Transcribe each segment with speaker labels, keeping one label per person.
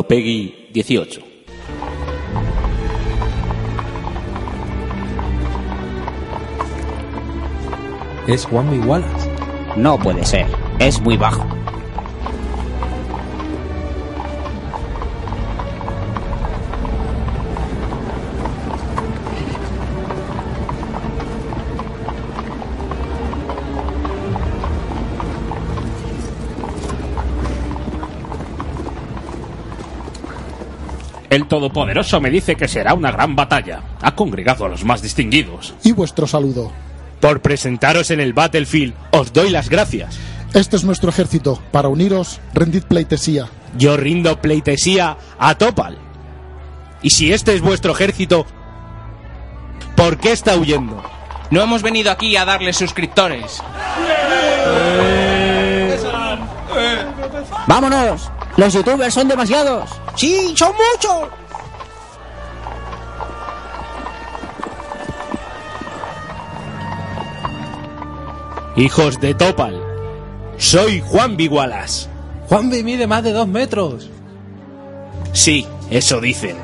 Speaker 1: Clopegui 18.
Speaker 2: Es Juan B. Wallace.
Speaker 3: No puede ser. Es muy bajo.
Speaker 1: El Todopoderoso me dice que será una gran batalla. Ha congregado a los más distinguidos.
Speaker 4: Y vuestro saludo.
Speaker 5: Por presentaros en el Battlefield, os doy las gracias.
Speaker 4: Este es nuestro ejército. Para uniros, rendid pleitesía.
Speaker 5: Yo rindo pleitesía a Topal. Y si este es vuestro ejército, ¿por qué está huyendo?
Speaker 6: No hemos venido aquí a darle suscriptores.
Speaker 3: ¡Vámonos! ¡Los youtubers son demasiados!
Speaker 7: ¡Sí, son muchos!
Speaker 5: Hijos de Topal, soy Juan Bigualas.
Speaker 2: Juan B. mide más de dos metros.
Speaker 5: Sí, eso dicen.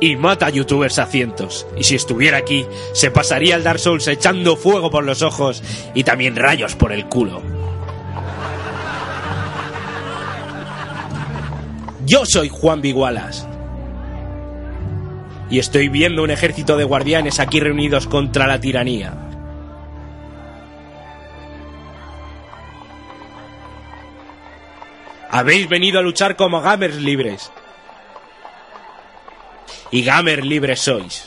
Speaker 5: Y mata youtubers a cientos. Y si estuviera aquí, se pasaría el Dark Souls echando fuego por los ojos y también rayos por el culo. Yo soy Juan Bigualas. Y estoy viendo un ejército de guardianes aquí reunidos contra la tiranía. Habéis venido a luchar como gamers libres. Y gamers libres sois.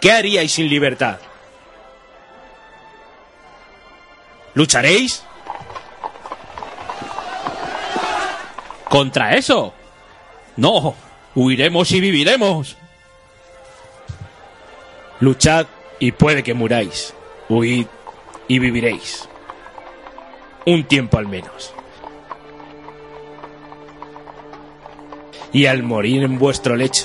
Speaker 5: ¿Qué haríais sin libertad? ¿Lucharéis?
Speaker 1: ¿Contra eso? No, huiremos y viviremos.
Speaker 5: Luchad y puede que muráis. Huid y viviréis. Un tiempo al menos. Y al morir en vuestro lecho,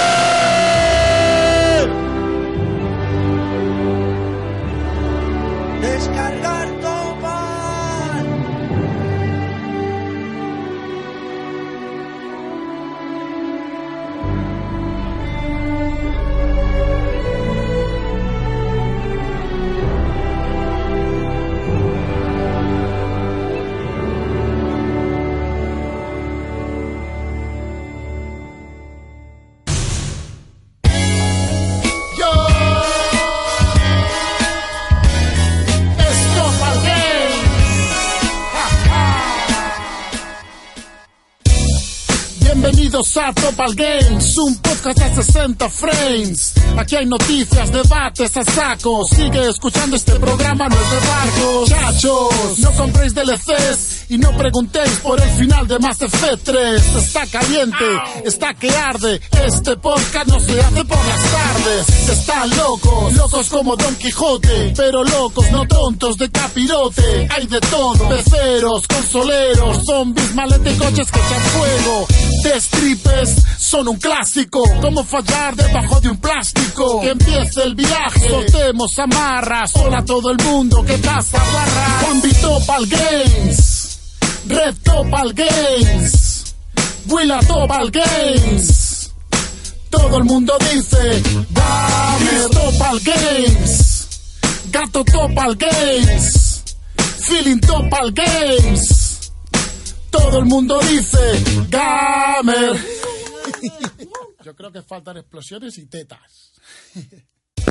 Speaker 8: a Topal Games, un podcast de 60 frames. Aquí hay noticias, debates a saco. Sigue escuchando este programa, no es de barcos. Chachos, no compréis DLCs y no preguntéis por el final de Mass Effect 3. Está caliente, está que arde. Este podcast no se hace por las tardes. Están locos, locos como Don Quijote, pero locos, no tontos de capirote. Hay de todo, peceros, consoleros, zombies, maletes, coches que echan fuego. Destri son un clásico. Como fallar debajo de un plástico. Que empiece el viaje. Soltemos amarras. Hola a todo el mundo. ¿Qué pasa, barra? Juan Topal Games. Red Topal Games. Willa Topal Games. Todo el mundo dice. Dame Topal Games. Gato Topal Games. Feeling Topal Games todo el mundo dice Gamer.
Speaker 4: Yo creo que faltan explosiones y tetas.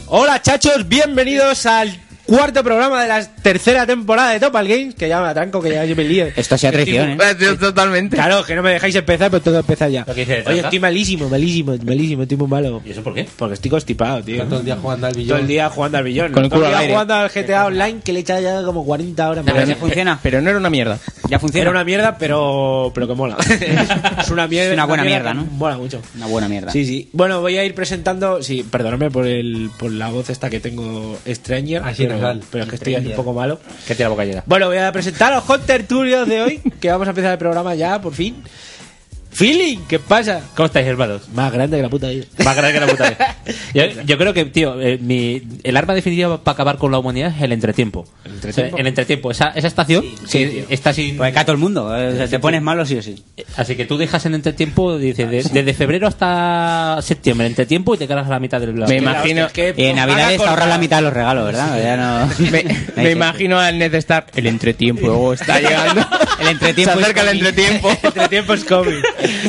Speaker 5: Hola chachos, bienvenidos al cuarto programa de la tercera temporada de Topal Games, que ya me atranco, que ya yo me lío.
Speaker 3: Esto sea traición, ¿eh?
Speaker 6: Totalmente.
Speaker 5: Claro, que no me dejáis empezar, pero tengo que empezar ya.
Speaker 1: ¿Lo que dice de
Speaker 5: Oye,
Speaker 1: trampa?
Speaker 5: estoy malísimo, malísimo, malísimo, estoy muy malo.
Speaker 1: ¿Y eso por qué?
Speaker 5: Porque estoy constipado, tío.
Speaker 2: Todo el día jugando al
Speaker 5: Todo el
Speaker 2: billón.
Speaker 5: día jugando al billón.
Speaker 6: Con el
Speaker 5: Todo
Speaker 6: culo
Speaker 5: el
Speaker 6: al
Speaker 5: día
Speaker 6: aire.
Speaker 5: jugando al GTA Online, que le he echado ya como 40 horas.
Speaker 3: Pero
Speaker 5: más.
Speaker 3: si funciona.
Speaker 6: Pero no era una mierda.
Speaker 3: Ya funciona.
Speaker 5: Era una mierda, pero, pero que mola. es una mierda.
Speaker 3: Es una buena mierda,
Speaker 5: que
Speaker 3: ¿no?
Speaker 5: Mola mucho.
Speaker 3: Una buena mierda.
Speaker 5: Sí, sí. Bueno, voy a ir presentando. Sí, perdóname por, el, por la voz esta que tengo Stranger.
Speaker 9: Así
Speaker 5: pero,
Speaker 9: nasal.
Speaker 5: pero es que estoy así un poco malo.
Speaker 1: Que tiene la boca llena.
Speaker 5: Bueno, voy a presentar a los Hot Tertulios de hoy, que vamos a empezar el programa ya, por fin. Feeling, ¿qué pasa?
Speaker 1: ¿Cómo estáis, hermanos?
Speaker 5: Más grande que la puta vida.
Speaker 1: Más grande que la puta vida. Yo, yo creo que, tío, eh, mi- el arma definitiva para acabar con la humanidad es el entretiempo. ¿El entretiempo? el entretiempo. Esa, esa estación que está sin...
Speaker 3: Pues cae todo el mundo. eh, te pones malo sí o sí.
Speaker 1: Eh,
Speaker 3: Ah,
Speaker 1: Así que tú dejas en entretiempo, dices, de- desde febrero hasta septiembre, entretiempo, y te quedas a la mitad del...
Speaker 6: Me
Speaker 1: del-
Speaker 6: imagino
Speaker 5: que-
Speaker 3: Y en Navidades te ahorras la mitad de los regalos, ¿verdad? Ya no-
Speaker 6: Me,
Speaker 3: No hay
Speaker 6: me
Speaker 3: jefe.
Speaker 6: imagino al Ned Stark. El entretiempo está llegando.
Speaker 3: El entretiempo
Speaker 6: Se acerca
Speaker 3: es
Speaker 6: el
Speaker 3: coming.
Speaker 6: entretiempo.
Speaker 5: Entre tiempos COVID.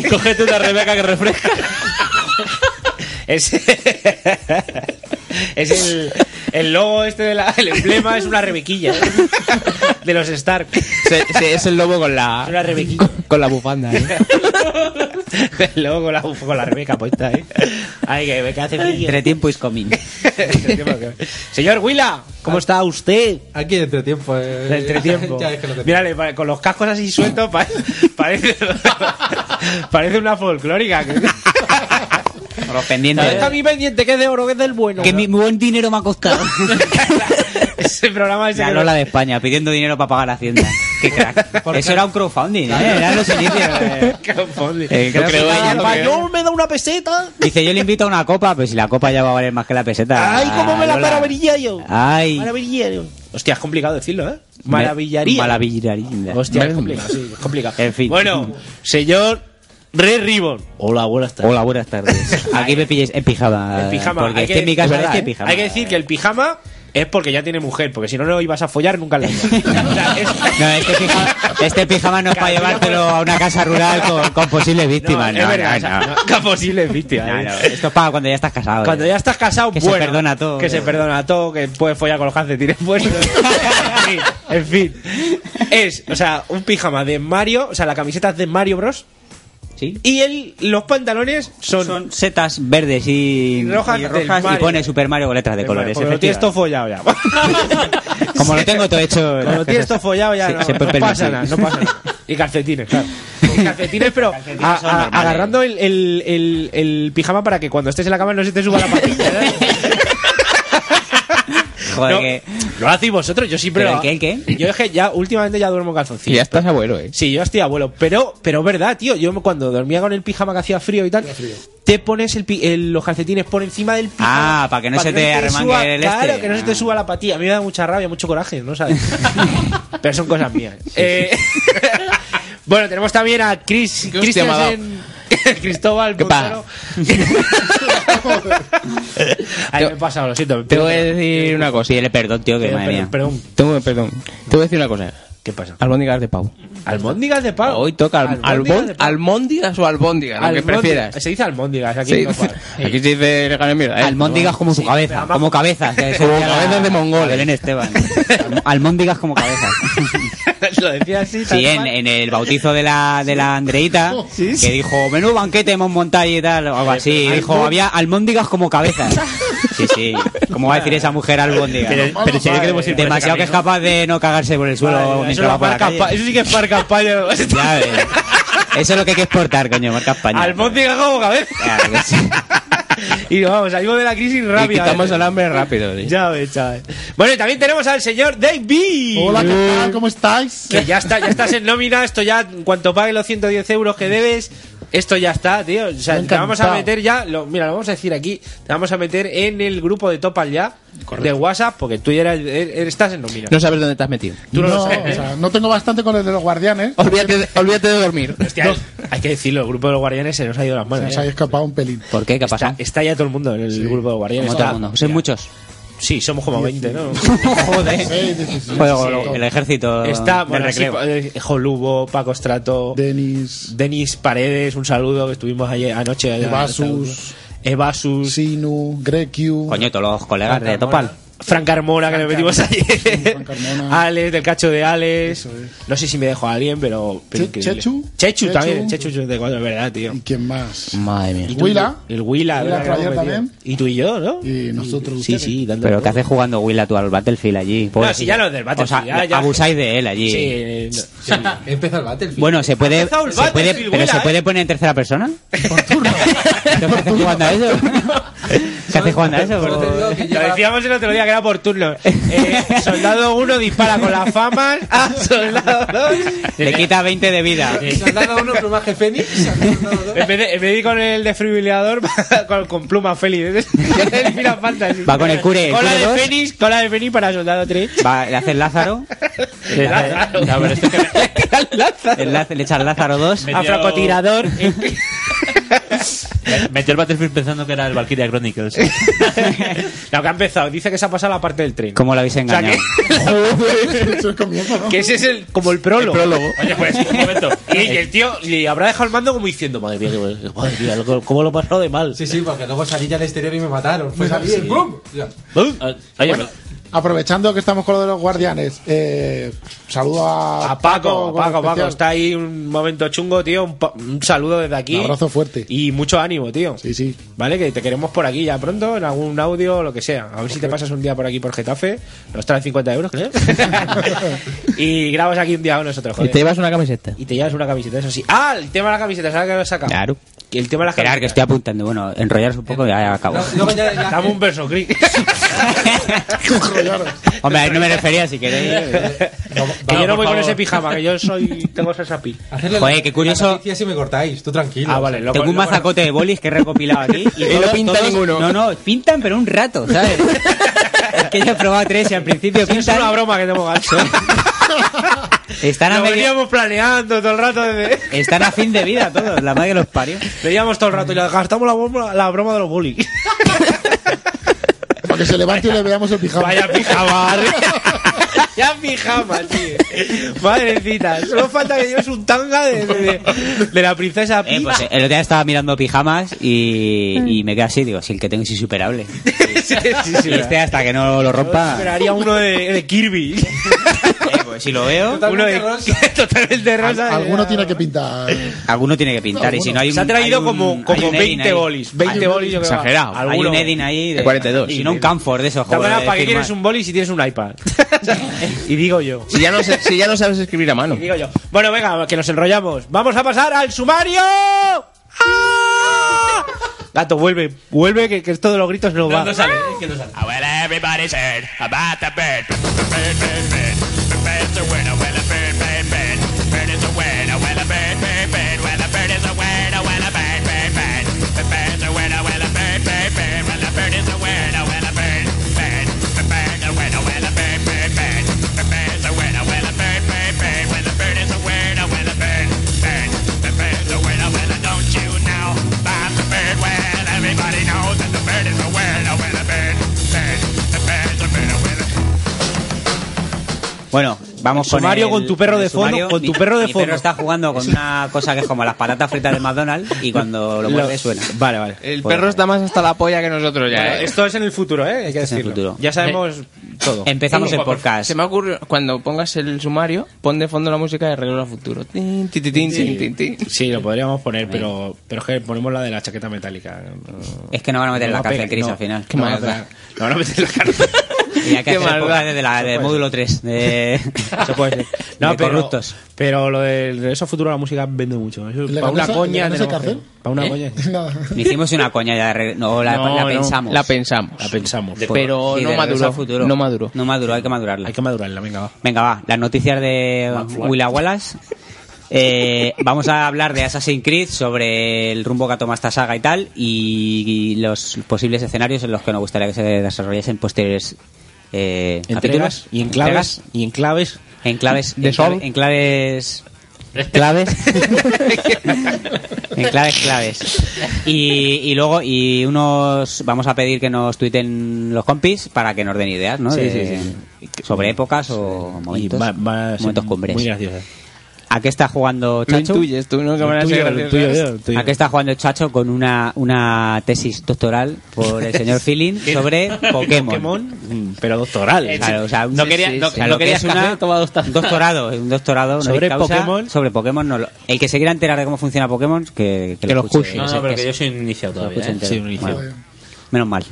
Speaker 1: Cógete una rebeca que refresca.
Speaker 5: Es, es el, el logo este de la, el emblema es una rebequilla ¿eh? de los Stark. Es
Speaker 6: Se- se- es el lobo con la.
Speaker 5: una rebequilla.
Speaker 6: Con la bufanda, ¿eh?
Speaker 5: El logo con la, con la rebeca puesta, ¿eh? Ay, que me que hace frío.
Speaker 3: Entretiempo is coming.
Speaker 5: Señor Huila, ¿cómo está usted?
Speaker 9: Aquí el entretiempo. eh,
Speaker 5: El entretiempo.
Speaker 9: ya es que lo que-
Speaker 5: Mírale, pa- con los cascos así sueltos pa- parece, parece una folclórica.
Speaker 3: Con Los pendientes.
Speaker 5: Está aquí pendiente que es de oro, que es del bueno.
Speaker 3: Que mi buen dinero me ha costado.
Speaker 5: Ese programa ese
Speaker 3: La
Speaker 5: que-
Speaker 3: Lola de España pidiendo dinero para pagar la Hacienda. Qué crack. Eso era un crowdfunding, ¿eh? Eran los inicios. eh.
Speaker 5: Crowdfunding.
Speaker 3: Eh, creo que-
Speaker 5: Ah, Mayor me da una peseta.
Speaker 3: Dice, yo le invito a una copa, pero si la copa ya va a valer más que la peseta.
Speaker 5: Ay, cómo me la
Speaker 3: Ah, Lola.
Speaker 5: maravillaría yo.
Speaker 3: Ay.
Speaker 5: Maravillaría. Hostia, es complicado decirlo, ¿eh? Maravillaría.
Speaker 3: Maravillaría.
Speaker 5: Hostia, es complicado, sí, es complicado.
Speaker 3: En fin.
Speaker 5: Bueno, señor Red Ribbon. Hola, buenas tardes.
Speaker 3: Hola, buenas tardes. Aquí me pilléis en pijama.
Speaker 5: El pijama.
Speaker 3: Porque
Speaker 5: hay
Speaker 3: es que en mi
Speaker 5: es
Speaker 3: casa
Speaker 5: verdad,
Speaker 3: es que
Speaker 5: ¿eh?
Speaker 3: pijama.
Speaker 5: Hay que decir que el pijama es porque ya tiene mujer, porque si no, no ibas a follar nunca en la vida. O sea, es-
Speaker 3: No, este pijama, este pijama no es para llevártelo a una casa rural con, con posibles víctimas.
Speaker 5: No,
Speaker 3: No,
Speaker 5: es verdad,
Speaker 3: no,
Speaker 5: o sea,
Speaker 3: no.
Speaker 5: no, que posible es víctima.
Speaker 3: No,
Speaker 5: ¿eh?
Speaker 3: no, Esto es para cuando ya estás casado. ¿eh?
Speaker 5: Cuando ya estás casado,
Speaker 3: Que se
Speaker 5: bueno,
Speaker 3: perdona todo.
Speaker 5: Que se perdona todo, que puedes follar con los calcetines puestos. en fin. Es, o sea, un pijama de Mario, o sea, la camiseta es de Mario Bros.
Speaker 3: Sí.
Speaker 5: Y el, los pantalones son,
Speaker 3: Son setas verdes y
Speaker 5: Rojas
Speaker 3: y,
Speaker 5: del
Speaker 3: rojas y
Speaker 5: Mario.
Speaker 3: pone Super Mario con letras de
Speaker 5: Vale,
Speaker 3: colores.
Speaker 5: Porque lo tienes todo
Speaker 3: efectivamente.
Speaker 5: follado ya.
Speaker 3: Como lo tengo todo hecho.
Speaker 5: Como lo tienes todo follado ya,
Speaker 3: Se-
Speaker 5: no,
Speaker 3: se
Speaker 5: no
Speaker 3: puede
Speaker 5: pasa nada, no
Speaker 3: permitir.
Speaker 5: pasa nada. Y calcetines, claro. Y calcetines, pero a-
Speaker 3: son
Speaker 5: a-
Speaker 3: normales.
Speaker 5: Ah, agarrando el, el- el- el pijama para que cuando estés en la cama no se te suba la patilla. ¿sabes?
Speaker 3: Joder,
Speaker 5: No,
Speaker 3: que-
Speaker 5: Lo hacéis vosotros, yo siempre
Speaker 3: ¿Pero
Speaker 5: lo
Speaker 3: el qué, el qué?
Speaker 5: Yo es que ya últimamente ya duermo en calzoncillos.
Speaker 6: Y ya estás abuelo, ¿eh?
Speaker 5: Sí, yo estoy abuelo, pero pero es verdad, tío, yo cuando dormía con el pijama que hacía frío y tal, te pones el, pi- el- los calcetines por encima del pijama.
Speaker 3: Ah, para que no se te arremangue
Speaker 5: suba-
Speaker 3: el
Speaker 5: Claro,
Speaker 3: este.
Speaker 5: que no se te
Speaker 3: Ah.
Speaker 5: suba la patilla. A mí me da mucha rabia, mucho coraje, ¿no sabes? pero son cosas mías. Eh, bueno, tenemos también a Chris,
Speaker 6: ¿Qué hostia
Speaker 5: Christian
Speaker 6: me ha dado?
Speaker 5: en- Cristóbal
Speaker 6: ¿Qué
Speaker 5: Montero. Ahí me he pasado, lo siento.
Speaker 6: Te voy a decir una cosa.
Speaker 3: Pídele perdón, tío, que
Speaker 5: Perdón,
Speaker 3: madre mía.
Speaker 5: perdón,
Speaker 6: Tengo-
Speaker 5: perdón.
Speaker 6: perdón. Te voy a decir una cosa.
Speaker 5: ¿Qué pasa?
Speaker 6: Albóndigas de pavo.
Speaker 5: Almóndigas de pavo.
Speaker 6: Hoy toca al,
Speaker 5: Albóndigas
Speaker 6: albón-
Speaker 5: de pavo.
Speaker 6: almóndigas o albóndigas, lo que
Speaker 5: Almóndigas.
Speaker 6: prefieras.
Speaker 5: Se dice almóndigas aquí
Speaker 6: Sí.
Speaker 5: en Copar.
Speaker 6: Aquí se dice regalo mierda. ¿eh?
Speaker 3: Almóndigas como su cabeza, como cabeza. que
Speaker 6: Como
Speaker 3: decía la-
Speaker 6: cabezas de mongoles.
Speaker 3: Belén Esteban. Alm- Almóndigas como cabeza.
Speaker 5: Lo decía así. tal
Speaker 3: Sí, en,
Speaker 5: cual.
Speaker 3: en el bautizo de la, de la Andreita, que dijo, menú banquete hemos montado y tal, o algo así. Y dijo, había almóndigas como cabezas. Sí, sí. ¿Cómo va a decir esa mujer albóndigas?
Speaker 1: Pero, pero si no queremos ir por ese
Speaker 3: Demasiado que es
Speaker 1: camino.
Speaker 3: capaz de no cagarse por el suelo
Speaker 5: Vale, vale, eso,
Speaker 3: mientras va
Speaker 5: lo
Speaker 3: por la
Speaker 5: marca pa-
Speaker 3: calle.
Speaker 5: eso sí que es para campaña.
Speaker 3: Ya ves. Eso es lo que hay que exportar, coño, marca España.
Speaker 5: Almóndigas como cabeza.
Speaker 3: Claro que sí.
Speaker 5: Y vamos, salimos de la crisis
Speaker 6: Y
Speaker 5: rápida.
Speaker 6: quitamos el hambre rápido. sí.
Speaker 5: Ya ves, chaval. Bueno, y también tenemos al señor David.
Speaker 4: Hola, ¿qué tal? ¿Cómo estáis?
Speaker 5: Que ya, está, ya estás en nómina, esto ya, en cuanto pague los 110 euros que debes, esto ya está, tío. O sea,
Speaker 4: Me ha
Speaker 5: te vamos a
Speaker 4: encantado.
Speaker 5: meter ya, lo- mira, lo vamos a decir aquí, te vamos a meter en el grupo de Topal ya, de WhatsApp, porque tú ya eras- er- er- estás en nómina.
Speaker 6: No sabes dónde te has metido.
Speaker 5: Tú no lo sabes, ¿eh?
Speaker 4: o sea, no tengo bastante con el de los guardianes.
Speaker 6: Olvídate de, olvídate de dormir.
Speaker 5: Hostia, hay que decirlo, el grupo de los guardianes se nos ha ido las
Speaker 4: Se
Speaker 5: manos.
Speaker 4: nos
Speaker 5: ¿eh?
Speaker 4: ha escapado un pelín.
Speaker 3: ¿Por qué? ¿Qué ha
Speaker 5: Está,
Speaker 3: pasado?
Speaker 5: está ya todo el mundo en el grupo de guardianes.
Speaker 3: Como todo el
Speaker 5: Está-
Speaker 3: mundo. Sois muchos.
Speaker 5: Sí, somos como 20, ¿no?
Speaker 3: Joder.
Speaker 4: Sí, sí, sí.
Speaker 3: Juego, el ejército
Speaker 5: Está,
Speaker 3: del
Speaker 5: bueno, así,
Speaker 3: recreo.
Speaker 5: eh, Jolubo, Paco Strato,
Speaker 4: Denis,
Speaker 5: Denis Paredes, un saludo que estuvimos ayer anoche. allá en
Speaker 4: Evasus.
Speaker 5: el saludo. Evasus.
Speaker 4: Sinu, Grekiu.
Speaker 3: Coño, todos los colegas de Topal.
Speaker 5: Frank Carmona, que nos metimos ayer.
Speaker 4: Frank Carmona.
Speaker 5: Alex, del cacho de Alex. No sé si me dejo a alguien, pero. pero
Speaker 4: Che-
Speaker 5: increíble.
Speaker 4: Chechu.
Speaker 5: Chechu
Speaker 4: Chechu.
Speaker 5: también. Chechu 84, es verdad, tío.
Speaker 4: ¿Y quién más?
Speaker 6: Madre mía.
Speaker 4: Huila.
Speaker 5: El Willa,
Speaker 4: Willa
Speaker 5: ¿verdad?
Speaker 4: Trayer también.
Speaker 5: Y tú y yo, ¿no?
Speaker 4: Y nosotros
Speaker 5: Sí,
Speaker 4: ustedes.
Speaker 5: sí, dando
Speaker 3: Pero
Speaker 5: todo.
Speaker 3: ¿qué haces jugando Willa tú al Battlefield allí? Pobrecillo.
Speaker 5: si ya lo del Battlefield,
Speaker 3: O sea,
Speaker 5: ya, ya.
Speaker 3: abusáis de él allí.
Speaker 5: Sí, eh, no.
Speaker 10: Empieza el Battlefield.
Speaker 3: Bueno, se puede,
Speaker 5: empezado el
Speaker 3: se puede
Speaker 5: Battlefield,
Speaker 3: pero
Speaker 5: Willa,
Speaker 3: se
Speaker 5: ¿eh?
Speaker 3: puede poner en tercera persona.
Speaker 4: Por turno.
Speaker 3: ¿Qué haces jugando a eso? ¿Qué haces jugando a eso?
Speaker 10: Solo te digo
Speaker 3: bro?
Speaker 10: que
Speaker 5: Lo
Speaker 10: lleva-
Speaker 5: decíamos el otro día que era por turno. Eh, soldado 1 dispara con las famas a
Speaker 4: Ah,
Speaker 5: soldado 2.
Speaker 3: Le quita 20 de vida.
Speaker 10: Soldado uno, plumaje fénix. soldado dos.
Speaker 5: En vez, de, en vez de ir con el desfibrilador, va con, con pluma Félix. El Final Fantasy.
Speaker 3: Va con el cure, el
Speaker 5: Cola
Speaker 3: cure
Speaker 5: de
Speaker 3: dos.
Speaker 5: Fénix, cola de Fénix para soldado 3.
Speaker 3: Va, le haces Lázaro.
Speaker 1: Le- No, pero esto es que me-
Speaker 3: el Lázaro- le echas Lázaro 2.
Speaker 5: A francotirador.
Speaker 1: Metió el Battlefield pensando que era el Valkyria Chronicles.
Speaker 5: No, que ha empezado. Dice que se ha pasado la parte del tren.
Speaker 3: ¿Cómo lo habéis
Speaker 5: sea,
Speaker 3: engañado?
Speaker 4: Eso es comienzo, ¿no?
Speaker 5: Que ese es el, como el prólogo.
Speaker 6: Prólogo.
Speaker 1: Oye, pues, un momento.
Speaker 5: Y, y el tío y habrá dejado el mando como diciendo, madre mía, qué- madre mía, lo- cómo lo he pasado de mal.
Speaker 10: Sí, sí, porque luego salí ya al exterior y me mataron. Pues salí y ¡pum! Ya.
Speaker 1: Ah, Oye,
Speaker 4: Bueno, aprovechando que estamos con lo de los guardianes, eh, saludo a,
Speaker 5: A Paco, a
Speaker 4: con
Speaker 5: Paco, Paco,
Speaker 4: especial.
Speaker 5: está ahí un momento chungo, tío. Un, pa- un saludo desde aquí.
Speaker 4: Un abrazo fuerte.
Speaker 5: Y mucho ánimo, tío.
Speaker 4: Sí, sí.
Speaker 5: Vale, que te queremos por aquí ya pronto, en algún audio o lo que sea. A ver si te pasas un día por aquí por Getafe. Nos traen 50 euros, creo. y grabas aquí un día con nosotros,
Speaker 6: Y
Speaker 5: joder.
Speaker 6: te llevas una camiseta.
Speaker 5: Y te llevas una camiseta, eso sí. Ah, el tema de la camiseta, ¿sabes que lo saca?
Speaker 3: Claro.
Speaker 5: Que El tema de la
Speaker 3: Esperar, que estoy apuntando. Bueno, enrollaros un poco y ya acabo.
Speaker 10: No, Luego ya, ya-
Speaker 5: Dame un verso, Chris.
Speaker 3: Hombre, a él no me refería si queréis.
Speaker 5: que yo no
Speaker 1: por
Speaker 5: voy con
Speaker 1: favor.
Speaker 5: ese pijama, que yo soy tengo esa sapi.
Speaker 10: hacerle
Speaker 3: Joder,
Speaker 10: la-
Speaker 3: eh, qué curioso.
Speaker 10: la noticia si me cortáis, tú tranquilo.
Speaker 5: Ah, vale, lo
Speaker 3: Tengo un
Speaker 5: lo-
Speaker 3: mazacote de bolis que he recopilado aquí.
Speaker 6: Y no pinta ninguno.
Speaker 3: No, no, pintan pero un rato, ¿sabes? es que yo he probado tres y al principio
Speaker 5: Es una
Speaker 3: pintan.
Speaker 5: broma que tengo gancho.
Speaker 3: Están a,
Speaker 5: Lo
Speaker 3: medio-
Speaker 5: veníamos planeando todo el rato desde...
Speaker 3: están a fin de vida todos, la madre que los parió.
Speaker 5: Veíamos todo el rato y le gastamos la broma, la broma de los bullies.
Speaker 4: Para que se levante y le veamos el pijama.
Speaker 5: Vaya pijama. ya pijama, tío. Madrecita. Solo falta que lleves un tanga de, de- de la princesa
Speaker 3: Eh,
Speaker 5: Peach.
Speaker 3: pues, el otro día estaba mirando pijamas y, y me quedé así, digo, si el que tengo es insuperable.
Speaker 5: sí, sí, sí,
Speaker 3: Y este hasta que no lo rompa.
Speaker 5: Esperaría uno de, de Kirby.
Speaker 3: eh, pues si lo veo,
Speaker 5: uno de totalmente
Speaker 4: Al-
Speaker 5: rosa.
Speaker 4: Alguno tiene que pintar.
Speaker 3: alguno tiene que pintar. Y si no hay un,
Speaker 5: Se ha traído
Speaker 3: hay un-
Speaker 5: como,
Speaker 3: hay
Speaker 5: como
Speaker 3: un Edin
Speaker 5: 20
Speaker 3: ahí.
Speaker 5: bolis. 20
Speaker 3: Hay un-
Speaker 5: bolis, yo creo.
Speaker 6: exagerado.
Speaker 3: Hay
Speaker 5: Alguno.
Speaker 3: un Edin ahí de
Speaker 6: De 42.
Speaker 3: Y no un Camphor de esos
Speaker 5: De todas
Speaker 3: juegos.
Speaker 6: eh,
Speaker 5: maneras,
Speaker 3: de
Speaker 5: ¿para qué
Speaker 3: firmar.
Speaker 5: quieres un boli si tienes un iPad? y digo yo.
Speaker 6: Si ya no, sé- si ya no sabes escribir a mano.
Speaker 5: Y digo yo. Bueno, venga, que nos enrollamos. Vamos a pasar al sumario. ¡Ah! Gato, vuelve, vuelve, que, que esto de los gritos no, va.
Speaker 3: Bueno, vamos con
Speaker 5: Sumario
Speaker 3: el-
Speaker 5: con tu perro
Speaker 3: el
Speaker 5: de fondo,
Speaker 3: sumario.
Speaker 5: con tu
Speaker 3: Mi-
Speaker 5: perro de
Speaker 3: mi
Speaker 5: fondo.
Speaker 3: está jugando con una cosa que es como las patatas fritas de McDonald's y cuando lo muerde suena.
Speaker 5: Vale, vale.
Speaker 6: El
Speaker 3: Pues
Speaker 6: perro está más hasta la polla que nosotros ya,
Speaker 5: Bueno,
Speaker 6: ¿eh?
Speaker 5: esto es en el futuro, ¿eh? Hay que
Speaker 3: es en el
Speaker 5: decirlo.
Speaker 3: futuro.
Speaker 5: Ya sabemos todo.
Speaker 3: Empezamos el podcast.
Speaker 6: Se me ocurrió, cuando pongas el sumario, pon de fondo la música de Regreso al Futuro. Tin, ti, ti, tin, tin, tin, tin.
Speaker 5: Sí, lo podríamos poner, pero, pero es que ponemos la de la chaqueta metálica.
Speaker 3: Es que no van a meter en
Speaker 5: No va
Speaker 3: la
Speaker 5: a
Speaker 3: cárcel,
Speaker 5: pegar,
Speaker 3: Chris,
Speaker 5: no.
Speaker 3: al final.
Speaker 6: Qué maldad.
Speaker 5: No, no metes la cara.
Speaker 3: Y hay que
Speaker 6: Qué
Speaker 3: hacer el
Speaker 6: maldad.
Speaker 3: podcast desde la, del módulo 3 de,
Speaker 5: Eso puede ser.
Speaker 3: de
Speaker 5: No, pero,
Speaker 3: corruptos.
Speaker 5: pero lo de regreso al futuro la música vende mucho. Eso
Speaker 4: ¿Le
Speaker 5: para una
Speaker 4: ganó esa-
Speaker 5: coña.
Speaker 4: le ganó esa
Speaker 5: tenemos que-
Speaker 4: cárcel?
Speaker 5: Para
Speaker 3: ¿Eh?
Speaker 5: una coña.
Speaker 4: Nada.
Speaker 3: Hicimos una coña ya de re- no, la,
Speaker 6: No,
Speaker 3: la
Speaker 6: no,
Speaker 3: pensamos.
Speaker 6: La pensamos.
Speaker 5: La pensamos.
Speaker 6: pero
Speaker 3: Sí,
Speaker 6: no
Speaker 3: de regreso
Speaker 6: maduró,
Speaker 3: al futuro.
Speaker 6: no maduró.
Speaker 3: No maduró, hay que madurarla.
Speaker 5: Hay que madurarla, venga, va.
Speaker 3: Venga, va, las noticias de Willa Wallace. Eh, vamos a hablar de Assassin's Creed, sobre el rumbo que ha tomado esta saga y tal, y, los posibles escenarios en los que nos gustaría que se desarrollasen posteriores eh,
Speaker 5: Entregas
Speaker 3: capítulos.
Speaker 5: y enclaves. Y enclaves.
Speaker 3: En claves.
Speaker 6: De
Speaker 3: en
Speaker 6: sol.
Speaker 3: clave- En claves. Claves. en claves, claves. Y, y luego, y unos. Vamos a pedir que nos tuiten los compis para que nos den ideas, ¿no?
Speaker 5: Sí,
Speaker 3: De-
Speaker 5: sí, sí,
Speaker 3: Sobre épocas o
Speaker 5: y
Speaker 3: momentos.
Speaker 5: va- va a ser
Speaker 3: momentos cumbres.
Speaker 5: Muy graciosa.
Speaker 3: ¿A qué está jugando
Speaker 6: Lo
Speaker 3: Chacho?
Speaker 6: intuyes tú, ¿no? Que van a ser graciosos.
Speaker 3: ¿A qué está jugando Chacho con una, una tesis doctoral por el señor Feeling sobre Pokémon?
Speaker 5: pero doctoral.
Speaker 3: Claro, o sea,
Speaker 1: Eh, No
Speaker 3: sí,
Speaker 1: quería-
Speaker 3: sí,
Speaker 1: no-
Speaker 3: sí. O sea,
Speaker 1: no
Speaker 3: lo que es
Speaker 1: querías
Speaker 3: una-
Speaker 1: café, toma dos tazas.
Speaker 3: un doctorado, un doctorado honoris
Speaker 1: ¿Sobre
Speaker 3: causa
Speaker 1: Pokémon?
Speaker 3: sobre Pokémon no lo- el que se quiera enterar de cómo funciona Pokémon que, que lo escuche,
Speaker 1: No,
Speaker 3: o sea,
Speaker 1: no, pero
Speaker 3: que
Speaker 1: que yo
Speaker 3: es-
Speaker 1: soy un iniciado
Speaker 3: que lo
Speaker 1: todavía.
Speaker 3: escuche
Speaker 1: ¿eh?
Speaker 3: entero.
Speaker 1: Sí, un iniciado.
Speaker 3: Vale. Menos mal.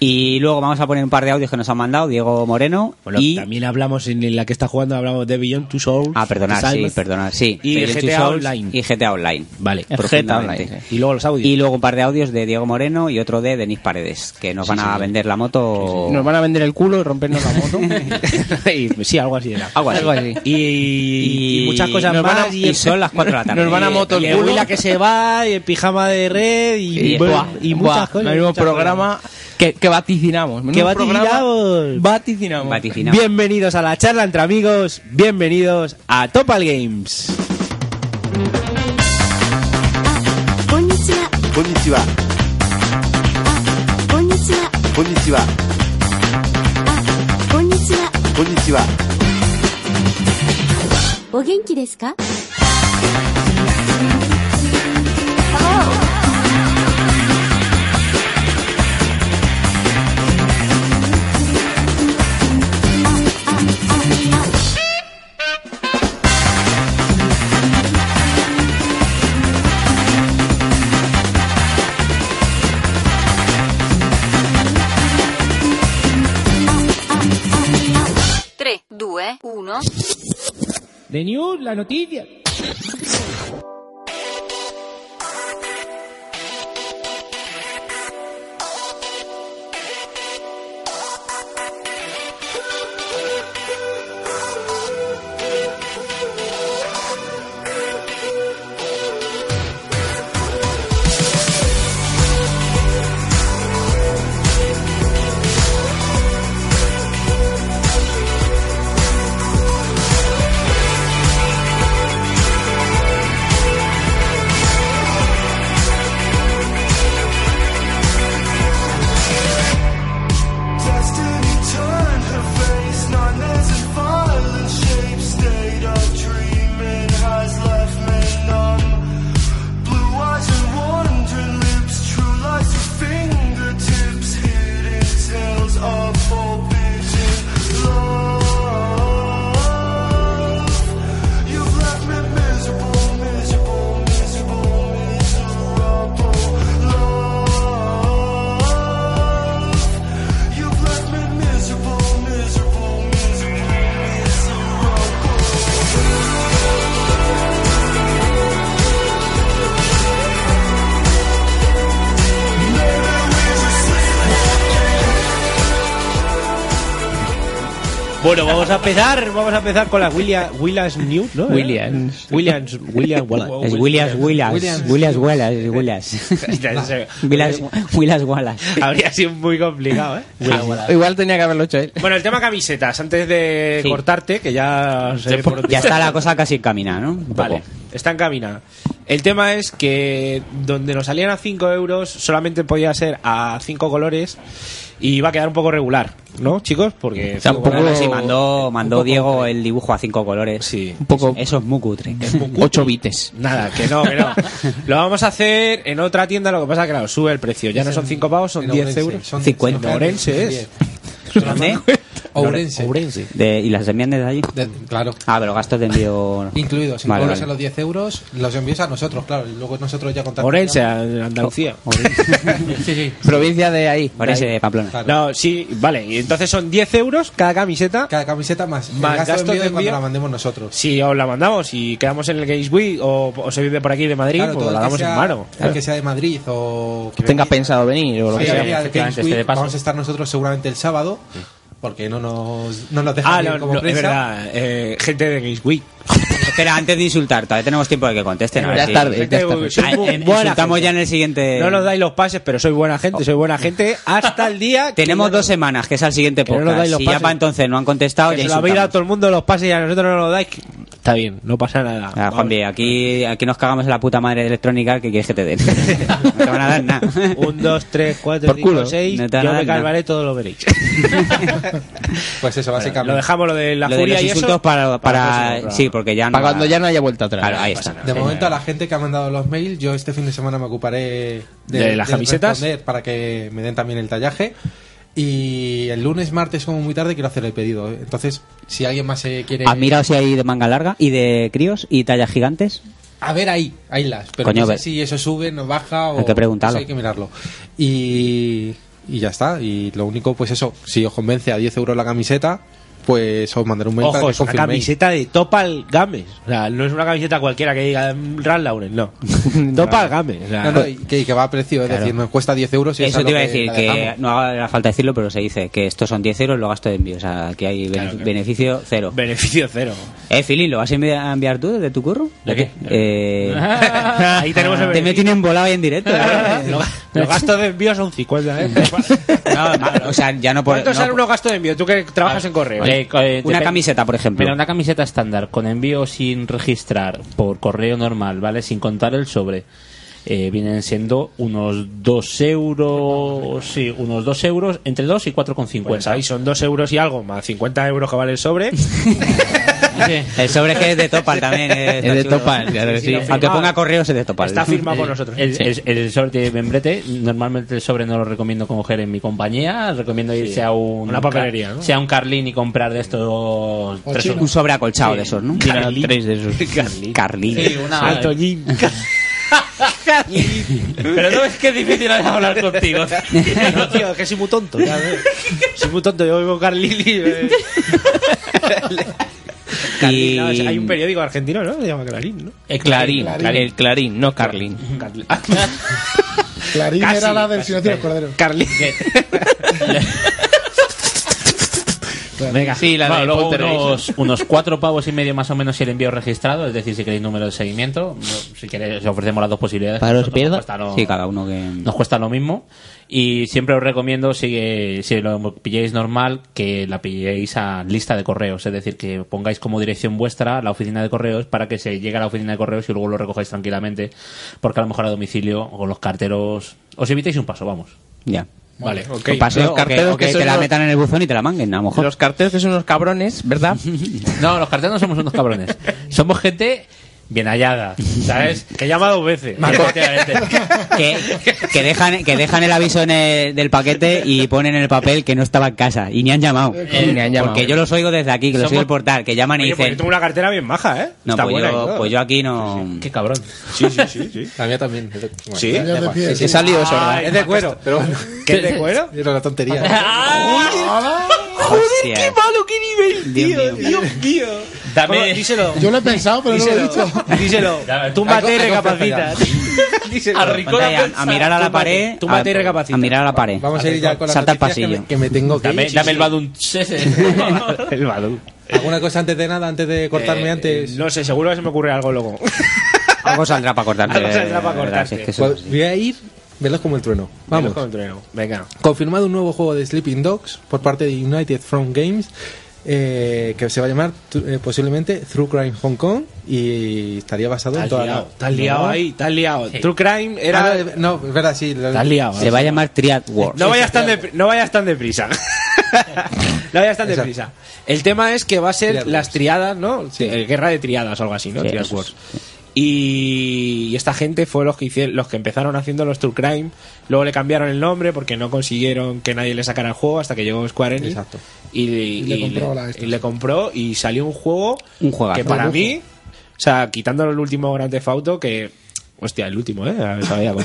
Speaker 3: Y luego vamos a poner un par de audios que nos han mandado Diego Moreno
Speaker 5: Bueno,
Speaker 3: y
Speaker 5: también hablamos en la que está jugando, hablamos de Beyond Two Souls.
Speaker 3: ah, perdonar, sí,
Speaker 5: Designs.
Speaker 3: perdonar, sí,
Speaker 5: Y
Speaker 3: Legend of
Speaker 5: GTA
Speaker 3: Souls
Speaker 5: Online.
Speaker 3: y GTA Online.
Speaker 5: Vale.
Speaker 6: GTA
Speaker 3: profundamente.
Speaker 6: Online,
Speaker 5: Y luego los audios.
Speaker 3: Y luego un par de audios de Diego Moreno y otro de Denis Paredes, que nos van a vender la moto.
Speaker 6: Nos van a vender el culo y rompernos la moto.
Speaker 5: Y- sí, algo así era.
Speaker 3: Algo así.
Speaker 6: Algo así.
Speaker 5: Y, y muchas cosas
Speaker 3: nos van a-
Speaker 5: más.
Speaker 3: y son las 4 de la tarde.
Speaker 6: Nos van a moto
Speaker 5: y
Speaker 6: el
Speaker 5: el
Speaker 6: culo.
Speaker 5: Huila que se va, y el pijama de red, y,
Speaker 3: Y-
Speaker 5: bueno,
Speaker 6: Buah,
Speaker 5: y
Speaker 6: buah,
Speaker 5: muchas cosas.
Speaker 6: No hay un
Speaker 5: muchas
Speaker 6: programa que, que vaticinamos.
Speaker 5: Que
Speaker 6: Menudo programa
Speaker 5: vaticinamos.
Speaker 6: Vaticinamos.
Speaker 3: Vaticinamos.
Speaker 5: Bienvenidos a la charla entre amigos, bienvenidos a Topal Games.
Speaker 11: こんにちは
Speaker 9: こんにちは。
Speaker 11: こんにちは
Speaker 9: こんにちは。Ah,
Speaker 11: こんにちは
Speaker 9: こんにちは。
Speaker 11: お元気ですか
Speaker 9: ah. ah,
Speaker 11: 3 2 1
Speaker 5: De News, la noticia.
Speaker 9: Destiny turned her face, non-as violent shape, state of dreaming has left me numb. Blue eyes and wandering lips, true lights of fingertips, hidden tales of forbidden love. You've left me miserable, miserable, miserable, miserable, love. You've left me miserable, miserable, miserable, miserable. Maybe we just sleep.
Speaker 5: Bueno, vamos a empezar, vamos a empezar con las William, Williams News, ¿no?
Speaker 6: Williams.
Speaker 5: Williams, Williams, Wallace.
Speaker 3: Es Williams Williams. Williams Wallace. Williams. Williams Williams Wallace.
Speaker 5: eh, Habría sido muy complicado, ¿eh?
Speaker 3: Ah,
Speaker 6: Igual tenía que haberlo hecho él.
Speaker 5: Bueno, el tema camisetas, antes de
Speaker 3: Sí.
Speaker 5: cortarte, que ya sé por dónde-
Speaker 3: Ya está la cosa casi encaminada, ¿no? Un poco.
Speaker 5: Vale, está encaminada. El tema es que donde nos salían a 5 euros solamente podía ser a 5 colores y va a quedar un poco regular, ¿no, chicos? Porque cinco
Speaker 3: Bueno,
Speaker 5: colores-
Speaker 3: sí, mandó, mandó Diego el dibujo a cinco colores.
Speaker 5: Sí.
Speaker 6: Un poco
Speaker 3: Eso es muy cutre.
Speaker 6: 8 bites.
Speaker 5: Nada, que no, que no. Lo vamos a hacer en otra tienda, lo que pasa que claro, sube el precio. Ya no son 5 pavos, son
Speaker 10: En
Speaker 5: 10
Speaker 10: Ourense,
Speaker 5: euros.
Speaker 10: son-
Speaker 3: Cincuenta.
Speaker 10: son-
Speaker 5: Ourense es.
Speaker 10: diez.
Speaker 3: ¿Dónde?
Speaker 10: Ourense.
Speaker 3: De- ¿Y las envían desde allí?
Speaker 10: De- claro.
Speaker 3: Ah, pero gastos de envío...
Speaker 10: Incluidos. Si
Speaker 3: Vale,
Speaker 10: cobras
Speaker 3: vale.
Speaker 10: a los 10 euros, los envíos a nosotros, claro. Y luego nosotros ya contamos.
Speaker 5: Ourense, Andalucía.
Speaker 10: Sí, sí.
Speaker 6: Provincia de ahí.
Speaker 3: Ahora ese de Pamplona.
Speaker 10: Claro.
Speaker 5: No, sí, vale. Y entonces son 10 euros cada camiseta.
Speaker 10: Cada camiseta más. el
Speaker 5: Más
Speaker 10: gasto
Speaker 5: gastos
Speaker 10: de
Speaker 5: de
Speaker 10: envío de cuando
Speaker 5: envío.
Speaker 10: la mandemos nosotros.
Speaker 5: Si os la mandamos y quedamos en el Games Week o, o se vive por aquí de Madrid,
Speaker 10: Claro,
Speaker 5: pues
Speaker 10: todo
Speaker 5: la
Speaker 10: el que
Speaker 5: damos
Speaker 10: sea-
Speaker 5: en mano.
Speaker 10: El que sea de Madrid o. que
Speaker 6: Tengas
Speaker 10: venga-
Speaker 6: pensado venir o lo
Speaker 10: Sí,
Speaker 6: que
Speaker 10: habría
Speaker 6: sea. este
Speaker 10: el Games
Speaker 1: efectivamente,
Speaker 10: Week,
Speaker 1: esté de paso.
Speaker 10: Vamos a estar nosotros seguramente el sábado. Porque no nos, no nos dejan
Speaker 5: Ah,
Speaker 10: ir
Speaker 5: no,
Speaker 10: como
Speaker 5: no, es
Speaker 10: prensa.
Speaker 5: verdad. eh, gente de Games Week.
Speaker 3: Espera, antes de insultar, todavía tenemos tiempo de que contesten. a ver
Speaker 6: Ya es
Speaker 3: si-
Speaker 6: tarde,
Speaker 5: Gente
Speaker 6: ya es
Speaker 5: de-
Speaker 6: tarde.
Speaker 5: soy
Speaker 3: Ah,
Speaker 5: muy
Speaker 3: en-
Speaker 5: buena
Speaker 3: insultamos
Speaker 5: gente.
Speaker 3: ya en el siguiente...
Speaker 5: No nos dais los pases, pero soy buena
Speaker 3: Oh.
Speaker 5: gente, soy buena gente. Hasta el día. que
Speaker 3: Tenemos
Speaker 5: ya no-
Speaker 3: dos semanas, que es al siguiente
Speaker 5: Que no nos
Speaker 3: podcast.
Speaker 5: dais los
Speaker 3: si ya
Speaker 5: pases.
Speaker 3: para entonces no han contestado,
Speaker 5: que
Speaker 3: ya
Speaker 5: se lo habéis dado a
Speaker 3: insultamos.
Speaker 5: todo el mundo los pases y a nosotros no nos los dais. Está bien, no pasa nada.
Speaker 3: Ah, Juanvi, aquí, aquí nos cagamos en la puta madre de electrónica que quieres que te den. No te van a dar nada.
Speaker 5: Un, dos, tres, cuatro,
Speaker 3: Por
Speaker 5: cinco,
Speaker 3: culo.
Speaker 5: seis.
Speaker 3: No te van a
Speaker 5: yo
Speaker 3: dar
Speaker 5: me
Speaker 3: nada.
Speaker 5: calmaré, todo lo veréis.
Speaker 10: Pues eso, básicamente.
Speaker 5: Lo dejamos lo de la
Speaker 3: Lo de
Speaker 5: furia
Speaker 3: los
Speaker 5: y eso.
Speaker 3: insultos
Speaker 5: para
Speaker 3: para,
Speaker 5: el
Speaker 3: para-
Speaker 5: próximo programa.
Speaker 3: sí, porque ya no.
Speaker 6: Para cuando
Speaker 3: va-
Speaker 6: ya no haya vuelta atrás.
Speaker 3: Claro, ahí está.
Speaker 10: De momento a la gente que ha mandado los mails, yo este fin de semana me ocuparé
Speaker 5: ¿De las camisetas?
Speaker 10: responder para que me den también el tallaje. Y el lunes, martes, como muy tarde, quiero hacer el pedido. ¿eh? Entonces, si alguien más se quiere...
Speaker 6: Ah,
Speaker 3: ¿Has mirado si hay de manga larga y de críos y tallas gigantes?
Speaker 10: A ver ahí, ahí las. Pero
Speaker 3: Coño,
Speaker 10: no sé
Speaker 3: ve-
Speaker 10: si eso sube, no baja o...
Speaker 3: Hay que preguntarlo.
Speaker 10: eso hay que mirarlo. Y, y ya está. Y lo único, pues eso, si os convence a 10 euros la camiseta, pues os mandaré un mail para
Speaker 5: Ojo,
Speaker 10: que
Speaker 5: es una
Speaker 10: confirméis.
Speaker 5: camiseta de Topal Games. O sea, no es una camiseta cualquiera que diga mm, Ralph Lauren, no. Topal Games. o sea,
Speaker 10: No, no, y que, y que va a precio, es
Speaker 3: Claro.
Speaker 10: decir, nos cuesta 10 euros y es
Speaker 3: Eso
Speaker 10: a
Speaker 3: te
Speaker 10: lo
Speaker 3: iba a
Speaker 10: que
Speaker 3: decir,
Speaker 10: la
Speaker 3: que
Speaker 10: dejamos.
Speaker 3: no haga falta decirlo, pero se dice que estos son 10 euros, lo gasto de envío. O sea, aquí hay bene- beneficio cero.
Speaker 5: Beneficio cero.
Speaker 3: Eh, Filín, ¿lo vas a envi- a enviar tú desde tu curro?
Speaker 5: ¿De qué?
Speaker 3: Eh,
Speaker 5: Ahí tenemos el
Speaker 3: te me
Speaker 5: beneficio.
Speaker 3: tienen volado ahí en directo. ¿eh?
Speaker 5: Lo- Los gastos de envío son 50, ¿eh?
Speaker 3: No, ma- o sea, ya no por.
Speaker 5: ¿Cuánto
Speaker 3: no
Speaker 5: salen
Speaker 3: por-
Speaker 5: unos gastos de envío? Tú que trabajas en correo.
Speaker 1: Eh, co- eh,
Speaker 3: una
Speaker 1: depen-
Speaker 3: camiseta, por ejemplo.
Speaker 1: Mira, una camiseta estándar con envío sin registrar por correo normal, ¿vale? Sin contar el sobre. eh, vienen siendo unos 2 euros. Sí, unos 2 euros, entre 2 y 4,50.
Speaker 5: Pues ahí son 2 euros y algo, más 50 euros que vale el sobre.
Speaker 3: El sobre es que es de Topal también. eh, está
Speaker 6: Es de
Speaker 3: chulo.
Speaker 6: Topal, claro que sí.
Speaker 3: Aunque ponga correos es de Topal.
Speaker 5: Está firmado por nosotros.
Speaker 1: El, el- el sobre de membrete, normalmente el sobre no lo recomiendo coger en mi compañía, recomiendo irse a un
Speaker 5: Una papelería,
Speaker 1: ca-
Speaker 5: ¿no?
Speaker 1: sea un Carlín y comprar de estos tres
Speaker 3: Un sobre acolchado de esos, ¿no?
Speaker 1: Carlín.
Speaker 3: Tres de esos. Carlín.
Speaker 1: Sí, una-
Speaker 5: Antoñín.
Speaker 1: Pero no es que es difícil hablar contigo.
Speaker 5: No, tío, es que soy muy tonto. ya ves. Soy muy tonto, yo vivo Carlili. eh.
Speaker 3: Y-
Speaker 5: No, hay un periódico argentino, ¿no? Se llama Clarín, ¿no?
Speaker 3: Eh,
Speaker 6: El clarín, el clarín, no Carlin.
Speaker 4: Clarín
Speaker 5: Casi,
Speaker 4: era la del silencio de los corderos.
Speaker 5: Carlín.
Speaker 1: Venga,
Speaker 6: Sí, la
Speaker 1: Bueno,
Speaker 6: de
Speaker 1: luego
Speaker 6: Poltergeist.
Speaker 1: unos, unos cuatro pavos y medio más o menos si el envío es registrado, es decir, si queréis número de seguimiento, no, si queréis os ofrecemos las dos posibilidades.
Speaker 6: Para los
Speaker 1: Nosotros nos
Speaker 6: pierdas.
Speaker 1: cuesta lo-
Speaker 3: Sí, cada uno que.
Speaker 1: nos cuesta lo mismo y siempre os recomiendo si, eh, si lo pilléis normal que la pilléis a lista de correos es decir que pongáis como dirección vuestra la oficina de correos para que se llegue a la oficina de correos y luego lo recogáis tranquilamente porque a lo mejor a domicilio o los carteros os evitáis un paso vamos
Speaker 3: Ya.
Speaker 5: Vale, ok.
Speaker 3: O paseo,
Speaker 6: Los
Speaker 3: o que-
Speaker 6: carteros
Speaker 3: o que,
Speaker 6: que son
Speaker 3: te la
Speaker 6: los-
Speaker 3: metan en el buzón y te la manguen, a lo mejor.
Speaker 6: Los carteros que son unos cabrones, ¿verdad?
Speaker 1: no los carteros no somos unos cabrones somos gente bien hallada sabes
Speaker 5: Que llama dos veces.
Speaker 3: Que, que dejan, que dejan el aviso en el- del paquete y ponen en el papel que no estaba en casa y ni han llamado.
Speaker 6: ni han llamado.
Speaker 3: Porque yo los oigo desde aquí, que los
Speaker 1: Somos-
Speaker 3: oigo el portal, que llaman y
Speaker 5: Oye, pues yo
Speaker 3: dicen.
Speaker 5: tengo una cartera bien maja, ¿eh?
Speaker 3: No,
Speaker 5: Está
Speaker 3: pues
Speaker 5: buena y todo.
Speaker 3: yo, pues yo aquí no.
Speaker 1: qué cabrón
Speaker 5: Sí, sí, sí. sí.
Speaker 10: La mía también.
Speaker 5: Sí.
Speaker 10: da igual.
Speaker 4: Pies.
Speaker 10: Sí,
Speaker 6: He
Speaker 10: sí.
Speaker 6: salido eso, ¿verdad?
Speaker 10: Es de cuero, pero bueno.
Speaker 5: ¿Qué es de cuero?
Speaker 10: Era una tontería.
Speaker 3: Hostia.
Speaker 5: malo! ¡Qué nivel,
Speaker 3: Dios mío.
Speaker 5: ¡Dios mío!
Speaker 1: Dame-
Speaker 5: Vamos, díselo.
Speaker 4: Yo lo he pensado, pero no lo he
Speaker 5: Díselo.
Speaker 4: dicho.
Speaker 5: Díselo.
Speaker 1: Dame-
Speaker 5: Túmbate y
Speaker 10: Hay confianza
Speaker 5: recapacita. Díselo.
Speaker 3: Ponte ahí a, a mirar a la
Speaker 5: Túmbate,
Speaker 3: pared.
Speaker 5: túmbate y
Speaker 3: a,
Speaker 5: recapacita.
Speaker 3: a mirar a la pared.
Speaker 10: Vamos a ir ya con las
Speaker 3: Salta al
Speaker 10: noticias Que
Speaker 3: pasillo.
Speaker 10: me, que me tengo que
Speaker 1: dame,
Speaker 10: ir.
Speaker 1: dame el badun
Speaker 5: El Badu.
Speaker 10: ¿Alguna cosa antes de nada, antes de cortarme antes?
Speaker 5: Eh, No sé, seguro que se me ocurre algo luego.
Speaker 3: Algo saldrá para cortarte.
Speaker 5: Algo saldrá para
Speaker 3: de verdad,
Speaker 5: cortarte.
Speaker 3: si es que eso es
Speaker 10: Pues
Speaker 3: así.
Speaker 10: voy a ir veloz como el trueno. Vamos.
Speaker 5: Con el trueno. Venga.
Speaker 10: Confirmado un nuevo juego de Sleeping Dogs por parte de United Front Games eh, que se va a llamar tu- eh, posiblemente True Crime Hong Kong y estaría basado en
Speaker 5: Estás
Speaker 10: toda
Speaker 5: liado.
Speaker 10: la...
Speaker 5: Estás liado
Speaker 10: No.
Speaker 5: ahí. Estás liado.
Speaker 1: Sí.
Speaker 5: True Crime
Speaker 10: Ah,
Speaker 5: era...
Speaker 10: no, es verdad, sí. la-
Speaker 5: Estás liado. ¿eh?
Speaker 3: Se va a llamar Triad Wars.
Speaker 5: No vayas tan de, no vayas tan deprisa. no vayas tan deprisa. El tema es que va a ser
Speaker 10: Triad
Speaker 5: las
Speaker 10: Wars.
Speaker 5: triadas, ¿no? Eh, Guerra de triadas o algo así, ¿no?
Speaker 3: Sí,
Speaker 5: Triad
Speaker 3: eso
Speaker 5: Wars. Y, y esta gente fue los que hicieron, los que empezaron haciendo los True Crime. Luego le cambiaron el nombre porque no consiguieron que nadie le sacara el juego hasta que llegó Square Enix.
Speaker 10: Exacto.
Speaker 5: Y,
Speaker 4: le
Speaker 5: y
Speaker 4: compró
Speaker 5: le-
Speaker 4: la esta.
Speaker 5: y le compró y salió un juego
Speaker 3: Un juegazo.
Speaker 5: que para mí, o sea, quitando el último Grand Theft Auto, que. Hostia, el último, ¿eh? A ver, todavía con-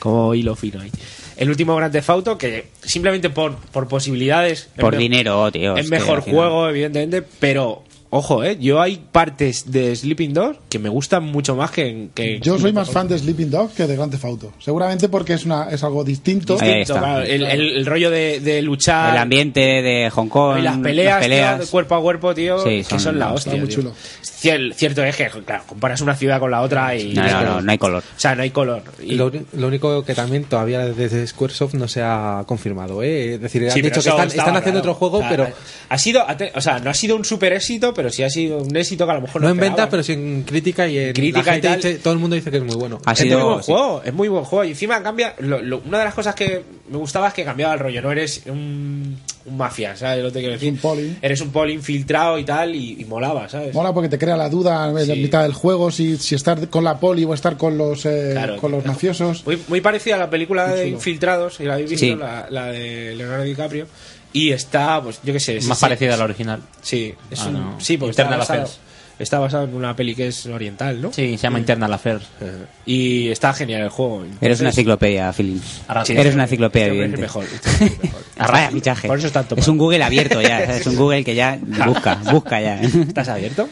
Speaker 5: Como hilo fino ahí. El último Grand Theft Auto, que simplemente por, por posibilidades.
Speaker 3: Por
Speaker 5: es me-
Speaker 3: dinero, tío.
Speaker 5: Es
Speaker 3: es que
Speaker 5: mejor
Speaker 3: al final-
Speaker 5: juego, evidentemente, pero. Ojo, ¿eh? Yo hay partes de Sleeping Dogs que me gustan mucho más que. que
Speaker 4: Yo soy más fan de Sleeping Dog que de Grand Theft Auto. Seguramente porque es, una, es algo distinto.
Speaker 3: Ahí, ahí está.
Speaker 5: Claro, el, el- el rollo de, de luchar.
Speaker 3: El ambiente de Hong Kong.
Speaker 5: Y las peleas,
Speaker 3: Mm, las
Speaker 5: tío, de
Speaker 3: peleas.
Speaker 5: cuerpo a cuerpo, tío,
Speaker 3: Sí,
Speaker 5: que
Speaker 3: son-
Speaker 5: son la
Speaker 3: está
Speaker 5: hostia.
Speaker 4: muy
Speaker 5: tío.
Speaker 4: chulo.
Speaker 5: Cier- cierto es que, claro, comparas una ciudad con la otra y.
Speaker 3: No, no, no, no hay color.
Speaker 5: O sea, no hay color. Y-
Speaker 10: Lo, uni- lo único que también todavía desde Squaresoft no se ha confirmado, ¿eh? Es decir, han
Speaker 5: Sí, pero
Speaker 10: dicho que
Speaker 5: eso
Speaker 10: están,
Speaker 5: estaba
Speaker 10: están haciendo
Speaker 5: claro.
Speaker 10: otro juego,
Speaker 5: O sea,
Speaker 10: pero
Speaker 5: Ha sido, ha te- o sea, no ha sido un super éxito, pero sí ha sido un éxito que a lo mejor
Speaker 10: No en
Speaker 5: esperaban.
Speaker 10: ventas, pero sí en crítica y en
Speaker 5: Crítica
Speaker 10: la gente
Speaker 5: y tal.
Speaker 10: dice- todo el mundo dice que es muy bueno. Este
Speaker 3: Ha
Speaker 5: es
Speaker 3: sido-
Speaker 5: muy buen
Speaker 3: sí.
Speaker 5: Este juego, es muy buen juego. Y encima cambia. lo- lo- una de las cosas que me gustaba es que cambiaba el rollo. No eres un, un mafia, ¿sabes? Lo que te quiero decir.
Speaker 4: un poli.
Speaker 5: Eres un poli infiltrado y tal, y, y molaba, ¿sabes?
Speaker 4: Mola porque te crea la duda en la
Speaker 5: Sí.
Speaker 4: mitad del juego si, si estar con la poli o estar con los, eh,
Speaker 5: Claro.
Speaker 4: con los mafiosos.
Speaker 5: Muy, muy parecida a la película de
Speaker 4: chulo.
Speaker 5: Infiltrados, si la habéis visto,
Speaker 3: Sí.
Speaker 5: la, la de Leonardo DiCaprio. Y está, pues yo qué sé.
Speaker 1: Más
Speaker 5: sí,
Speaker 1: parecida a la original.
Speaker 5: Sí, es
Speaker 1: Ah,
Speaker 5: un-
Speaker 1: no.
Speaker 5: sí, porque está
Speaker 1: Internal
Speaker 5: basado,
Speaker 1: Affairs.
Speaker 5: está basado en una peli que es oriental, ¿no?
Speaker 1: Sí, se llama Internal Affairs.
Speaker 5: Eh, Y está genial el juego.
Speaker 3: Eres
Speaker 5: Entonces,
Speaker 3: una enciclopedia, Philip.
Speaker 1: Ahora sí.
Speaker 3: Eres una enciclopedia
Speaker 5: siempre
Speaker 3: viviente.
Speaker 5: es mejor, siempre es mejor.
Speaker 3: Ah, vaya fichaje.
Speaker 5: Por eso es tanto.
Speaker 3: Es un Google abierto ya. ¿sabes? Es un Google que ya busca, busca ya.
Speaker 5: ¿Estás abierto?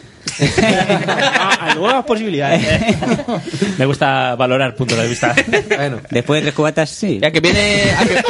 Speaker 5: a, a nuevas
Speaker 6: Eh,
Speaker 5: posibilidades.
Speaker 1: Me gusta valorar puntos de vista.
Speaker 10: Bueno,
Speaker 3: Después de tres cubatas, sí.
Speaker 6: Ya que viene, a que,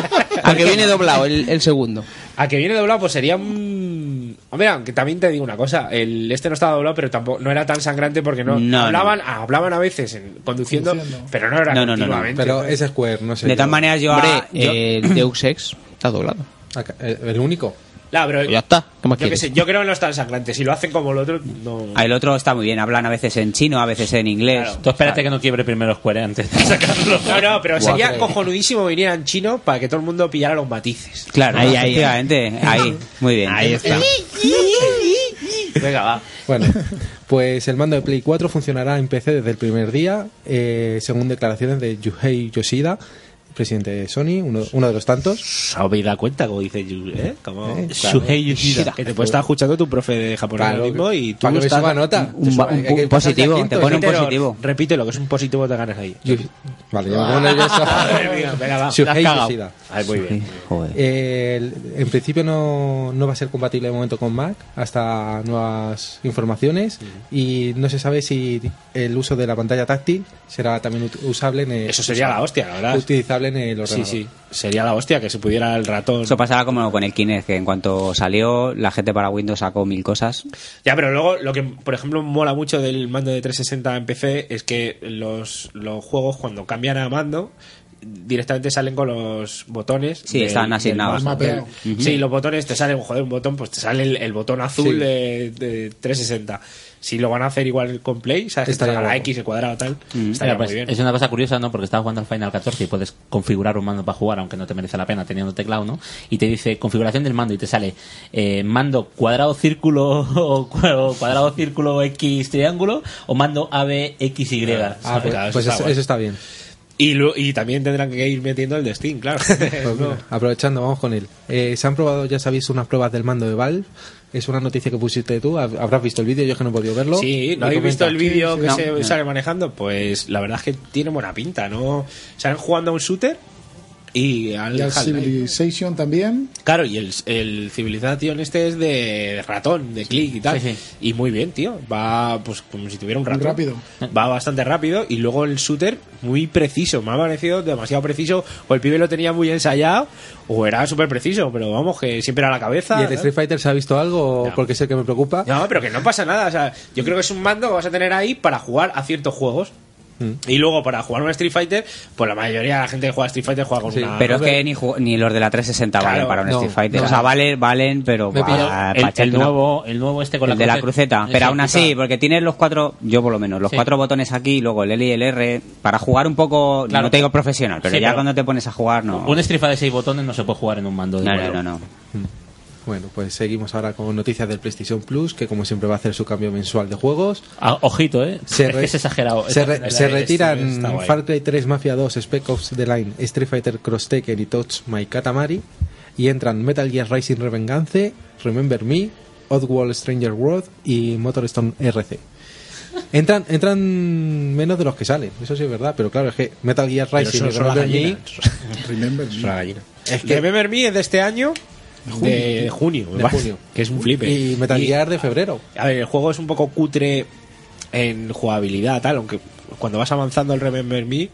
Speaker 6: a que viene doblado el, el segundo.
Speaker 5: A que viene doblado, pues sería un. Hombre, aunque también te digo una cosa, el este no estaba doblado, pero tampoco no era tan sangrante porque no,
Speaker 3: No,
Speaker 5: hablaban, ah, hablaban a veces en- conduciendo,
Speaker 4: Conduciendo.
Speaker 5: pero no era
Speaker 3: No, no, no, no.
Speaker 5: continuamente.
Speaker 10: pero es Square, no sé.
Speaker 3: De
Speaker 10: yo.
Speaker 3: todas maneras, yo.
Speaker 6: Hombre,
Speaker 3: a- yo-
Speaker 6: eh, Deus Ex está doblado.
Speaker 10: Acá- eh, El único.
Speaker 5: Nah, pero-
Speaker 6: Pues ya está. ¿Qué más
Speaker 5: yo, que
Speaker 6: quieres?
Speaker 5: sé, yo creo que no es tan sangrante. Si lo hacen como el otro, no.
Speaker 3: Ah, El otro está muy bien, hablan a veces en chino, a veces en inglés.
Speaker 5: Claro.
Speaker 1: Tú espérate que no quiebre primero Square antes de sacarlo.
Speaker 5: No, no, pero
Speaker 10: Guau,
Speaker 5: sería
Speaker 10: creo.
Speaker 5: cojonudísimo venir en chino para que todo el mundo pillara los matices.
Speaker 3: Claro,
Speaker 1: Ahí,
Speaker 3: ahí,
Speaker 1: ahí,
Speaker 3: ahí, ahí, muy bien.
Speaker 1: Ahí está. Venga, va.
Speaker 10: Bueno, pues el mando de Play 4 funcionará en PC desde el primer día, eh, según declaraciones de Yuhei Yoshida, presidente de Sony, uno, uno de los tantos.
Speaker 5: ¿Os habéis dado cuenta, como dice Yu- ¿eh? Como, claro.
Speaker 1: Shuhei Yoshida.
Speaker 5: Que te puede estar escuchando tu profe de japonés ahora mismo y tú
Speaker 10: para que me
Speaker 5: estás-
Speaker 10: suba nota.
Speaker 3: un ba- un
Speaker 10: Hay que
Speaker 3: pu-
Speaker 10: pasar
Speaker 3: positivo,
Speaker 10: de quinto,
Speaker 3: te pone un
Speaker 10: ¿no?
Speaker 5: Pero
Speaker 3: positivo.
Speaker 5: Repítelo, que es un positivo te ganas ahí.
Speaker 10: Yu- Vale, yo me pongo nervioso.
Speaker 5: Madre mía, venga, va.
Speaker 10: Yuhei
Speaker 1: La has cagado.
Speaker 10: Yoshida.
Speaker 5: Ay, muy bien.
Speaker 3: Joder.
Speaker 10: Eh, el- en principio no, no va a ser compatible de momento con Mac hasta nuevas informaciones y no se sabe si el uso de la pantalla táctil será también ut- usable en el,
Speaker 5: Eso sería la hostia, la verdad.
Speaker 10: utilizable en el
Speaker 5: Sí,
Speaker 10: ordenador.
Speaker 5: sí. Sería la hostia que se pudiera el ratón.
Speaker 3: Eso pasaba como con el Kinect, que en cuanto salió, la gente para Windows sacó mil cosas.
Speaker 5: Ya, pero luego lo que, por ejemplo, mola mucho del mando de 360 en PC es que los, los juegos cuando cambian a mando directamente salen con los botones.
Speaker 3: Sí, están asignados.
Speaker 5: mouse,
Speaker 4: Mapeo.
Speaker 5: del- Sí, los botones te salen, joder, un botón, pues te sale el, el botón azul
Speaker 10: Sí.
Speaker 5: de, de 360. Si lo van a hacer igual con Play, ¿sabes? Que
Speaker 10: Estaría
Speaker 5: te salga la
Speaker 10: guapo.
Speaker 5: X, el cuadrado, tal.
Speaker 10: Mm.
Speaker 5: Estaría
Speaker 1: Mira, pues,
Speaker 5: muy bien.
Speaker 1: es una cosa curiosa, ¿no? Porque estaba jugando al Final 14 y puedes configurar un mando para jugar, aunque no te merece la pena teniendo teclado, ¿no? Y te dice configuración del mando y te sale eh, mando cuadrado círculo o cua- o cuadrado círculo X triángulo o mando ABXY.
Speaker 10: Ah, pues,
Speaker 5: Claro, eso
Speaker 10: pues
Speaker 5: está
Speaker 10: eso-
Speaker 5: guay.
Speaker 10: eso está bien.
Speaker 5: Y, lo- y también tendrán que ir metiendo el de Steam, claro.
Speaker 10: Pues
Speaker 5: No.
Speaker 10: mira, aprovechando, vamos con él. Eh, se han probado, ya sabéis, unas pruebas del mando de Valve. Es una noticia que pusiste tú. Hab- Habrás visto el vídeo, yo es que no he podido verlo.
Speaker 5: Sí, ¿no
Speaker 10: Me
Speaker 5: habéis visto
Speaker 10: comenta.
Speaker 5: el vídeo que
Speaker 3: No,
Speaker 5: se
Speaker 3: no.
Speaker 5: sale manejando? Pues la verdad es que tiene buena pinta, ¿no? Salen jugando a un shooter y al
Speaker 4: Y al
Speaker 5: Half-Life.
Speaker 4: Civilization también.
Speaker 5: Claro, y el, el Civilization este es de ratón, de clic y tal.
Speaker 1: Sí, sí.
Speaker 5: Y muy bien, tío. Va pues como si tuviera un ratón.
Speaker 4: rápido.
Speaker 5: Va bastante rápido y luego el shooter muy preciso. Me ha parecido demasiado preciso. O el pibe lo tenía muy ensayado o era súper preciso, pero vamos, que siempre era la cabeza.
Speaker 10: ¿Y el
Speaker 5: ¿no?
Speaker 10: Street Fighter se ha visto algo?
Speaker 5: No.
Speaker 10: Porque es el que me preocupa.
Speaker 5: No, pero que no pasa nada. O sea, yo creo que es un mando que vas a tener ahí para jugar a ciertos juegos.
Speaker 10: Mm.
Speaker 5: Y luego para jugar un Street Fighter, pues la mayoría de la gente que juega a Street Fighter juega con
Speaker 10: Sí,
Speaker 5: una.
Speaker 3: Pero es que ni, ju- ni los de la 360
Speaker 5: Claro,
Speaker 3: valen para un
Speaker 10: no,
Speaker 3: Street Fighter.
Speaker 10: no.
Speaker 3: O sea, valen, valen, pero
Speaker 10: Me he pillado
Speaker 3: para-
Speaker 1: el,
Speaker 3: para
Speaker 1: el
Speaker 3: echarte una-
Speaker 1: nuevo, el nuevo este con
Speaker 3: el
Speaker 1: la
Speaker 3: de la cruceta. Pero
Speaker 1: Esa
Speaker 3: aún así,
Speaker 1: puta-
Speaker 3: porque tienes los cuatro, yo por lo menos, los
Speaker 1: Sí.
Speaker 3: cuatro botones aquí, luego el L y el R, para jugar un poco,
Speaker 1: Claro.
Speaker 3: no te digo profesional, pero
Speaker 1: Sí,
Speaker 3: ya
Speaker 1: pero-
Speaker 3: cuando te pones a jugar, no.
Speaker 1: Un estrifa de seis botones no se puede jugar en un mando de
Speaker 3: No, no,
Speaker 1: cuatro.
Speaker 3: no, no.
Speaker 10: Bueno, pues seguimos ahora con noticias del PlayStation Plus, que como siempre va a hacer su cambio mensual de juegos.
Speaker 1: Ah, ojito, ¿eh?
Speaker 10: Se
Speaker 1: es
Speaker 10: re-
Speaker 1: que es exagerado.
Speaker 10: Se,
Speaker 1: Es-
Speaker 10: re-
Speaker 1: la-
Speaker 10: se
Speaker 1: es-
Speaker 10: retiran
Speaker 1: está guay.
Speaker 10: Far Cry 3, Mafia 2, Spec Ops The Line, Street Fighter Cross Tekken y Touch My Katamari. Y entran Metal Gear Rising Revengeance, Remember Me, Oddworld Stranger World y Motorstone RC. Entran, entran menos de los que salen, eso sí es verdad, pero claro, es que Metal Gear
Speaker 5: Pero
Speaker 10: Rising
Speaker 5: son-
Speaker 10: y
Speaker 5: son las
Speaker 10: Remember Me
Speaker 5: gallinas.
Speaker 4: Remember Me.
Speaker 5: Son las gallinas. Es que Remember Me es de este año, de junio, me
Speaker 10: De
Speaker 5: parece,
Speaker 10: junio.
Speaker 5: que es un flipe.
Speaker 10: y Metal Gear de febrero.
Speaker 5: A ver, el juego es un poco cutre en jugabilidad, tal, aunque cuando vas avanzando el Remember Me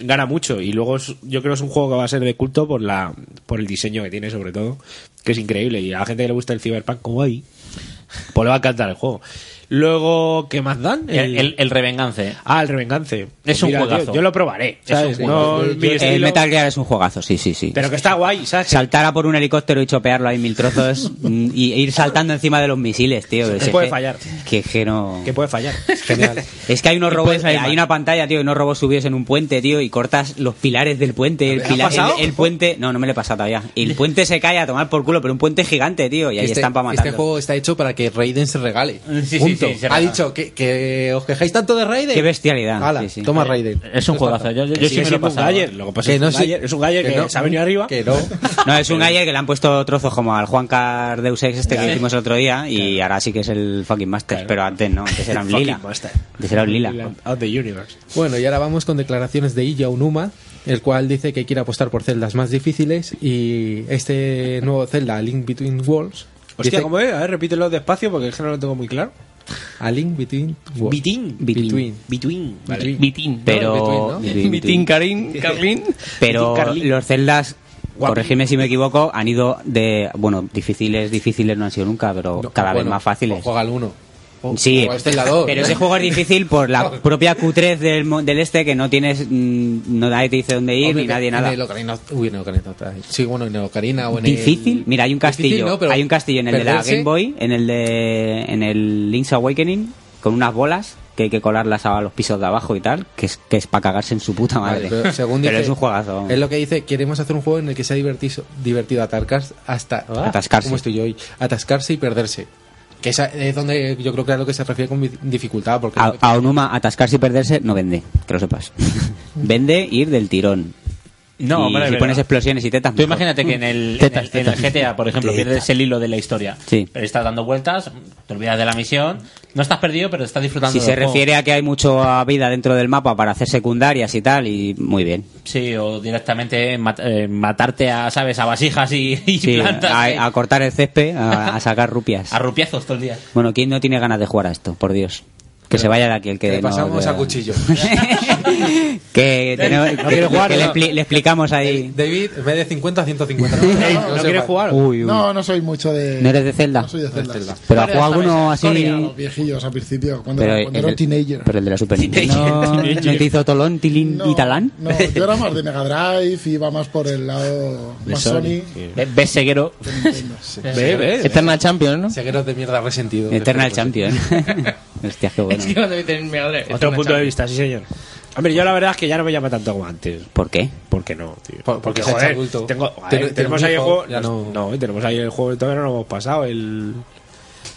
Speaker 5: gana mucho y luego es- yo creo que es un juego que va a ser de culto por la por el diseño que tiene sobre todo, que es increíble y a la gente que le gusta el Cyberpunk como ahí, pues le va a encantar el juego. Luego, ¿qué más dan?
Speaker 1: El, el, el Revengance.
Speaker 5: Ah, el Revengance.
Speaker 1: Es un
Speaker 5: Mira, tío,
Speaker 1: juegazo.
Speaker 5: yo lo probaré.
Speaker 1: Es un
Speaker 5: ¿sabes?
Speaker 1: juegazo.
Speaker 5: No,
Speaker 1: Yo-
Speaker 5: mi
Speaker 1: yo-
Speaker 3: El
Speaker 5: estilo-
Speaker 3: Metal Gear es un juegazo, sí, sí, sí.
Speaker 5: Pero que está guay, ¿sabes?
Speaker 3: Saltar a por un helicóptero y chopearlo ahí en mil trozos mm, y e ir saltando encima de los misiles, tío. que
Speaker 5: Que
Speaker 3: es
Speaker 5: puede
Speaker 3: que-
Speaker 5: fallar.
Speaker 3: Que, es que no...
Speaker 5: Que puede fallar.
Speaker 10: Genial.
Speaker 3: Es que hay unos
Speaker 5: Que
Speaker 3: robots,
Speaker 5: puede salir
Speaker 3: eh, hay
Speaker 5: mal.
Speaker 3: una pantalla, tío, y unos robots subidos en un puente, tío, y cortas los pilares del puente. El,
Speaker 5: ¿Te ha
Speaker 3: pila-
Speaker 5: pasado?
Speaker 3: el, el puente, no, no me lo he pasado todavía. El puente se cae a tomar por culo, pero un puente gigante, tío, y ahí
Speaker 10: este,
Speaker 3: están para
Speaker 10: este
Speaker 3: matarlo.
Speaker 10: juego está hecho para que Raiden se regale.
Speaker 1: sí,
Speaker 10: Punto.
Speaker 1: sí, se
Speaker 10: ha
Speaker 1: regala.
Speaker 10: dicho que, que os quejáis tanto de Raiden.
Speaker 3: Qué bestialidad.
Speaker 10: Hala,
Speaker 3: sí, Eh, sí.
Speaker 10: toma Raiden.
Speaker 1: Es un juegazo. Yo, yo, yo
Speaker 5: sigue
Speaker 1: sí me lo he
Speaker 5: siendo un
Speaker 1: pasado.
Speaker 5: galler. Lo que pasa es
Speaker 10: Que
Speaker 5: que
Speaker 10: no
Speaker 5: es un
Speaker 10: sé-
Speaker 5: galler- es un galler que,
Speaker 10: no.
Speaker 5: se ha venido arriba.
Speaker 10: Que no.
Speaker 3: No, es un
Speaker 10: Eh.
Speaker 3: galler que le han puesto trozos como al Juan Car Deus Ex este que hicimos el otro día y ahora sí que es el fucking master, pero antes no, antes era un
Speaker 5: Fucking
Speaker 3: lila.
Speaker 5: master.
Speaker 3: Antes era un lila.
Speaker 5: Land Of the Universe.
Speaker 10: Bueno, y ahora vamos con declaraciones de Iya Unuma, el cual dice que quiere apostar por celdas más difíciles y este nuevo Zelda, A Link Between Worlds,
Speaker 5: Hostia,
Speaker 10: dice-
Speaker 5: ¿cómo es? A ver, repítelo despacio porque es que no lo tengo muy claro.
Speaker 10: A Link Between Worlds.
Speaker 5: Between.
Speaker 10: Between.
Speaker 5: Between.
Speaker 10: Vale.
Speaker 6: Bitín.
Speaker 3: Pero,
Speaker 10: ¿no?
Speaker 3: Between,
Speaker 6: Bitín, Karin, Carlin.
Speaker 3: pero
Speaker 5: Between Carlin.
Speaker 3: los celdas, corregime si me equivoco, han ido de, bueno, difíciles, difíciles no han sido nunca, pero
Speaker 10: No,
Speaker 3: cada
Speaker 10: bueno,
Speaker 3: vez más fáciles.
Speaker 10: o Juega al 1.
Speaker 3: Sí,
Speaker 10: o este al Zelda 2.
Speaker 3: pero ese juego es difícil por la propia cutrez del, mo- del este que no tienes, mm, no nadie te dice dónde ir ni nadie nada.
Speaker 10: En el Ocarina of- Uy, en el Ocarina of Time. Sí, Ah, bueno, en el Ocarina o en el-
Speaker 3: Difícil. Mira, hay un
Speaker 10: Difícil,
Speaker 3: castillo.
Speaker 10: no, pero
Speaker 3: hay un castillo en el de la
Speaker 10: perderse-
Speaker 3: Game Boy, en el de en el Link's Awakening con unas bolas que hay que colarlas a los pisos de abajo y tal, que es que es para cagarse en su puta
Speaker 10: Vale,
Speaker 3: madre.
Speaker 10: pero según
Speaker 3: Pero
Speaker 10: dice-
Speaker 3: es un juegazo. vamos.
Speaker 10: Es lo que dice, queremos hacer un juego en el que sea divertido, divertido atarcar- hasta, ah,
Speaker 3: Atascarse.
Speaker 10: ¿cómo estoy yo hoy? Atascarse y perderse. Que esa es donde yo creo que es a lo que se refiere con vi- dificultad. Porque
Speaker 3: A, a Onuma atascarse y perderse no vende, que lo sepas. vende ir del tirón. Y
Speaker 1: No, hombre,
Speaker 3: si
Speaker 1: pero-
Speaker 3: pones explosiones y tetas.
Speaker 1: Tú
Speaker 3: mejor.
Speaker 1: imagínate que en el,
Speaker 3: Tetas,
Speaker 1: en el- en el
Speaker 3: tetas.
Speaker 1: GTA, por ejemplo,
Speaker 3: Tetas.
Speaker 1: pierdes el hilo de la historia.
Speaker 3: Sí.
Speaker 1: Pero estás dando vueltas, te olvidas de la misión, no estás perdido, pero estás disfrutando
Speaker 3: Si
Speaker 1: del
Speaker 3: se
Speaker 1: juego.
Speaker 3: refiere a que hay mucha vida dentro del mapa para hacer secundarias y tal, y muy bien.
Speaker 1: Sí, o directamente mat- eh, matarte a, ¿sabes?, a vasijas y, y
Speaker 3: Sí,
Speaker 1: plantas. eh,
Speaker 3: a, a cortar el césped, a, a sacar rupias.
Speaker 1: a rupiazos todo el día.
Speaker 3: Bueno, ¿quién no tiene ganas de jugar a esto? Por Dios. Que se vaya de aquí el que
Speaker 10: le
Speaker 3: no-
Speaker 10: pasamos
Speaker 3: que-
Speaker 10: a cuchillo.
Speaker 3: que tenemos- que-
Speaker 10: quiere jugar,
Speaker 3: que le,
Speaker 10: no.
Speaker 3: expli- le explicamos ahí.
Speaker 10: David, en vez de 50, a 150.
Speaker 5: Ey,
Speaker 10: No
Speaker 5: ¿No
Speaker 10: se
Speaker 5: quieres
Speaker 10: va.
Speaker 5: jugar?
Speaker 3: no,
Speaker 4: No, no soy mucho de.
Speaker 3: eres de Zelda.
Speaker 4: No soy de Zelda.
Speaker 3: Pero ha jugado alguno así.
Speaker 4: Corría a los viejillos al principio, cuando,
Speaker 3: Pero,
Speaker 4: era-
Speaker 3: el,
Speaker 4: cuando era un teenager.
Speaker 3: pero el de la Super Nintendo no,
Speaker 1: Teenager.
Speaker 3: no te hizo Tolón, Tilín
Speaker 4: No,
Speaker 3: y Talán.
Speaker 4: No, yo era más de Mega Drive, iba más por el lado más Sony.
Speaker 1: ¿Ves, Seguero?
Speaker 5: Ve, ve.
Speaker 6: Eternal Champion, ¿no?
Speaker 10: Segueros de mierda resentido.
Speaker 3: Eternal Champion. Hostia, qué bueno.
Speaker 5: Otro punto de vista, sí, señor. Hombre, yo la verdad es que ya no me llama tanto como antes.
Speaker 3: ¿Por qué?
Speaker 5: ¿Por qué no, tío?
Speaker 10: Por- porque se ha hecho adulto.
Speaker 5: tengo-
Speaker 10: Ten-
Speaker 5: joder,
Speaker 10: tenemos
Speaker 5: tenemos ahí el
Speaker 10: hijo,
Speaker 5: juego.
Speaker 10: ya
Speaker 5: no,
Speaker 10: no-
Speaker 5: no, tenemos ahí el juego que todavía no lo hemos pasado. El.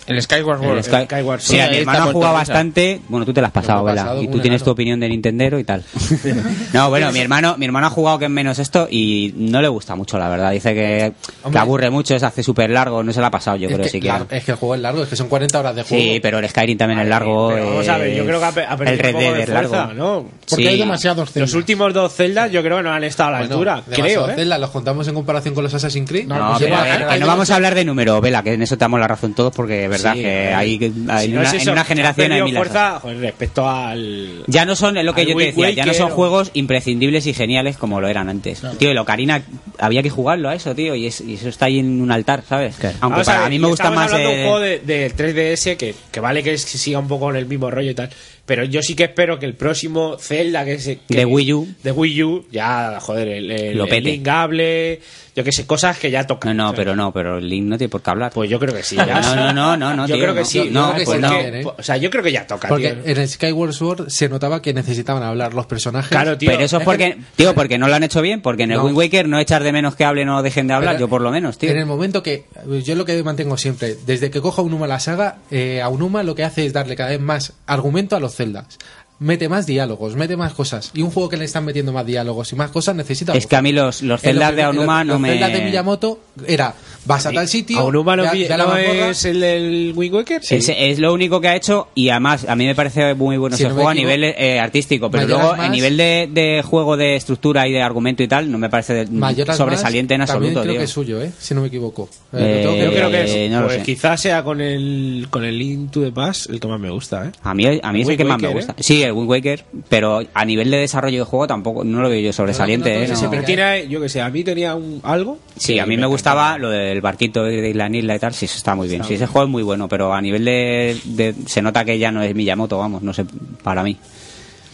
Speaker 6: El Skyward World.
Speaker 3: El Sky-
Speaker 5: Skyward
Speaker 3: Sí,
Speaker 5: Sword.
Speaker 3: mi
Speaker 6: Está
Speaker 3: hermano ha
Speaker 6: por
Speaker 3: jugado
Speaker 6: toda esa.
Speaker 3: bastante. Bueno, tú te las has pasado,
Speaker 10: Lo he pasado
Speaker 3: ¿verdad? Y
Speaker 10: como
Speaker 3: tú
Speaker 10: un
Speaker 3: tienes
Speaker 10: enano.
Speaker 3: tu opinión de Nintendero y tal. no, bueno, mi hermano, mi hermano ha jugado que es menos esto y no le gusta mucho, la verdad. Dice que, que
Speaker 10: Hombre.
Speaker 3: aburre mucho, se hace súper largo, no se la ha pasado, yo
Speaker 10: es,
Speaker 3: creo,
Speaker 10: que,
Speaker 3: siquiera.
Speaker 10: lar- es que el juego es largo, es que son 40 horas de juego.
Speaker 3: Sí, pero el Skyrim también es largo.
Speaker 5: Pero vamos a ver, yo
Speaker 3: es-
Speaker 5: creo que ha, pe- ha perdido
Speaker 3: El Red
Speaker 5: un poco
Speaker 3: Dead
Speaker 5: de
Speaker 3: es largo.
Speaker 5: fuerza, ¿no?
Speaker 4: Porque
Speaker 3: Sí.
Speaker 4: hay demasiados Zelda.
Speaker 5: Los últimos dos celdas yo creo que no han estado a la
Speaker 10: Bueno,
Speaker 5: altura,
Speaker 10: demasiado
Speaker 5: creo, ¿eh?
Speaker 10: Zelda, los contamos en comparación con los Assassin's Creed.
Speaker 4: No,
Speaker 3: No,
Speaker 4: pues
Speaker 3: pero
Speaker 4: lleva-
Speaker 3: a ver, que no vamos a hablar de número, Vela, que en eso te damos la razón todos, porque es verdad
Speaker 5: Sí,
Speaker 3: que
Speaker 5: eh.
Speaker 3: hay, hay
Speaker 5: Si
Speaker 3: en,
Speaker 5: no
Speaker 3: una,
Speaker 5: es
Speaker 3: en
Speaker 5: eso,
Speaker 3: una
Speaker 5: que ha
Speaker 3: generación hay
Speaker 5: perdido
Speaker 3: mil las razas.
Speaker 5: fuerza joder, respecto al...
Speaker 3: Ya no son, es lo que
Speaker 5: Al
Speaker 3: yo te
Speaker 5: Wind
Speaker 3: decía, ya no
Speaker 5: Waker
Speaker 3: son
Speaker 5: o-
Speaker 3: juegos imprescindibles y geniales como lo eran antes. Tío, el Ocarina había que jugarlo a eso, tío, y, es- y eso está ahí en un altar, ¿sabes? Aunque
Speaker 5: Vamos a
Speaker 3: para
Speaker 5: ver,
Speaker 3: mí me gusta
Speaker 5: estamos
Speaker 3: más.
Speaker 5: hablando de un
Speaker 3: eh,
Speaker 5: juego de- del 3DS que, que vale que s- siga un poco en el mismo rollo y tal. Pero yo sí que espero que el próximo Zelda que se. que-
Speaker 3: De Wii U.
Speaker 5: De Wii U, ya, joder, el, el,
Speaker 3: Lo
Speaker 5: el
Speaker 3: pete.
Speaker 5: Ingable, yo que sé, cosas que ya
Speaker 3: No,
Speaker 5: tocan.
Speaker 3: no,
Speaker 5: ¿sabes?
Speaker 3: pero no, pero el Link no tiene por qué hablar.
Speaker 5: Pues yo creo que sí. ya.
Speaker 3: no, no, no, no, no,
Speaker 5: yo
Speaker 3: tío,
Speaker 5: creo que
Speaker 3: no.
Speaker 5: sí.
Speaker 3: No,
Speaker 5: yo creo
Speaker 3: pues
Speaker 5: que
Speaker 3: no.
Speaker 5: sí, ¿eh? que- O sea, yo creo que ya toca,
Speaker 10: ¿eh? Porque
Speaker 5: tío.
Speaker 10: en el Skyward Sword se notaba que necesitaban hablar los personajes.
Speaker 5: Claro, tío.
Speaker 3: pero eso es porque, tío, porque no lo han hecho bien, porque en el
Speaker 10: No.
Speaker 3: Wind Waker no echar de menos que hablen o dejen de hablar,
Speaker 10: Pero
Speaker 3: yo por lo menos, tío.
Speaker 10: En el momento que. Yo lo que mantengo siempre, desde que cojo a Unuma la saga, eh, a Unuma lo que hace es darle cada vez más argumento a los celdas. Mete más diálogos, mete más cosas. Y un juego que le están metiendo más diálogos y más cosas necesita.
Speaker 3: Es que a mí los, los celdas de Aonuma no me.
Speaker 10: Los celdas de Miyamoto era: vas a tal sitio.
Speaker 5: Aonuma no,
Speaker 10: ya-
Speaker 5: vi-
Speaker 10: ya la
Speaker 5: no
Speaker 10: mazmorra,
Speaker 5: es el del Wind Waker.
Speaker 3: Es, es lo único que ha hecho y además a mí me parece muy bueno
Speaker 10: Si
Speaker 3: ese
Speaker 10: no me
Speaker 3: juego a
Speaker 10: equivoco,
Speaker 3: nivel eh, artístico, pero
Speaker 10: Majora's
Speaker 3: luego a
Speaker 10: Mask-
Speaker 3: nivel de, de juego de estructura y de argumento y tal no me parece de-
Speaker 10: Majora's
Speaker 3: sobresaliente en
Speaker 10: Mask
Speaker 3: absoluto.
Speaker 10: También creo
Speaker 3: tío.
Speaker 10: que es suyo, ¿eh? Si no me equivoco.
Speaker 3: Eh,
Speaker 10: lo tengo
Speaker 5: Yo creo que es.
Speaker 3: Eh, no lo
Speaker 5: pues
Speaker 3: sé.
Speaker 5: quizás sea con el, con el Into the Past el que más me gusta, ¿eh?
Speaker 3: A mí, a mí es el
Speaker 5: Wind
Speaker 3: que más me
Speaker 5: Waker, ¿eh?
Speaker 3: gusta. Sí, el Wind Waker, pero a nivel de desarrollo de juego tampoco no lo veo yo sobresaliente.
Speaker 10: No, no, no,
Speaker 3: ¿eh?
Speaker 10: no,
Speaker 3: No.
Speaker 10: sí,
Speaker 5: Pero tiene, yo que sé, a mí tenía un, algo.
Speaker 3: Sí, a mí
Speaker 5: que
Speaker 3: me
Speaker 5: encantaba.
Speaker 3: gustaba lo de el barquito de Isla en Isla y tal, sí, se está muy bien. Sí, ese juego es muy bueno, pero a nivel de, de- Se nota que ya no es Miyamoto, vamos, no sé, para mí.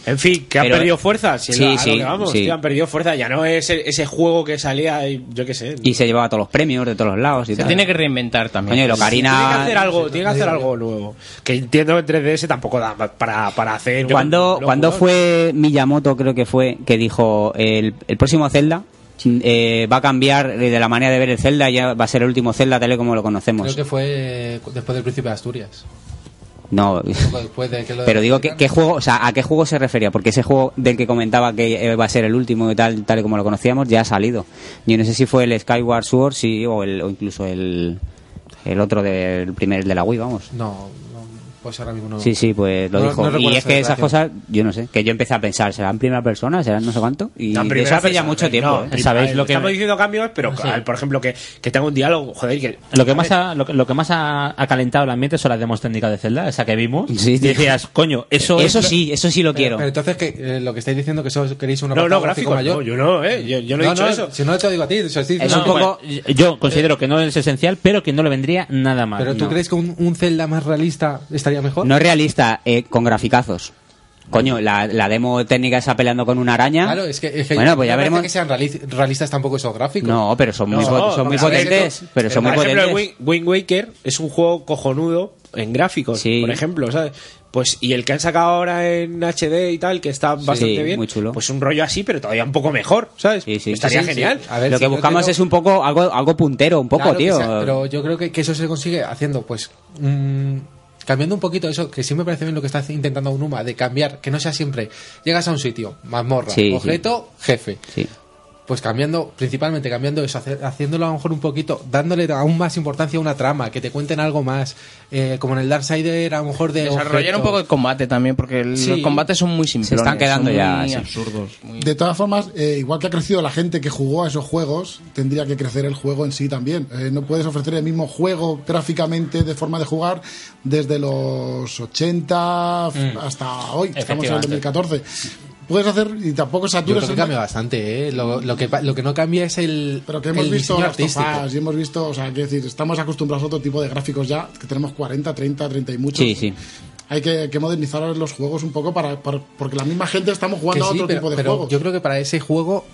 Speaker 5: En fin, que han
Speaker 3: Pero-
Speaker 5: perdido fuerza. Si es
Speaker 3: Sí,
Speaker 5: lo- a lo
Speaker 3: sí,
Speaker 5: que vamos,
Speaker 3: sí.
Speaker 5: tío, han perdido fuerza. Ya no es e- ese juego que salía, y yo qué sé.
Speaker 3: Y se llevaba todos los premios de todos los lados y
Speaker 5: Se
Speaker 3: tal.
Speaker 5: tiene que
Speaker 6: reinventar
Speaker 3: también. Coño, y
Speaker 5: Tiene que
Speaker 3: Locarina.
Speaker 5: hacer algo, tiene que hacer algo nuevo. Que entiendo que en 3DS tampoco da pa- para, para hacer.
Speaker 3: ¿Cuándo,
Speaker 5: locura.
Speaker 3: cuándo fue Miyamoto, creo que fue, que dijo el, el próximo Zelda eh, va a cambiar eh, de la manera de ver el Zelda, ya va a ser el último Zelda tal y como lo
Speaker 10: Creo
Speaker 3: conocemos?
Speaker 10: que fue eh, después del Príncipe de Asturias.
Speaker 3: No,
Speaker 10: Un poco después de que lo
Speaker 3: pero digo, ¿qué, qué juego, o sea, ¿a qué juego se refería? Porque ese juego del que comentaba que eh, va a ser el último y tal, tal y como lo conocíamos, ya ha salido. Yo no sé si fue el Skyward Sword sí, o, el, o incluso el, el otro del primer el de la Wii, vamos.
Speaker 10: No, no, pues ahora mismo no.
Speaker 3: Sí, sí, pues lo
Speaker 10: No-
Speaker 3: dijo.
Speaker 10: no recuerdo
Speaker 3: y es
Speaker 10: esa
Speaker 3: que esas
Speaker 10: declaración.
Speaker 3: cosas, yo no sé, que yo empecé a pensar, ¿serán primera persona? ¿Serán no sé cuánto? Y
Speaker 5: No, en
Speaker 3: de
Speaker 5: primera
Speaker 3: eso hace ya
Speaker 5: persona,
Speaker 3: mucho
Speaker 5: no,
Speaker 3: tiempo. ¿eh?
Speaker 5: en
Speaker 1: ¿Sabéis
Speaker 5: primera-
Speaker 1: lo que-
Speaker 5: Estamos diciendo cambios, pero
Speaker 1: Sí.
Speaker 5: por ejemplo, que, que tenga un diálogo, joder, que.
Speaker 1: Lo que, más ha, lo, que- lo que más ha, ha calentado el ambiente son las demos técnicas de Zelda, esa que vimos. y decías, coño, eso, es-
Speaker 3: eso sí lo
Speaker 1: quiero.
Speaker 10: Pero entonces que eh, lo que estáis diciendo que eso queréis una
Speaker 1: No, no,
Speaker 10: apartado
Speaker 1: gráficos,
Speaker 10: mayor.
Speaker 1: no,
Speaker 5: yo no, eh, yo, yo
Speaker 1: no he dicho eso.
Speaker 10: Si no te lo digo a ti, si os estoy
Speaker 1: Es
Speaker 10: diciendo-
Speaker 1: un poco, yo considero que no es esencial, pero que no le vendría nada mal.
Speaker 10: Pero tú
Speaker 1: No.
Speaker 10: crees que un, un Zelda más realista estaría mejor?
Speaker 3: No es realista, eh, con graficazos. Coño, la, la demo técnica esa peleando con una araña.
Speaker 10: Claro, es que, es que
Speaker 3: bueno,
Speaker 10: no
Speaker 3: pues ya
Speaker 10: parece
Speaker 3: veremos.
Speaker 10: que sean reali- realistas tampoco esos gráficos.
Speaker 3: No, pero son muy, po- son muy
Speaker 5: porque,
Speaker 3: potentes.
Speaker 5: por ejemplo,
Speaker 3: pero son muy
Speaker 5: por ejemplo,
Speaker 3: potentes.
Speaker 5: Wind, Wind Waker es un juego cojonudo en gráficos, por ejemplo, ¿sabes? Pues, y el que han sacado ahora en HD y tal, que está bastante
Speaker 3: Sí,
Speaker 5: bien,
Speaker 3: muy chulo.
Speaker 5: pues un rollo así, pero todavía un poco mejor, ¿sabes? Estaría
Speaker 10: Sí, sí,
Speaker 5: genial.
Speaker 10: sí. A ver,
Speaker 3: lo
Speaker 10: si
Speaker 3: que
Speaker 10: yo
Speaker 3: buscamos
Speaker 10: tengo-
Speaker 3: es un poco algo, algo puntero, un poco,
Speaker 10: Claro que
Speaker 3: tío.
Speaker 10: sea, pero yo creo que, que eso se consigue haciendo, pues, mm, cambiando un poquito eso, que sí me parece bien lo que está intentando Unuma, de cambiar, que no sea siempre, llegas a un sitio, mazmorra,
Speaker 3: Sí, sí.
Speaker 10: objeto, jefe.
Speaker 3: Sí.
Speaker 10: Pues cambiando, principalmente cambiando eso, hace- haciéndolo a lo mejor un poquito, dándole aún más importancia a una trama, que te cuenten algo más, eh, como en el Darksider a lo mejor de...
Speaker 6: Desarrollar un
Speaker 10: objetos.
Speaker 6: poco el combate también, porque el-
Speaker 10: Sí.
Speaker 6: los combates son muy simples.
Speaker 10: están quedando
Speaker 6: son
Speaker 10: ya,
Speaker 6: muy
Speaker 10: sí.
Speaker 6: absurdos. muy-
Speaker 4: De todas formas, eh, igual que ha crecido la gente que jugó a esos juegos, tendría que crecer el juego en sí también. Eh, no puedes ofrecer el mismo juego gráficamente de forma de jugar desde los 80 f-
Speaker 10: Mm.
Speaker 4: hasta hoy, que estamos en el
Speaker 10: Efectivamente.
Speaker 4: 2014. Puedes hacer y tampoco
Speaker 10: Yo
Speaker 4: saturas
Speaker 10: creo que
Speaker 4: el-
Speaker 10: cambia bastante, ¿eh? Lo, lo que, pa- lo que no cambia es el,
Speaker 4: pero que hemos
Speaker 10: el
Speaker 4: visto
Speaker 10: diseño
Speaker 4: Last of
Speaker 10: artístico.
Speaker 4: Us y hemos visto, o sea, quiero decir, estamos acostumbrados a otro tipo de gráficos ya, que tenemos 40, 30, 30 y muchos.
Speaker 3: Sí, sí.
Speaker 4: Hay que, que modernizar los juegos un poco para, para- porque la misma gente estamos jugando
Speaker 10: Que sí,
Speaker 4: a otro
Speaker 10: pero,
Speaker 4: tipo de
Speaker 10: pero
Speaker 4: juegos.
Speaker 10: Yo creo que para ese juego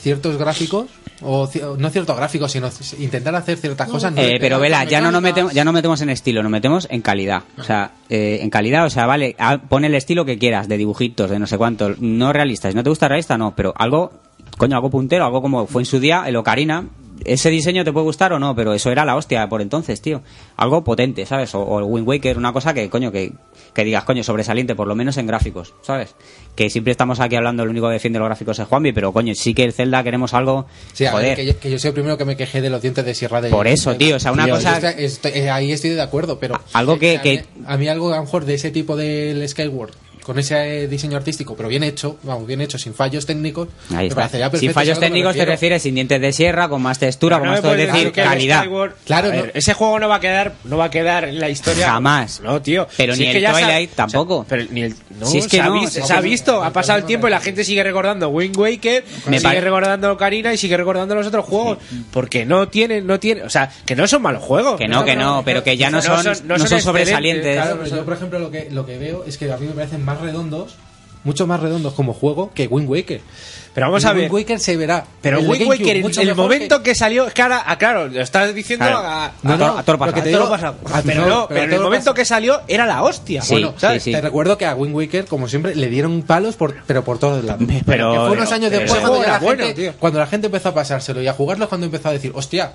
Speaker 10: ciertos gráficos o ci- o no ciertos gráficos sino c- intentar hacer ciertas cosas no
Speaker 3: Eh,
Speaker 10: le
Speaker 3: pero
Speaker 10: pegan.
Speaker 3: vela, ya no nos metemos, ya no metemos en estilo, nos metemos en calidad. O sea, eh, en calidad, o sea, vale, ah, pon el estilo que quieras, de dibujitos, de no sé cuánto, no realista. Si no te gusta realista, no, pero algo, coño, algo puntero, algo como fue en su día, el Ocarina. Ese diseño te puede gustar o no, pero eso era la hostia por entonces, tío. Algo potente, ¿sabes? O, o el Wind Waker, una cosa que, coño, que, que digas, coño, sobresaliente, por lo menos en gráficos, ¿sabes? Que siempre estamos aquí hablando, el único que defiende los gráficos es Juanvi, pero coño, sí que el Zelda queremos algo.
Speaker 10: Sí, a ver,
Speaker 3: joder.
Speaker 10: que, yo, que yo soy el primero que me quejé de los dientes de sierra de
Speaker 3: Por eso, tío, o sea, una
Speaker 10: Yo
Speaker 3: cosa-
Speaker 10: estoy- estoy- eh, ahí estoy de acuerdo pero
Speaker 3: Algo que-
Speaker 10: a,
Speaker 3: que-
Speaker 10: mí, a mí algo a lo mejor de ese tipo del Skyward con ese eh, diseño artístico pero bien hecho vamos bien hecho sin fallos técnicos me
Speaker 3: Ahí está.
Speaker 10: parecería perfecto,
Speaker 3: Sin
Speaker 10: es a
Speaker 3: fallos
Speaker 10: lo que me
Speaker 3: técnicos te
Speaker 10: refiero.
Speaker 3: refieres sin dientes de sierra, con más textura,
Speaker 5: Pero
Speaker 3: con
Speaker 5: no
Speaker 3: más
Speaker 5: me
Speaker 3: todo, es
Speaker 5: puedes
Speaker 3: decir,
Speaker 5: que el
Speaker 3: calidad.
Speaker 5: Skyward- a ver, ese juego no va a quedar, no va a quedar en la historia.
Speaker 3: Jamás.
Speaker 5: No, tío.
Speaker 3: Pero
Speaker 5: Si
Speaker 3: ni
Speaker 5: es
Speaker 3: el
Speaker 5: que ya se ha-
Speaker 3: Twilight tampoco.
Speaker 5: pero ni el, no,
Speaker 3: Si es que
Speaker 5: se, ha
Speaker 3: no,
Speaker 5: visto,
Speaker 3: si es
Speaker 5: se
Speaker 3: que
Speaker 5: ha
Speaker 3: no.
Speaker 5: visto, ha pasado el tiempo y la gente sigue recordando Wind Waker,
Speaker 3: Me
Speaker 5: sigue
Speaker 3: pare-
Speaker 5: recordando Ocarina y sigue recordando los otros juegos porque no tienen, no tienen, o sea, que no son malos juegos.
Speaker 3: Que no, que no, pero que ya no son- no son
Speaker 5: excelentes. ¿eh?
Speaker 3: sobresalientes.
Speaker 10: Claro, pero yo, por ejemplo, lo que, lo que veo es que a mí me parecen más redondos, mucho más redondos como juego que Wind Waker.
Speaker 5: Pero vamos a ver.
Speaker 10: Wind Waker se verá.
Speaker 5: Pero
Speaker 10: El de
Speaker 5: Wind
Speaker 10: GameCube,
Speaker 5: Waker, en
Speaker 10: mucho
Speaker 5: el
Speaker 10: mejor
Speaker 5: momento que... salió, es que ahora, ah, claro, lo estás diciendo
Speaker 10: Claro.
Speaker 5: a,
Speaker 10: No, no,
Speaker 5: a toro
Speaker 10: lo que te
Speaker 5: a toro
Speaker 10: digo-
Speaker 5: pasado.
Speaker 10: a
Speaker 5: Pero
Speaker 10: toro-
Speaker 5: no,
Speaker 10: pero
Speaker 5: pero
Speaker 10: a
Speaker 5: en el
Speaker 10: toro
Speaker 5: momento que salió era la hostia.
Speaker 10: bueno,
Speaker 5: ¿sabes?
Speaker 10: te recuerdo que a Wind Waker, como siempre, le dieron palos, por, pero por todos lados. Pero, que fue
Speaker 3: eh,
Speaker 10: unos años
Speaker 5: pero
Speaker 10: después
Speaker 5: ese
Speaker 10: cuando,
Speaker 5: juego
Speaker 10: ya
Speaker 5: era
Speaker 10: la
Speaker 5: bueno,
Speaker 10: gente, cuando la gente empezó a pasárselo y a jugarlo, es cuando empezó a decir, hostia,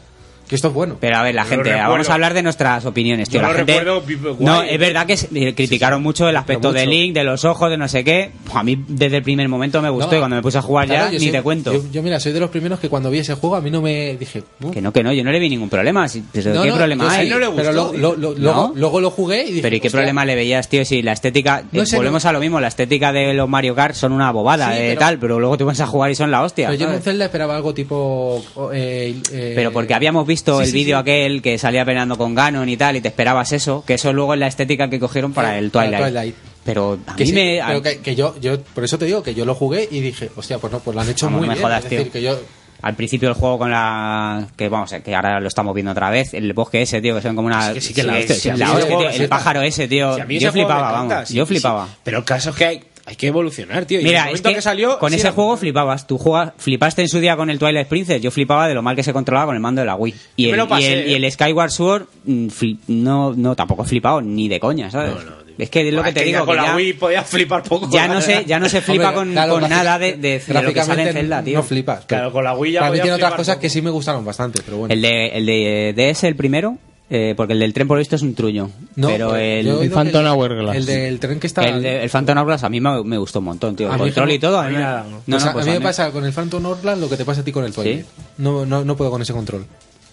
Speaker 10: que esto es bueno.
Speaker 3: Pero a ver, la
Speaker 10: Yo
Speaker 3: gente,
Speaker 10: lo
Speaker 3: vamos
Speaker 10: recuerdo.
Speaker 3: a hablar de nuestras opiniones, tío.
Speaker 10: Yo
Speaker 3: la
Speaker 10: lo
Speaker 3: gente,
Speaker 10: recuerdo vi- guay.
Speaker 3: no, es verdad que se- eh, criticaron mucho el aspecto
Speaker 10: mucho.
Speaker 3: de Link, de los ojos, de no sé qué. Puf, A mí desde el primer momento me gustó
Speaker 10: No,
Speaker 3: y cuando me puse a jugar
Speaker 10: claro,
Speaker 3: ya
Speaker 10: yo
Speaker 3: ni
Speaker 10: soy-
Speaker 3: te cuento.
Speaker 10: Yo, yo, mira, soy de los primeros que cuando vi ese juego, a mí no me dije, "Uh,
Speaker 3: Que no, que no, yo no le vi ningún problema. si- Pero
Speaker 10: No,
Speaker 3: ¿qué
Speaker 10: no,
Speaker 3: problema
Speaker 10: yo sí,
Speaker 3: hay?
Speaker 10: no le gustó, Pero lo- lo- lo-
Speaker 3: ¿No?
Speaker 10: luego- luego lo jugué y dije,
Speaker 3: Pero ¿y qué
Speaker 10: "Hostia".
Speaker 3: problema le veías, tío? Si la estética.
Speaker 10: No
Speaker 3: eh,
Speaker 10: sé,
Speaker 3: volvemos a lo mismo, la estética de los Mario Kart son una bobada,
Speaker 10: Sí,
Speaker 3: eh,
Speaker 10: pero-
Speaker 3: tal, pero luego te vas a jugar y son la hostia.
Speaker 10: Pero yo en
Speaker 3: ¿sabes?
Speaker 10: un Zelda esperaba algo tipo. oh, eh, eh,
Speaker 3: Ah. Pero porque habíamos visto
Speaker 10: sí,
Speaker 3: el
Speaker 10: sí,
Speaker 3: vídeo
Speaker 10: sí.
Speaker 3: aquel que salía peleando con Ganon y tal, y te esperabas eso, que eso luego es la estética que cogieron para el Twilight.
Speaker 10: para Twilight.
Speaker 3: Pero a
Speaker 10: que
Speaker 3: mí
Speaker 10: sí,
Speaker 3: me. a-
Speaker 10: pero que, que yo, yo, por eso te digo que yo lo jugué y dije, hostia, pues no, pues lo han hecho
Speaker 3: Vamos,
Speaker 10: muy
Speaker 3: me
Speaker 10: bien. es
Speaker 3: jodas,
Speaker 10: decir,
Speaker 3: tío.
Speaker 10: que yo
Speaker 3: Al principio del juego con la... Que vamos, que ahora lo estamos viendo otra vez. El bosque ese, tío, que son como una...
Speaker 5: Es que sí que la hostia, sí, a mí
Speaker 3: la
Speaker 5: ese
Speaker 3: hostia,
Speaker 5: juego
Speaker 3: tío,
Speaker 5: me
Speaker 3: El
Speaker 5: flipa.
Speaker 3: pájaro ese, tío.
Speaker 5: Si a mí ese
Speaker 3: yo
Speaker 5: juego me
Speaker 3: flipaba,
Speaker 5: encanta,
Speaker 3: vamos.
Speaker 5: sí,
Speaker 3: yo
Speaker 5: sí,
Speaker 3: flipaba.
Speaker 5: sí. Pero el caso es que hay, hay que evolucionar, tío. Y en el
Speaker 3: Mira, es
Speaker 5: momento
Speaker 3: que,
Speaker 5: que, salió,
Speaker 3: con
Speaker 5: sí
Speaker 3: ese
Speaker 5: era-
Speaker 3: juego flipabas. Tú jugas, flipaste en su día con el Twilight Princess. Yo flipaba de lo mal que se controlaba con el mando de la Wii. Y,
Speaker 5: Yo me
Speaker 3: el,
Speaker 5: lo pasé,
Speaker 3: y el- y
Speaker 5: ¿eh?
Speaker 3: el Skyward Sword, mm, fli- no, no, tampoco he flipado ni de coña, ¿sabes? es que es lo
Speaker 5: Buah,
Speaker 3: que
Speaker 5: es
Speaker 3: te
Speaker 5: ya
Speaker 3: digo.
Speaker 5: Con
Speaker 3: que
Speaker 5: la
Speaker 3: ya-
Speaker 5: Wii podías flipar poco.
Speaker 3: ya
Speaker 5: la
Speaker 3: no se,
Speaker 5: verdad.
Speaker 3: ya no se flipa
Speaker 10: Hombre,
Speaker 3: con,
Speaker 10: claro,
Speaker 3: con
Speaker 10: grafic-
Speaker 3: nada de, de- de lo que sale en
Speaker 10: Gráficamente
Speaker 3: Zelda, tío.
Speaker 10: no flipas.
Speaker 5: Claro, con la Wii ya
Speaker 10: Para mí
Speaker 5: podías
Speaker 10: tiene otras
Speaker 5: flipar
Speaker 10: cosas
Speaker 5: poco.
Speaker 10: que sí me gustaron bastante, pero bueno.
Speaker 3: El de, el de DS, el primero, eh, porque el del tren por lo visto es un truño.
Speaker 10: No,
Speaker 3: pero el,
Speaker 10: yo he oído
Speaker 6: Phantom
Speaker 10: que el-
Speaker 6: Hourglass.
Speaker 10: El del tren que está.
Speaker 3: el, de- el Phantom Hourglass a mí me, me gustó un montón, tío.
Speaker 10: A
Speaker 3: El
Speaker 10: mí
Speaker 3: control
Speaker 10: que-
Speaker 3: y todo. A
Speaker 5: a
Speaker 3: mí,
Speaker 5: mí
Speaker 3: me-
Speaker 5: nada, no.
Speaker 3: no,
Speaker 10: Pues
Speaker 3: no,
Speaker 10: a- a
Speaker 3: pues
Speaker 10: mí
Speaker 3: a
Speaker 10: me
Speaker 3: mí-
Speaker 10: pasa con el Phantom Hourglass lo que te pasa a ti con el Toilet. No, no, no puedo con ese control.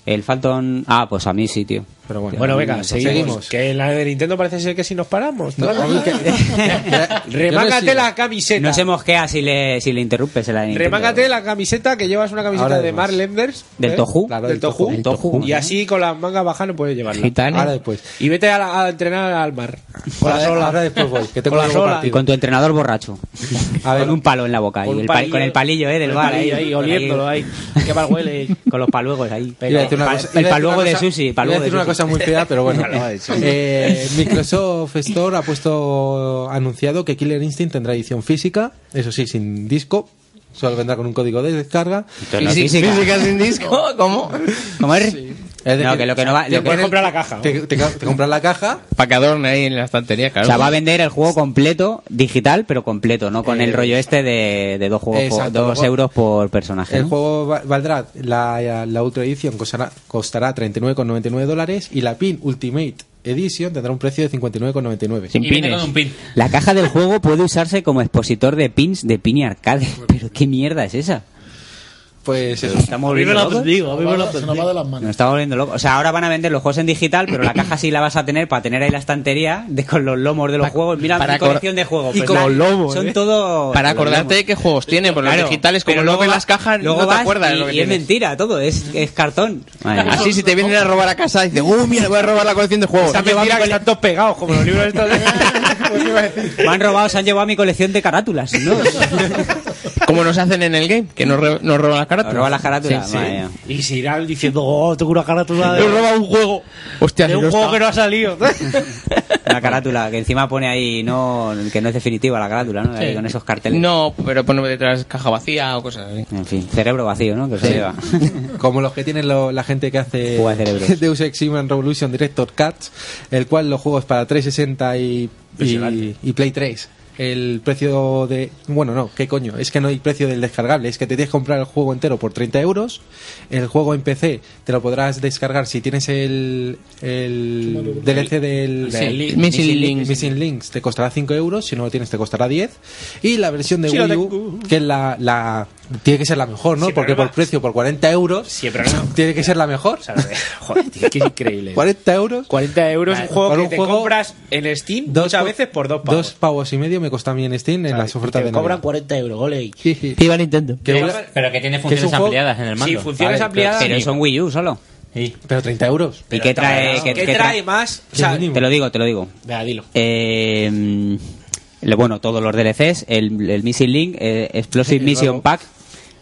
Speaker 3: El Phantom... Ah, pues a mí sí, tío.
Speaker 10: Pero bueno.
Speaker 5: Bueno, venga, seguimos.
Speaker 10: Seguimos.
Speaker 5: Que la de Nintendo parece ser que si nos paramos.
Speaker 10: No, a mí que- Ya- yo no
Speaker 5: Remángate
Speaker 10: sigo.
Speaker 5: la camiseta.
Speaker 3: No se mosquea si le, si le interrumpes el anime.
Speaker 5: Remángate la camiseta que llevas una camiseta
Speaker 10: Ahora
Speaker 5: de
Speaker 10: además.
Speaker 5: Mar Lenders.
Speaker 3: Del Tohu. Claro,
Speaker 5: del
Speaker 10: del
Speaker 5: Tohu.
Speaker 10: Tohu.
Speaker 3: Del Tohu,
Speaker 5: Y
Speaker 3: ¿no?
Speaker 5: así con las mangas bajas no puedes llevarla.
Speaker 6: Gitane.
Speaker 10: Ahora después.
Speaker 5: Y vete a, la- a entrenar al mar. Con la
Speaker 10: Ahora-
Speaker 5: sola.
Speaker 10: Ahora después voy, que tengo
Speaker 5: Con la
Speaker 10: algo
Speaker 5: sola.
Speaker 3: Y
Speaker 10: partido.
Speaker 3: con tu entrenador borracho.
Speaker 10: A ver.
Speaker 3: con un palo en la boca.
Speaker 5: Con
Speaker 3: y
Speaker 5: un
Speaker 3: el pal-
Speaker 5: palillo.
Speaker 3: con el palillo, ¿eh? Del
Speaker 5: Con el
Speaker 3: bar.
Speaker 5: palillo ahí, oliéndolo ahí. Qué mal huele.
Speaker 3: Con los paluegos ahí.
Speaker 10: Iba a decir una cosa- iba a
Speaker 3: El pal- el
Speaker 10: decir
Speaker 3: paluego
Speaker 10: una
Speaker 3: de
Speaker 10: cosa-
Speaker 3: sushi.
Speaker 10: Iba a
Speaker 3: paluego de
Speaker 10: decir una
Speaker 3: sushi.
Speaker 10: cosa muy fea, pero bueno.
Speaker 5: Ojalá, eso.
Speaker 10: Eh, Microsoft Store ha puesto anunciado que Killer Instinct tendrá edición física, eso sí, sin disco. Solo vendrá con un código de descarga.
Speaker 3: Pero no física.
Speaker 6: sin disco? ¿Cómo?
Speaker 3: ¿Cómo es?
Speaker 10: Es de
Speaker 3: No, que lo que no va...
Speaker 10: te
Speaker 3: lo que-
Speaker 10: ponen-
Speaker 5: comprar la caja.
Speaker 10: Te, te ca- te compras la caja.
Speaker 6: Para que adorne ahí en la estantería,
Speaker 3: O
Speaker 6: claro.
Speaker 3: sea, va a vender el juego completo, digital, pero completo, ¿no? Con el rollo este de, de dos juegos, por-
Speaker 10: Eh, Exacto,
Speaker 3: dos
Speaker 10: luego-
Speaker 3: euros por personaje.
Speaker 10: El
Speaker 3: ¿no?
Speaker 10: juego va- valdrá, la, la Ultra Edition costará, costará 39,99 dólares y la PIN Ultimate Edition tendrá un precio de 59,99.
Speaker 1: Y viene con un pin.
Speaker 3: La caja del juego pues, puede usarse como expositor de pins de Pini Arcade. Pero qué mierda es esa.
Speaker 10: Pues eso.
Speaker 3: Nos estamos volviendo locos.
Speaker 4: Se nos va de las
Speaker 3: Nos
Speaker 4: manos.
Speaker 3: estamos volviendo locos. O sea, ahora van a vender los juegos en digital, pero la caja sí la vas a tener para tener ahí la estantería de, con los lomos de los juegos. Mira
Speaker 6: para
Speaker 3: mi colección de juegos.
Speaker 6: y
Speaker 3: Pues
Speaker 6: con
Speaker 3: nada,
Speaker 6: los lomos,
Speaker 3: Son
Speaker 6: ¿eh?
Speaker 3: todo.
Speaker 6: Para
Speaker 3: los
Speaker 6: acordarte de
Speaker 3: lomos.
Speaker 6: qué juegos tiene, porque
Speaker 3: Claro,
Speaker 6: los digitales, como
Speaker 3: pero
Speaker 6: luego
Speaker 3: luego
Speaker 6: ves
Speaker 3: va-
Speaker 6: las cajas,
Speaker 3: luego
Speaker 6: no te
Speaker 3: vas
Speaker 6: acuerdas de
Speaker 3: y,
Speaker 6: lo que
Speaker 3: y es
Speaker 6: tienes.
Speaker 3: mentira todo, es, es cartón. Madre mía.
Speaker 6: Así, si te vienen a robar a casa, dices, ¡Uh, mira, voy a robar la colección de juegos!
Speaker 5: Esa mentira que están todos pegados, como los libros estos de...
Speaker 3: Pues Me han robado, se han llevado mi colección de carátulas. ¿no?
Speaker 6: Como nos hacen en el game, que nos, re- nos roban las carátulas.
Speaker 3: roban las carátulas, madre mía.
Speaker 5: Y se irán diciendo, oh, tengo una carátula
Speaker 6: Nos
Speaker 5: de,
Speaker 6: roba un juego. Hostia,
Speaker 5: de
Speaker 6: si no
Speaker 5: un juego
Speaker 6: está-
Speaker 5: que no ha salido.
Speaker 3: Una carátula que encima pone ahí no que no es definitiva la carátula, ¿no? Ahí
Speaker 6: Sí.
Speaker 3: con esos carteles.
Speaker 6: No, pero ponme detrás caja vacía o cosas así.
Speaker 3: En fin, cerebro vacío, ¿no? Que se lleva.
Speaker 10: Como los que tienen lo- la gente que hace
Speaker 3: Fuga de cerebros.
Speaker 10: Deus Ex Human Revolution Director Cuts, el cual los juegos para 360 y, y, y Play 3. El precio de. Bueno, no, qué coño. Es que no hay precio del descargable. Es que te tienes que comprar el juego entero por 30 euros. El juego en PC te lo podrás descargar si tienes el. El DLC del.
Speaker 6: Sí,
Speaker 10: del-
Speaker 6: Missing Link.
Speaker 10: Missing Links te costará 5 euros, si no lo tienes te costará 10. Y la versión de
Speaker 5: Sí, lo
Speaker 10: Wii U,
Speaker 5: tengo.
Speaker 10: que es la, la- Tiene que ser la mejor, ¿no?
Speaker 5: Sí,
Speaker 10: Porque
Speaker 5: pero no
Speaker 10: por
Speaker 5: va.
Speaker 10: precio, por 40 euros,
Speaker 5: Sí, pero no.
Speaker 10: tiene que ser la mejor.
Speaker 5: Joder, tío, qué increíble.
Speaker 10: 40 euros,
Speaker 5: 40 euros un juego
Speaker 10: Por
Speaker 5: que
Speaker 10: un
Speaker 5: te
Speaker 10: juego,
Speaker 5: compras en Steam
Speaker 10: dos
Speaker 5: muchas
Speaker 10: pa-
Speaker 5: veces por dos pavos.
Speaker 10: dos pavos y medio me costó a mí en Steam en
Speaker 5: Vale,
Speaker 10: las ofertas
Speaker 5: y te
Speaker 10: de
Speaker 5: cobran
Speaker 10: Navidad.
Speaker 5: 40 euros, ole.
Speaker 10: Jiji.
Speaker 6: Viva Nintendo.
Speaker 10: Que
Speaker 5: Pero-
Speaker 10: una-
Speaker 1: Pero que tiene
Speaker 10: un
Speaker 1: funciones
Speaker 10: juego-
Speaker 1: ampliadas en el
Speaker 5: Sí,
Speaker 1: mando.
Speaker 5: funciones ampliadas.
Speaker 3: Pero son Wii U solo.
Speaker 1: Sí.
Speaker 10: pero 30 euros.
Speaker 3: ¿Y qué trae?
Speaker 5: ¿Qué,
Speaker 3: qué- qué
Speaker 5: trae más? O sea,
Speaker 10: mínimo.
Speaker 3: Te lo digo, te lo digo.
Speaker 5: Venga, dilo.
Speaker 3: Eh, mm, lo- bueno, todos los DLCs, el, el Missing Link, eh, Explosive Mission Pack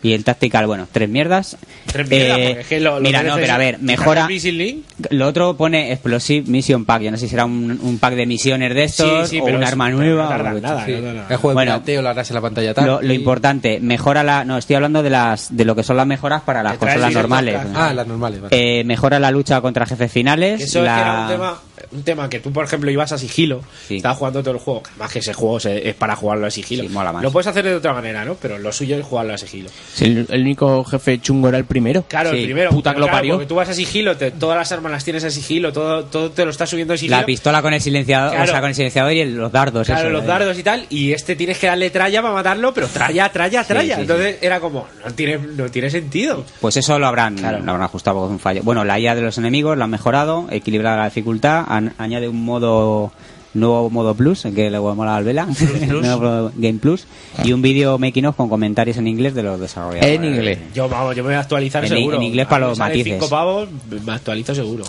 Speaker 3: y el Tactical, bueno, tres mierdas.
Speaker 5: Tres mierdas,
Speaker 3: Eh,
Speaker 5: porque es que lo- lo
Speaker 3: mira, no,
Speaker 5: mereces.
Speaker 3: pero a ver, mejora.
Speaker 5: ¿Saca Missing Link?
Speaker 3: Lo otro pone Explosive Mission Pack. Yo no sé si será un, un pack de misiones de estos
Speaker 5: Sí, sí,
Speaker 3: o
Speaker 5: pero
Speaker 3: un
Speaker 5: es-
Speaker 3: arma
Speaker 5: pero
Speaker 3: nueva.
Speaker 5: no tarda
Speaker 3: o-
Speaker 5: nada,
Speaker 10: Sí.
Speaker 5: no, no, no.
Speaker 10: El juego de
Speaker 3: Bueno,
Speaker 10: plateo lo harás en la pantalla tal.
Speaker 3: Lo, lo importante, mejora la. No, estoy hablando de las de lo que son las mejoras para las
Speaker 5: Que trae
Speaker 3: consolas
Speaker 5: directo
Speaker 3: normales.
Speaker 5: al
Speaker 10: Ah, las normales, vale.
Speaker 3: Eh, mejora la lucha contra jefes finales.
Speaker 5: Eso es
Speaker 3: la-
Speaker 5: que era un tema, un tema que tú, por ejemplo, ibas a sigilo,
Speaker 3: Sí.
Speaker 5: estabas jugando todo el juego. que Además que ese juego se- es para jugarlo a sigilo.
Speaker 3: Sí, mola más.
Speaker 5: Lo puedes hacer de otra manera, ¿no? Pero lo suyo es jugarlo a sigilo.
Speaker 6: Si el, el único jefe chungo era el primero.
Speaker 5: Claro,
Speaker 3: Sí,
Speaker 5: el primero.
Speaker 6: puta
Speaker 5: pero
Speaker 6: que lo
Speaker 5: claro,
Speaker 6: parió.
Speaker 5: Porque tú vas a sigilo, te- todas las armas las tienes a sigilo, todo, todo te lo estás subiendo a sigilo.
Speaker 3: La pistola con el silenciador,
Speaker 5: Claro.
Speaker 3: o sea, con el silenciador y el- los dardos.
Speaker 5: Claro,
Speaker 3: eso,
Speaker 5: los
Speaker 3: eh.
Speaker 5: dardos y tal, y este tienes que darle tralla para matarlo, pero tralla, tralla, tralla.
Speaker 3: sí,
Speaker 5: Entonces era como, no tiene, no tiene sentido.
Speaker 3: Pues eso lo habrán, lo habrán ajustado porque es un fallo. Bueno, la IA de los enemigos la han mejorado, equilibrada la dificultad, han- añade un modo nuevo modo plus en que le mola al vela Nuevo game plus
Speaker 5: Ah.
Speaker 3: y un vídeo making of con comentarios en inglés de los desarrolladores
Speaker 6: En inglés.
Speaker 5: Yo, vamos, yo me voy a actualizar
Speaker 3: En-
Speaker 5: seguro.
Speaker 3: en inglés para
Speaker 5: A mí
Speaker 3: los
Speaker 5: me sale
Speaker 3: matices.
Speaker 5: cinco pavos, me actualizo seguro.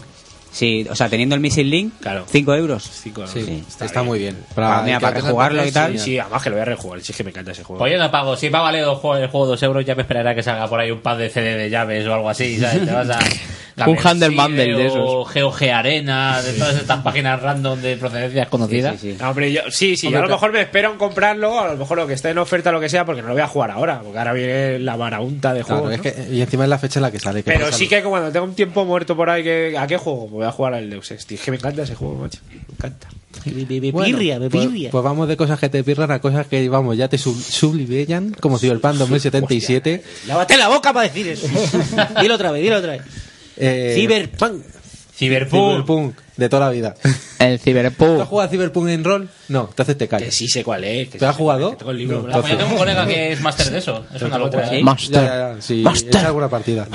Speaker 3: Sí, o sea, teniendo el Missing Link, 5 euros.
Speaker 5: euros.
Speaker 3: Sí,
Speaker 10: está, muy bien.
Speaker 3: Para, mira, para rejugarlo y tal.
Speaker 5: Sí, sí, además que lo voy a rejugar. Si es que me encanta ese juego.
Speaker 1: Pues yo no pago. Si me ha valido el juego, el juego dos euros, ya me esperará que salga por ahí un par de CD de llaves o algo así, ¿sabes? Te vas a... la
Speaker 6: Un Handel
Speaker 1: Mercide
Speaker 6: Bundle de esos.
Speaker 1: O GeoG Arena, de todas estas páginas random de procedencias conocidas.
Speaker 5: No, hombre, yo, sí, sí,
Speaker 1: Hombre,
Speaker 5: yo a lo
Speaker 1: pero-
Speaker 5: mejor me espero en comprarlo, a lo mejor lo que esté en oferta, lo que sea, porque no lo voy a jugar ahora, porque ahora viene la marabunta de
Speaker 10: Claro,
Speaker 5: juegos.
Speaker 10: es
Speaker 5: ¿no?
Speaker 10: que- y encima es la fecha en la que sale. que
Speaker 5: Pero
Speaker 10: pasa
Speaker 5: sí
Speaker 10: lo-
Speaker 5: que cuando tengo un tiempo muerto por ahí, que, ¿a qué juego? Me voy a jugar al Deus Ex. tío, Es que me encanta ese juego, macho. Me encanta.
Speaker 10: Bueno, pues, pues vamos de cosas que te pirran a cosas que, vamos, ya te sub- sublivellan, como si el PAN 2077.
Speaker 12: Lávate la boca para decir eso. dilo otra vez, dilo otra vez.
Speaker 10: eh,
Speaker 12: Cyberpunk.
Speaker 10: Cyberpunk, de toda la vida.
Speaker 6: El
Speaker 10: ¿Tú has
Speaker 6: Cyberpunk.
Speaker 10: jugado a Cyberpunk en rol? No, entonces te calles.
Speaker 5: Que sí sé cuál es. Que
Speaker 10: ¿Te has jugado?
Speaker 5: tengo el libro
Speaker 10: No,
Speaker 5: blanco.
Speaker 1: Pues yo tengo un colega que es máster de eso. Es
Speaker 10: Pero
Speaker 1: una locura.
Speaker 10: otra,
Speaker 1: ¿eh?
Speaker 10: ¿eh? Ya, ya, ya, sí, es alguna partida.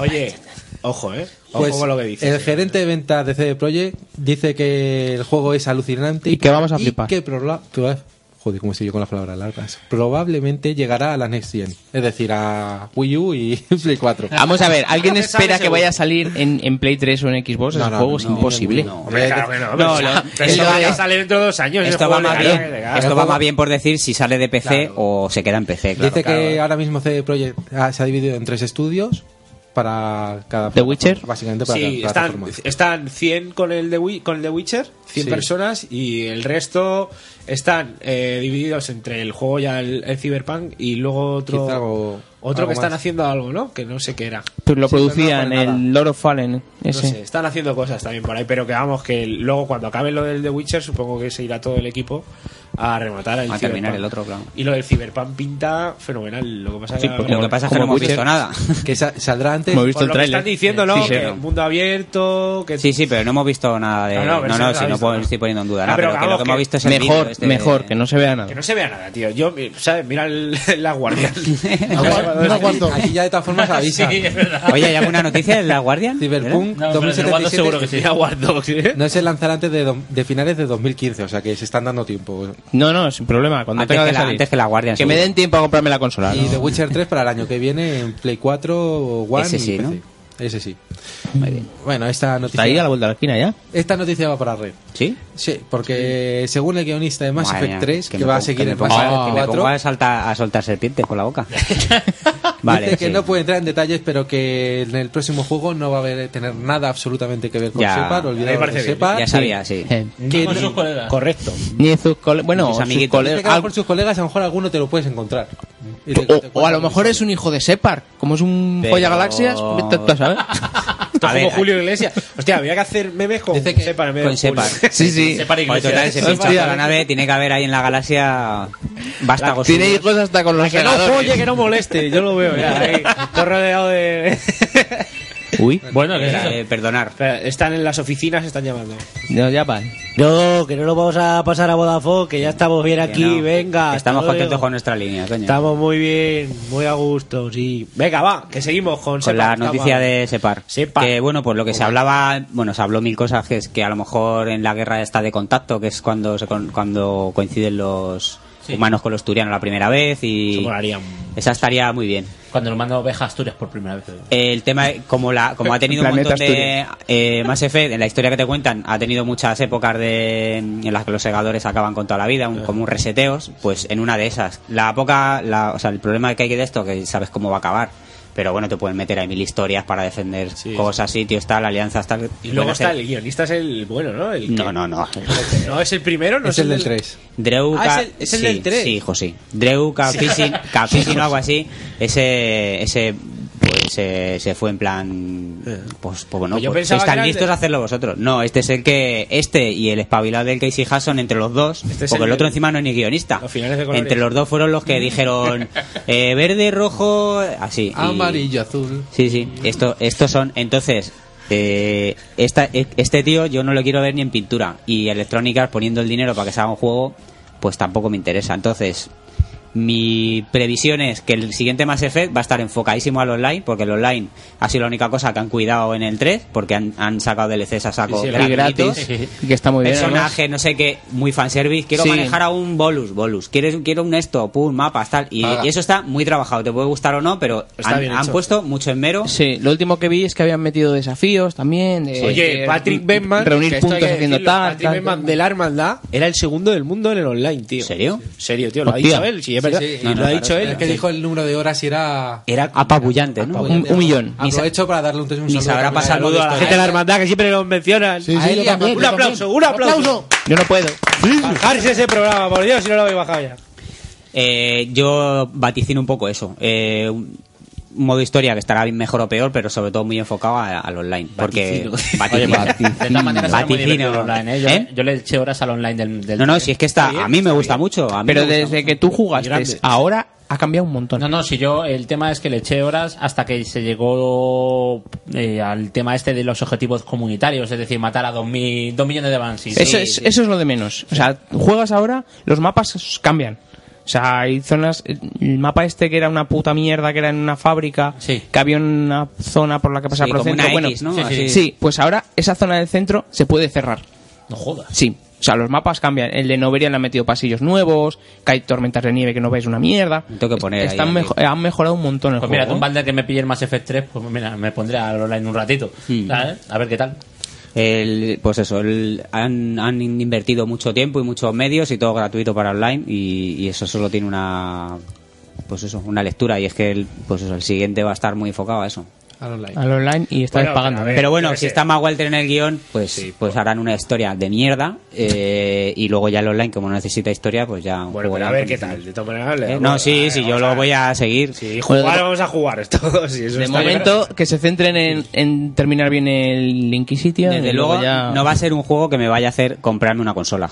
Speaker 5: Oye, ojo, ¿eh? Ojo
Speaker 10: Pues,
Speaker 5: con lo que dices.
Speaker 10: el gerente de ventas de CD Projekt dice que el juego es alucinante
Speaker 6: Y que vamos a flipar.
Speaker 10: que proba- proba- joder, como estoy yo con las palabras largas. Probablemente llegará a la Next Gen, es decir, a Wii U y Play 4.
Speaker 6: Vamos a ver, ¿alguien
Speaker 5: No me sabe
Speaker 6: espera que
Speaker 5: seguro.
Speaker 6: vaya a salir en, en Play 3 o en Xbox?
Speaker 10: No,
Speaker 6: Ese
Speaker 10: no,
Speaker 6: juego
Speaker 10: no,
Speaker 6: es
Speaker 10: no,
Speaker 6: imposible.
Speaker 10: no,
Speaker 5: Hombre, claro que no. hombre,
Speaker 6: No,
Speaker 5: o sea,
Speaker 6: lo-
Speaker 5: pero eso va a salir dentro de dos años. ese
Speaker 3: Esto va
Speaker 5: juego
Speaker 3: más
Speaker 5: le gana,
Speaker 3: bien,
Speaker 5: le gana.
Speaker 3: esto va más bien por decir si sale de PC
Speaker 5: Claro.
Speaker 3: o se queda en PC. Claro.
Speaker 10: dice que ahora mismo CD Projekt ah, se ha dividido en tres estudios para cada
Speaker 6: The Witcher.
Speaker 10: básicamente para
Speaker 5: Sí,
Speaker 10: cada
Speaker 5: están,
Speaker 10: plataforma.
Speaker 5: están 100 con el de, Wi- con el de Witcher, 100
Speaker 10: Sí.
Speaker 5: personas, y el resto están eh, divididos entre el juego ya el, el Cyberpunk y luego otro,
Speaker 10: Quizá algo-
Speaker 5: otro
Speaker 10: algo
Speaker 5: que están
Speaker 10: más.
Speaker 5: haciendo algo, ¿no? Que no sé qué era.
Speaker 6: Pues lo
Speaker 10: Sí, pero no
Speaker 6: producían
Speaker 10: pone nada.
Speaker 6: el Lord of Fallen.
Speaker 5: No
Speaker 6: Ese.
Speaker 5: sé, están haciendo cosas también por ahí, pero que vamos, que luego cuando acabe lo del The Witcher, supongo que se irá todo el equipo a rematar el
Speaker 3: Va a terminar
Speaker 5: Cyberpunk.
Speaker 3: el otro, claro.
Speaker 5: Y lo del Cyberpunk pinta fenomenal. Lo que pasa
Speaker 3: Sí,
Speaker 5: que,
Speaker 3: porque lo que pasa es que no
Speaker 6: como
Speaker 3: hemos
Speaker 6: Witcher.
Speaker 3: visto nada.
Speaker 10: Que sa- saldrá antes.
Speaker 6: Como he visto el
Speaker 5: por lo que
Speaker 6: tráiler.
Speaker 5: están diciendo, ¿no?
Speaker 3: Sí, sí,
Speaker 5: que
Speaker 3: no.
Speaker 5: mundo abierto, que
Speaker 3: Sí, sí, pero no hemos visto nada de.
Speaker 5: No, no,
Speaker 3: No, no,
Speaker 5: pero sí
Speaker 3: no,
Speaker 5: lo
Speaker 3: si
Speaker 5: ha
Speaker 3: no
Speaker 5: visto,
Speaker 3: puedo-
Speaker 5: ¿no?
Speaker 3: estoy poniendo en duda
Speaker 5: Ah,
Speaker 3: nada,
Speaker 5: pero
Speaker 3: pero, que lo
Speaker 5: vamos,
Speaker 3: que hemos
Speaker 5: que-
Speaker 3: visto es el
Speaker 6: Mejor,
Speaker 3: vídeo este de-
Speaker 6: mejor, que no se vea
Speaker 5: Que
Speaker 6: nada.
Speaker 5: no se vea nada, tío. Yo, mi- ¿sabes? Mira el, la guardia.
Speaker 13: No aguanto.
Speaker 10: Aquí ya de todas formas avisa.
Speaker 1: Sí, es verdad.
Speaker 3: Oye, ¿hay alguna noticia en la ¿Eh? Guardian?
Speaker 10: Cyberpunk
Speaker 1: No, pero de Waldo
Speaker 10: 2077
Speaker 1: seguro que sí.
Speaker 5: War Dogs, ¿eh?
Speaker 10: no se lanzará antes de, do- de finales de 2015, o sea que se están dando tiempo.
Speaker 6: No, no, sin problema. Cuando
Speaker 3: Antes
Speaker 6: tenga
Speaker 3: que
Speaker 6: que
Speaker 3: la-
Speaker 6: salir.
Speaker 3: antes que la Guardian,
Speaker 6: Que me
Speaker 3: seguro.
Speaker 6: den tiempo a comprarme la consola.
Speaker 10: Y
Speaker 6: ¿no?
Speaker 10: The Witcher 3 para el año que viene en Play 4, One
Speaker 3: Ese
Speaker 10: y
Speaker 3: sí,
Speaker 10: PC.
Speaker 3: ¿no?
Speaker 10: Ese sí. Bueno, esta
Speaker 6: Está ahí a la
Speaker 10: noticia,
Speaker 6: vuelta de la esquina ya.
Speaker 10: esta noticia va para red.
Speaker 3: ¿Sí?
Speaker 10: Sí, porque según el guionista de Mass
Speaker 3: Madre
Speaker 10: Effect
Speaker 3: mía,
Speaker 10: 3, que,
Speaker 3: me
Speaker 10: va a
Speaker 3: pongo-
Speaker 10: seguir
Speaker 3: que
Speaker 10: en
Speaker 3: me
Speaker 10: Mass
Speaker 3: pongo,
Speaker 10: Effect
Speaker 3: que me
Speaker 10: 4,
Speaker 3: pongo a, saltar, a soltar serpientes por la boca. vale.
Speaker 10: dice que
Speaker 3: sí.
Speaker 10: no puede entrar en detalles, pero que en el próximo juego no va a haber, tener nada absolutamente que ver con
Speaker 3: Ya.
Speaker 10: Separ,
Speaker 5: A mí me
Speaker 10: olvidado
Speaker 5: parece
Speaker 10: de
Speaker 5: bien.
Speaker 10: Separ.
Speaker 3: Ya sabía, sí.
Speaker 6: Eh,
Speaker 10: Que
Speaker 1: Con
Speaker 10: no-
Speaker 1: sus colegas.
Speaker 5: Correcto.
Speaker 6: Ni sus cole- Bueno,
Speaker 3: Sus
Speaker 6: sus ah,
Speaker 3: amiguitos.
Speaker 6: cole-
Speaker 10: Dice que a lo mejor sus colegas, a lo mejor alguno te lo puedes encontrar. Y te-
Speaker 6: al-
Speaker 10: te
Speaker 6: o, o a
Speaker 10: cuentan
Speaker 6: lo
Speaker 10: una
Speaker 6: mejor es
Speaker 10: historia.
Speaker 6: un hijo de Separ. Como es un
Speaker 3: Pero-
Speaker 6: polla galaxias, vete tú a saber.
Speaker 5: Esto
Speaker 3: A
Speaker 5: es
Speaker 3: ver,
Speaker 5: como
Speaker 3: hay-
Speaker 5: Julio Iglesias. Hostia, había que hacer memes con
Speaker 10: Dice que-
Speaker 5: Separ en vez de
Speaker 3: con Separ.
Speaker 5: Julio.
Speaker 6: Sí, sí.
Speaker 1: Separ
Speaker 3: Oye,
Speaker 1: Iglesias.
Speaker 3: total, se pincha
Speaker 6: Hostia.
Speaker 3: toda la nave, tiene que haber ahí en la galaxia vástagos.
Speaker 6: Tiene
Speaker 3: suyos.
Speaker 6: hijos hasta con los
Speaker 5: Que no
Speaker 6: senadores.
Speaker 5: folle, que no moleste. Yo lo veo ya. ahí, todo rodeado de...
Speaker 6: Uy,
Speaker 1: Bueno, que
Speaker 3: Eh, perdonar.
Speaker 5: Espera, están en las oficinas, están llamando.
Speaker 6: no, ya van.
Speaker 12: No, que no lo vamos a pasar a Vodafone, que ya estamos bien
Speaker 3: Que
Speaker 12: aquí,
Speaker 3: no.
Speaker 12: venga.
Speaker 3: Estamos
Speaker 12: hasta
Speaker 3: contentos
Speaker 12: luego.
Speaker 3: con nuestra línea, coño.
Speaker 5: Estamos muy bien, muy a gusto, sí. Venga, va, que seguimos con,
Speaker 3: con
Speaker 5: Separ,
Speaker 3: la
Speaker 5: estamos-
Speaker 3: noticia de Separ.
Speaker 5: Separ.
Speaker 3: Que bueno, pues lo que se hablaba, bueno, se habló mil cosas que es que a lo mejor en la guerra está de contacto, que es cuando se con- cuando coinciden los humanos con los turianos la primera vez
Speaker 5: Eso
Speaker 3: y
Speaker 5: molaría un-
Speaker 3: esa estaría muy bien.
Speaker 1: Cuando nos mandan ovejas a Asturias por primera vez.
Speaker 3: El tema, como la, como ha tenido un
Speaker 6: Planeta
Speaker 3: montón de eh, Mass Effect, en la historia que te cuentan, ha tenido muchas épocas de, en las que los segadores acaban con toda la vida, un- como un reseteos, pues en una de esas. La poca, la, o sea, el problema que hay de esto, que sabes cómo va a acabar. Pero bueno, te pueden meter ahí mil historias para defender
Speaker 5: Sí,
Speaker 3: cosas, sitios, tal, alianzas, tal.
Speaker 5: Y luego
Speaker 3: Pueden
Speaker 5: está
Speaker 3: hacer-
Speaker 5: el guionista, es el bueno, ¿no? El
Speaker 3: No,
Speaker 5: que-
Speaker 3: no, no.
Speaker 5: No, es el primero, no
Speaker 10: Es el del 3.
Speaker 3: Dreu
Speaker 5: Ah,
Speaker 3: Ka-
Speaker 5: es el- es el
Speaker 3: sí,
Speaker 5: del tres.
Speaker 3: Sí, hijo, sí. Dreu Kafisin, Kafisin o algo así. Ese, ese, pues se, se fue en plan, pues, pues bueno,
Speaker 5: Pues yo
Speaker 3: pues,
Speaker 5: pensaba que
Speaker 3: están
Speaker 5: era el
Speaker 3: listos
Speaker 5: de-
Speaker 3: a hacerlo vosotros. No, este es el que, este y el espabilado del Casey Hudson entre los dos,
Speaker 5: Este es
Speaker 3: porque
Speaker 5: el
Speaker 3: el, otro
Speaker 5: de-
Speaker 3: encima no es ni guionista.
Speaker 5: Los finales de colores.
Speaker 3: entre los dos fueron los que dijeron eh, verde, rojo, así. y-
Speaker 10: Amarillo, azul.
Speaker 3: Sí, sí, esto, estos son. Entonces, eh, esta, este tío yo no lo quiero ver ni en pintura. Y Electronic Arts poniendo el dinero para que se haga un juego, pues tampoco me interesa. Entonces, Mi previsión es que el siguiente Mass Effect va a estar enfocadísimo al online, porque el online ha sido la única cosa que han cuidado en el 3, porque han, han sacado DLCs a saco
Speaker 6: Y
Speaker 3: gratuitos.
Speaker 6: gratis. Y que está muy bien.
Speaker 3: Personaje, no sé qué, muy fanservice. Quiero
Speaker 6: Sí.
Speaker 3: manejar a un bolus, bolus. Quiero, quiero un esto, pum, mapas, tal. Y,
Speaker 6: Paga.
Speaker 3: y eso está muy trabajado. Te puede gustar o no, pero
Speaker 10: Pues
Speaker 6: Está
Speaker 3: han,
Speaker 6: bien
Speaker 3: han
Speaker 6: hecho.
Speaker 3: puesto mucho enmero.
Speaker 6: Sí, lo último que vi es que habían metido desafíos también. de- de-
Speaker 3: Oye,
Speaker 6: de
Speaker 3: Patrick
Speaker 10: Bateman, que
Speaker 6: Reunir
Speaker 10: esto hay
Speaker 6: puntos
Speaker 10: que
Speaker 6: haciendo
Speaker 10: decirlo,
Speaker 6: tal.
Speaker 10: Patrick
Speaker 6: tal,
Speaker 10: Bateman
Speaker 6: tal.
Speaker 10: de la hermandad era el segundo del mundo en el online, tío.
Speaker 3: ¿Serio?
Speaker 10: Serio, tío,
Speaker 6: lo ha dicho él,
Speaker 10: sí,
Speaker 6: es verdad. No, no,
Speaker 10: lo ha
Speaker 6: claro,
Speaker 10: dicho
Speaker 6: claro,
Speaker 10: él.
Speaker 6: que dijo
Speaker 10: el número de horas y era.
Speaker 3: Era apabullante,
Speaker 10: ¿no?
Speaker 6: Un- un millón.
Speaker 10: Aprovecho para darle un, un
Speaker 6: Ni
Speaker 10: saludo.
Speaker 6: se habrá
Speaker 10: también
Speaker 6: pasado
Speaker 10: Saludo a la
Speaker 6: esto,
Speaker 10: gente
Speaker 6: ¿eh?
Speaker 10: de la hermandad que siempre los mencionan.
Speaker 6: sí,
Speaker 10: A él
Speaker 6: yo
Speaker 10: y a
Speaker 6: también,
Speaker 10: Paco.
Speaker 6: yo
Speaker 10: un aplauso,
Speaker 6: también.
Speaker 10: un aplauso.
Speaker 6: Yo no puedo.
Speaker 10: Bajarse ese programa, por Dios, si no lo habéis bajado ya.
Speaker 3: Eh, yo vaticino un poco eso. Eh, un un modo historia que estará bien mejor o peor, pero sobre todo muy enfocado a- al online. Porque
Speaker 1: Oye,
Speaker 3: vaticino.
Speaker 1: pues, de todas maneras, será muy
Speaker 3: Vaticino.
Speaker 1: divertido el online, ¿eh? Yo, yo le eché horas al online del. del
Speaker 3: No, no, si es que está, a mí me gusta mucho. a mí
Speaker 1: Pero
Speaker 3: me gusta
Speaker 1: desde
Speaker 3: mucho. Ah.
Speaker 6: que tú jugaste, ahora ha cambiado un montón.
Speaker 1: No, no, si yo, el tema es que le eché horas hasta que se llegó eh, al tema este de los objetivos comunitarios, es decir, matar a dos, mi- dos millones de Banshees.
Speaker 6: eso, es, eso es lo de menos. O sea, juegas ahora, los mapas cambian. O sea, hay zonas. El mapa este que era una puta mierda, que era en una fábrica, que había una zona por la que pasaba
Speaker 3: Sí,
Speaker 6: por el
Speaker 3: como
Speaker 6: centro.
Speaker 3: una
Speaker 6: bueno,
Speaker 3: X, ¿no?
Speaker 6: sí,
Speaker 3: Así.
Speaker 6: sí. Sí, pues ahora esa zona del centro se puede cerrar.
Speaker 1: No jodas.
Speaker 6: Sí. O sea, los mapas cambian. El de Noveria le han metido pasillos nuevos, que hay tormentas de nieve que no veis una mierda.
Speaker 3: Tengo que poner
Speaker 6: Están
Speaker 3: ahí,
Speaker 6: mejo- han mejorado un montón el
Speaker 1: Pues mira,
Speaker 6: juego. ¿eh?
Speaker 1: tú, Balder, que me pille el Mass Effect 3, pues mira, me pondré al online un ratito. ¿sabes? A ver qué tal.
Speaker 3: El- pues eso, el- han, han invertido mucho tiempo y muchos medios y todo gratuito para online y, y eso solo tiene una pues eso, una lectura y es que el, pues eso, el siguiente va a estar muy enfocado a eso.
Speaker 10: Al online.
Speaker 6: Al online y estás
Speaker 3: Bueno,
Speaker 6: pagando.
Speaker 3: Pero, bueno, si está más Walter en el guión, pues, pues harán una historia de mierda eh, y luego ya el online, como no necesita historia, pues ya...
Speaker 5: Bueno, pero a ver qué tal. De todas maneras, le
Speaker 3: Eh,
Speaker 5: damos-
Speaker 3: no, sí, sí, yo lo voy a seguir.
Speaker 5: Sí, jugar, vamos a jugar esto. sí, eso
Speaker 6: De
Speaker 5: está bien.
Speaker 6: momento, que se centren en, en terminar bien el Inquisition. y
Speaker 3: Desde luego,
Speaker 6: ya-
Speaker 3: no va a ser un juego que me vaya a hacer comprarme una consola.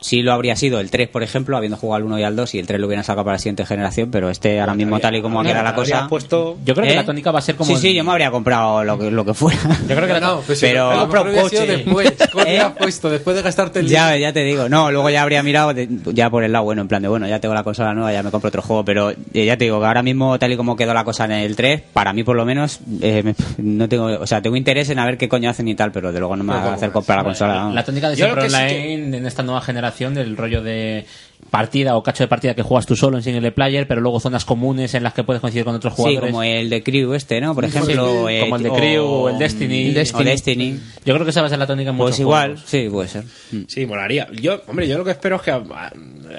Speaker 3: Si lo habría sido el 3, por ejemplo, habiendo jugado al 1 y al 2 y el 3 lo hubieran sacado para la siguiente generación, pero este ahora mismo tal y como
Speaker 1: habría-
Speaker 3: queda la
Speaker 1: habría
Speaker 3: cosa... ¿eh?
Speaker 1: puesto- Yo creo que
Speaker 10: ¿Eh?
Speaker 1: la tónica va a ser como
Speaker 3: Sí,
Speaker 1: el-
Speaker 3: sí, yo me habría comprado lo que, lo que fuera. Yo
Speaker 1: creo que la-
Speaker 3: no,
Speaker 1: pues sí,
Speaker 3: pero...
Speaker 1: a lo mejor hubiera sido
Speaker 10: después,
Speaker 3: ¿Eh?
Speaker 10: coño, has puesto, después de gastarte el
Speaker 3: Ya, ya te digo. No, luego ya habría mirado de- ya por el lado bueno, en plan de, bueno, ya tengo la consola nueva, ya me compro otro juego, pero eh, ya te digo que ahora mismo, tal y como quedó la cosa en el 3, para mí por lo menos, eh, me- no tengo, o sea, tengo interés en a ver qué coño hacen y tal, pero de luego no me va a hacer comprar la consola. vamos.
Speaker 1: La tónica de
Speaker 3: Yo
Speaker 1: siempre
Speaker 3: lo que sí
Speaker 1: online en esta nueva generación, del rollo de partida o cacho de partida que juegas tú solo en single player, pero luego zonas comunes en las que puedes coincidir con otros
Speaker 3: Sí,
Speaker 1: jugadores.
Speaker 3: como el de Crew este, ¿no? Por ejemplo. eh,
Speaker 1: como el de Crew o el Destiny.
Speaker 3: o Destiny.
Speaker 1: Yo creo que esa va a ser la tónica en
Speaker 3: Pues
Speaker 1: muchos
Speaker 3: igual,
Speaker 1: juegos.
Speaker 3: sí, puede ser.
Speaker 5: Sí, molaría. Yo, hombre, yo lo que espero es que ha-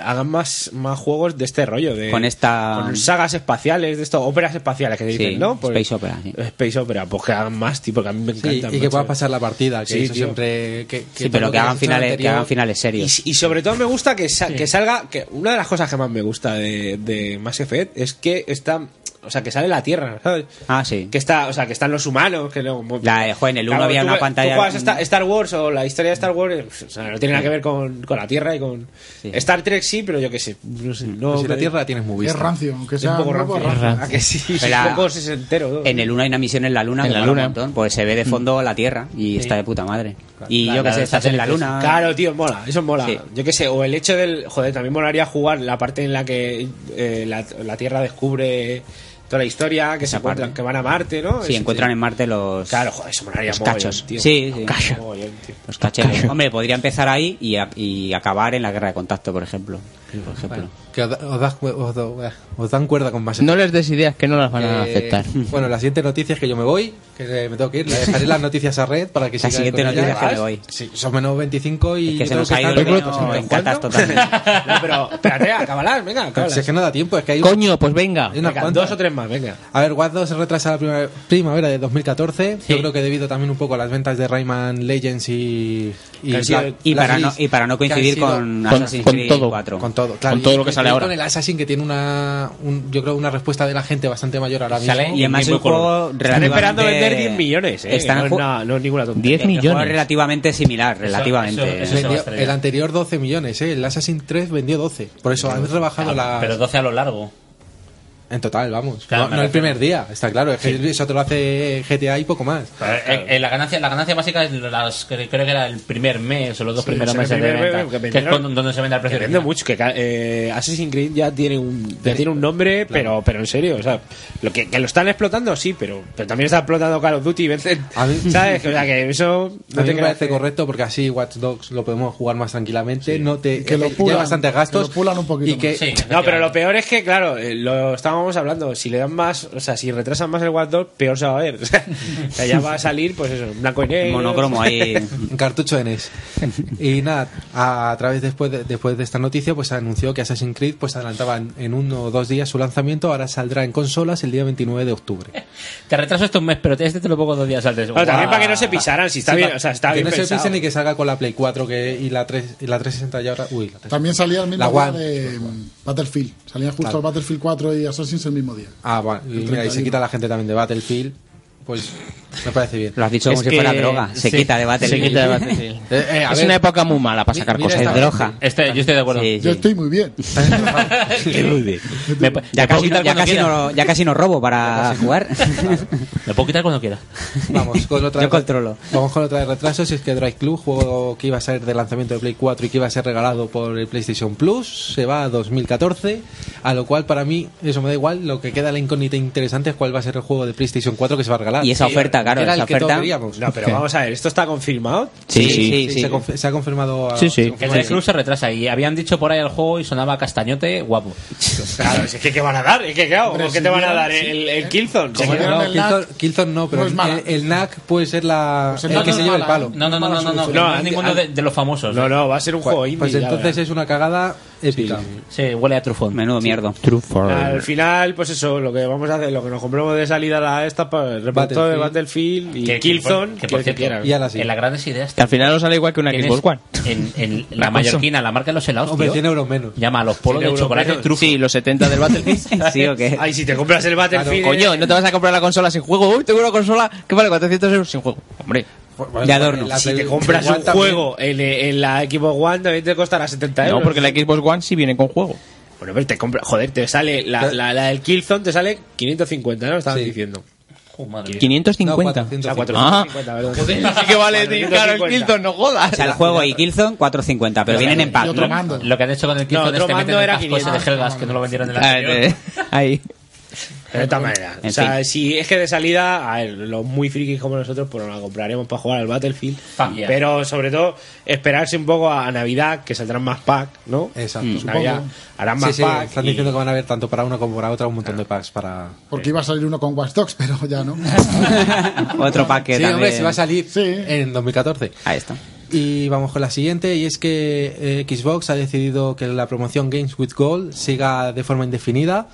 Speaker 5: hagan más, más juegos de este rollo. De,
Speaker 3: Con esta-
Speaker 5: con sagas espaciales, de esto, óperas espaciales que se dicen,
Speaker 3: Sí,
Speaker 5: ¿no? Pues-
Speaker 3: Space Opera. sí.
Speaker 5: Space Opera, pues que hagan más, tío, porque a mí me
Speaker 10: Sí,
Speaker 5: encanta.
Speaker 10: y que puedas pasar la partida, que
Speaker 5: Sí,
Speaker 10: eso
Speaker 5: tío.
Speaker 10: siempre. Que,
Speaker 3: Sí, pero que hagan finales- que hagan finales serios.
Speaker 5: Y, y sobre todo me gusta que, sa- que salga. que Una de las cosas que más me gusta de, de Mass Effect es que está. O sea, que sale la Tierra, ¿sabes?
Speaker 3: Ah, sí.
Speaker 5: Que está, o sea, que están los humanos, que no...
Speaker 3: La, eh, jo, en el uno había
Speaker 5: tú
Speaker 3: una
Speaker 5: ve- tú
Speaker 3: pantalla-
Speaker 5: juegas esta- Star Wars o la historia de Star Wars, eh, o sea, no tiene nada que ver con, con la Tierra y con... Star Trek sí, pero yo qué sé. No sé no,
Speaker 10: si la Tierra la tienes muy vista.
Speaker 5: Es rancio, aunque sea un poco rancio. ¿A que sí? Es
Speaker 3: La-
Speaker 5: un poco sesentero, ¿no?
Speaker 3: En el Luna hay una misión en la Luna,
Speaker 5: En
Speaker 3: que
Speaker 5: la
Speaker 3: mola un
Speaker 5: Luna.
Speaker 3: montón, pues se ve de fondo la Tierra y
Speaker 5: Sí.
Speaker 3: está de puta madre. Y
Speaker 5: La-
Speaker 3: yo que
Speaker 5: la
Speaker 3: sé,
Speaker 5: de
Speaker 3: estás en la Luna.
Speaker 5: Claro, tío, mola, eso mola.
Speaker 3: Sí.
Speaker 5: Yo qué sé, o el hecho del. Joder, también molaría jugar la parte en la que eh, la, la Tierra descubre toda la historia, que se encuentran, que van a Marte, ¿no?
Speaker 3: Sí,
Speaker 5: Eso,
Speaker 3: encuentran en Marte los.
Speaker 5: Claro, joder, eso molaría
Speaker 3: los
Speaker 5: mogollón,
Speaker 3: cachos.
Speaker 5: tío.
Speaker 3: Sí, sí.
Speaker 5: Cachos. Mogollón, tío.
Speaker 3: Los cacheros. Hombre, podría empezar ahí y, a- y acabar en la guerra de contacto, por ejemplo. Por ejemplo.
Speaker 10: Que os, da- os das cu- os do- eh, os dan cuerda con más.
Speaker 6: No les des ideas que no las van a
Speaker 10: Eh,
Speaker 6: aceptar.
Speaker 10: Bueno, la siguiente noticia es que yo me voy, que eh, me tengo que ir. Le dejaré las noticias a red para que
Speaker 3: La
Speaker 10: siga
Speaker 3: siguiente
Speaker 10: con
Speaker 3: noticia
Speaker 10: ellas.
Speaker 3: es que me voy.
Speaker 10: Sí, son menos 25 y.
Speaker 3: Es que se nos ha ido el verano en catas
Speaker 5: No, pero espérate, acabalas, venga,
Speaker 10: Pero
Speaker 5: acabalas.
Speaker 10: si es que no da tiempo, es que hay.
Speaker 6: Coño, pues venga.
Speaker 10: Hay unas
Speaker 5: Venga,
Speaker 10: cuantas.
Speaker 5: dos o tres más, venga.
Speaker 10: A ver, Watch 2 se retrasa a la primavera, primavera de 2014. Yo creo que debido también un poco a las ventas de Rayman Legends y.
Speaker 3: Que han sido-
Speaker 10: Black-
Speaker 3: y para
Speaker 10: Blacklist,
Speaker 3: no- y para no
Speaker 10: que han
Speaker 3: coincidir
Speaker 10: sido-
Speaker 3: con Con- Assassin's con Creed todo. 4.
Speaker 10: Con todo, claro.
Speaker 3: Con todo
Speaker 10: Y-
Speaker 3: lo que
Speaker 10: y
Speaker 3: sale ahora.
Speaker 10: Con el Assassin que tiene una. un- yo creo una respuesta de la gente bastante mayor ahora mismo.
Speaker 3: Sale- y además el juego
Speaker 10: Están
Speaker 3: relativamente- Están
Speaker 10: no es
Speaker 3: ju-
Speaker 10: nada-
Speaker 5: eh, No, no es ninguna tontería.
Speaker 10: Diez
Speaker 3: El juego
Speaker 10: millones.
Speaker 3: es relativamente similar,
Speaker 10: Vendió-
Speaker 3: relativamente.
Speaker 10: el anterior 12 millones, ¿eh? el Assassin 3 vendió 12. Por eso han rebajado
Speaker 1: Ah,
Speaker 10: la.
Speaker 1: Pero 12 a lo largo.
Speaker 10: En total, vamos.
Speaker 1: Claro,
Speaker 10: no
Speaker 1: me
Speaker 10: no el
Speaker 1: refiero.
Speaker 10: primer día, está claro. es que Eso te lo hace GTA y poco más.
Speaker 1: Eh, eh, la ganancia la ganancia básica es las, cre- creo que era el primer mes o los dos
Speaker 10: Sí,
Speaker 1: primeros
Speaker 10: o sea, el
Speaker 1: meses de
Speaker 10: primer
Speaker 1: venta,
Speaker 10: mes, que
Speaker 1: que, es
Speaker 10: vendieron-
Speaker 1: cuando- donde se vende al precio
Speaker 5: Que vende
Speaker 1: original.
Speaker 5: mucho, que ca- eh, Assassin's Creed ya tiene un, ya tiene un nombre, pero, pero en serio, o sea, lo que, que lo están explotando, sí, pero, pero también está explotando Call of Duty y Tencent, ¿sabes? O sea, que eso
Speaker 10: A
Speaker 5: no
Speaker 10: mí
Speaker 5: te
Speaker 10: me
Speaker 5: creas
Speaker 10: parece correcto porque así Watch Dogs lo podemos jugar más tranquilamente. No te
Speaker 5: que lo
Speaker 10: eh,
Speaker 5: pulan,
Speaker 10: lleva bastantes gastos.
Speaker 5: que lo
Speaker 10: pulan un poquito. Y que,
Speaker 5: no, pero lo peor es que, claro, eh, lo estábamos hablando, si le dan más, o sea, si retrasan más el Watch Dogs, peor se va a ver. O sea, que ya va a salir, pues eso, en blanco y negro.
Speaker 10: En cartucho de NES. Y nada, a, a través después de, después de esta noticia, pues anunció que Assassin's Creed pues adelantaba en, en uno o dos días su lanzamiento. Ahora saldrá en consolas el día 29 de octubre.
Speaker 1: Te retraso esto un mes, pero te- este te lo pongo dos días antes.
Speaker 10: Bueno, también para que
Speaker 5: no se pisaran, si está
Speaker 10: Sí,
Speaker 5: bien,
Speaker 10: pa-
Speaker 5: o sea, está
Speaker 10: que
Speaker 5: bien
Speaker 10: no se
Speaker 5: pensado.
Speaker 10: pise ni que salga con la Play 4 que, y, la 3, y la 360 y ahora. Uy, la 360.
Speaker 8: También salía el mismo
Speaker 10: La
Speaker 8: día
Speaker 10: One.
Speaker 8: de mm, Battlefield. Salían justo
Speaker 10: Claro.
Speaker 8: el Battlefield 4 y Assassin's el mismo día.
Speaker 10: Ah, bueno, y, mira, y se
Speaker 8: 31.
Speaker 10: quita la gente también de Battlefield. Pues me parece bien.
Speaker 3: Lo has dicho como si fuera droga. Se quita de Battlefield.
Speaker 10: Eh, eh, a
Speaker 3: es
Speaker 10: ver.
Speaker 3: una época muy mala para
Speaker 10: Mi-
Speaker 3: sacar
Speaker 10: mira
Speaker 3: cosas.
Speaker 10: esta-
Speaker 3: Es droga.
Speaker 1: Este, yo estoy de acuerdo.
Speaker 3: Sí,
Speaker 8: Yo
Speaker 3: sí.
Speaker 8: estoy muy bien.
Speaker 1: Me pu-
Speaker 3: Ya
Speaker 1: me puedo
Speaker 3: casi,
Speaker 1: quitar
Speaker 3: ya
Speaker 1: cuando
Speaker 3: casi
Speaker 1: quiera.
Speaker 3: no, ya casi no robo para jugar.
Speaker 1: Me puedo quitar cuando quiera.
Speaker 10: Vamos con otra.
Speaker 3: Yo controlo.
Speaker 10: Vamos con otra de retrasos. Es que Drive Club, juego que iba a ser de lanzamiento de Play 4 y que iba a ser regalado por el PlayStation Plus, se va a 2014. A lo cual, para mí, eso me da igual. Lo que queda la incógnita interesante es cuál va a ser el juego de PlayStation 4 que se va a regalar.
Speaker 5: Sí,
Speaker 10: Era el que todos queríamos.
Speaker 5: No, pero vamos a ver, ¿esto está confirmado?
Speaker 10: Se, conf- se ha confirmado. a- se
Speaker 1: Que el
Speaker 10: confirma
Speaker 1: Drive
Speaker 10: que
Speaker 1: Club se retrasa y habían dicho por ahí el juego y sonaba castañote guapo.
Speaker 5: Claro, es que ¿qué van a dar? Es que claro,
Speaker 1: Hombre,
Speaker 5: ¿qué
Speaker 1: si
Speaker 5: te van a
Speaker 1: dieron-
Speaker 5: dar?
Speaker 1: sí.
Speaker 5: ¿El, el Killzone?
Speaker 10: Como
Speaker 5: Sí,
Speaker 10: no,
Speaker 5: claro.
Speaker 10: Killzone, Killzone no, pero
Speaker 5: No es mala.
Speaker 10: el, el NAC puede ser la,
Speaker 5: Pues el
Speaker 10: el,
Speaker 5: NAC
Speaker 10: que
Speaker 5: no
Speaker 10: se
Speaker 5: es
Speaker 10: lleva el
Speaker 5: mala,
Speaker 10: palo.
Speaker 5: No, no, no, no, no, no, no,
Speaker 1: no es ninguno de- los famosos. eh.
Speaker 5: No, no, va a ser un juego indie.
Speaker 10: Pues
Speaker 5: ya
Speaker 10: entonces
Speaker 5: verás.
Speaker 10: es una cagada épica.
Speaker 1: Sí, huele a trufón.
Speaker 3: Menudo mierda.
Speaker 5: Al final, pues eso, lo que vamos a hacer, lo que nos compramos de salida a esta, para el reparto de Battlefield y
Speaker 1: Que- que
Speaker 5: Killzone,
Speaker 1: por- que por
Speaker 5: que
Speaker 1: cierto,
Speaker 5: quieran.
Speaker 1: y a la siguiente. en las grandes ideas
Speaker 6: Que al final os sale igual que una
Speaker 1: Tienes-
Speaker 6: Xbox One.
Speaker 1: En, en
Speaker 6: La
Speaker 1: la mallorquina, la marca de los helados.
Speaker 6: Hombre,
Speaker 1: tío.
Speaker 6: 100
Speaker 10: euros menos.
Speaker 1: Llama a los
Speaker 6: 100
Speaker 1: polos de
Speaker 6: euros
Speaker 1: chocolate
Speaker 6: menos.
Speaker 1: trufo.
Speaker 6: Sí, los 70 del Battlefield. sí o qué.
Speaker 5: Ay, si te compras el Battlefield. eh,
Speaker 6: Claro, coño, no te vas a comprar la consola sin juego. Uy, tengo una consola que vale 400 euros sin juego. Hombre.
Speaker 5: Pues, Bueno, Si te compras un juego en, en la Xbox One, también te costará 70 euros.
Speaker 6: No, porque la Xbox One sí viene con juego.
Speaker 5: Bueno, pero te compra, joder, te sale la, la, la del Killzone te sale 550, ¿no? Estaban diciendo.
Speaker 1: Oh, madre mía.
Speaker 6: 550.
Speaker 10: Ah.
Speaker 5: O sea, 450, perdón.
Speaker 3: Pues este
Speaker 6: Así que vale, tío, claro, el
Speaker 5: 450.
Speaker 6: Killzone, Ah. no jodas.
Speaker 3: O sea, el juego y Killzone 4.50, pero vienen en pack. ¿no?
Speaker 1: Lo que han hecho con el
Speaker 3: No,
Speaker 1: Killzone
Speaker 3: otro
Speaker 1: es que
Speaker 3: mando era
Speaker 1: meten era cosas de
Speaker 3: 500.
Speaker 1: Helgas que no lo vendieron en la
Speaker 6: Ah,
Speaker 1: anterior.
Speaker 6: eh, Ahí.
Speaker 5: De esta manera.
Speaker 1: En
Speaker 5: o sea, si es que de salida, a ver, los muy frikis como nosotros, pues nos la compraremos para jugar al Battlefield.
Speaker 1: Fuck yeah.
Speaker 5: Pero sobre todo, esperarse un poco a Navidad, que saldrán más pack, ¿no?
Speaker 10: Exacto.
Speaker 5: Navidad, Mm, harán más
Speaker 10: Sí, sí,
Speaker 5: pack.
Speaker 10: están
Speaker 5: y-
Speaker 10: diciendo que van a haber tanto para una como para otra un montón de packs para.
Speaker 8: Porque iba a salir uno con Watch Dogs, pero ya no.
Speaker 3: Otro pack
Speaker 10: sí, hombre, se va a salir en 2014.
Speaker 3: Ahí está.
Speaker 10: Y vamos con la siguiente, y es que eh, Xbox ha decidido que la promoción Games with Gold siga de forma indefinida.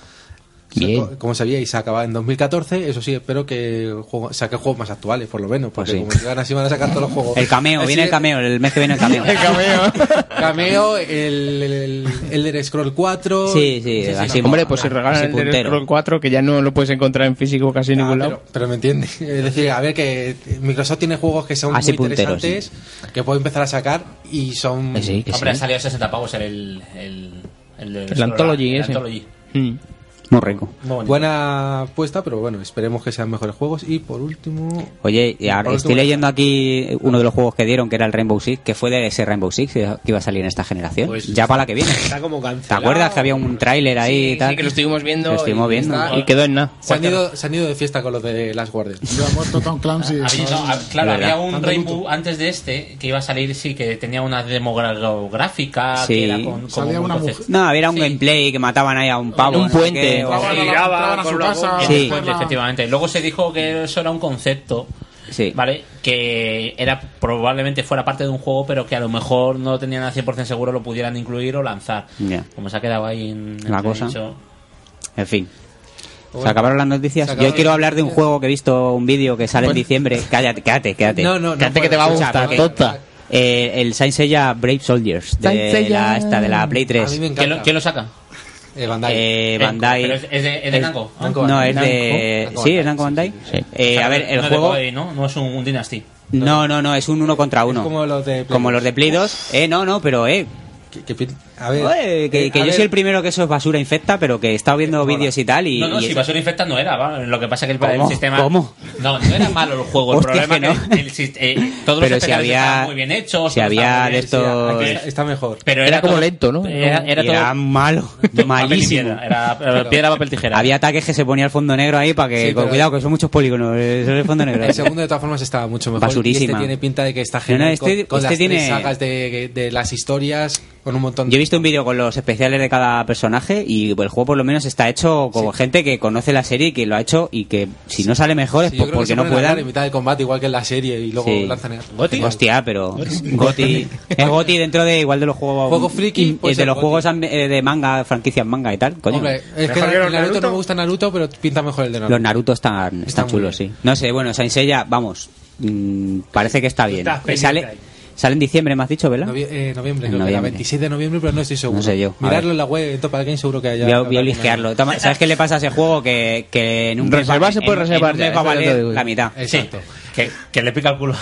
Speaker 10: O sea, co- Como sabíais, se acaba en 2014. Eso sí, espero que el juego- saque juegos más actuales, por lo menos. Porque
Speaker 3: Pues sí.
Speaker 10: como llegan así, van a sacar todos los juegos.
Speaker 3: El cameo,
Speaker 10: Así
Speaker 3: viene el
Speaker 10: que-
Speaker 3: cameo, el mes que viene el cameo.
Speaker 10: Cameo, el, el, el Elder Scroll 4.
Speaker 6: Hombre, pues si regalan el Elder Scroll 4, que ya no lo puedes encontrar en físico casi en ningún lado.
Speaker 10: Ah, Pero me entiende. Es decir, a ver que Microsoft tiene juegos que
Speaker 3: Ah,
Speaker 10: son
Speaker 6: Así
Speaker 10: muy
Speaker 6: puntero,
Speaker 10: interesantes, que puedo empezar a sacar y son.
Speaker 3: Eh,
Speaker 1: Hombre, han salido 60 pavos en el. El, el, de-
Speaker 10: El Anthology
Speaker 1: el
Speaker 10: ese.
Speaker 1: Anthology.
Speaker 3: Mm. Muy rico.
Speaker 10: Buena apuesta, pero bueno, esperemos que sean mejores juegos. Y por último.
Speaker 3: Oye, y ahora
Speaker 10: Por
Speaker 3: estoy
Speaker 10: último,
Speaker 3: leyendo aquí uno de los juegos que dieron, que era el Rainbow Six, que fue de ese Rainbow Six que iba a salir en esta generación.
Speaker 6: Pues
Speaker 3: ya para la que viene.
Speaker 5: Está como
Speaker 3: ¿Te
Speaker 5: cancelado.
Speaker 3: acuerdas que había un tráiler ahí y tal?
Speaker 6: Sí, que lo estuvimos viendo.
Speaker 3: Lo estuvimos
Speaker 6: y
Speaker 3: viendo.
Speaker 6: está- Y quedó en nada.
Speaker 10: Se han, ido, se han ido de fiesta con los de Last Guardian.
Speaker 8: Tom Clancy.
Speaker 1: Había- no,
Speaker 8: ¿sabes?
Speaker 1: hab- claro,
Speaker 10: Verdad.
Speaker 1: había un
Speaker 10: Tanto
Speaker 1: Rainbow antes de este que iba a salir, sí, que tenía una demográfica que
Speaker 3: Sí.
Speaker 1: era con, como un concepto.
Speaker 3: No, había un gameplay que mataban ahí a un pavo.
Speaker 1: Un
Speaker 3: no sé
Speaker 1: puente.
Speaker 3: qué, o-
Speaker 1: Sí.
Speaker 5: Entraban a su
Speaker 1: con una
Speaker 5: casa,
Speaker 1: bomba.
Speaker 3: Sí.
Speaker 1: Sí, puente, efectivamente. Luego se dijo que eso era un concepto, ¿vale? Que era probablemente fuera parte de un juego, pero que a lo mejor no lo tenían al 100% seguro, lo pudieran incluir o lanzar.
Speaker 3: Ya.
Speaker 1: Como se ha quedado ahí en...
Speaker 3: La
Speaker 1: en
Speaker 3: cosa.
Speaker 1: dicho.
Speaker 3: En fin. Se
Speaker 1: Bueno,
Speaker 3: acabaron las
Speaker 1: se
Speaker 3: noticias.
Speaker 1: acabaron
Speaker 3: Yo quiero
Speaker 1: las
Speaker 3: hablar de un juego que he visto un vídeo que sale en diciembre. Cállate, quédate, quédate.
Speaker 6: No, no, no
Speaker 3: Quédate
Speaker 6: puedo. Escucha,
Speaker 3: que-
Speaker 6: tonta.
Speaker 3: Eh, el Saint Seiya Brave Soldiers
Speaker 1: Saint
Speaker 3: de
Speaker 1: Seiya.
Speaker 3: la, esta, de la Play 3.
Speaker 1: A mí me encanta. ¿Quién lo- quién lo saca?
Speaker 10: Eh, Bandai.
Speaker 3: Eh,
Speaker 1: Namco,
Speaker 3: Bandai.
Speaker 1: pero es- es de- es de Namco. Namco
Speaker 3: No,
Speaker 1: Bandai.
Speaker 3: es de.
Speaker 1: Namco.
Speaker 3: Sí, es Namco Bandai. Eh, a ver, el
Speaker 1: No de
Speaker 3: juego.
Speaker 1: Koei, ¿no? No es un, un Dynasty.
Speaker 3: No, no, no, es un uno contra uno.
Speaker 10: Como los de Play
Speaker 3: Como los de Play 2. Eh, no, no, pero eh.
Speaker 10: Que, que- a ver,
Speaker 3: Oye, que,
Speaker 10: eh,
Speaker 3: que
Speaker 10: a
Speaker 3: yo
Speaker 10: ver,
Speaker 3: soy el primero que eso es basura infecta, pero que he estado viendo vídeos y tal. Y,
Speaker 1: no, no,
Speaker 3: y
Speaker 1: si
Speaker 3: es-
Speaker 1: basura infecta no era, va. Lo que pasa que el,
Speaker 3: ¿Cómo?
Speaker 1: el sistema.
Speaker 3: ¿Cómo?
Speaker 1: No, no era malo el juego. El
Speaker 3: Hostia,
Speaker 1: problema
Speaker 3: que
Speaker 1: es que el sis- eh, todos
Speaker 3: Pero
Speaker 1: los
Speaker 3: si
Speaker 1: especiales
Speaker 3: había-
Speaker 1: estaban muy bien hechos.
Speaker 3: si
Speaker 1: todo estaba
Speaker 3: había
Speaker 1: muy
Speaker 3: de
Speaker 1: bien.
Speaker 3: estos-
Speaker 1: Aquí
Speaker 3: Está-
Speaker 10: está mejor.
Speaker 1: Pero era,
Speaker 3: Era como
Speaker 1: todo-
Speaker 3: lento, ¿no?
Speaker 1: Era, era
Speaker 3: Y
Speaker 1: todo-
Speaker 3: era malo, malísimo.
Speaker 1: piedra, era, eh, piedra, papel, tijera.
Speaker 3: Había ataques que se ponía el fondo negro ahí para que.
Speaker 10: Sí,
Speaker 3: con-
Speaker 10: pero-
Speaker 3: Cuidado, que son muchos polígonos. eh, Eso es el fondo negro.
Speaker 10: El segundo de todas formas estaba mucho mejor.
Speaker 3: Basurísima.
Speaker 10: Y este tiene pinta de que está
Speaker 3: No, no,
Speaker 10: genial con,
Speaker 3: este-
Speaker 10: con las
Speaker 3: este
Speaker 10: tres
Speaker 3: tiene-
Speaker 10: sagas de, de las historias, con un montón de...
Speaker 3: Yo he visto un vídeo con los especiales de cada personaje y el juego por lo menos está hecho con gente que conoce la serie y que lo ha hecho y que si no sale mejor es
Speaker 10: Sí, yo
Speaker 3: por-
Speaker 10: creo que
Speaker 3: porque
Speaker 10: se
Speaker 3: no
Speaker 10: ponen a hablar
Speaker 3: puedan.
Speaker 10: en mitad del combate igual que en la serie y luego
Speaker 3: Sí.
Speaker 10: lanzan el...
Speaker 3: Hostia, pero Goti es Goti dentro de igual de los juegos
Speaker 10: Juego friki,
Speaker 3: y-
Speaker 10: puede
Speaker 3: de
Speaker 10: ser
Speaker 3: los
Speaker 10: Goti.
Speaker 3: juegos am- eh, de manga, franquicias manga y tal, coño.
Speaker 10: Hombre, es que Naruto, no me gusta Naruto, pero pinta mejor el de Naruto.
Speaker 3: Los Naruto están, están chulos, sí. No sé, bueno, Saint Seiya, vamos, mm, parece que está bien.
Speaker 10: Estás
Speaker 3: Que
Speaker 10: pendiente
Speaker 3: sale,
Speaker 10: ahí.
Speaker 3: sale en diciembre, me has dicho, ¿verdad?
Speaker 10: Novie- eh, noviembre, creo
Speaker 3: En
Speaker 10: que era,
Speaker 3: noviembre.
Speaker 10: 26 de noviembre, pero no estoy seguro.
Speaker 3: No sé yo, a
Speaker 10: Mirarlo
Speaker 3: ver.
Speaker 10: en la web, en Topal Game seguro que haya...
Speaker 3: Voy a, voy a lisquearlo. Toma, ¿Sabes qué le pasa a ese juego? Que, que en un
Speaker 10: Reservar
Speaker 3: mes va-
Speaker 10: se puede
Speaker 3: en- en
Speaker 10: reservar
Speaker 3: un
Speaker 10: ya,
Speaker 3: mes va a
Speaker 10: eso ya te
Speaker 3: valer
Speaker 10: digo yo.
Speaker 3: la mitad.
Speaker 10: Exacto.
Speaker 1: Que, que le pica el culo.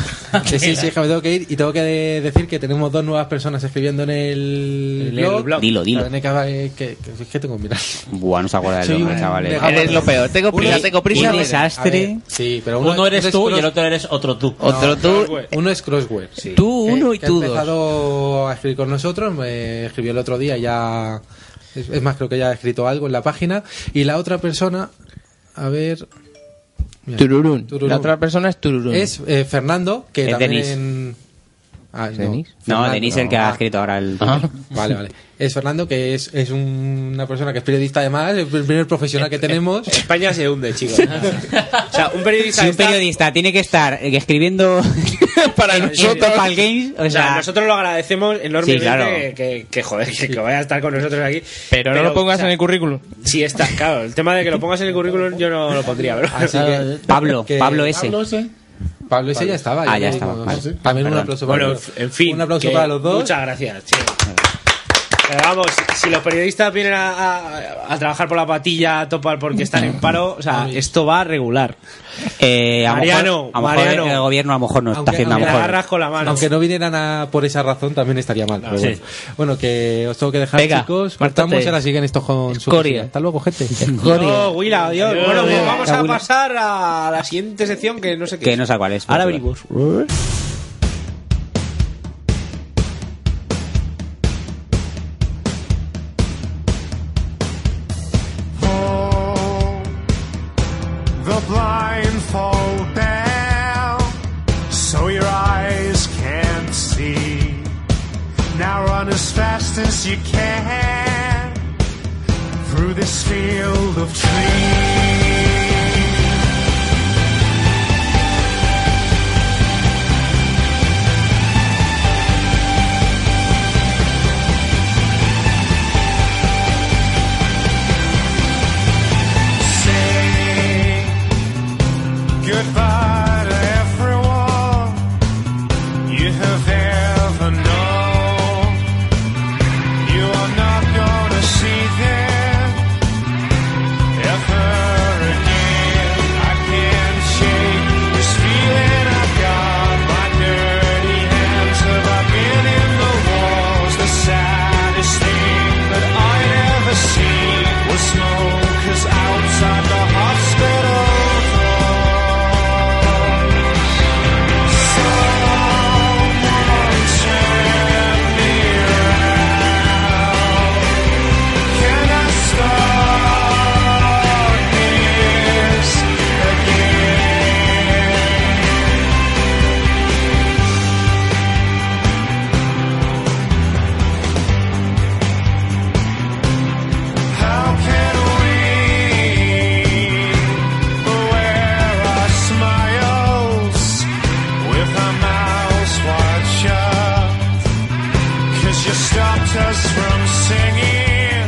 Speaker 10: Sí, sí, sí, es que me tengo que ir y tengo que de- decir que tenemos dos nuevas personas escribiendo en el,
Speaker 3: En el blog. Dilo, dilo.
Speaker 10: Pero tiene que, haber- que, que- es que tengo que mirar.
Speaker 3: Buah, no se acuerda del
Speaker 10: Soy
Speaker 3: nombre,
Speaker 10: un
Speaker 3: chavales.
Speaker 10: desastre. eh. Eres lo peor.
Speaker 1: Tengo prisa, tengo prisa.
Speaker 3: Un
Speaker 1: A ver,
Speaker 3: desastre.
Speaker 10: a ver, sí, pero
Speaker 1: Uno,
Speaker 10: uno,
Speaker 1: eres tú y el otro eres otro tú.
Speaker 10: Otro tú. Uno es Crossware. Sí.
Speaker 3: Tú
Speaker 10: Que-
Speaker 3: uno y
Speaker 10: que
Speaker 3: tú
Speaker 10: ha
Speaker 3: dos.
Speaker 10: empezado a escribir con nosotros, me escribió el otro día ya. Es, es más, creo que ya ha escrito algo en la página. Y la otra persona, a ver. mira,
Speaker 6: Tururún.
Speaker 10: Tururún.
Speaker 6: La otra persona es Tururún.
Speaker 10: Es eh, Fernando, que
Speaker 6: Es
Speaker 10: también. Ah, no.
Speaker 6: Denis?
Speaker 3: No,
Speaker 10: Fernando,
Speaker 3: Denis es el que
Speaker 10: ah.
Speaker 3: ha escrito ahora el.
Speaker 10: Vale, vale. Es Fernando, que es, es un- una persona que es periodista además, el primer profesional que tenemos.
Speaker 5: España se hunde, chicos. o sea, un periodista.
Speaker 3: Si un
Speaker 5: está-
Speaker 3: periodista tiene que estar eh, escribiendo para
Speaker 5: nosotros.
Speaker 3: Topal Games, o
Speaker 5: o sea,
Speaker 3: sea,
Speaker 5: nosotros lo agradecemos enormemente
Speaker 3: Sí, claro.
Speaker 5: que, que, joder, que, que vaya a estar con nosotros aquí.
Speaker 6: Pero no lo pongas en el currículum.
Speaker 5: Sí, está, claro. El tema de que lo pongas en el currículum yo no lo pondría, bro.
Speaker 10: Así que-
Speaker 3: Pablo,
Speaker 10: que-
Speaker 3: Pablo S.
Speaker 10: Pablo S. Pablo S. ya estaba.
Speaker 3: Ah, ya
Speaker 10: digo,
Speaker 3: estaba,
Speaker 10: no
Speaker 3: vale.
Speaker 10: sé. También un
Speaker 3: Perdón.
Speaker 10: aplauso para
Speaker 5: Bueno,
Speaker 10: ellos.
Speaker 5: en fin.
Speaker 10: Un aplauso
Speaker 5: que
Speaker 10: para los dos.
Speaker 5: Muchas gracias, tío. Pero vamos, si- si los periodistas vienen a, a- a trabajar por la patilla, a topar porque están en paro, o sea, esto va a regular.
Speaker 3: eh, a lo mejor-
Speaker 5: Mariano,
Speaker 3: a lo mejor
Speaker 5: Mariano.
Speaker 3: el gobierno a lo mejor no está
Speaker 10: Aunque-
Speaker 3: haciendo a lo
Speaker 10: aunque
Speaker 3: mejor.
Speaker 5: agarras con la mano.
Speaker 10: Aunque no vinieran a- por esa razón también estaría mal.
Speaker 14: Ah,
Speaker 10: pero
Speaker 3: sí.
Speaker 10: bueno. Bueno, que os tengo que dejar,
Speaker 3: Venga,
Speaker 10: chicos.
Speaker 3: mártate.
Speaker 10: Cortamos y ahora siguen estos con su.
Speaker 3: Escoria.
Speaker 10: Hasta luego, gente.
Speaker 5: No, Willa, adiós. Bueno, pues vamos a
Speaker 10: Willa.
Speaker 5: pasar a la siguiente sección que no sé qué.
Speaker 3: Que
Speaker 5: es.
Speaker 3: no sé cuál es. pues,
Speaker 5: Ahora venimos.
Speaker 15: the blindfold down so your eyes can't see. Now run as fast as you can through this field of trees. Say goodbye to everyone you have ever known. You are not gonna see them ever again. I can't shake this feeling I've got. My dirty hands have I been in the walls. The saddest thing that I ever seen was smokers outside the hospital door. Someone turn me around. Can I start this again? How can we wear our smiles with our mouths wide shut? 'Cause you stopped us from singing.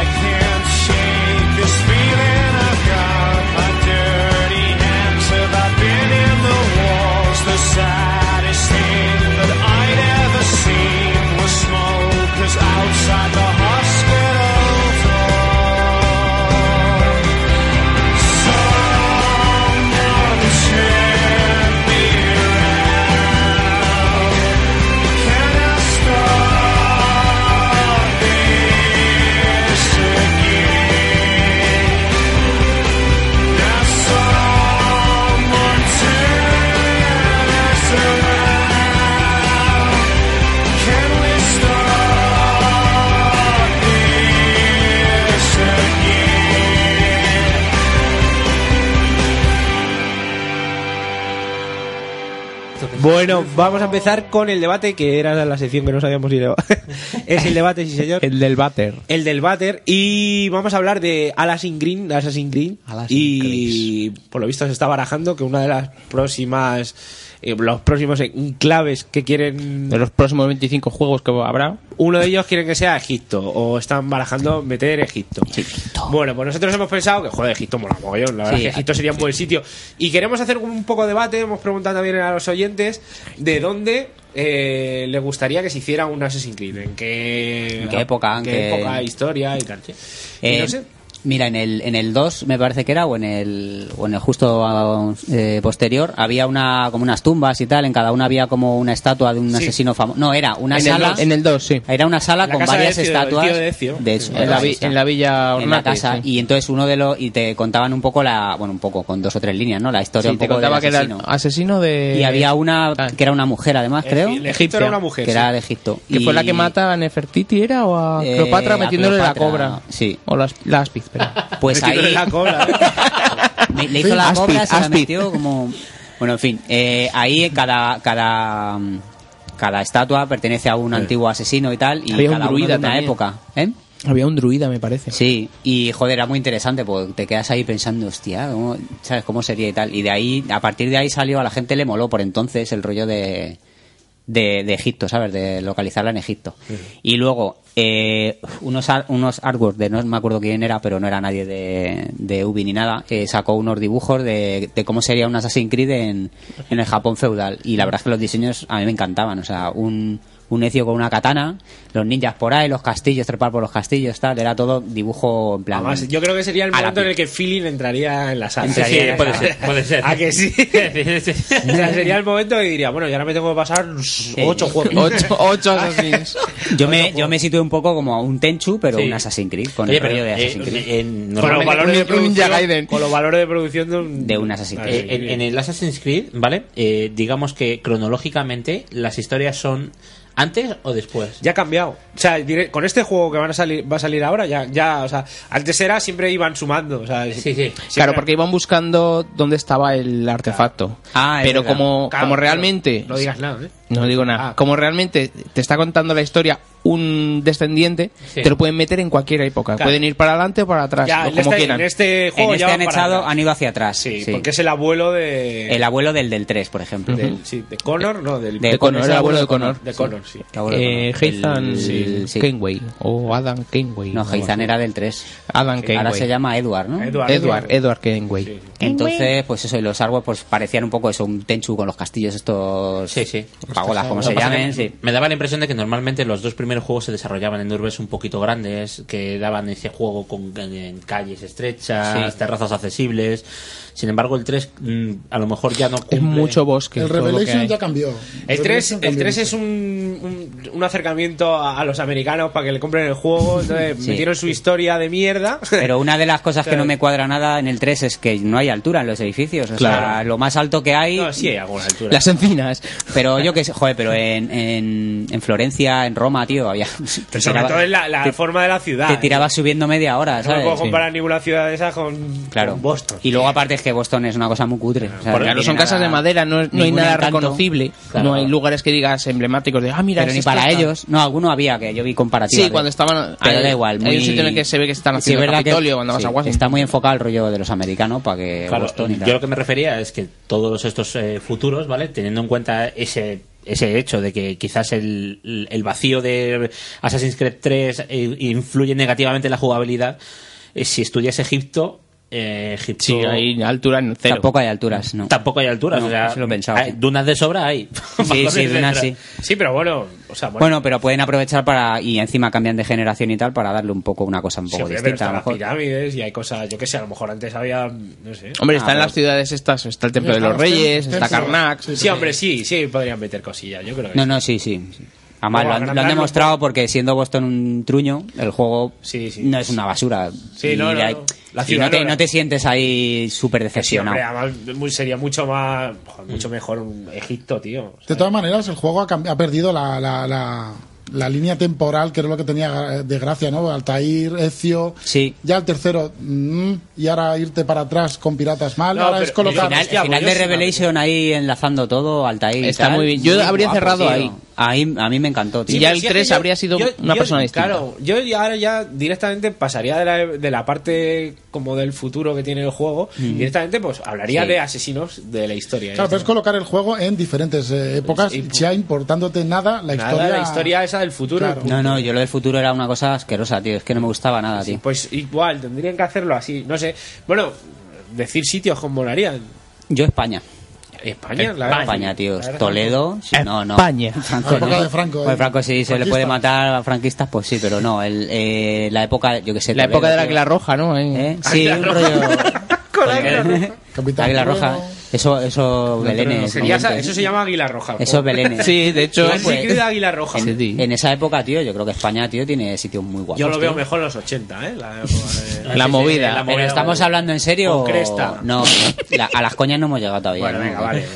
Speaker 15: I can't shake this feeling I've got. My dirty hands have I been in the walls. The saddest thing that I'd ever seen was smokers outside the hospital door. Someone turn me around.
Speaker 5: Bueno, vamos a empezar con el debate, que era la sección que no sabíamos si le- es el debate, sí señor.
Speaker 6: El del váter.
Speaker 5: El del váter. Y vamos a hablar de Alasin Green. Assassin's Green. y por lo visto se está barajando que una de las próximas. eh, los próximos enclaves que quieren.
Speaker 6: De los próximos 25 juegos que habrá.
Speaker 5: Uno de ellos quieren que sea Egipto. O están barajando meter Egipto. Bueno, pues nosotros hemos pensado que, joder, Egipto mola mogollón. La verdad
Speaker 6: Sí,
Speaker 5: es que Egipto sería un buen sitio. Y queremos hacer un poco de debate. Hemos preguntado también a los oyentes de dónde. eh, le gustaría que se hiciera un Assassin's Creed en qué,
Speaker 3: ¿En qué época? ¿En
Speaker 5: qué,
Speaker 3: qué-
Speaker 5: época historia y tal Y
Speaker 3: Eh,
Speaker 5: no sé.
Speaker 3: Mira, en el, en el 2 me parece que era, o en el, o en el justo eh, posterior, había una como unas tumbas y tal, en cada una había como una estatua de un
Speaker 6: Sí.
Speaker 3: asesino famoso. No, era una
Speaker 6: En el
Speaker 3: sala.
Speaker 6: dos- en el 2, sí.
Speaker 3: Era una sala
Speaker 6: La
Speaker 3: con
Speaker 6: casa de
Speaker 3: varias
Speaker 6: Ezio, el
Speaker 3: estatuas.
Speaker 6: tío de Ezio.
Speaker 3: De hecho,
Speaker 6: En la vi- en la villa
Speaker 3: En la
Speaker 6: Ornate,
Speaker 3: casa.
Speaker 6: sí.
Speaker 3: Y entonces uno de los. Y te contaban un poco la. Bueno, un poco, con dos o tres líneas, ¿no? La historia
Speaker 6: Sí,
Speaker 3: un
Speaker 6: te
Speaker 3: poco del
Speaker 6: contaba que era
Speaker 3: asesino.
Speaker 6: el Ah. asesino de.
Speaker 3: Y había una que era una mujer, además,
Speaker 6: Egi-
Speaker 3: creo.
Speaker 6: de Egipto era una mujer,
Speaker 3: Que
Speaker 6: sí.
Speaker 3: era de Egipto.
Speaker 6: Que fue la que
Speaker 3: Y-
Speaker 6: mata a Nefertiti, ¿era? O a
Speaker 3: Eh,
Speaker 6: Cleopatra
Speaker 3: a
Speaker 6: metiéndole
Speaker 3: Cleopatra,
Speaker 6: la cobra.
Speaker 3: Sí.
Speaker 6: O la, la áspiz, pero.
Speaker 3: Pues ahí. Me- le hizo
Speaker 6: Sí,
Speaker 3: la
Speaker 6: Aspid,
Speaker 3: cobra, se la
Speaker 6: Aspid.
Speaker 3: metió como. Bueno, en fin. eh, ahí cada. cada mm, cada estatua pertenece a un antiguo asesino y tal, y
Speaker 6: Había un
Speaker 3: cada uno
Speaker 6: druida
Speaker 3: de una
Speaker 6: también.
Speaker 3: época. ¿eh?
Speaker 6: Había un druida, me parece.
Speaker 3: Sí, y joder, era muy interesante, porque te quedas ahí pensando, hostia, ¿cómo- ¿sabes cómo sería y tal? Y de ahí, a partir de ahí salió, a la gente le moló por entonces el rollo de, de, de Egipto, ¿sabes? De localizarla en Egipto. Y luego, eh, unos, ar- unos artworks de no me acuerdo quién era, pero no era nadie de, de Ubi ni nada, eh, sacó unos dibujos de, de cómo sería un Assassin's Creed en, en el Japón feudal. Y la verdad es que los diseños a mí me encantaban. O sea, un, un necio con una katana, los ninjas por ahí, los castillos, trepar por los castillos, tal. Era todo dibujo en plan.
Speaker 5: Además, yo creo que sería el
Speaker 3: A la
Speaker 5: momento en el que Feeling entraría en la sala.
Speaker 3: Entraría en la
Speaker 5: puede
Speaker 3: sala.
Speaker 5: ser, puede ser. ¿A que sí? O sea, sería el momento que diría, bueno, y ahora me tengo que pasar ocho juegos.
Speaker 3: Ocho-
Speaker 6: ocho Assassins.
Speaker 3: Yo me, yo me situé un poco como un Tenchu, pero
Speaker 5: Sí.
Speaker 3: un Assassin's Creed, con
Speaker 5: Oye,
Speaker 3: el rollo
Speaker 5: pero,
Speaker 3: de
Speaker 5: eh,
Speaker 3: Assassin's Creed.
Speaker 5: con, los valores de producción, con los valores de producción de un,
Speaker 3: De un Assassin's
Speaker 5: Ah,
Speaker 3: Creed.
Speaker 5: sí.
Speaker 1: Eh, en, en el Assassin's Creed, ¿vale? Eh, digamos que cronológicamente las historias son eh, antes o después.
Speaker 5: Ya ha cambiado. O sea, dire- con este juego que van a salir, va a salir ahora, ya, ya, o sea, antes era siempre iban sumando. O sea, sí, sí.
Speaker 6: Claro, porque iban buscando dónde estaba el artefacto.
Speaker 5: Ah, es
Speaker 6: pero
Speaker 5: verdad.
Speaker 6: como,
Speaker 5: Claro,
Speaker 6: como
Speaker 5: pero
Speaker 6: realmente.
Speaker 5: no digas nada, ¿eh?
Speaker 6: No digo nada. Como realmente te está contando la historia un descendiente,
Speaker 3: Sí.
Speaker 6: te lo pueden meter en cualquier época.
Speaker 3: Claro.
Speaker 6: Pueden ir para adelante o para atrás, o como
Speaker 5: este-
Speaker 6: quieran.
Speaker 3: En este han echado, han ido hacia atrás. Sí,
Speaker 5: porque es el abuelo de.
Speaker 3: El abuelo del del 3, por ejemplo.
Speaker 5: del- sí, de Connor, no, del.
Speaker 3: De Connor,
Speaker 5: es
Speaker 3: el abuelo de Connor.
Speaker 5: De Connor, sí.
Speaker 3: El abuelo de
Speaker 6: Eh,
Speaker 3: Connor.
Speaker 6: Heizan
Speaker 3: El- sí.
Speaker 6: Kenway o Adam Kenway.
Speaker 3: No,
Speaker 6: me
Speaker 3: Heizan
Speaker 6: acuerdo.
Speaker 3: era del 3.
Speaker 6: Adam Kenway.
Speaker 3: Ahora se llama Edward, ¿no? Eh,
Speaker 6: Edward, Edward, Kenway.
Speaker 3: Entonces, pues eso, y los árboles pues parecían un poco eso, un Tenchu con los castillos estos... Sí, sí. Pagolas, como
Speaker 1: Lo
Speaker 3: se
Speaker 1: que pasa es
Speaker 3: llamen,
Speaker 1: que
Speaker 3: sí.
Speaker 1: Me daba la impresión de que normalmente los dos primeros juegos se desarrollaban en urbes un poquito grandes, que daban ese juego con en calles estrechas,
Speaker 6: Sí.
Speaker 1: terrazas accesibles. Sin embargo, el 3 mm, a lo mejor ya no cumple.
Speaker 6: mucho bosque,
Speaker 5: El todo lo que Revelation hay. ya
Speaker 4: cambió.
Speaker 5: El 3, el 3 es un, un- un acercamiento a, a los americanos para que le compren el juego. Entonces
Speaker 3: Sí.
Speaker 5: metieron su historia de mierda.
Speaker 3: Pero una de las cosas que no me cuadra nada en el 3 es que no hay altura en los edificios. O sea,
Speaker 6: Claro.
Speaker 3: lo más alto que hay...
Speaker 5: No, sí hay alguna altura.
Speaker 6: Las encinas.
Speaker 3: Pero yo que sé, joder, pero en, en, en Florencia, en Roma, tío, había...
Speaker 5: Sobre
Speaker 3: te tiraba-
Speaker 5: todo en la, la
Speaker 3: te-
Speaker 5: forma de la ciudad. ¿eh?
Speaker 3: te tirabas subiendo media hora,
Speaker 5: No me
Speaker 3: ¿sabes?
Speaker 5: puedo
Speaker 3: Sí.
Speaker 5: comparar ninguna ciudad de esas con,
Speaker 3: Claro.
Speaker 5: con Boston.
Speaker 3: Y luego aparte es que Boston es una cosa muy cutre. O sea, no
Speaker 6: Porque claro,
Speaker 3: tiene
Speaker 6: son casas
Speaker 3: nada-
Speaker 6: de madera, no, no hay
Speaker 3: ningún
Speaker 6: nada
Speaker 3: encanto.
Speaker 6: reconocible.
Speaker 3: Claro.
Speaker 6: No hay lugares que digas emblemáticos de, ah, mira,
Speaker 3: pero
Speaker 6: es
Speaker 3: ni
Speaker 6: esta
Speaker 3: para
Speaker 6: esta".
Speaker 3: ellos. No, alguno había que yo vi comparativa.
Speaker 6: Sí,
Speaker 3: de-
Speaker 6: cuando estaban.
Speaker 3: ¿eh? Pero
Speaker 6: hay-
Speaker 3: da igual.
Speaker 6: Hay
Speaker 3: muy-
Speaker 6: un sitio en el que se ve que están
Speaker 3: Sí,
Speaker 6: haciendo
Speaker 3: es verdad que-
Speaker 6: Capitolio cuando vas
Speaker 3: sí,
Speaker 6: a Washington.
Speaker 3: Está muy enfocado el rollo de los americanos para que
Speaker 1: Claro,
Speaker 3: Boston y tal.
Speaker 1: yo lo que me refería es que todos estos eh, futuros, ¿vale? Teniendo en cuenta ese ese hecho de que quizás el, el vacío de Assassin's Creed 3 eh, influye negativamente en la jugabilidad, eh, si estudias Egipto, eh, Egipto...
Speaker 6: Sí, hay alturas cero.
Speaker 3: Tampoco hay alturas, no.
Speaker 1: Tampoco hay alturas,
Speaker 3: No,
Speaker 1: o sea,
Speaker 3: eso lo he pensado,
Speaker 1: hay-
Speaker 3: sí.
Speaker 1: dunas de sobra hay.
Speaker 3: Sí, sí, dunas sí.
Speaker 5: Sí, pero bueno, o sea,
Speaker 3: Bueno, pero pueden aprovechar para. Y encima cambian de generación y tal para darle un poco una cosa un
Speaker 5: sí,
Speaker 3: poco
Speaker 5: hombre, pero
Speaker 3: distinta.
Speaker 5: están
Speaker 3: A lo
Speaker 5: las
Speaker 3: mejor.
Speaker 5: pirámides y hay cosas, yo qué sé, a lo mejor antes había, no sé.
Speaker 3: Ah,
Speaker 5: Ah,
Speaker 6: Hombre, están las ciudades estas, está el Templo de los Reyes, está Karnak.
Speaker 5: Sí, hombre, sí, sí, podrían meter cosillas, yo creo que
Speaker 3: No,
Speaker 5: sí.
Speaker 3: no, sí, sí. Además,
Speaker 5: Luego,
Speaker 3: lo han, lo han
Speaker 5: agrandarlo un
Speaker 3: demostrado porque siendo Boston un truño, el juego no es una basura.
Speaker 5: Sí,
Speaker 3: Y
Speaker 5: no, no,
Speaker 3: hay-
Speaker 5: no. La
Speaker 3: y
Speaker 5: ciudad
Speaker 3: no, te,
Speaker 5: no-
Speaker 3: no te sientes ahí súper
Speaker 5: Sí,
Speaker 3: decepcionado.
Speaker 5: hombre, además, muy- sería mucho más, joder, mucho mejor un Egipto, tío.
Speaker 4: De todas maneras, el juego ha, cambi- ha perdido la, la- la- la línea temporal, que era lo que tenía de gracia, ¿no? Altair, Ezio.
Speaker 3: Sí.
Speaker 4: Ya el tercero, mm, y ahora irte para atrás con Piratas Mal. ahora es colocar.
Speaker 3: El final, el final de Revelation ahí enlazando todo, Altair. y
Speaker 6: Está
Speaker 3: tal.
Speaker 6: muy bien. Yo habría cerrado ahí.
Speaker 3: ¿no? Ahí a mí me encantó, tío.
Speaker 6: Y ya el 3 habría sido
Speaker 5: Yo-
Speaker 6: una
Speaker 5: yo-
Speaker 6: persona distinta.
Speaker 5: Claro, yo ya- ahora ya directamente pasaría de la, de la parte como del futuro que tiene el juego,
Speaker 4: Mm.
Speaker 5: directamente pues hablaría
Speaker 4: Sí.
Speaker 5: de asesinos de la historia.
Speaker 4: Claro, pero es colocar el juego en diferentes eh, épocas, ya importándote nada la
Speaker 5: Nada,
Speaker 4: historia.
Speaker 5: la historia esa del futuro. y punto.
Speaker 3: No, no, yo lo del futuro era una cosa asquerosa, tío. Es que no me gustaba nada, tío.
Speaker 5: Pues igual, tendrían que hacerlo así, no sé. Bueno, decir sitios como molarían.
Speaker 3: Yo España.
Speaker 5: España, la verdad.
Speaker 3: Eh, España, tío.
Speaker 5: La verdad.
Speaker 3: Toledo, sí, no, no.
Speaker 5: España.
Speaker 3: Franco,
Speaker 5: La época
Speaker 3: no.
Speaker 5: de Franco,
Speaker 3: Pues
Speaker 5: eh.
Speaker 3: Franco sí, se le puede
Speaker 5: Franquistas.
Speaker 3: matar a franquistas, pues sí, pero no. El, eh, la época, yo que sé.
Speaker 6: La
Speaker 3: Toledo,
Speaker 6: época de la
Speaker 3: tío.
Speaker 6: Águila Roja, ¿no?
Speaker 3: ¿Eh? Sí, un rollo. La Águila Roja. Eso, eso, Belénes.
Speaker 5: Sería esa-
Speaker 3: momentos.
Speaker 5: eso se llama Águila Roja.
Speaker 3: Eso es Belénes.
Speaker 5: La Secret de Águila Roja.
Speaker 3: En, en esa época, tío, yo creo que España, tío, tiene sitios muy guapos.
Speaker 5: Yo lo
Speaker 3: tío.
Speaker 5: veo mejor los 80, ¿eh? La, época de-
Speaker 3: Sí, sí,
Speaker 5: la
Speaker 3: ¿Pero estamos hablando en serio?
Speaker 5: Con
Speaker 3: o-
Speaker 5: cresta.
Speaker 3: No, la- a las coñas no hemos llegado todavía.
Speaker 5: Bueno,
Speaker 3: ¿no?
Speaker 5: venga, vale.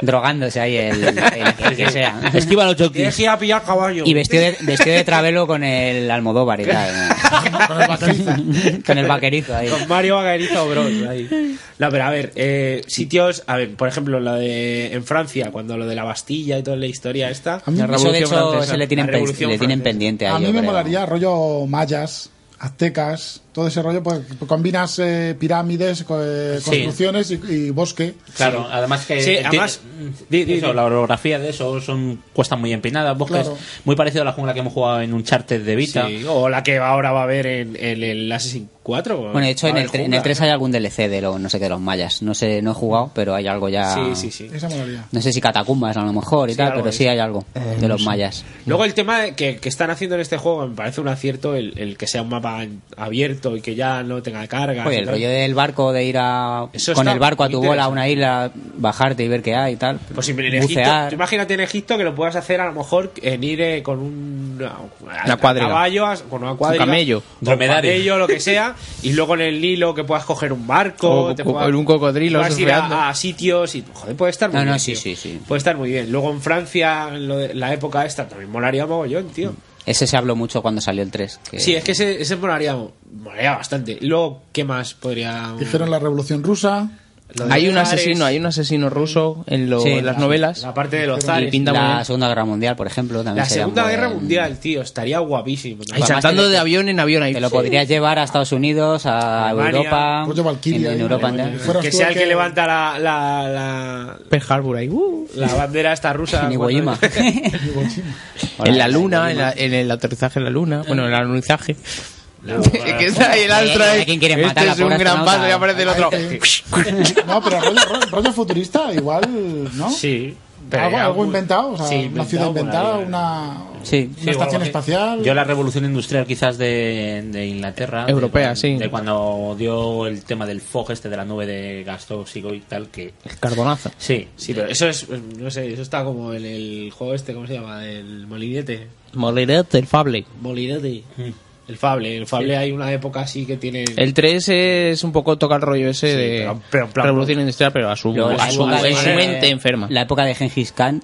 Speaker 3: Drogándose ahí el, el- el que sea.
Speaker 5: Esquiva los jockeys. Tienes que ir a pillar caballo.
Speaker 3: Y vestido de, vestido de trabelo con el almodóvar y tal. ¿no? con el vaquerizo ahí.
Speaker 5: Con Mario Vaquerizo Bros. Ahí. No, pero a ver, eh, sitios. A ver, por ejemplo, la de. En Francia, cuando lo de la Bastilla y toda la historia esta.
Speaker 4: mí- La
Speaker 3: Eso, de
Speaker 4: Revolución
Speaker 3: hecho,
Speaker 4: Francesa.
Speaker 3: se le tienen,
Speaker 4: La
Speaker 3: pen-
Speaker 4: Revolución
Speaker 3: le tienen
Speaker 4: Francesa.
Speaker 3: pendiente ahí.
Speaker 4: A mí
Speaker 3: yo
Speaker 4: me
Speaker 3: creo.
Speaker 4: molaría rollo mayas, aztecas, todo ese rollo, pues combinas eh, pirámides, co- eh,
Speaker 1: Sí.
Speaker 4: construcciones y, y bosque.
Speaker 1: Claro, además que
Speaker 5: Sí,
Speaker 1: eh,
Speaker 5: además-
Speaker 1: ti- eso, la orografía de eso son cuestas muy empinadas, bosques
Speaker 5: Claro.
Speaker 1: muy parecido a la jungla que hemos jugado en un charter de Vita.
Speaker 5: Sí, o la que ahora va a haber en, en el Assassin's 4.
Speaker 3: Bueno, de hecho,
Speaker 5: Va a
Speaker 3: en el,
Speaker 5: haber
Speaker 3: tre- en
Speaker 5: jungla.
Speaker 3: el 3 hay algún DLC de los, no sé qué, de los mayas. No sé, no he jugado, pero hay algo ya.
Speaker 5: Sí, sí, sí. Esa molaría.
Speaker 3: No sé si catacumbas a lo mejor y
Speaker 5: Sí,
Speaker 3: tal,
Speaker 5: algo de
Speaker 3: pero sí
Speaker 5: eso.
Speaker 3: hay algo
Speaker 5: Eh,
Speaker 3: de los mayas.
Speaker 5: Luego el tema de que, que están haciendo en este juego me parece un acierto el, el que sea un mapa en- abierto y que ya no tenga carga.
Speaker 3: Oye, el rollo del barco, de ir a,
Speaker 5: Eso
Speaker 3: con
Speaker 5: está
Speaker 3: el barco a
Speaker 5: muy
Speaker 3: tu bola a
Speaker 5: interesante.
Speaker 3: una isla, bajarte y ver qué hay y tal.
Speaker 5: Pues si en Egipto,
Speaker 3: bucear.
Speaker 5: tú imagínate en Egipto que lo puedas hacer a lo mejor en ir eh, con un a-
Speaker 6: Una cuadriga.
Speaker 5: caballo, a- con una cuadriga,
Speaker 6: Un camello.
Speaker 5: con un
Speaker 6: Dromedario.
Speaker 5: camello, lo que sea, y luego en el Nilo que puedas coger un barco,
Speaker 6: O
Speaker 5: te
Speaker 6: co-
Speaker 5: puedas-
Speaker 6: un cocodrilo
Speaker 5: puedas ir
Speaker 6: surfeando.
Speaker 5: a, a sitios y joder, puede estar muy
Speaker 3: No, no,
Speaker 5: bien.
Speaker 3: sí,
Speaker 5: tío.
Speaker 3: sí, sí.
Speaker 5: Puede estar muy bien. Luego en Francia, en lo de- la época esta también molaría mogollón,
Speaker 6: Mm,
Speaker 5: tío.
Speaker 3: Ese se habló mucho cuando salió el 3. que-
Speaker 5: Sí, es que ese, ese molaría, molaría bastante. Luego, ¿qué más podría...?
Speaker 4: Dijeron la Revolución Rusa.
Speaker 5: Lo de
Speaker 6: Hay un
Speaker 5: Zares.
Speaker 6: asesino, hay un asesino ruso en, lo-
Speaker 3: Sí,
Speaker 6: en las
Speaker 3: la-
Speaker 6: novelas.
Speaker 5: la parte de los
Speaker 6: Y
Speaker 5: zares.
Speaker 6: pinta muy
Speaker 3: la
Speaker 6: bien.
Speaker 3: Segunda Guerra Mundial, por ejemplo, también
Speaker 5: La
Speaker 3: sería
Speaker 5: Segunda
Speaker 3: muy
Speaker 5: Guerra
Speaker 3: buen-
Speaker 5: Mundial, tío, estaría guapísimo.
Speaker 3: Además,
Speaker 6: saltando
Speaker 3: te-
Speaker 6: de avión en avión ahí.
Speaker 3: Te lo podrías llevar a Estados Unidos, a
Speaker 5: Alemania,
Speaker 3: Europa,
Speaker 5: rollo
Speaker 3: en, en Europa. en-
Speaker 5: que sea el que, levanta la, la, la,
Speaker 6: Pearl Harbor ahí. uh.
Speaker 5: la bandera esta rusa.
Speaker 3: En Iwo Jima.
Speaker 6: en la luna, en, la- en el aterrizaje en la luna. Bueno, en el alunizaje. que está ahí el
Speaker 3: Oye,
Speaker 6: astro ahí.
Speaker 3: ¿a quién quieres
Speaker 6: Este
Speaker 3: matar, la
Speaker 6: es un
Speaker 3: pobre
Speaker 6: gran
Speaker 3: astronauta?
Speaker 6: paso y aparece el otro.
Speaker 4: No, pero rollo, rollo- rollo futurista, igual, ¿no?
Speaker 5: Sí.
Speaker 4: algo,
Speaker 1: ya,
Speaker 4: algo
Speaker 1: un-
Speaker 4: inventado, o sea,
Speaker 1: sí,
Speaker 4: una
Speaker 1: inventado
Speaker 4: ciudad
Speaker 1: por
Speaker 4: inventada,
Speaker 1: ahí,
Speaker 4: Ah, una,
Speaker 3: Sí.
Speaker 4: una estación espacial.
Speaker 1: Yo la revolución industrial quizás de, de Inglaterra. de
Speaker 6: Europea,
Speaker 1: cuando-
Speaker 6: sí.
Speaker 1: De cuando dio el tema del fog este de la nube de gas tóxico y tal que...
Speaker 6: Carbonazo.
Speaker 1: Sí,
Speaker 5: Sí, pero eso es, no sé, eso está como en el juego este, ¿cómo se llama? El molinete.
Speaker 6: Molinete, el Fable.
Speaker 5: Molinete. El Fable. En el Fable hay una época así que tiene...
Speaker 6: El 3 es un poco toca el rollo ese de
Speaker 3: pues,
Speaker 6: revolución industrial, pero a su,
Speaker 3: Luego la
Speaker 6: a su,
Speaker 3: época
Speaker 6: en su
Speaker 3: de-
Speaker 6: mente Pues enferma.
Speaker 3: Pues La época de Gengis Khan.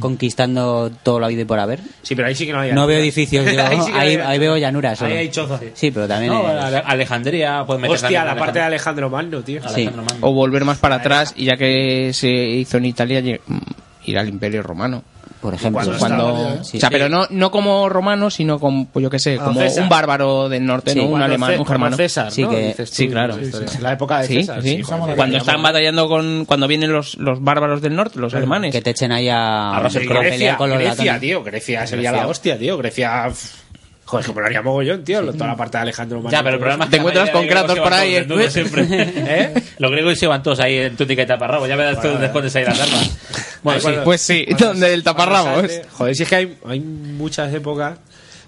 Speaker 3: Conquistando todo lo habido y por haber.
Speaker 5: Sí, pero ahí sí que no hay...
Speaker 3: No veo edificios, yo-
Speaker 5: Ahí sí que
Speaker 3: ahí,
Speaker 5: no hay-
Speaker 3: ahí veo llanuras.
Speaker 5: Ahí
Speaker 3: solo.
Speaker 5: hay chozas.
Speaker 3: Sí, pero también.
Speaker 1: No,
Speaker 3: es-
Speaker 1: Ale- Alejandría, puedes meter
Speaker 5: Hostia,
Speaker 1: también
Speaker 5: la parte de Alejandro Magno, tío.
Speaker 6: Sí. O volver más para atrás, y ya que se hizo en Italia, lle- mm, ir al Imperio Romano.
Speaker 3: Por ejemplo,
Speaker 6: cuando,
Speaker 3: cuando-
Speaker 6: o sea, pero no, no como romano, sino como, pues yo qué sé,
Speaker 5: ¿eh? Ah,
Speaker 6: como
Speaker 5: César.
Speaker 6: un bárbaro del norte,
Speaker 5: Sí.
Speaker 6: ¿no? un
Speaker 5: Cuando Ce-
Speaker 6: alemán, un
Speaker 5: cuando
Speaker 6: germano.
Speaker 5: César,
Speaker 6: sí,
Speaker 5: ¿no?
Speaker 6: que-
Speaker 5: Dices tú,
Speaker 6: sí, claro.
Speaker 5: sí, sí. La época de
Speaker 6: Sí,
Speaker 5: César,
Speaker 6: sí.
Speaker 5: sí, joder.
Speaker 6: Cuando están batallando con, cuando vienen los, los bárbaros del norte, los alemanes.
Speaker 3: que te echen ahí a,
Speaker 5: Russell
Speaker 3: a
Speaker 5: Crowe.
Speaker 3: pelear
Speaker 5: Grecia,
Speaker 3: con los
Speaker 5: Grecia,
Speaker 3: latones.
Speaker 5: tío. Grecia sería
Speaker 3: Grecia.
Speaker 5: la hostia, tío. Grecia... pff, Joder, que molaría mogollón, tío. Toda la parte de Alejandro Magno. pues,
Speaker 1: Ya, pero el problema es que
Speaker 6: Te encuentras
Speaker 1: la
Speaker 6: con
Speaker 1: mayoría de
Speaker 6: Kratos
Speaker 1: griegos
Speaker 6: por ahí,
Speaker 1: iban
Speaker 5: ¿eh?
Speaker 1: todos desnudos siempre. ¿Eh? Los griegos se van todos ahí en túnica y taparrabo. Ya verás tú dónde escondes ahí las armas. Bueno, sí.
Speaker 6: Pues sí, donde el taparrabos.
Speaker 5: Sale- Joder, si es que hay, hay muchas épocas.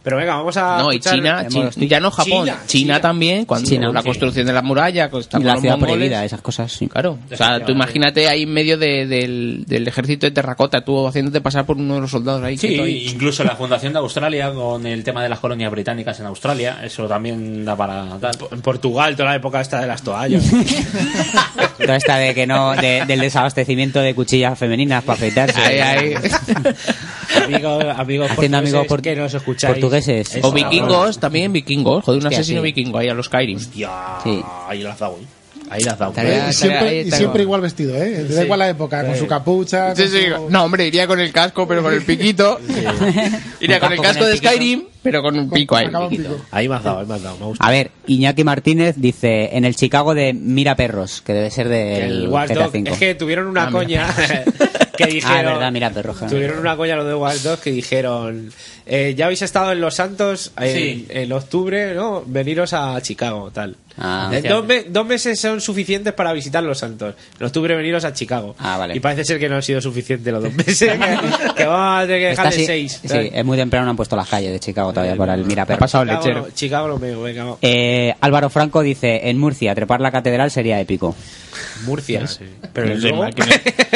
Speaker 5: Pero venga, vamos a.
Speaker 6: No, y
Speaker 5: escuchar-
Speaker 6: China, China- ya no Japón, China, también, cuando
Speaker 3: China,
Speaker 6: la
Speaker 3: sí.
Speaker 6: construcción de las murallas, con,
Speaker 3: Y
Speaker 6: con
Speaker 3: la
Speaker 6: los
Speaker 3: ciudad
Speaker 6: mongoles.
Speaker 3: prohibida, esas cosas, sí.
Speaker 6: Claro, o sea, tú imagínate ahí en medio de- del, del ejército de terracota, tú haciéndote pasar por uno de los soldados ahí.
Speaker 1: Sí,
Speaker 6: quieto ahí.
Speaker 1: incluso la fundación de Australia con el tema de las colonias británicas en Australia, eso también da para tal.
Speaker 5: En Portugal, toda la época esta de las toallas.
Speaker 3: Toda esta de que no, de- del desabastecimiento de cuchillas femeninas para afeitarse.
Speaker 6: Ahí, ahí.
Speaker 5: amigos, amigos
Speaker 3: Haciendo amigos
Speaker 5: portugueses
Speaker 3: por-
Speaker 5: que nos escucháis.
Speaker 3: portugueses.
Speaker 5: Eso.
Speaker 6: O vikingos, también vikingos. Joder, un
Speaker 5: Hostia,
Speaker 6: asesino
Speaker 5: sí.
Speaker 6: vikingo ahí a los Skyrim.
Speaker 3: Sí.
Speaker 16: Ahí la has dado, ¿eh? Ahí la has dado.
Speaker 4: y siempre, y siempre igual vestido, ¿eh? Da
Speaker 6: Sí.
Speaker 4: igual la época, con
Speaker 6: Sí.
Speaker 4: su capucha.
Speaker 6: Sí,
Speaker 4: con
Speaker 6: sí.
Speaker 4: su-
Speaker 6: No, hombre, iría con el casco, pero con el piquito. Iría con el casco de Skyrim, pero con un pico ahí.
Speaker 16: Ahí me has dado, ahí me has dado. Me gusta.
Speaker 3: A ver, Iñaki Martínez dice en el Chicago de Mira Perros, que debe ser del
Speaker 5: El Watch
Speaker 3: GTA
Speaker 5: Dogs.
Speaker 3: V.
Speaker 5: Es que tuvieron una
Speaker 3: Ah,
Speaker 5: coña que dijeron.
Speaker 3: Ah, verdad, mira, perro.
Speaker 5: Tuvieron una coña los de Watch Dogs que dijeron: eh, Ya habéis estado en Los Santos en,
Speaker 1: Sí.
Speaker 5: en octubre, ¿no? Veniros a Chicago, tal.
Speaker 3: Ah.
Speaker 5: Eh, dos, me- dos meses son suficientes para visitar Los Santos. En octubre veniros a Chicago.
Speaker 3: Ah,
Speaker 5: Y parece ser que no han sido suficientes los dos meses. que, que vamos a tener que dejar
Speaker 3: Está
Speaker 5: de
Speaker 3: así-
Speaker 5: seis.
Speaker 3: sí, es muy temprano, no han puesto las calles de Chicago todavía para el Mira Perros.
Speaker 5: Chicago no- Chicago lo veo, venga, vamos.
Speaker 3: Eh, Álvaro Franco dice, en Murcia, trepar la catedral sería épico.
Speaker 5: Murcia.
Speaker 6: Pero
Speaker 3: el luego-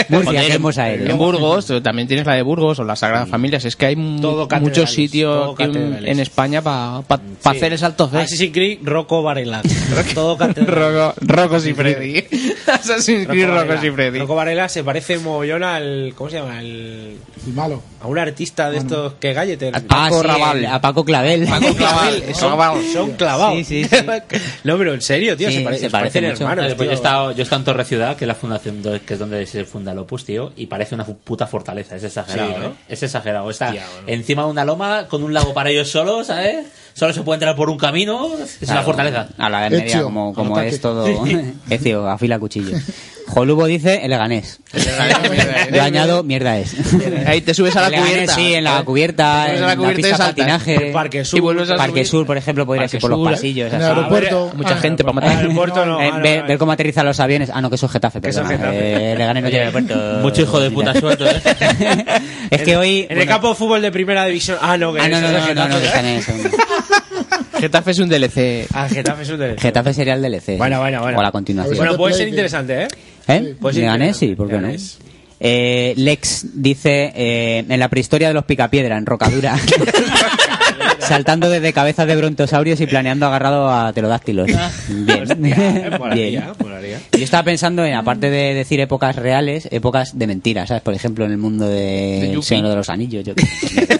Speaker 3: Murcia, que hemos a él.
Speaker 6: En Burgos, tú también tienes la de Burgos o la Sagrada Familia. Es que hay mu-
Speaker 5: catedrales,
Speaker 6: muchos sitios
Speaker 5: todo
Speaker 6: que en-
Speaker 5: catedrales. Ah,
Speaker 6: en España para hacer el salto C.
Speaker 5: Assassin's Creed, Rocco Varela. Todo
Speaker 6: Rocco, Rocco y Freddy. Assassin's Creed, Rocco y Freddy.
Speaker 5: Rocco Varela se parece mogollón al. ¿Cómo se llama? Al.
Speaker 4: malo.
Speaker 5: A un artista de estos que galleter.
Speaker 3: Ah, sí, el- a Paco Clavel.
Speaker 5: Son, son clavados.
Speaker 3: Sí, sí,
Speaker 5: no, pero en serio, tío,
Speaker 3: Sí,
Speaker 5: se, pare-
Speaker 3: se
Speaker 5: se parecen
Speaker 3: parece mucho.
Speaker 5: hermanos.
Speaker 3: Vale,
Speaker 5: tío.
Speaker 1: Pues yo, he estado, yo he estado en Torre Ciudad, que es la fundación do- que es donde se funda el Opus, tío, y parece una fu- puta fortaleza, es exagerado,
Speaker 5: Sí, ¿no?
Speaker 1: ¿eh? Es exagerado. Está encima de una loma con un lago para ellos solos, ¿sabes? Solo se puede entrar por un camino, es una
Speaker 3: Claro,
Speaker 1: fortaleza.
Speaker 3: A la Edad Media,
Speaker 1: Ezio,
Speaker 3: como, como
Speaker 1: ataque.
Speaker 3: es todo. eh,
Speaker 1: Ah,
Speaker 3: Ezio, afila cuchillo. Jolubo dice el Leganés. Yo añado mierda es.
Speaker 6: Ahí te subes a la
Speaker 3: El Leganés,
Speaker 6: cubierta.
Speaker 3: Sí, en la
Speaker 6: Te
Speaker 3: cubierta,
Speaker 6: subes
Speaker 3: en
Speaker 6: a
Speaker 3: la,
Speaker 6: la cubierta y
Speaker 3: pista de
Speaker 6: saltas.
Speaker 3: patinaje.
Speaker 6: Parque Sur. Y vuelves a
Speaker 3: Parque
Speaker 6: subir.
Speaker 3: Sur, por ejemplo, podrías
Speaker 6: Parque
Speaker 3: ir por los
Speaker 6: Sur,
Speaker 3: pasillos.
Speaker 6: en el
Speaker 3: así.
Speaker 6: aeropuerto.
Speaker 3: Mucha
Speaker 6: Ah,
Speaker 3: gente para matar.
Speaker 6: en el aeropuerto no,
Speaker 3: Eh,
Speaker 6: ah, no,
Speaker 3: ver,
Speaker 6: no.
Speaker 3: ver cómo aterrizan los aviones. Ah, no, que eso es Getafe.
Speaker 6: eso es
Speaker 3: perdona.
Speaker 6: Getafe.
Speaker 3: Eh, Leganés no tiene aeropuerto.
Speaker 1: Mucho hijo de puta suelto, ¿eh?
Speaker 3: Es que hoy.
Speaker 5: En el campo de fútbol de primera división. Ah, no, que
Speaker 3: Ah, no,
Speaker 5: eso
Speaker 3: no,
Speaker 5: es Getafe.
Speaker 3: no, no, no, que están en el segundo.
Speaker 6: Getafe es un DLC.
Speaker 5: Ah, Getafe es un DLC.
Speaker 3: Getafe sería el DLC.
Speaker 5: Bueno, bueno, bueno.
Speaker 3: E O la continuación.
Speaker 5: Bueno, puede ser interesante, ¿eh?
Speaker 3: ¿Eh?
Speaker 5: Pues sí,
Speaker 3: Leganés, sí, ¿por qué no? Eh, Lex dice eh, en la prehistoria de los picapiedra, en rocadura, saltando desde cabezas de brontosaurios y planeando agarrado a pterodáctilos. Bien.
Speaker 5: Hostia, molaría,
Speaker 3: Bien.
Speaker 5: molaría.
Speaker 3: Yo estaba pensando en, aparte de decir épocas reales, épocas de mentiras, ¿sabes? Por ejemplo, en el mundo de,
Speaker 6: Yuppie.
Speaker 3: El Señor de los Anillos, yo qué sé.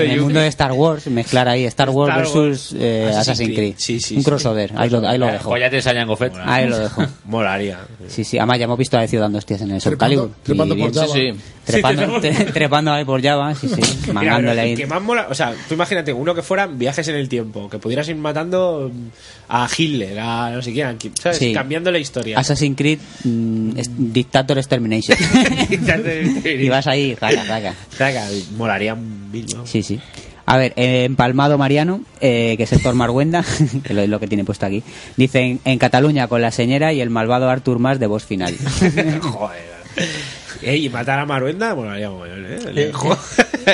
Speaker 3: en el mundo de Star Wars, mezclar ahí Star Wars
Speaker 1: Star
Speaker 3: versus
Speaker 1: Wars.
Speaker 3: eh,
Speaker 1: Assassin's
Speaker 3: Assassin's Creed.
Speaker 1: Creed. Sí, sí,
Speaker 3: Un
Speaker 1: sí.
Speaker 3: crossover, ahí lo, ahí lo dejo.
Speaker 1: Pues ya te ensañan Gofet.
Speaker 3: Ahí lo dejo.
Speaker 5: Molaría.
Speaker 3: Sí, sí, además ya hemos visto a Ezio dando hostias en el Soul Calibur.
Speaker 5: trepando
Speaker 3: Y
Speaker 5: por
Speaker 3: bien.
Speaker 5: Java. Sí, sí.
Speaker 3: Trepando,
Speaker 5: Sí, trepando-
Speaker 3: trepando ahí por Java, sí, sí.
Speaker 5: Mira,
Speaker 3: Mangándole
Speaker 5: pero el
Speaker 3: ahí.
Speaker 5: que más mola, o sea, tú imagínate uno que fueran viajes en el tiempo, que pudieras ir matando a Hitler, a no sé quién, a quién, ¿sabes?
Speaker 3: Sí.
Speaker 5: Cambiando la historia.
Speaker 3: Assassin's Creed mm, es- Dictator Extermination. y vas ahí, raca, raca.
Speaker 5: Raca, molaría mil, ¿no?
Speaker 3: Sí, sí. A ver, eh, empalmado Mariano, eh, que es Héctor Marguenda, que lo- es lo que tiene puesto aquí. Dice, en, en Cataluña con la señora y el malvado Artur Mas de voz final.
Speaker 5: Joder. Ey, y matar a Maruenda molaría mogollón, ¿eh?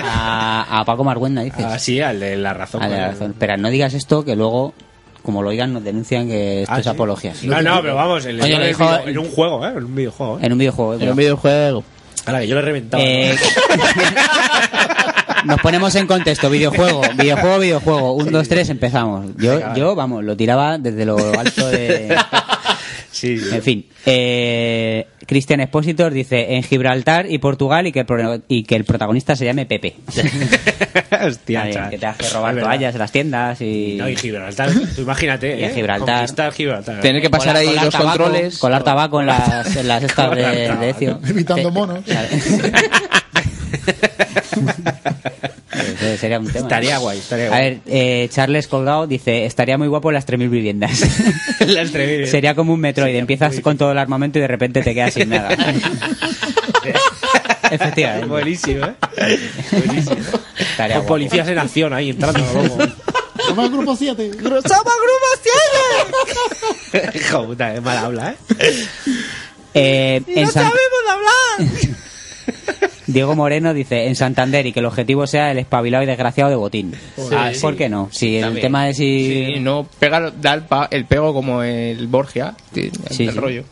Speaker 3: A, a Paco Marguenda, dices.
Speaker 5: Ah, sí, al de la razón.
Speaker 3: A la
Speaker 5: ¿no?
Speaker 3: razón. Pero no digas esto, que luego, como lo oigan, nos denuncian que esto
Speaker 5: Ah,
Speaker 3: es
Speaker 5: ¿sí?
Speaker 3: apología. sí.
Speaker 5: No, no, pero vamos, en, el-
Speaker 3: Coño,
Speaker 5: en
Speaker 3: le
Speaker 5: el
Speaker 3: dijo-
Speaker 5: video- en un juego, ¿eh? En un videojuego. ¿eh?
Speaker 3: En un videojuego.
Speaker 5: En un
Speaker 6: videojuego.
Speaker 5: Ahora que yo lo he reventado.
Speaker 3: Eh, Nos ponemos en contexto, videojuego, videojuego, videojuego. Un, dos, tres, empezamos. Yo,
Speaker 5: Venga, vale.
Speaker 3: yo vamos, lo tiraba desde lo alto de...
Speaker 5: Sí, sí.
Speaker 3: En fin, eh, Cristian Expósitor dice en Gibraltar y Portugal y que el, pro- y que el protagonista se llame Pepe.
Speaker 5: Hostia,
Speaker 3: Está bien,
Speaker 5: chaval.
Speaker 3: que te hace
Speaker 5: Es
Speaker 3: robar
Speaker 5: verdad.
Speaker 3: toallas en las tiendas y...
Speaker 5: No, y Gibraltar, tú imagínate,
Speaker 3: Y a
Speaker 5: ¿eh?
Speaker 3: Gibraltar.
Speaker 5: Conquistar Gibraltar.
Speaker 6: Tener que pasar
Speaker 3: Colar-
Speaker 6: ahí
Speaker 3: colar
Speaker 6: los
Speaker 3: tabaco,
Speaker 6: controles.
Speaker 3: Colar tabaco en las, en las estas de, de Ezio.
Speaker 4: Imitando monos.
Speaker 3: Eso sería un tema.
Speaker 5: Estaría
Speaker 3: ¿no?
Speaker 5: guay, estaría
Speaker 3: A
Speaker 5: guay.
Speaker 3: ver, eh, Charles Colgado dice, estaría muy guapo las 3.000 viviendas.
Speaker 5: La entrevista.
Speaker 3: Sería como un Metroid, empiezas con todo el armamento y de repente te quedas sin nada. Efectivamente.
Speaker 5: Buenísimo, ¿eh? Buenísimo.
Speaker 3: Estaría
Speaker 5: Con
Speaker 3: guapo.
Speaker 5: policías en acción ahí entrando. Loco.
Speaker 4: Somos grupo 7.
Speaker 5: Hijo puta, es mal habla, ¿eh?
Speaker 3: Eh, en San-
Speaker 5: hablar!
Speaker 3: Diego Moreno dice, en Santander y que el objetivo sea el espabilado y desgraciado de Botín. Ah, ¿Por qué no? Si el
Speaker 6: También.
Speaker 3: tema es si...
Speaker 6: Sí, no pegar, dar el, pa- el pego como el Borgia. que-
Speaker 3: Sí,
Speaker 6: el
Speaker 3: sí.
Speaker 6: rollo.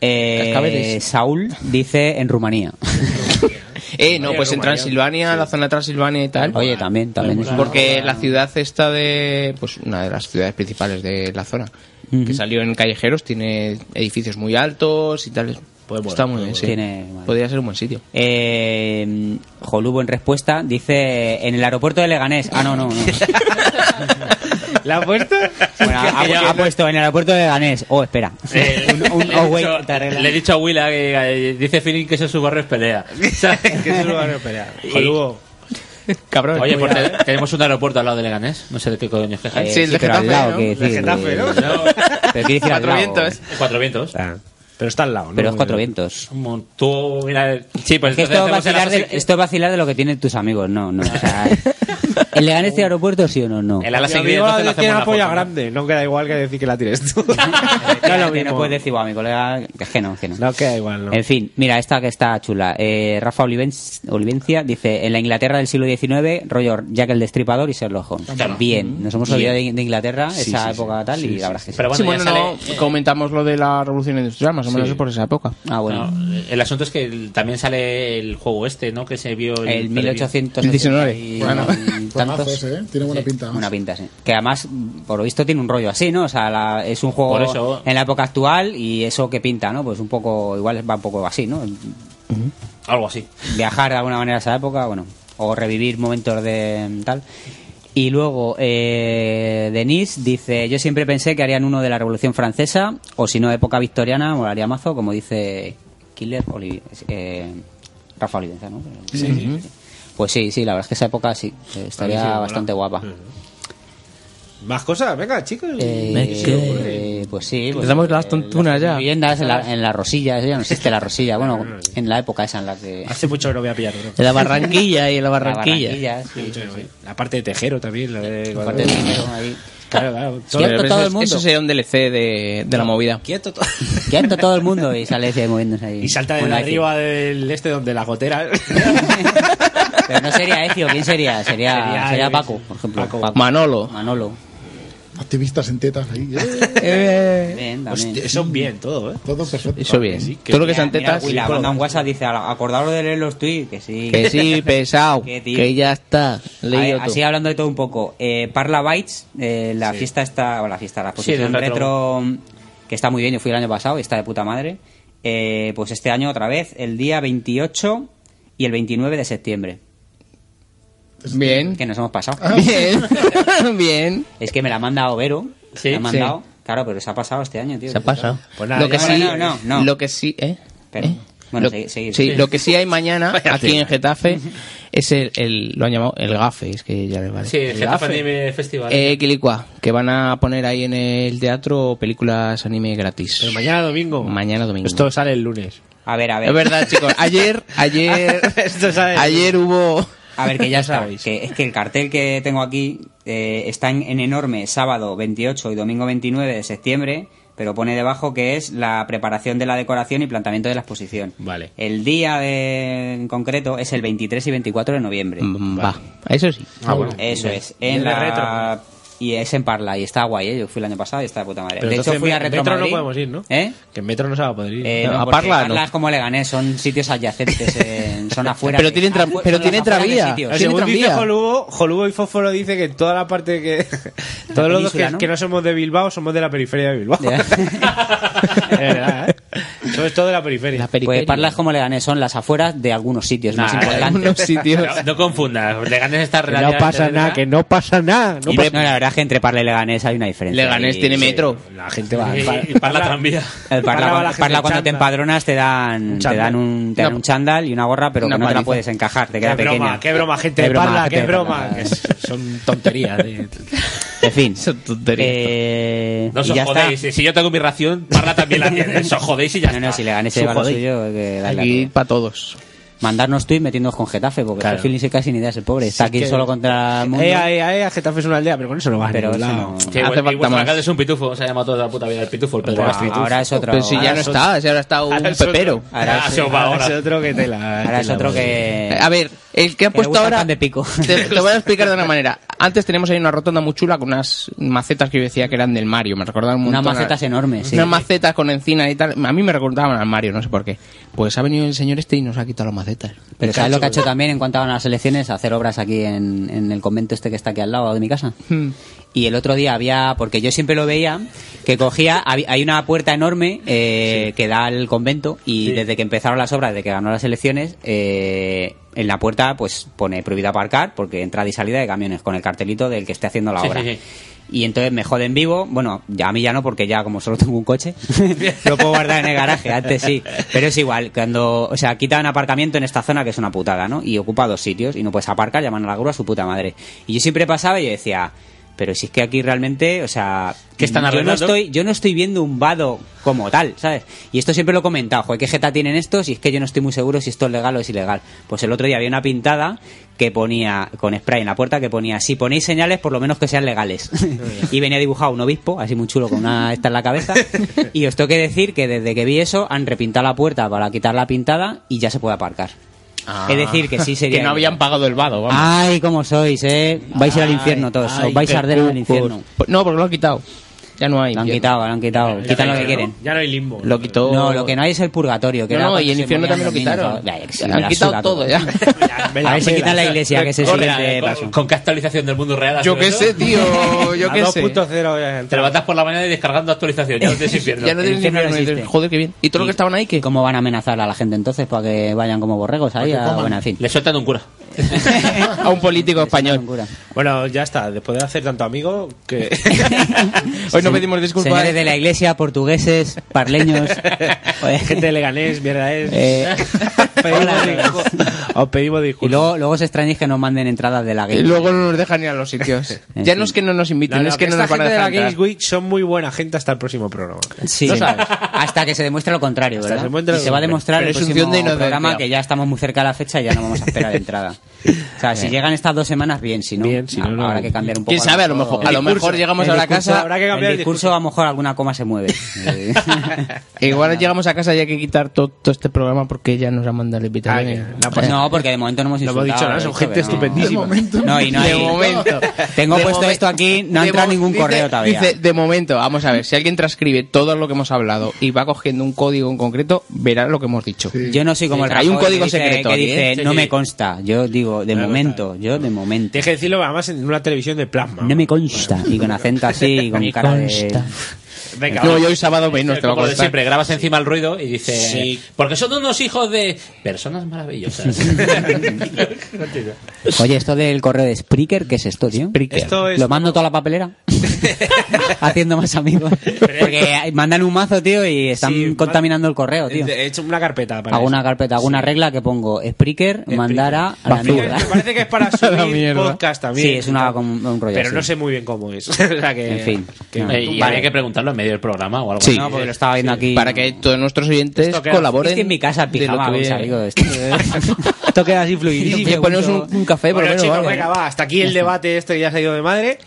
Speaker 3: Eh,
Speaker 6: Cascabeles.
Speaker 3: Saúl dice en Rumanía.
Speaker 6: Eh, no,
Speaker 5: Oye,
Speaker 6: pues en
Speaker 5: Rumanía,
Speaker 6: Transilvania, la zona de Transilvania y tal.
Speaker 3: Oye, también, también. es-
Speaker 6: Porque la ciudad esta de. Pues una de las ciudades principales de la zona. Que salió en callejeros, tiene edificios muy altos y tal.
Speaker 5: molar,
Speaker 6: Está muy bien, sí.
Speaker 3: Pues Tiene- vale.
Speaker 6: Podría ser un buen sitio.
Speaker 3: Eh, Jolubo en respuesta dice en el aeropuerto de Leganés. Ah, no, no, no.
Speaker 6: ¿La ha puesto?
Speaker 3: Bueno, ha,
Speaker 1: Que yo-
Speaker 3: ha puesto en el aeropuerto de Leganés. Oh, espera.
Speaker 1: Eh,
Speaker 3: Un- un-
Speaker 1: le, he
Speaker 3: oh, wait,
Speaker 1: dicho-
Speaker 3: te arreglas.
Speaker 1: le he dicho a Willa que eh, dice Feeling que eso es su barrio es pelea. ¿Sabes? que eso es su barrio es pelea.
Speaker 5: Y-
Speaker 1: Jolugo.
Speaker 6: Cabrón.
Speaker 1: Oye, pues
Speaker 6: cuidado,
Speaker 1: te- tenemos un aeropuerto al lado de Leganés. No sé de qué coño es
Speaker 3: Eh,
Speaker 1: quejáis.
Speaker 3: sí, pero al lado, ¿qué decir?
Speaker 1: No,
Speaker 3: Pero quiere decir al lado.
Speaker 1: Cuatro vientos.
Speaker 5: Pero está al lado, ¿no?
Speaker 3: Pero es cuatro vientos.
Speaker 1: Como Tú, mira, sí, pues
Speaker 3: Es que esto, es
Speaker 1: entonces hacemos el
Speaker 3: vacilar de,
Speaker 1: aso-
Speaker 3: esto es vacilar de lo que tienen tus amigos, no, no. o sea, ¿El Leganés tiene aeropuerto sí o no? No.
Speaker 1: El ala
Speaker 5: Mi
Speaker 1: sangría,
Speaker 5: amigo
Speaker 1: entonces le hacemos
Speaker 5: tiene
Speaker 1: la
Speaker 5: una polla
Speaker 1: foto, ¿no?
Speaker 5: grande, no queda igual que decir que la tienes tú.
Speaker 3: no,
Speaker 5: lo mismo.
Speaker 3: no puedes decir, "Buah, mi colega, que es que no, que no.
Speaker 5: No queda igual, ¿no?
Speaker 3: En fin, mira, esta que está chula. Eh, Rafa Olivenc- Olivencia dice, en la Inglaterra del siglo XIX, rollo Jack el Destripador y Sherlock Holmes.
Speaker 1: Claro.
Speaker 3: Bien, nos hemos olvidado de, de Inglaterra,
Speaker 6: Sí,
Speaker 3: esa
Speaker 6: sí, sí.
Speaker 3: época tal,
Speaker 6: Sí,
Speaker 3: y
Speaker 6: sí,
Speaker 3: la verdad es que sí.
Speaker 1: Pero bueno,
Speaker 6: Sí,
Speaker 1: ya
Speaker 6: bueno, no,
Speaker 1: sale, eh,
Speaker 6: comentamos lo de la revolución industrial, más o menos
Speaker 1: Sí.
Speaker 6: es por esa época.
Speaker 3: Ah, bueno.
Speaker 1: No, el asunto es que el- también sale el juego este, ¿no? Que se vio en
Speaker 3: El 1800
Speaker 6: 19.
Speaker 3: Bueno,
Speaker 4: Buenazo ese, ¿eh? Tiene buena pinta.
Speaker 3: Una pinta, sí. Que además, por lo visto, tiene un rollo así, ¿no? O sea, la- es un juego
Speaker 1: Por eso-
Speaker 3: en la época actual y eso que pinta, ¿no? Pues un poco, igual va un poco así, ¿no?
Speaker 1: Algo así.
Speaker 3: viajar de alguna manera a esa época, bueno, o revivir momentos de mm, tal. Y luego, eh, Denise dice, yo siempre pensé que harían uno de la Revolución Francesa, o si no, época victoriana, molaría mazo, como dice Killer Oli- eh, Rafa Olivenza, ¿no? Ujú. Pues sí, sí, la verdad es que esa época sí, eh, estaría
Speaker 5: Sí, sí, mola.
Speaker 3: bastante guapa.
Speaker 5: Más cosas, venga, chicos.
Speaker 3: Eh, eh, pues sí. pues,
Speaker 6: Empezamos las
Speaker 3: eh,
Speaker 6: tontunas ya.
Speaker 3: Viviendas en la, en la Rosilla, ya no existe la Rosilla, bueno, en la época esa en la que...
Speaker 5: Hace mucho que no voy a pillar, ¿no?
Speaker 14: En la Barranquilla y en la
Speaker 3: la
Speaker 14: Barranquilla.
Speaker 3: Barranquilla, sí, sí, sí.
Speaker 5: La parte de tejero también. La de...
Speaker 3: Aparte del dinero ahí.
Speaker 5: Claro, claro.
Speaker 3: Cierto,
Speaker 6: Pero
Speaker 3: todo
Speaker 6: eso,
Speaker 3: el mundo.
Speaker 6: eso sería un DLC de, de la movida.
Speaker 5: Quieto
Speaker 3: Que entra todo el mundo y sale ese moviéndose ahí.
Speaker 5: Y salta de
Speaker 3: Bueno, Ezio.
Speaker 5: arriba del este donde la gotera.
Speaker 3: Pero no sería Ezio, ¿quién sería? Sería,
Speaker 5: Sería-
Speaker 3: sería, Paco, por ejemplo.
Speaker 5: Paco.
Speaker 3: Paco.
Speaker 6: Manolo.
Speaker 3: Manolo.
Speaker 4: Activistas en tetas ahí. ¿eh?
Speaker 3: Bien, también.
Speaker 5: Hostia, son bien todo, ¿eh.
Speaker 4: Todo perfecto.
Speaker 6: Eso bien.
Speaker 5: sí, que
Speaker 6: Todo lo que
Speaker 3: Mira,
Speaker 6: sean
Speaker 3: mira,
Speaker 6: tetas.
Speaker 3: Willa,
Speaker 6: sí,
Speaker 3: manda
Speaker 6: bueno.
Speaker 3: un WhatsApp, dice, "Ala- acordaros de leer los tweets, que sí.
Speaker 6: Que sí, pesado.
Speaker 3: Qué tío.
Speaker 14: Que ya está.
Speaker 3: A ver,
Speaker 14: Leído tú.
Speaker 3: así hablando de todo un poco, eh, Parla Bytes, eh, la fiesta está, o la fiesta, la exposición
Speaker 1: del retro.
Speaker 3: retro. que está muy bien, yo fui el año pasado y está de puta madre. Eh, pues este año otra vez, el día 28 y el 29 de septiembre,
Speaker 6: Bien.
Speaker 3: que nos hemos pasado.
Speaker 6: Ah. Bien. Bien.
Speaker 3: Es que me la ha mandado Vero,
Speaker 1: Sí,
Speaker 3: la ha mandado.
Speaker 6: sí.
Speaker 3: Claro, pero se ha pasado este año, tío.
Speaker 14: Se ha pasado.
Speaker 5: Pues nada,
Speaker 6: lo que
Speaker 3: ya-
Speaker 6: sí,
Speaker 3: no, no, no.
Speaker 6: lo que sí, ¿eh?
Speaker 3: Pero,
Speaker 6: ¿Eh?
Speaker 3: bueno,
Speaker 6: lo,
Speaker 3: segui- seguid.
Speaker 6: sí, lo que sí hay mañana
Speaker 1: Vaya
Speaker 6: aquí
Speaker 1: tela.
Speaker 6: en Getafe es el, el- lo han llamado el gafe, es que ya les vale.
Speaker 1: Sí, el Getafe Anime Festival.
Speaker 6: Eh, Quilicua, que van a poner ahí en el teatro películas anime gratis.
Speaker 5: Pero mañana domingo.
Speaker 6: Mañana domingo.
Speaker 5: Esto sale el lunes.
Speaker 3: A ver, a ver.
Speaker 6: Es verdad, chicos. Ayer, ayer,
Speaker 5: Esto sale-
Speaker 6: ayer hubo.
Speaker 3: A ver, que ya
Speaker 5: Ya
Speaker 3: está.
Speaker 5: sabéis.
Speaker 3: Que, es que el cartel que tengo aquí eh, está en, en enorme sábado 28 y domingo 29 de septiembre, pero pone debajo que es la preparación de la decoración y planteamiento de la exposición.
Speaker 5: Vale.
Speaker 3: El día de- en concreto es el 23 y 24 de noviembre.
Speaker 6: Mm, Va, eso sí.
Speaker 5: Ah, bueno.
Speaker 3: Eso
Speaker 5: Bien.
Speaker 3: es. En
Speaker 5: Bien de
Speaker 3: la...
Speaker 5: retro.
Speaker 3: Y es en Parla, y está guay, ¿eh? Yo fui el año pasado y está de puta madre.
Speaker 5: Pero
Speaker 3: de hecho,
Speaker 5: entonces
Speaker 3: fui a
Speaker 5: en
Speaker 3: Retro
Speaker 5: metro no
Speaker 3: Madrid.
Speaker 5: podemos ir, ¿no?
Speaker 3: ¿Eh?
Speaker 5: Que en metro no se va a poder ir.
Speaker 3: Eh,
Speaker 6: No,
Speaker 3: no,
Speaker 6: a
Speaker 3: porque
Speaker 6: Parla no.
Speaker 3: Parla es como Leganés, son sitios adyacentes, eh, son afuera.
Speaker 6: Pero
Speaker 3: que-
Speaker 6: tienen tra-
Speaker 3: afu-
Speaker 6: pero
Speaker 3: son las
Speaker 6: tienen
Speaker 3: afueras de
Speaker 6: tranvía.
Speaker 3: sitios.
Speaker 5: No,
Speaker 6: Tiene
Speaker 5: Eh, según dice
Speaker 6: tranvía.
Speaker 5: Jolubo, Jolubo y Fósforo dice que en toda la parte que. Todos los dos que
Speaker 3: península,
Speaker 5: que ¿no?
Speaker 3: ¿no?
Speaker 5: somos de Bilbao somos de la periferia de Bilbao.
Speaker 3: Ya.
Speaker 5: Es verdad, ¿eh? Somos todos de la periferia.
Speaker 6: La periferia.
Speaker 3: Pues Parla es como Leganés, son las afueras de algunos sitios más
Speaker 1: Nah,
Speaker 3: importantes.
Speaker 6: Algunos sitios.
Speaker 1: No, no confundas, Leganés está
Speaker 5: Que no
Speaker 1: relativamente
Speaker 5: pasa nada,
Speaker 1: cerca.
Speaker 5: que no pasa nada. No
Speaker 3: Y
Speaker 5: pasa-
Speaker 3: no, la verdad es que entre Parla y Leganés hay una diferencia.
Speaker 6: Leganés
Speaker 3: Y-
Speaker 6: tiene metro.
Speaker 5: La gente va.
Speaker 1: Y-
Speaker 5: para-
Speaker 1: y para la tranvía.
Speaker 3: El Parla,
Speaker 5: Parla va la
Speaker 3: Parla
Speaker 5: gente
Speaker 3: cuando
Speaker 5: en
Speaker 3: te
Speaker 5: chándal.
Speaker 3: empadronas te dan, te
Speaker 5: chándal.
Speaker 3: dan, un, te dan
Speaker 6: Una-
Speaker 3: un chándal y una gorra, pero
Speaker 6: una
Speaker 3: que no te la
Speaker 6: paliza.
Speaker 3: puedes encajar, te
Speaker 5: Qué
Speaker 3: queda pequeña.
Speaker 5: broma, qué broma, gente
Speaker 3: Qué
Speaker 5: de Parla,
Speaker 3: gente
Speaker 5: qué
Speaker 3: de
Speaker 5: broma.
Speaker 3: Parla.
Speaker 5: que es- son tonterías. eh.
Speaker 3: En fin.
Speaker 6: Son tonterías.
Speaker 3: Eh,
Speaker 1: No os
Speaker 3: y ya
Speaker 1: jodéis.
Speaker 3: está.
Speaker 1: Si yo tengo mi ración, Parla también la tiene. Os jodéis y ya
Speaker 3: No,
Speaker 1: está.
Speaker 3: no, si Leganés se
Speaker 6: Su
Speaker 3: lleva lo
Speaker 6: jodéis.
Speaker 3: suyo, eh, que dale la
Speaker 6: Aquí
Speaker 3: tuya.
Speaker 6: para todos.
Speaker 3: Mandarnos tweets metiéndonos con Getafe, porque
Speaker 1: Claro.
Speaker 3: el Philly se casi ni idea ese pobre. Está
Speaker 5: Sí,
Speaker 3: aquí
Speaker 5: que-
Speaker 3: solo contra el mundo.
Speaker 5: Eh, eh, eh, Getafe es una aldea, pero con eso no vas a
Speaker 3: pero
Speaker 5: ningún
Speaker 3: eso
Speaker 5: lado.
Speaker 3: no-
Speaker 1: Sí,
Speaker 6: Hace
Speaker 1: bueno, y
Speaker 6: falta
Speaker 1: vuestra
Speaker 6: más.
Speaker 1: casa es un pitufo, se ha llamado toda la puta vida el pitufo, el Pedro
Speaker 3: Buah,
Speaker 1: Astrid.
Speaker 3: ahora es otro.
Speaker 6: Pero si ya
Speaker 3: ahora
Speaker 6: no
Speaker 3: es
Speaker 6: está, si ahora está un
Speaker 5: Ahora es otro-
Speaker 6: pepero.
Speaker 3: Ahora
Speaker 1: Ah,
Speaker 3: es-
Speaker 1: se os va ahora.
Speaker 5: Ahora es otro que te la.
Speaker 3: Ahora es otro
Speaker 6: Eh,
Speaker 3: que.
Speaker 6: A ver, el que ha
Speaker 3: Que le
Speaker 6: puesto
Speaker 3: gusta el
Speaker 6: ahora.
Speaker 3: pan de pico.
Speaker 6: Te, te voy a explicar de una manera. Antes tenemos ahí una rotonda muy chula con unas macetas que yo decía que eran del Mario. Me recordaban un
Speaker 3: Unas
Speaker 6: montón. a-
Speaker 3: macetas enormes, sí.
Speaker 6: Unas macetas con encina y tal. A mí me recordaban al Mario, no sé por qué. Pues ha venido el señor este y nos ha quitado las macetas.
Speaker 3: Pero ¿sabes lo que ha
Speaker 17: Hmm.
Speaker 3: hecho también en cuanto a las elecciones? Hacer obras aquí en, en el convento este que está aquí al lado de mi casa. Y el otro día había, porque yo siempre lo veía, que cogía, hab- hay una puerta enorme eh, que da al convento y desde que empezaron las obras, desde que ganó las elecciones, eh, en la puerta pues pone prohibido aparcar porque entrada y salida de camiones con el cartelito del que esté haciendo la
Speaker 17: Sí,
Speaker 3: obra.
Speaker 17: sí, sí.
Speaker 3: Y entonces me joden vivo, bueno, ya a mí ya no porque ya como solo tengo un coche, lo puedo guardar en el garaje, antes sí, pero es igual, cuando, o sea, quitan aparcamiento en esta zona que es una putada, ¿no? Y ocupa dos sitios y no puedes aparcar, llaman a la grúa a su puta madre. Y yo siempre pasaba y yo decía, pero si es que aquí realmente, o sea,
Speaker 1: ¿Qué están
Speaker 3: yo no
Speaker 1: arreglando?
Speaker 3: estoy yo no estoy viendo un vado como tal, ¿sabes? Y esto siempre lo he comentado, joder, qué jeta tienen estos y es que yo no estoy muy seguro si esto es legal o es ilegal. Pues el otro día había una pintada que ponía con spray en la puerta que ponía si ponéis señales por lo menos que sean legales. y venía dibujado un obispo, así muy chulo con una esta en la cabeza, y os tengo que decir que desde que vi eso han repintado la puerta para quitar la pintada y ya se puede aparcar. es decir, que sí
Speaker 6: Ah. Que no
Speaker 3: sería ilegal.
Speaker 6: habían pagado el vado, vamos.
Speaker 3: Ay, cómo sois, ¿eh? Vais a ir al infierno todos,
Speaker 6: Ay,
Speaker 3: os vais
Speaker 6: qué
Speaker 3: a arder en el
Speaker 6: cucos.
Speaker 3: infierno.
Speaker 6: No, porque lo han quitado. Ya no hay. Lo han
Speaker 3: quitado, lo han quitado. Quitan lo que quieren.
Speaker 6: Ya no hay limbo. Lo quitó.
Speaker 3: No, lo que no hay es el purgatorio. Que
Speaker 6: No,
Speaker 3: era
Speaker 6: no,
Speaker 3: cuando
Speaker 6: y el
Speaker 3: se
Speaker 6: infierno
Speaker 3: morían
Speaker 6: también lo
Speaker 3: los niños.
Speaker 6: quitaron.
Speaker 3: Vaya, que se
Speaker 6: Han
Speaker 3: me la
Speaker 6: quitado
Speaker 3: suda
Speaker 6: todo ya.
Speaker 3: A ver si quitan la iglesia, que es el
Speaker 1: Corre,
Speaker 3: siguiente
Speaker 1: con-
Speaker 3: eh, paso.
Speaker 1: ¿Con qué actualización del mundo real? ha
Speaker 6: Yo
Speaker 1: sido
Speaker 6: qué
Speaker 1: eso?
Speaker 6: sé, tío, yo
Speaker 1: A
Speaker 6: qué
Speaker 1: 2.0
Speaker 6: sé.
Speaker 1: Te levantas por la mañana y descargando actualización. Ya no tienes infierno.
Speaker 3: El infierno no existe.
Speaker 6: Joder, qué bien. ¿Y todo lo que estaban ahí qué?
Speaker 3: ¿Cómo van a amenazar a la gente entonces para que vayan como borregos Pues ahí? A... Bueno, en fin.
Speaker 1: Le sueltan un cura.
Speaker 6: a un político español.
Speaker 5: Bueno, ya está. Después de hacer tanto amigo, que.
Speaker 6: Hoy no pedimos disculpas.
Speaker 3: Señores de la iglesia, portugueses, parleños.
Speaker 5: Gente de Leganés, mierda es.
Speaker 3: Eh,
Speaker 5: Os pedimos disculpas.
Speaker 3: Y luego, luego os extrañáis que nos manden entradas de la
Speaker 6: Y
Speaker 3: gay.
Speaker 6: luego no nos dejan ir a los sitios. ya no es que no nos inviten,
Speaker 5: No, no,
Speaker 6: es que no
Speaker 5: esta
Speaker 6: nos van a
Speaker 5: gente de
Speaker 6: dejar
Speaker 5: la Games
Speaker 6: entrar.
Speaker 5: Week son muy buena gente hasta el próximo programa.
Speaker 3: Sí.
Speaker 5: No sabes.
Speaker 3: Hasta que se demuestre lo contrario,
Speaker 5: Hasta
Speaker 3: ¿verdad?
Speaker 5: se demuestre
Speaker 3: y
Speaker 5: lo
Speaker 3: se va a
Speaker 5: contrario.
Speaker 3: demostrar en
Speaker 5: Pero
Speaker 3: el
Speaker 5: es un
Speaker 3: próximo
Speaker 5: guión de inocencia.
Speaker 3: programa que ya estamos muy cerca de la fecha y ya no vamos a esperar entrada. O sea, si llegan estas dos semanas, bien, si no, a- habrá que cambiar un poco.
Speaker 6: ¿Quién sabe? A lo mejor- a lo mejor llegamos a la casa- Habrá que cambiar
Speaker 3: el
Speaker 6: el
Speaker 3: discurso, a lo mejor alguna coma se mueve. Eh,
Speaker 6: Igual llegamos a casa y hay que quitar to- todo, este programa porque ya nos han mandado la invitación.
Speaker 3: Ay,
Speaker 6: Eh,
Speaker 3: no pasa nada. Ah, No, porque de momento no hemos
Speaker 6: No hemos
Speaker 3: insultado.
Speaker 6: dicho nada,
Speaker 3: he
Speaker 6: son
Speaker 3: dicho
Speaker 6: gente
Speaker 3: que no.
Speaker 6: estupendísima. De momento.
Speaker 3: No, y no
Speaker 6: De
Speaker 3: hay...
Speaker 6: momento.
Speaker 3: Tengo
Speaker 6: De
Speaker 3: puesto
Speaker 6: momen-
Speaker 3: esto aquí, no ha
Speaker 6: de
Speaker 3: entrado
Speaker 6: mo-
Speaker 3: ningún
Speaker 6: dice-
Speaker 3: correo todavía.
Speaker 6: Dice, de momento, vamos a ver, si alguien transcribe todo lo que hemos hablado y va cogiendo un código en concreto, verá lo que hemos dicho.
Speaker 3: Yo no soy como el
Speaker 6: Hay un
Speaker 3: Rajoy
Speaker 6: código
Speaker 3: que dice-
Speaker 6: secreto.
Speaker 3: que
Speaker 6: aquí,
Speaker 3: dice,
Speaker 6: ¿eh?
Speaker 3: no me consta. Yo digo, de
Speaker 6: No me
Speaker 3: momento, yo de momento.
Speaker 5: Tienes que decirlo además en una televisión de plasma.
Speaker 3: No me consta. Y con acento así, y con
Speaker 5: Me
Speaker 3: cara de...
Speaker 5: consta.
Speaker 1: Venga,
Speaker 6: No,
Speaker 1: va.
Speaker 6: yo hoy sábado menos, te va a
Speaker 1: Como de
Speaker 6: costar.
Speaker 1: siempre, grabas encima el ruido y dices...
Speaker 6: Sí.
Speaker 1: Porque son unos hijos de... Personas maravillosas. Continúa.
Speaker 3: Oye, esto del correo de Spreaker, ¿qué es esto, tío?
Speaker 1: Esto es
Speaker 3: ¿Lo mando toda la papelera? Haciendo más amigos. Porque mandan un mazo, tío, y están contaminando el correo, tío.
Speaker 5: He hecho una carpeta para
Speaker 3: Hago una
Speaker 5: eso.
Speaker 3: carpeta, hago una regla que pongo Spreaker, mandar a a la
Speaker 5: Spreaker,
Speaker 3: mierda.
Speaker 5: me parece que es para subir podcast también.
Speaker 3: Sí, es una, con- un rollo
Speaker 5: Pero
Speaker 3: así.
Speaker 5: no sé muy bien cómo es. o sea que,
Speaker 3: En fin.
Speaker 5: que-
Speaker 3: No.
Speaker 1: Eh, y
Speaker 3: Vale.
Speaker 1: habría que preguntarlo en medio del programa o algo
Speaker 6: Sí.
Speaker 1: así.
Speaker 3: No, porque lo estaba viendo aquí.
Speaker 6: Para que todos nuestros oyentes
Speaker 3: Esto queda-
Speaker 6: colaboren.
Speaker 3: Es que en mi casa,
Speaker 6: de lo
Speaker 3: pijama,
Speaker 6: que
Speaker 3: habéis
Speaker 6: viene.
Speaker 3: salido de esto.
Speaker 14: Esto queda así
Speaker 6: Y
Speaker 14: fluido.
Speaker 6: poneros un, un café, por
Speaker 5: Bueno,
Speaker 6: lo menos.
Speaker 5: pues, chicos,
Speaker 6: vale.
Speaker 5: venga, va. Hasta aquí el debate este que ya se ha ido de madre.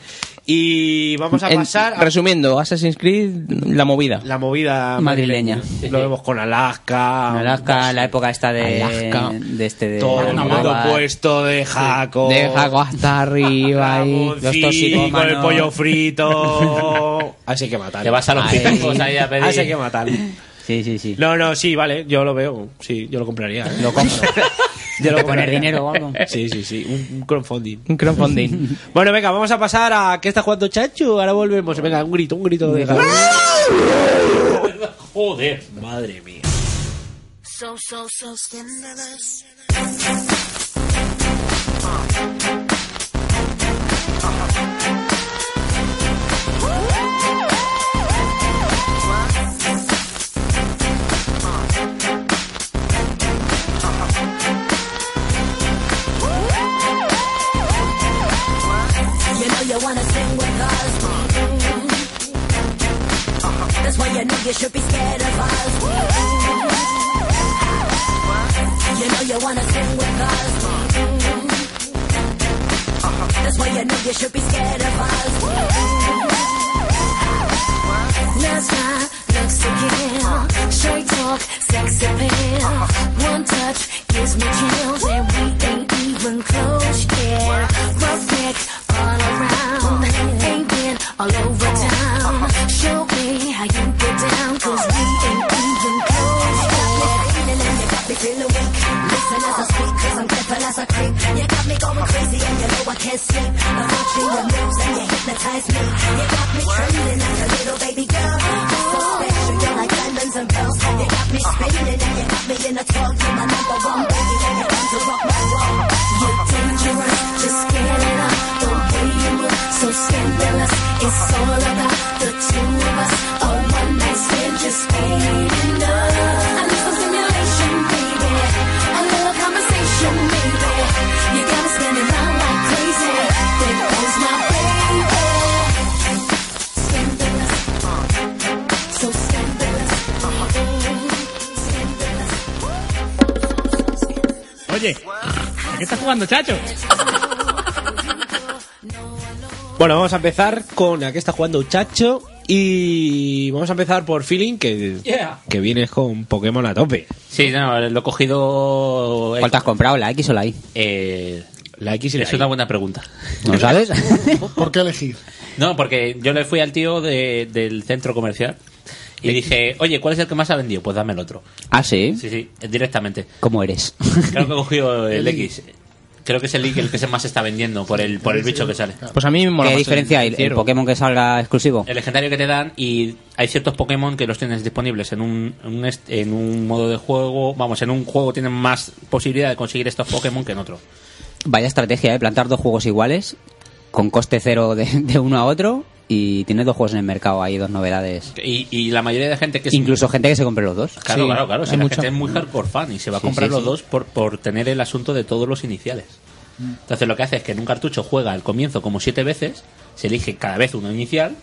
Speaker 5: Y vamos a
Speaker 6: En-
Speaker 5: pasar a
Speaker 6: Resumiendo, Assassin's Creed, la movida.
Speaker 5: la movida
Speaker 3: Madrileña.
Speaker 5: Lo vemos con Alaska.
Speaker 3: Alaska, la época esta de.
Speaker 6: Alaska.
Speaker 3: De este. De,
Speaker 5: Todo el mundo
Speaker 3: Navarra.
Speaker 6: pues.
Speaker 5: puesto de Jaco.
Speaker 6: De Jaco hasta arriba y
Speaker 5: Ramoncín,
Speaker 6: los
Speaker 5: con el
Speaker 6: toxicómanos.
Speaker 5: pollo frito. Así que matar.
Speaker 1: Te vas a los
Speaker 5: Así-
Speaker 1: pitufos ahí a pedir.
Speaker 5: Así que matar.
Speaker 3: Sí, sí, sí.
Speaker 5: No, no, sí, vale, yo lo veo. Sí, yo lo compraría. ¿eh?
Speaker 3: Lo compro.
Speaker 5: Yo lo
Speaker 3: ¿Le poner
Speaker 5: compraría.
Speaker 3: dinero o algo?
Speaker 5: Sí, sí, sí, un, un crowdfunding.
Speaker 6: Un crowdfunding.
Speaker 5: Bueno, venga, vamos a pasar a ¿Qué está jugando Chacho? Ahora volvemos. Venga, un grito, un grito de
Speaker 1: Joder, madre mía.
Speaker 15: So, so, so scandalous.
Speaker 11: You know you wanna sing with us. That's why you know you should be scared of us. You know you wanna sing with us. Uh-huh. That's why you know you should be scared of us.
Speaker 18: Last night, looks again. Straight talk, sex appeal. One touch gives me chills, and we ain't even close yet. Rough neck all around, ain't been all over town. Show me how you get down, 'cause we ain't even close yet.
Speaker 11: Feeling and you got me feeling weak. Listen as I speak, cause I'm deaf and as I creep. You got me going crazy and you know I can't sleep. I watch you your moves and you hypnotize me. You got me trembling like a little baby girl. You're so special, you're like diamonds and pearls. You got me spinning and you got me in a twirl. You're my number one baby and you're bound to rock my world. You're dangerous, just get it up. The way you move, so scandalous. It's all about the two of us. A one night stand just ain't enough. I need some stimulation, baby. A little conversation, maybe. You got me spinning round like crazy. There goes my baby. So
Speaker 16: Oye, ¿a qué estás jugando, chacho?
Speaker 5: Bueno, vamos a empezar con a qué está jugando Chacho y vamos a empezar por Feeling que,
Speaker 1: Yeah.
Speaker 5: que vienes con Pokémon a tope.
Speaker 1: Sí, no, lo he cogido.
Speaker 3: ¿Cuál te has comprado, la X o la Y?
Speaker 5: la X
Speaker 1: Eh, y Es una buena pregunta.
Speaker 3: ¿No sabes?
Speaker 4: ¿Por qué elegir?
Speaker 1: No, porque yo le fui al tío de- del centro comercial y dije, oye, ¿cuál es el que más ha vendido? Pues dame el otro.
Speaker 3: Ah, sí.
Speaker 1: Sí, sí, directamente.
Speaker 3: ¿Cómo eres?
Speaker 1: Creo que he cogido el
Speaker 3: El I.
Speaker 1: X. Creo que es el I el que se más está vendiendo por el, por el bicho que sale.
Speaker 6: Pues a mí me mola
Speaker 3: ¿Qué
Speaker 6: más
Speaker 3: diferencia hay? ¿El
Speaker 1: ciervo.
Speaker 3: Pokémon que salga exclusivo?
Speaker 1: El legendario que te dan y hay ciertos Pokémon que los tienes disponibles en un, en un est- en un modo de juego. Vamos, en un juego tienen más posibilidad de conseguir estos Pokémon que en otro.
Speaker 3: Vaya estrategia, ¿eh? Plantar dos juegos iguales con coste cero de, de uno a otro y tienes dos juegos en el mercado ahí, dos novedades.
Speaker 1: Y, y la mayoría de gente que es-
Speaker 3: Incluso gente que se compre los dos.
Speaker 1: Claro, claro, claro. O sea,
Speaker 3: Hay
Speaker 1: la
Speaker 3: mucha.
Speaker 1: gente es muy hardcore fan y se va a
Speaker 3: Sí,
Speaker 1: comprar
Speaker 3: sí,
Speaker 1: los
Speaker 3: sí.
Speaker 1: dos por, por tener el asunto de todos los iniciales. Entonces lo que hace es que en un cartucho juega al comienzo como siete veces, se elige cada vez uno inicial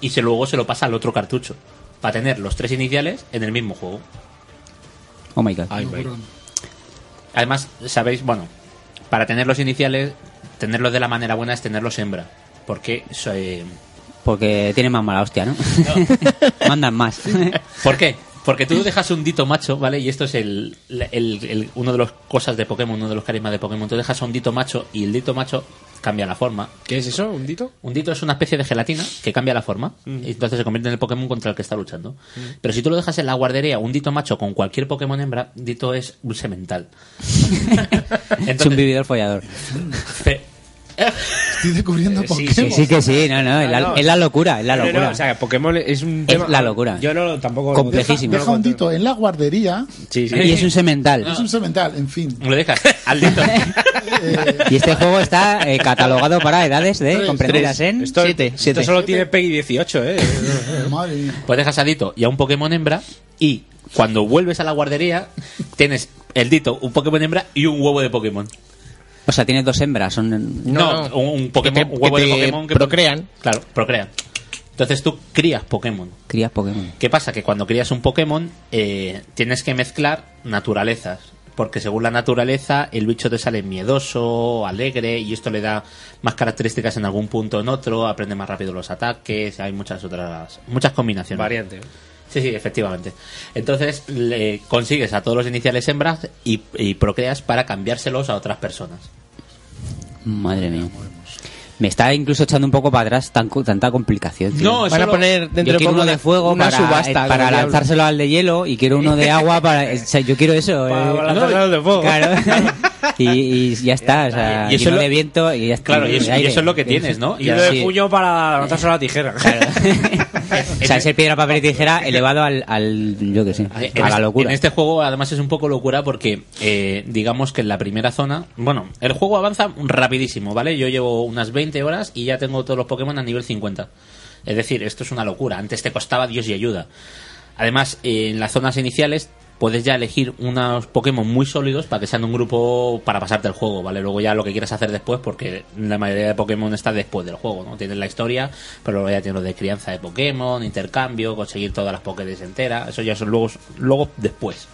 Speaker 1: y se luego se lo pasa al otro cartucho para tener los tres iniciales en el mismo juego.
Speaker 3: Oh my god.
Speaker 1: Además, sabéis, bueno, para tener los iniciales, tenerlos de la manera buena es tenerlos hembra. Porque, so- eh,
Speaker 3: Porque tienen más mala hostia, ¿no? Mandan más.
Speaker 1: ¿Por qué? Porque tú dejas un dito macho, ¿vale? Y esto es el, el- el- uno de las cosas de Pokémon, uno de los carismas de Pokémon. Tú dejas a un dito macho y el dito macho cambia la forma.
Speaker 5: ¿Qué es eso? ¿Un dito?
Speaker 1: Un dito es una especie de gelatina que cambia la forma. Y entonces se convierte en el Pokémon contra el que está luchando.
Speaker 5: Mm.
Speaker 1: Pero si tú lo dejas en la guardería, un dito macho con cualquier Pokémon hembra, dito es un semental.
Speaker 3: es un vividor follador.
Speaker 1: Fe-
Speaker 4: Estoy
Speaker 1: Eh,
Speaker 4: descubriendo
Speaker 3: Sí, sí, sí que sí, no, no, es la, es la locura, es la
Speaker 5: No, no,
Speaker 3: locura.
Speaker 5: no, o sea, Pokémon es un
Speaker 3: Es
Speaker 5: tema...
Speaker 3: la locura.
Speaker 5: Yo no lo- tampoco...
Speaker 3: Complejísimo.
Speaker 4: Deja un dito en la guardería.
Speaker 5: Sí, sí.
Speaker 3: Y es un semental.
Speaker 4: Es un semental, en
Speaker 5: Eh.
Speaker 4: fin.
Speaker 1: Lo dejas al dito.
Speaker 3: Y este juego está eh, catalogado para edades de comprendidas en
Speaker 5: Esto,
Speaker 3: 7.
Speaker 5: esto solo tiene PEGI 18, ¿eh?
Speaker 4: Madre mía.
Speaker 1: Pues dejas a Dito y a un Pokémon hembra y cuando vuelves a la guardería tienes el Dito, un Pokémon hembra y un huevo de Pokémon.
Speaker 3: O sea, tienes dos hembras. Son...
Speaker 1: No, un, un Pokémon,
Speaker 3: Que te-
Speaker 1: un huevo
Speaker 3: que
Speaker 1: de
Speaker 3: te
Speaker 1: Pokémon que
Speaker 3: procrean.
Speaker 1: Claro, procrean. Entonces tú crías Pokémon.
Speaker 3: Crías Pokémon.
Speaker 1: ¿Qué pasa? Que cuando crías un Pokémon eh, tienes que mezclar naturalezas. Porque según la naturaleza, el bicho te sale miedoso, alegre, y esto le da más características en algún punto o en otro, aprende más rápido los ataques, hay muchas otras, muchas combinaciones.
Speaker 5: Variante.
Speaker 1: Sí, sí, efectivamente. Entonces le consigues a todos los iniciales hembras y, y procreas para cambiárselos a otras personas.
Speaker 3: Madre mía. Me está incluso echando un poco para atrás tan, co- tanta complicación. tío.
Speaker 6: No, Van a solo- poner dentro
Speaker 3: yo
Speaker 6: de
Speaker 3: quiero
Speaker 6: poco
Speaker 3: uno de
Speaker 6: una-
Speaker 3: fuego
Speaker 6: una
Speaker 3: para,
Speaker 6: subasta,
Speaker 3: eh,
Speaker 6: como
Speaker 3: para
Speaker 6: diablo.
Speaker 3: lanzárselo al de hielo y quiero uno de agua para. o sea, yo quiero eso. eh.
Speaker 6: para lanzárselo al de fuego.
Speaker 3: Claro. y, y ya está. O sea,
Speaker 1: Y
Speaker 3: y
Speaker 1: eso
Speaker 3: uno
Speaker 1: lo-
Speaker 3: de viento y ya está.
Speaker 1: Claro, y eso-
Speaker 3: de
Speaker 1: y
Speaker 3: aire.
Speaker 1: eso es lo que tienes, ¿no?
Speaker 5: Y uno
Speaker 3: Sí.
Speaker 5: de puño para lanzárselo a la tijera.
Speaker 3: O sea, ese piedra, papel y tijera elevado al, al- yo que sé,
Speaker 1: En
Speaker 3: a la
Speaker 1: este-
Speaker 3: locura.
Speaker 1: En este juego además es un poco locura porque eh, digamos que en la primera zona, bueno, el juego avanza rapidísimo, ¿vale? Yo llevo unas 20 horas y ya tengo todos los Pokémon a nivel 50. Es decir, esto es una locura. Antes te costaba Dios y ayuda. Además, eh, en las zonas iniciales puedes ya elegir unos Pokémon muy sólidos para que sean un grupo para pasarte el juego, ¿vale? Luego ya lo que quieras hacer después, porque la mayoría de Pokémon está después del juego, ¿no? Tienes la historia, pero luego ya tienes lo de crianza de Pokémon, intercambio, conseguir todas las Pokédex enteras, eso ya son luego, luego después.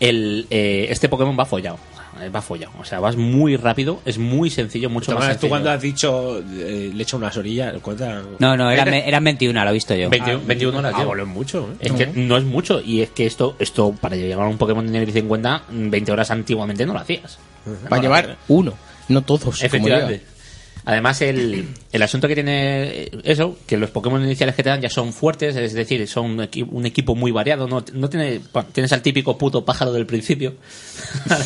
Speaker 1: El, eh, este Pokémon va follado, eh, va follado, o sea, vas muy rápido, es muy sencillo, mucho más
Speaker 5: Tomás, tú
Speaker 1: sencillo.
Speaker 5: cuando has dicho eh, le echo unas orillas, cuenta...
Speaker 3: No, no, eran, ve- eran 21, lo he visto yo.
Speaker 1: 21, 21 horas,
Speaker 5: Ah,
Speaker 1: tío.
Speaker 5: bueno, es mucho, ¿eh?
Speaker 1: Es que no es mucho. Y es que esto, esto para llegar a un Pokémon de nivel 50, 20 horas antiguamente no lo hacías.
Speaker 6: Para llevar uno, no todos. como
Speaker 1: Efectivamente.
Speaker 6: yo.
Speaker 1: Además, el, el asunto que tiene eso, que los Pokémon iniciales que te dan ya son fuertes, es decir, son un, equi- un equipo muy variado. No, no tiene, bueno, tienes al típico puto pájaro del principio. ¿vale?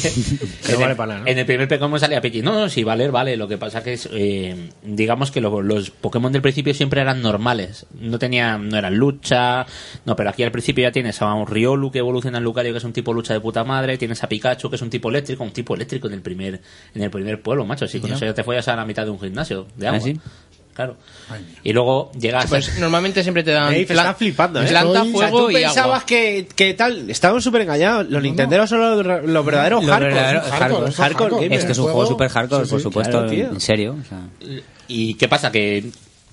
Speaker 5: Que no
Speaker 1: en,
Speaker 5: vale
Speaker 1: el,
Speaker 5: para nada, ¿no?
Speaker 1: en el primer Pokémon sale a Pidgey. No, no, sí, valer, vale. Lo que pasa que es, eh, digamos que lo- los Pokémon del principio siempre eran normales. No tenían, no eran lucha. No, pero aquí al principio ya tienes a un Riolu que evoluciona en Lucario, que es un tipo lucha de puta madre. Tienes a Pikachu, que es un tipo eléctrico, un tipo eléctrico en el primer, en el primer pueblo, macho. Sí, con
Speaker 6: Mira.
Speaker 1: eso ya te follas a la mitad de un gimnasio de agua.
Speaker 6: ¿Ah, sí?
Speaker 1: Claro. Y luego llegas
Speaker 6: Pues normalmente siempre te dan.
Speaker 5: Dave,
Speaker 6: plan-
Speaker 5: estás flipando, ¿eh?
Speaker 6: Planta,
Speaker 5: Estoy-
Speaker 6: fuego
Speaker 5: o sea, tú
Speaker 6: y agua.
Speaker 5: pensabas que, que tal. Estaban súper engañados. Los Nintenderos son los, los verdaderos
Speaker 3: Los
Speaker 5: hardcore.
Speaker 3: verdaderos
Speaker 5: son
Speaker 3: hardcore,
Speaker 5: son
Speaker 3: hardcore gamers.
Speaker 5: gamers.
Speaker 1: Este
Speaker 3: Es que es un juego súper hardcore, por supuesto,
Speaker 5: claro,
Speaker 3: en-
Speaker 5: tío.
Speaker 3: en serio. o sea.
Speaker 1: ¿Y qué pasa? Que,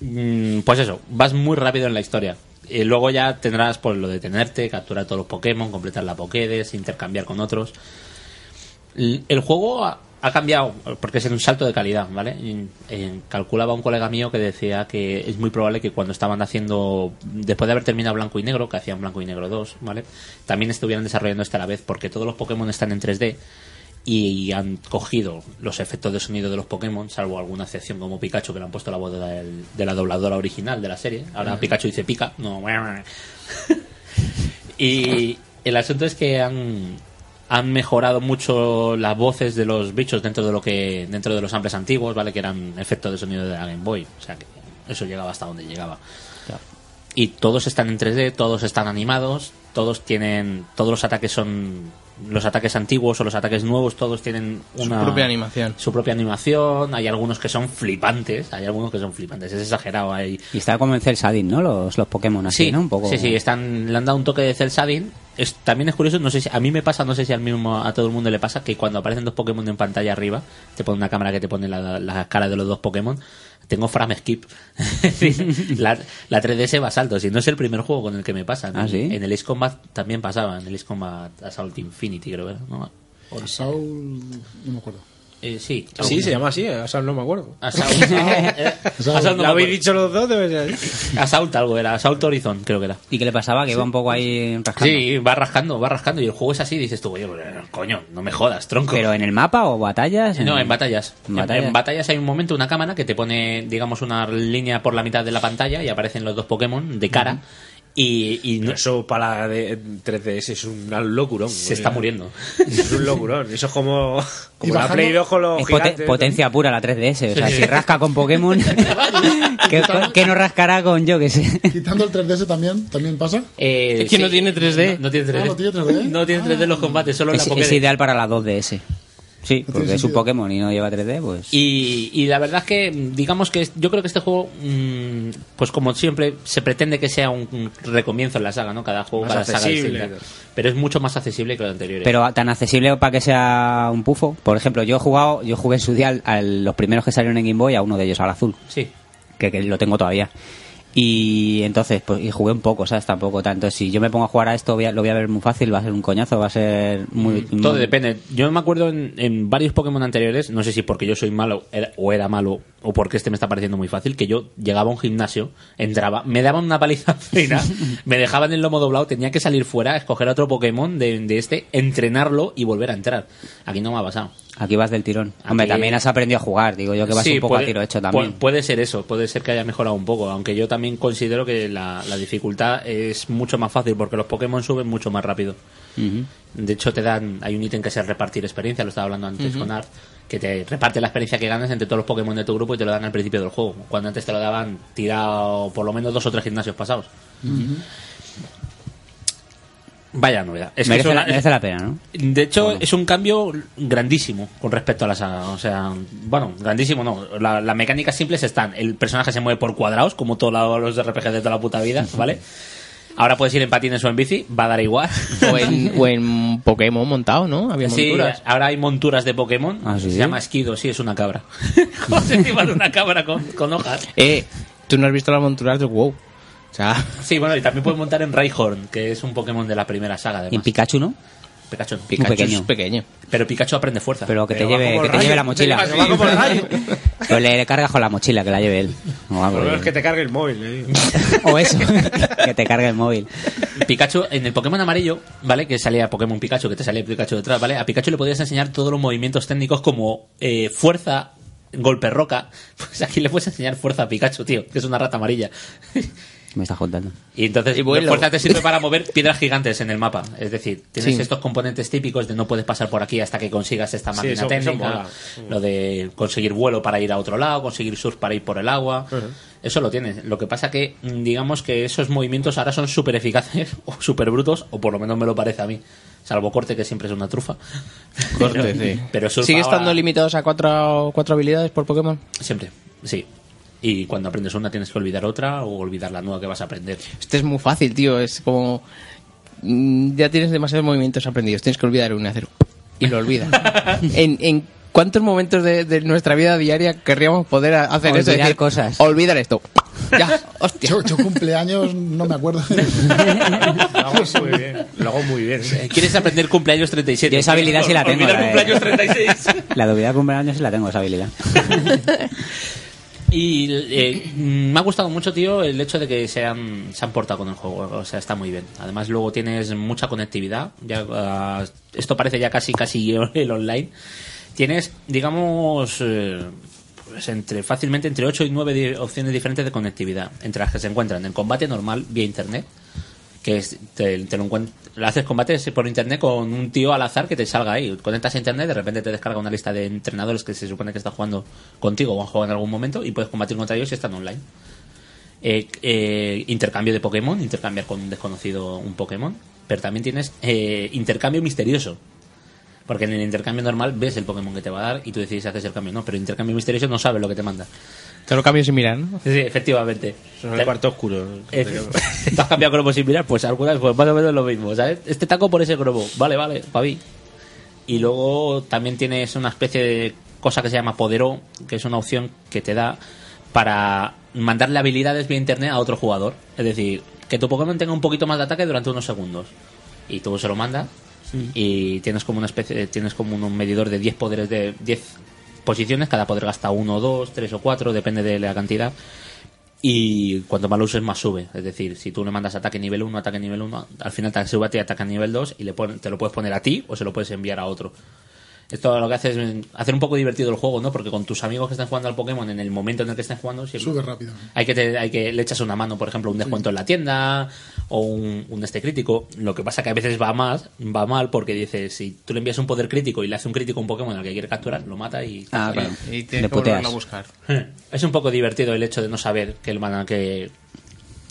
Speaker 1: mm, pues eso, vas muy rápido en la historia. Y luego ya tendrás pues, lo de tenerte, capturar todos los Pokémon, completar la Pokédex, intercambiar con otros. L- El juego ha, ha cambiado, porque es un salto de calidad, ¿vale? Y, eh, calculaba un colega mío que decía que es muy probable que cuando estaban haciendo, después de haber terminado Blanco y Negro, que hacían Blanco y Negro 2, ¿vale? También estuvieran desarrollando esta a la vez, porque todos los Pokémon están en 3D y han cogido los efectos de sonido de los Pokémon, salvo alguna excepción como Pikachu, que le han puesto la voz de la, de la dobladora original de la serie. Ahora
Speaker 5: Ajá.
Speaker 1: Pikachu dice pica, no. y el asunto es que han, han mejorado mucho las voces de los bichos dentro de lo que dentro de los samples antiguos, ¿vale? Que eran efectos de sonido de la Game Boy. O sea, que eso llegaba hasta donde llegaba y todos están en 3D, todos están animados, todos tienen, todos los ataques son los ataques antiguos o los ataques nuevos, todos tienen una
Speaker 6: propia animación.
Speaker 1: Su propia animación, hay algunos que son flipantes, hay algunos que son flipantes, es exagerado, hay
Speaker 3: Y está como en Cel Shading, ¿no? Los, los Pokémon así,
Speaker 1: sí,
Speaker 3: ¿no? Un poco.
Speaker 1: Sí, sí, están, le han dado un toque de cel shading. Es, también es curioso, no sé si a mí me pasa, no sé si al mismo a todo el mundo le pasa que cuando aparecen dos Pokémon en pantalla arriba, te pone una cámara que te pone la, la cara de los dos Pokémon. Tengo frame skip. Es decir, la, la 3DS va a saltos y no es el primer juego con el que me pasa.
Speaker 3: ¿Ah, sí?
Speaker 1: En el Ace Combat también pasaba, en el Ace Combat Assault Infinity, creo que era. ¿no?
Speaker 4: Por Saul, no me acuerdo.
Speaker 1: Eh, sí,
Speaker 5: Sí, se llama así. eh, O sea, no me acuerdo.
Speaker 1: Assault. Eh, Assault no
Speaker 5: Lo
Speaker 1: me
Speaker 5: habéis
Speaker 1: acuerdo.
Speaker 5: dicho los dos, debe ser.
Speaker 1: Assault algo era, Assault Horizon creo que era.
Speaker 3: ¿Y qué le pasaba? Que
Speaker 1: Sí.
Speaker 3: iba un poco ahí rascando.
Speaker 1: Sí, va rascando, va rascando y el juego es así, dices tú, oye, pues, coño, no me jodas, tronco.
Speaker 3: ¿Pero en el mapa o batallas?
Speaker 1: No, en batallas.
Speaker 3: En
Speaker 1: En en
Speaker 3: batallas.
Speaker 1: batallas. hay un momento, una cámara que te pone, digamos, una línea por la mitad de la pantalla y aparecen los dos Pokémon de cara. Y, y no-
Speaker 5: Eso para la de- 3DS es un locurón.
Speaker 1: Se está muriendo.
Speaker 5: Es un locurón. Eso es como,
Speaker 3: Y
Speaker 5: como la
Speaker 3: bajando-
Speaker 5: Play 2 con los
Speaker 3: Es pote-
Speaker 5: gigantes.
Speaker 3: potencia pura la 3DS. O sea,
Speaker 5: Sí.
Speaker 3: si rasca con Pokémon, ¿qué, qué no rascará con yo que sé?
Speaker 4: Quitando el 3DS también, también pasa.
Speaker 1: Eh,
Speaker 4: Es que no
Speaker 1: tiene 3D. No, no tiene 3D.
Speaker 4: Ah, no tiene 3D.
Speaker 1: No tiene 3D los combates, solo
Speaker 3: Es,
Speaker 1: la
Speaker 3: es
Speaker 1: Pokédex.
Speaker 3: ideal para la 2DS. Sí, porque es un Pokémon y no lleva 3D, pues.
Speaker 1: Y, y la verdad es que, digamos que es- yo creo que este juego, mm, pues como siempre, se pretende que sea un un recomienzo en la saga, ¿no? Cada juego,
Speaker 3: Más
Speaker 1: cada saga
Speaker 3: accesible.
Speaker 1: distinta. Pero es mucho más accesible que los anteriores.
Speaker 3: Pero tan accesible para que sea un pufo. Por ejemplo, yo he jugado, yo jugué en su día al- a los primeros que salieron en Game Boy, a uno de ellos, al azul.
Speaker 1: Sí.
Speaker 3: Que, que lo tengo todavía. Y entonces, pues, y jugué un poco, ¿sabes? Tampoco tanto. Si yo me pongo a jugar a esto, voy a- lo voy a ver muy fácil, va a ser un coñazo, va a ser muy.
Speaker 1: Todo
Speaker 3: muy-
Speaker 1: depende. Yo me acuerdo en, en varios Pokémon anteriores, no sé si porque yo soy malo era- o era malo o porque este me está pareciendo muy fácil, que yo llegaba a un gimnasio, entraba, me daban una paliza fina, me dejaban el lomo doblado, tenía que salir fuera, escoger otro Pokémon de, de este, entrenarlo y volver a entrar. Aquí no me ha pasado.
Speaker 3: Aquí vas del tirón. Hombre,
Speaker 1: Aquí-
Speaker 3: también has aprendido a jugar, digo yo que vas
Speaker 1: Sí, pues,
Speaker 3: un poco
Speaker 1: puede-
Speaker 3: a tiro hecho
Speaker 1: pu-
Speaker 3: también.
Speaker 1: Puede, ser eso, puede ser que haya mejorado un poco, aunque yo también considero que la, la dificultad es mucho más fácil porque los Pokémon suben mucho más rápido.
Speaker 3: Ujú.
Speaker 1: De hecho, te dan, hay un ítem que es el repartir experiencia, lo estaba hablando antes
Speaker 3: Ujú.
Speaker 1: con Art, que te reparte la experiencia que ganas entre todos los Pokémon de tu grupo y te lo dan al principio del juego, cuando antes te lo daban tirado por lo menos dos o tres gimnasios pasados. Vaya novedad. Es que
Speaker 3: merece,
Speaker 1: es una-
Speaker 3: la, merece la pena, ¿no?
Speaker 1: De hecho, es un cambio grandísimo con respecto a la saga. O sea, bueno, grandísimo no. La- Las mecánicas simples están. El personaje se mueve por cuadrados, como todos la- los RPG de toda la puta vida, ¿vale? Ahora puedes ir en patines o en bici, va a dar igual.
Speaker 6: O en, o en Pokémon montado, ¿no? Había
Speaker 1: Sí,
Speaker 6: monturas.
Speaker 1: ahora hay monturas de Pokémon.
Speaker 6: Ah, ¿sí?
Speaker 1: Se llama Esquido, sí, es una cabra. José, encima de una cabra con, con hojas.
Speaker 6: Eh, tú no has visto las monturas del WoW. O sea,
Speaker 1: Sí, bueno, y también puedes montar en Rayhorn, que es un Pokémon de la primera saga,
Speaker 3: Y en
Speaker 1: además.
Speaker 3: Pikachu, ¿no?
Speaker 1: Pikachu, no.
Speaker 3: Pikachu es pequeño.
Speaker 1: Pero Pikachu aprende fuerza.
Speaker 3: Pero que te lleve, que te lleve la mochila. Pues le, le cargas con la mochila, que la lleve él. O, algo.
Speaker 5: Por lo menos que te cargue el móvil. eh.
Speaker 3: O eso, que te cargue el móvil.
Speaker 1: Pikachu, en el Pokémon amarillo, ¿vale? Que salía Pokémon Pikachu, que te salía Pikachu detrás, ¿vale? A Pikachu le podías enseñar todos los movimientos técnicos como eh, fuerza, golpe roca, pues aquí le puedes enseñar fuerza a Pikachu, tío, que es una rata amarilla.
Speaker 3: Me está juntando.
Speaker 1: Y entonces,
Speaker 3: vuelo.
Speaker 1: la fuerza te sirve para mover piedras gigantes en el mapa. Es decir, tienes
Speaker 3: Sí.
Speaker 1: estos componentes típicos de no puedes pasar por aquí hasta que consigas esta
Speaker 5: Sí,
Speaker 1: máquina
Speaker 5: eso- eso
Speaker 1: técnica.
Speaker 5: mola.
Speaker 1: lo de conseguir vuelo para ir a otro lado, conseguir surf para ir por el agua. Eso lo tienes. Lo que pasa que, mm, digamos que esos movimientos ahora son súper eficaces o súper brutos, o por lo menos me lo parece a mí. Salvo corte, que siempre es una trufa.
Speaker 6: Corte,
Speaker 1: pero,
Speaker 6: sí.
Speaker 1: Pero surf
Speaker 6: ¿Sigue
Speaker 1: ahora-
Speaker 6: estando limitados a cuatro, cuatro habilidades por Pokémon?
Speaker 1: Siempre, sí. Y cuando aprendes una tienes que olvidar otra o olvidar la nueva que vas a aprender.
Speaker 6: Este es muy fácil, tío. Es como. mm, Ya tienes demasiados movimientos aprendidos. Tienes que olvidar uno y hacer. Y lo olvidas. en, en cuántos momentos de, de nuestra vida diaria querríamos poder a- hacer eso? Es
Speaker 3: Olvidar
Speaker 6: decir,
Speaker 3: cosas.
Speaker 6: Olvidar esto. Ya, hostia.
Speaker 4: Yo, yo cumpleaños no me acuerdo.
Speaker 5: muy bien. Lo hago muy bien.
Speaker 1: Eh, ¿Quieres aprender cumpleaños 37?
Speaker 3: Yo esa habilidad sí la tengo.
Speaker 1: Olvidar
Speaker 3: la de-
Speaker 1: cumpleaños 36.
Speaker 3: La de olvidar cumpleaños sí la tengo, esa habilidad.
Speaker 1: Y eh, mm, me ha gustado mucho, tío, el hecho de que se han, se han portado con el juego. O sea, está muy bien. Además, luego tienes mucha conectividad. Ya, ah, esto parece ya casi, casi el online. Tienes, digamos, eh, pues entre, fácilmente entre 8 y 9 di- opciones diferentes de conectividad. Entre las que se encuentran el combate normal vía internet. Que es, te, te lo encuent- le haces combates por internet con un tío al azar que te salga ahí. Conectas a internet, de repente te descarga una lista de entrenadores que se supone que están jugando contigo o han jugado en algún momento y puedes combatir contra ellos si están online. Eh, eh, intercambio de Pokémon, intercambiar con un desconocido un Pokémon. Pero también tienes eh, intercambio misterioso. Porque en el intercambio normal ves el Pokémon que te va a dar y tú decides si haces el cambio o no. Pero el intercambio misterioso no sabe lo que te manda.
Speaker 6: Te lo cambio sin mirar, ¿no?
Speaker 1: Sí, sí, efectivamente.
Speaker 5: el
Speaker 1: Te-
Speaker 5: cuarto oscuro.
Speaker 1: Eh, Efe- Te has cambiado cromo sin mirar, pues algunas, pues más o menos lo mismo, ¿sabes? Este taco por ese cromo, vale, vale, pavi. Y luego también tienes una especie de cosa que se llama Podero, que es una opción que te da para mandarle habilidades vía internet a otro jugador. Es decir, que tu Pokémon tenga un poquito más de ataque durante unos segundos. Y tú se lo mandas y tienes como una especie de- tienes como un medidor de 10 poderes de 10 posiciones, cada poder gasta 1, 2, 3 o 4, depende de la cantidad. Y cuanto más lo uses, más sube. Es decir, si tú le mandas ataque nivel 1, ataque nivel 1, al final te sube a ti ataque nivel 2 y le pon- te lo puedes poner a ti o se lo puedes enviar a otro. Esto lo que hace es mm, hacer un poco divertido el juego, ¿no? Porque con tus amigos que están jugando al Pokémon en el momento en el que estén jugando, siempre-
Speaker 4: Sube rápido.
Speaker 1: hay que, te- hay que le echas una mano, por ejemplo, un descuento en la tienda o un, un este crítico. Lo que pasa que a veces va más, va mal porque dices, si tú le envías un poder crítico y le hace un crítico a un Pokémon al que quiere capturar, lo mata y...
Speaker 3: Ah, claro.
Speaker 6: Y
Speaker 3: tienes Le que volverlo puteas. a
Speaker 6: buscar.
Speaker 1: Es un poco divertido el hecho de no saber que el mana- que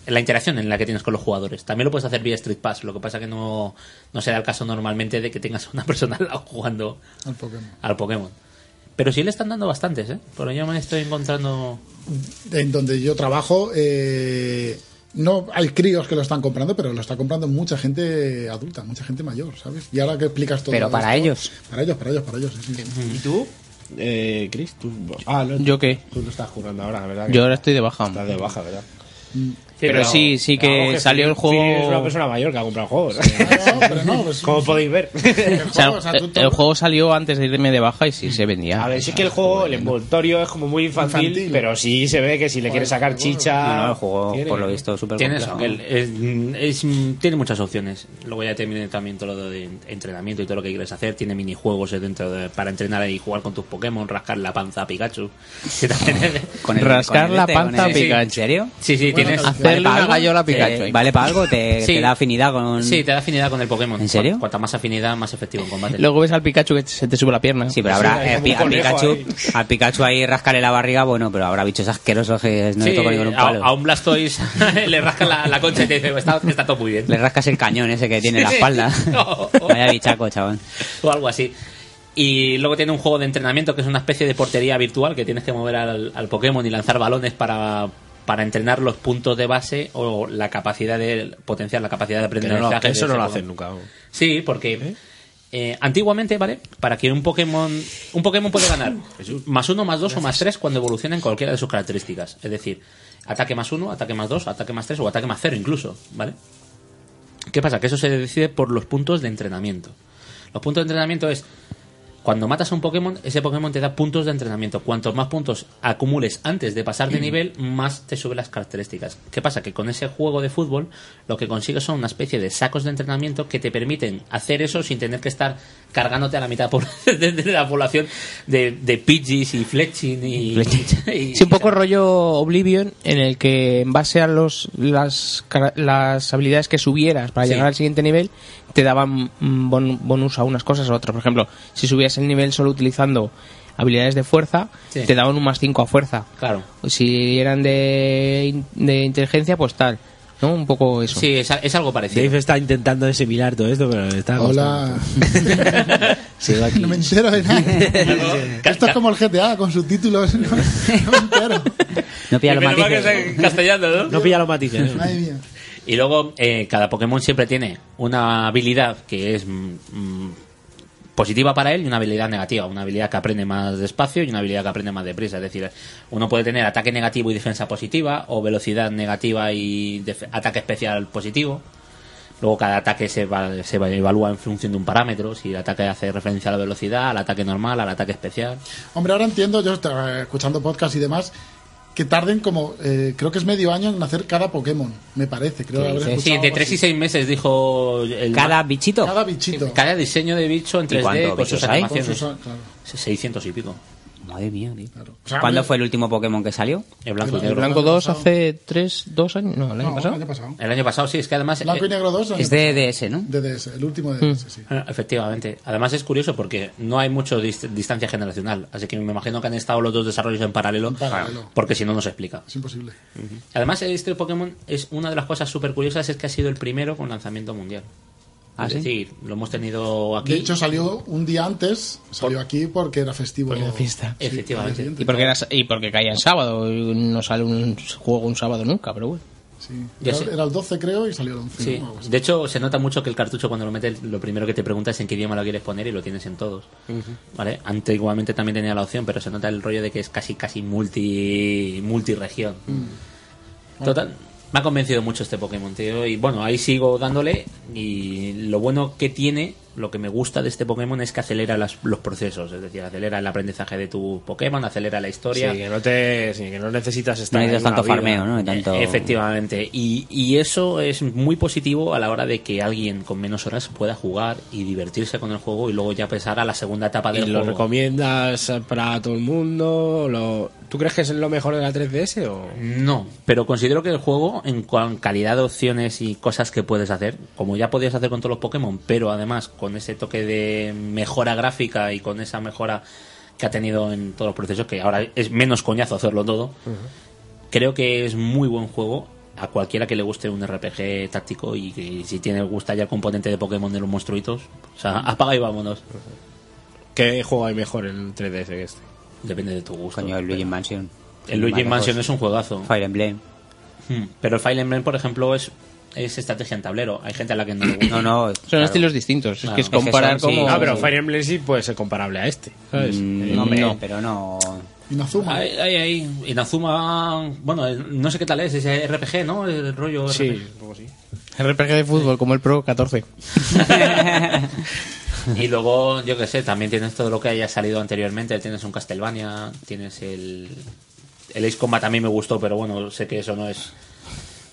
Speaker 1: la interacción en la que tienes con los jugadores. También lo puedes hacer vía Street Pass, lo que pasa que no, no se da el caso normalmente de que tengas a una persona al lado jugando
Speaker 4: Al Pokémon.
Speaker 1: al Pokémon. Pero sí le están dando bastantes, ¿eh? Por yo me estoy encontrando...
Speaker 4: en donde yo trabajo, eh, no hay críos que lo están comprando, pero lo está comprando mucha gente adulta, mucha gente mayor, ¿sabes? Y ahora que explicas todo.
Speaker 3: Pero para
Speaker 4: esto-
Speaker 3: ellos.
Speaker 4: Para ellos, para ellos, para ellos. sí, sí.
Speaker 5: ¿Y tú? Eh, Chris, tú. Ah, no,
Speaker 6: ¿Yo qué?
Speaker 5: Tú no estás jugando ahora, ¿verdad?
Speaker 6: Yo ahora estoy de baja.
Speaker 5: Estás de baja, ¿verdad?
Speaker 4: Mm.
Speaker 6: pero, sí, sí que salió el juego.
Speaker 5: Es una persona mayor que ha comprado juegos.
Speaker 4: Pero no, pues,
Speaker 5: Como podéis ver.
Speaker 4: el
Speaker 6: O sea,
Speaker 4: juego, o sea,
Speaker 1: Eh,
Speaker 4: tú-
Speaker 6: el juego salió antes de irme de baja y sí se vendía.
Speaker 5: A ver, sí que el juego, el envoltorio es como muy infantil,
Speaker 4: Infantil.
Speaker 5: pero sí se ve que si le quieres sacar chicha.
Speaker 3: No, el juego,
Speaker 5: tiene.
Speaker 3: por lo visto, súper
Speaker 1: Tienes,
Speaker 3: complejo.
Speaker 1: el- es- es- mm, tiene muchas opciones. Luego ya terminé también todo lo de en- entrenamiento y todo lo que quieres hacer. Tiene minijuegos eh, dentro de- para entrenar y jugar con tus Pokémon, rascar la panza a Pikachu. Que también es-
Speaker 3: Con el-
Speaker 6: Rascar
Speaker 3: con el
Speaker 6: la
Speaker 3: este, con
Speaker 6: panza
Speaker 3: el-
Speaker 6: a Pikachu.
Speaker 3: ¿En serio?
Speaker 1: Sí, sí,
Speaker 4: Bueno,
Speaker 1: tienes.
Speaker 4: hacer-
Speaker 3: ¿Vale
Speaker 6: Hacerle
Speaker 3: para
Speaker 6: una
Speaker 3: algo?
Speaker 6: gallola a
Speaker 3: ¿Te-
Speaker 6: Pikachu ahí.
Speaker 3: ¿Vale para algo? ¿Te,
Speaker 1: Sí.
Speaker 3: te da afinidad con...?
Speaker 1: Sí, te da afinidad con el Pokémon.
Speaker 3: ¿En serio?
Speaker 1: Cu- Cuanta más afinidad, más efectivo en combate.
Speaker 6: Luego ves al Pikachu que se te sube la pierna.
Speaker 3: Sí, pero
Speaker 5: Sí,
Speaker 3: habrá
Speaker 5: hay
Speaker 3: eh,
Speaker 5: como un
Speaker 3: pi- al
Speaker 5: conejo
Speaker 3: Pikachu,
Speaker 5: ahí.
Speaker 3: al Pikachu ahí rascarle la barriga, bueno, pero habrá bichos asquerosos que no
Speaker 1: Sí,
Speaker 3: le tocan ningún
Speaker 1: a,
Speaker 3: palo.
Speaker 1: a un Blastoise le rasca la, la concha y te dice: está, está todo muy bien.
Speaker 3: Le rascas el cañón ese que tiene en la
Speaker 1: Sí.
Speaker 3: espalda.
Speaker 1: No.
Speaker 3: Vaya bichaco, chaval.
Speaker 1: o algo así. Y luego tiene un juego de entrenamiento que es una especie de portería virtual que tienes que mover al, al Pokémon y lanzar balones para, para entrenar los puntos de base o la capacidad de potenciar la capacidad de
Speaker 5: Que no lo-
Speaker 1: aprendizaje.
Speaker 5: que
Speaker 1: de
Speaker 5: eso
Speaker 1: ese
Speaker 5: no lo
Speaker 1: Pokémon.
Speaker 5: hacen nunca.
Speaker 1: Sí, porque eh, antiguamente, ¿vale? Para que un Pokémon. Un Pokémon puede ganar más uno, más dos o más tres cuando evolucionen cualquiera de sus características. Es decir, ataque más uno, ataque más dos, ataque más tres o ataque más cero incluso, ¿vale? ¿Qué pasa? Que eso se decide por los puntos de entrenamiento. Los puntos de entrenamiento es Cuando matas a un Pokémon, ese Pokémon te da puntos de entrenamiento. Cuantos más puntos acumules antes de pasar de nivel, más te sube las características. ¿Qué pasa? Que con ese juego de fútbol, lo que consigues son una especie de sacos de entrenamiento que te permiten hacer eso sin tener que estar cargándote a la mitad por- de de la población de, de Pidgeys y Fletching y, y-
Speaker 6: Sí, un poco rollo Oblivion, en el que en base a los, las, cara- las habilidades que subieras para
Speaker 1: Sí.
Speaker 6: llegar al siguiente nivel, te daban mm, bon- bonus a unas cosas a otras. Por ejemplo, si subías el nivel solo utilizando habilidades de fuerza,
Speaker 1: Sí.
Speaker 6: te daban un más 5 a fuerza.
Speaker 1: Claro.
Speaker 6: Si eran de, in- de inteligencia, pues tal. ¿No? Un poco eso.
Speaker 1: Sí, es, a- es algo parecido.
Speaker 5: Dave está intentando asimilar todo esto, pero le está
Speaker 6: Hola.
Speaker 5: costando. Sigo aquí.
Speaker 4: No me entero de nada. Esto es como el GTA con subtítulos. No, no me entero.
Speaker 3: No
Speaker 1: pilla los matices. en castellano, ¿no?
Speaker 5: No pilla los matices.
Speaker 4: Madre mía.
Speaker 1: Y luego, eh, cada Pokémon siempre tiene una habilidad que es mm, mm, positiva para él y una habilidad negativa. Una habilidad que aprende más despacio y una habilidad que aprende más deprisa. Es decir, uno puede tener ataque negativo y defensa positiva, o velocidad negativa y def- ataque especial positivo. Luego cada ataque se, va- se va- evalúa en función de un parámetro, si el ataque hace referencia a la velocidad, al ataque normal, al ataque especial.
Speaker 4: Hombre, ahora entiendo, yo estaba escuchando podcast y demás, que tarden como, eh, creo que es medio año en nacer cada Pokémon, me parece. Creo haber
Speaker 1: Sí,
Speaker 4: escuchado
Speaker 1: sí, de
Speaker 4: algo
Speaker 1: 3 y
Speaker 4: así.
Speaker 1: 6 meses dijo el
Speaker 3: Cada bichito.
Speaker 4: Cada bichito.
Speaker 1: Cada diseño de bicho en pues,
Speaker 3: ¿Y cuántos
Speaker 1: 3D con sus
Speaker 3: bichos hay?
Speaker 1: animaciones.
Speaker 3: Con sus-
Speaker 4: claro.
Speaker 1: 600 y pico.
Speaker 3: Madre mía, tío.
Speaker 4: O sea,
Speaker 3: ¿Cuándo
Speaker 4: hombre-
Speaker 3: fue el último Pokémon que salió?
Speaker 1: El blanco y
Speaker 6: El
Speaker 1: negro.
Speaker 6: Blanco 2 hace 3, 2 años. No, el año
Speaker 4: No,
Speaker 6: pasado.
Speaker 4: el año pasado.
Speaker 1: El año pasado, sí, es que además.
Speaker 4: Blanco y
Speaker 1: eh,
Speaker 4: negro 2. el año
Speaker 3: Es de DS, ¿no?
Speaker 4: pasado. De DS, el último de DS, sí.
Speaker 1: Ah, Efectivamente. Además es curioso porque no hay mucha distancia generacional. Así que me imagino que han estado los dos desarrollos en paralelo.
Speaker 4: paralelo.
Speaker 1: Porque si no, no se explica.
Speaker 4: Es imposible.
Speaker 1: Además, este Pokémon es una de las cosas súper curiosas es que ha sido el primero con lanzamiento mundial.
Speaker 4: ¿Ah,
Speaker 1: es
Speaker 4: sí?
Speaker 1: decir, lo hemos tenido aquí.
Speaker 4: De hecho, salió un día antes, salió aquí porque era festivo. Porque era fiesta.
Speaker 1: Efectivamente.
Speaker 6: Y porque, era, y porque caía en sábado. y No sale un juego un sábado nunca, pero bueno.
Speaker 1: Ya
Speaker 4: Era,
Speaker 1: sé.
Speaker 4: era el 12, creo, y salió el 11.
Speaker 1: Sí.
Speaker 4: ¿no? Algo así.
Speaker 1: De hecho, se nota mucho que el cartucho cuando lo metes, lo primero que te pregunta es en qué idioma lo quieres poner y lo tienes en todos. ¿Vale? Antiguamente también tenía la opción, pero se nota el rollo de que es casi casi multi multiregión. Total, me ha convencido mucho este Pokémon, tío, y bueno, ahí sigo dándole y lo bueno que tiene, lo que me gusta de este Pokémon es que acelera las- los procesos, es decir, acelera el aprendizaje de tu Pokémon, acelera la historia.
Speaker 5: Sí, que no, te, sí, que no necesitas estar.
Speaker 3: No necesitas
Speaker 5: ahí
Speaker 3: tanto
Speaker 5: una vida.
Speaker 3: farmeo, ¿no? Y tanto-
Speaker 1: E- Efectivamente. Y, y eso es muy positivo a la hora de que alguien con menos horas pueda jugar y divertirse con el juego y luego ya pasar a la segunda etapa
Speaker 5: ¿Y
Speaker 1: del
Speaker 5: lo
Speaker 1: juego.
Speaker 5: recomiendas para todo el mundo? Lo- ¿Tú crees que es lo mejor de la 3DS o...?
Speaker 1: No, pero considero que el juego, en cuan- calidad de opciones y cosas que puedes hacer, como ya podías hacer con todos los Pokémon, pero además con ese toque de mejora gráfica y con esa mejora que ha tenido en todos los procesos, que ahora es menos coñazo hacerlo todo, creo que es muy buen juego a cualquiera que le guste un RPG táctico y que si tiene gusta ya el componente de Pokémon de los monstruitos, o sea, apaga y vámonos.
Speaker 5: ¿Qué juego hay mejor en 3DS que este?
Speaker 1: Depende de tu gusto.
Speaker 3: Coño, el Luigi Mansion.
Speaker 1: El Luigi
Speaker 3: Más
Speaker 1: Mansion
Speaker 3: lejos.
Speaker 1: es un juegazo.
Speaker 3: Fire Emblem.
Speaker 1: Hmm, Pero el Fire Emblem, por ejemplo, es, es estrategia en tablero. Hay gente a la que no le
Speaker 3: No,
Speaker 1: gusta.
Speaker 3: no.
Speaker 6: Son estilos distintos. Es que es comparar
Speaker 1: son, sí.
Speaker 6: como...
Speaker 5: Ah, pero Fire Emblem sí puede ser comparable a este. ¿sabes?
Speaker 3: Mm, No,
Speaker 5: Eh,
Speaker 3: hombre, pero no.
Speaker 4: Inazuma.
Speaker 1: Ahí, ahí, ahí. Inazuma, bueno, no sé qué tal es, es RPG, ¿no? El rollo
Speaker 5: Sí,
Speaker 1: RPG.
Speaker 5: supongo que sí.
Speaker 6: RPG de fútbol, como el Pro 14.
Speaker 1: Y luego, yo qué sé, también tienes todo lo que haya salido anteriormente. Tienes un Castlevania, tienes el. El Ace Combat también me gustó, pero bueno, sé que eso no es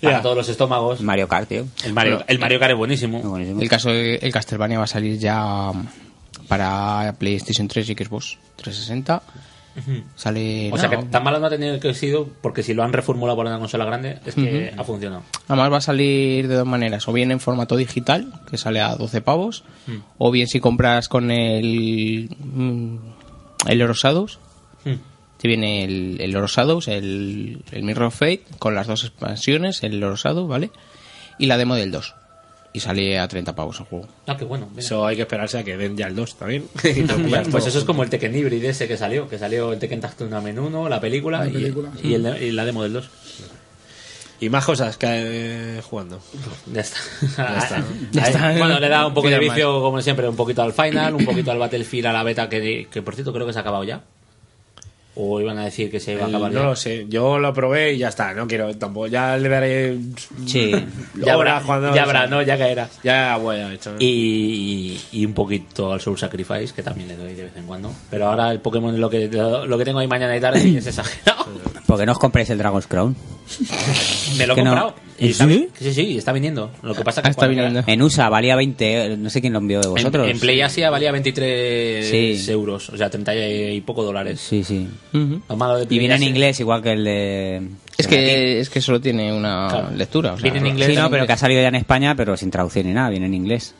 Speaker 1: para
Speaker 5: Ya.
Speaker 1: todos los estómagos.
Speaker 3: Mario Kart, tío.
Speaker 1: El Mario,
Speaker 6: Pero-
Speaker 1: el Mario Kart es buenísimo.
Speaker 3: Muy buenísimo.
Speaker 6: El caso de el Castlevania va a salir ya um, para PlayStation 3 y Xbox 360. Sale...
Speaker 1: O sea que
Speaker 6: no,
Speaker 1: tan malo no ha tenido que sido porque si lo han reformulado por una consola grande es que ha funcionado.
Speaker 6: Además va a salir de dos maneras, o bien en formato digital, que sale a 12 pavos,
Speaker 1: Mm.
Speaker 6: o bien si compras con el mm, el Oro Shadows,
Speaker 1: Mm.
Speaker 6: te viene el, el Oro Shadows, el, el Mirror of Fate, con las dos expansiones, el Oro Shadows, ¿vale? Y la demo del 2. Y sale a 30 pavos el juego.
Speaker 1: Ah, qué bueno. mira.
Speaker 5: Eso hay que esperarse a que den ya el 2 también.
Speaker 1: pues eso es como el Tekken Hybrid ese que salió, que salió el Tekken Tag Tournament 1, la película,
Speaker 4: La
Speaker 1: y-
Speaker 4: película.
Speaker 1: Y, el de- y la demo del 2.
Speaker 5: Y más cosas que eh, jugando.
Speaker 1: Ya está.
Speaker 5: está, ¿no?
Speaker 6: Ya está.
Speaker 1: Bueno, le da un poco de
Speaker 6: Queda más.
Speaker 1: vicio, como siempre, un poquito al Final, un poquito al Battlefield, a la beta, que, que por cierto creo que se ha acabado ya. o iban a decir que se iba a acabar
Speaker 5: Eh, No
Speaker 1: ya.
Speaker 5: lo sé, yo lo probé y ya está, no quiero tampoco, ya le daré
Speaker 1: Sí.
Speaker 5: ya habrá, cuando
Speaker 1: ya habrá, ¿no? Ya caerá.
Speaker 5: Ya bueno, hecho. ¿no?
Speaker 1: Y, y un poquito al Soul Sacrifice, que también le doy de vez en cuando. Pero ahora el Pokémon lo que, lo, lo que tengo ahí mañana y tarde y es exagerado.
Speaker 3: ¿Por qué no os compráis el Dragon's Crown?
Speaker 1: Me lo he
Speaker 3: Que no.
Speaker 1: comprado.
Speaker 3: ¿Y
Speaker 1: está-
Speaker 3: sí?
Speaker 1: sí, sí, está viniendo. Lo que
Speaker 6: Ah,
Speaker 1: pasa que
Speaker 3: Está
Speaker 1: cuando-
Speaker 3: En USA valía 20, eh, no sé quién lo envió de
Speaker 1: en,
Speaker 3: vosotros.
Speaker 1: en Play Asia valía 23
Speaker 3: Sí.
Speaker 1: euros, o sea, 30 y poco dólares.
Speaker 3: Sí, sí.
Speaker 1: Lo malo de
Speaker 3: Y viene en
Speaker 1: Play Asia-
Speaker 3: inglés igual que el de...
Speaker 6: Es que, es que solo tiene una
Speaker 3: Claro.
Speaker 6: lectura. o sea,
Speaker 3: Sí, no, pero que ha salido ya en España, pero sin traducir ni nada, viene en inglés.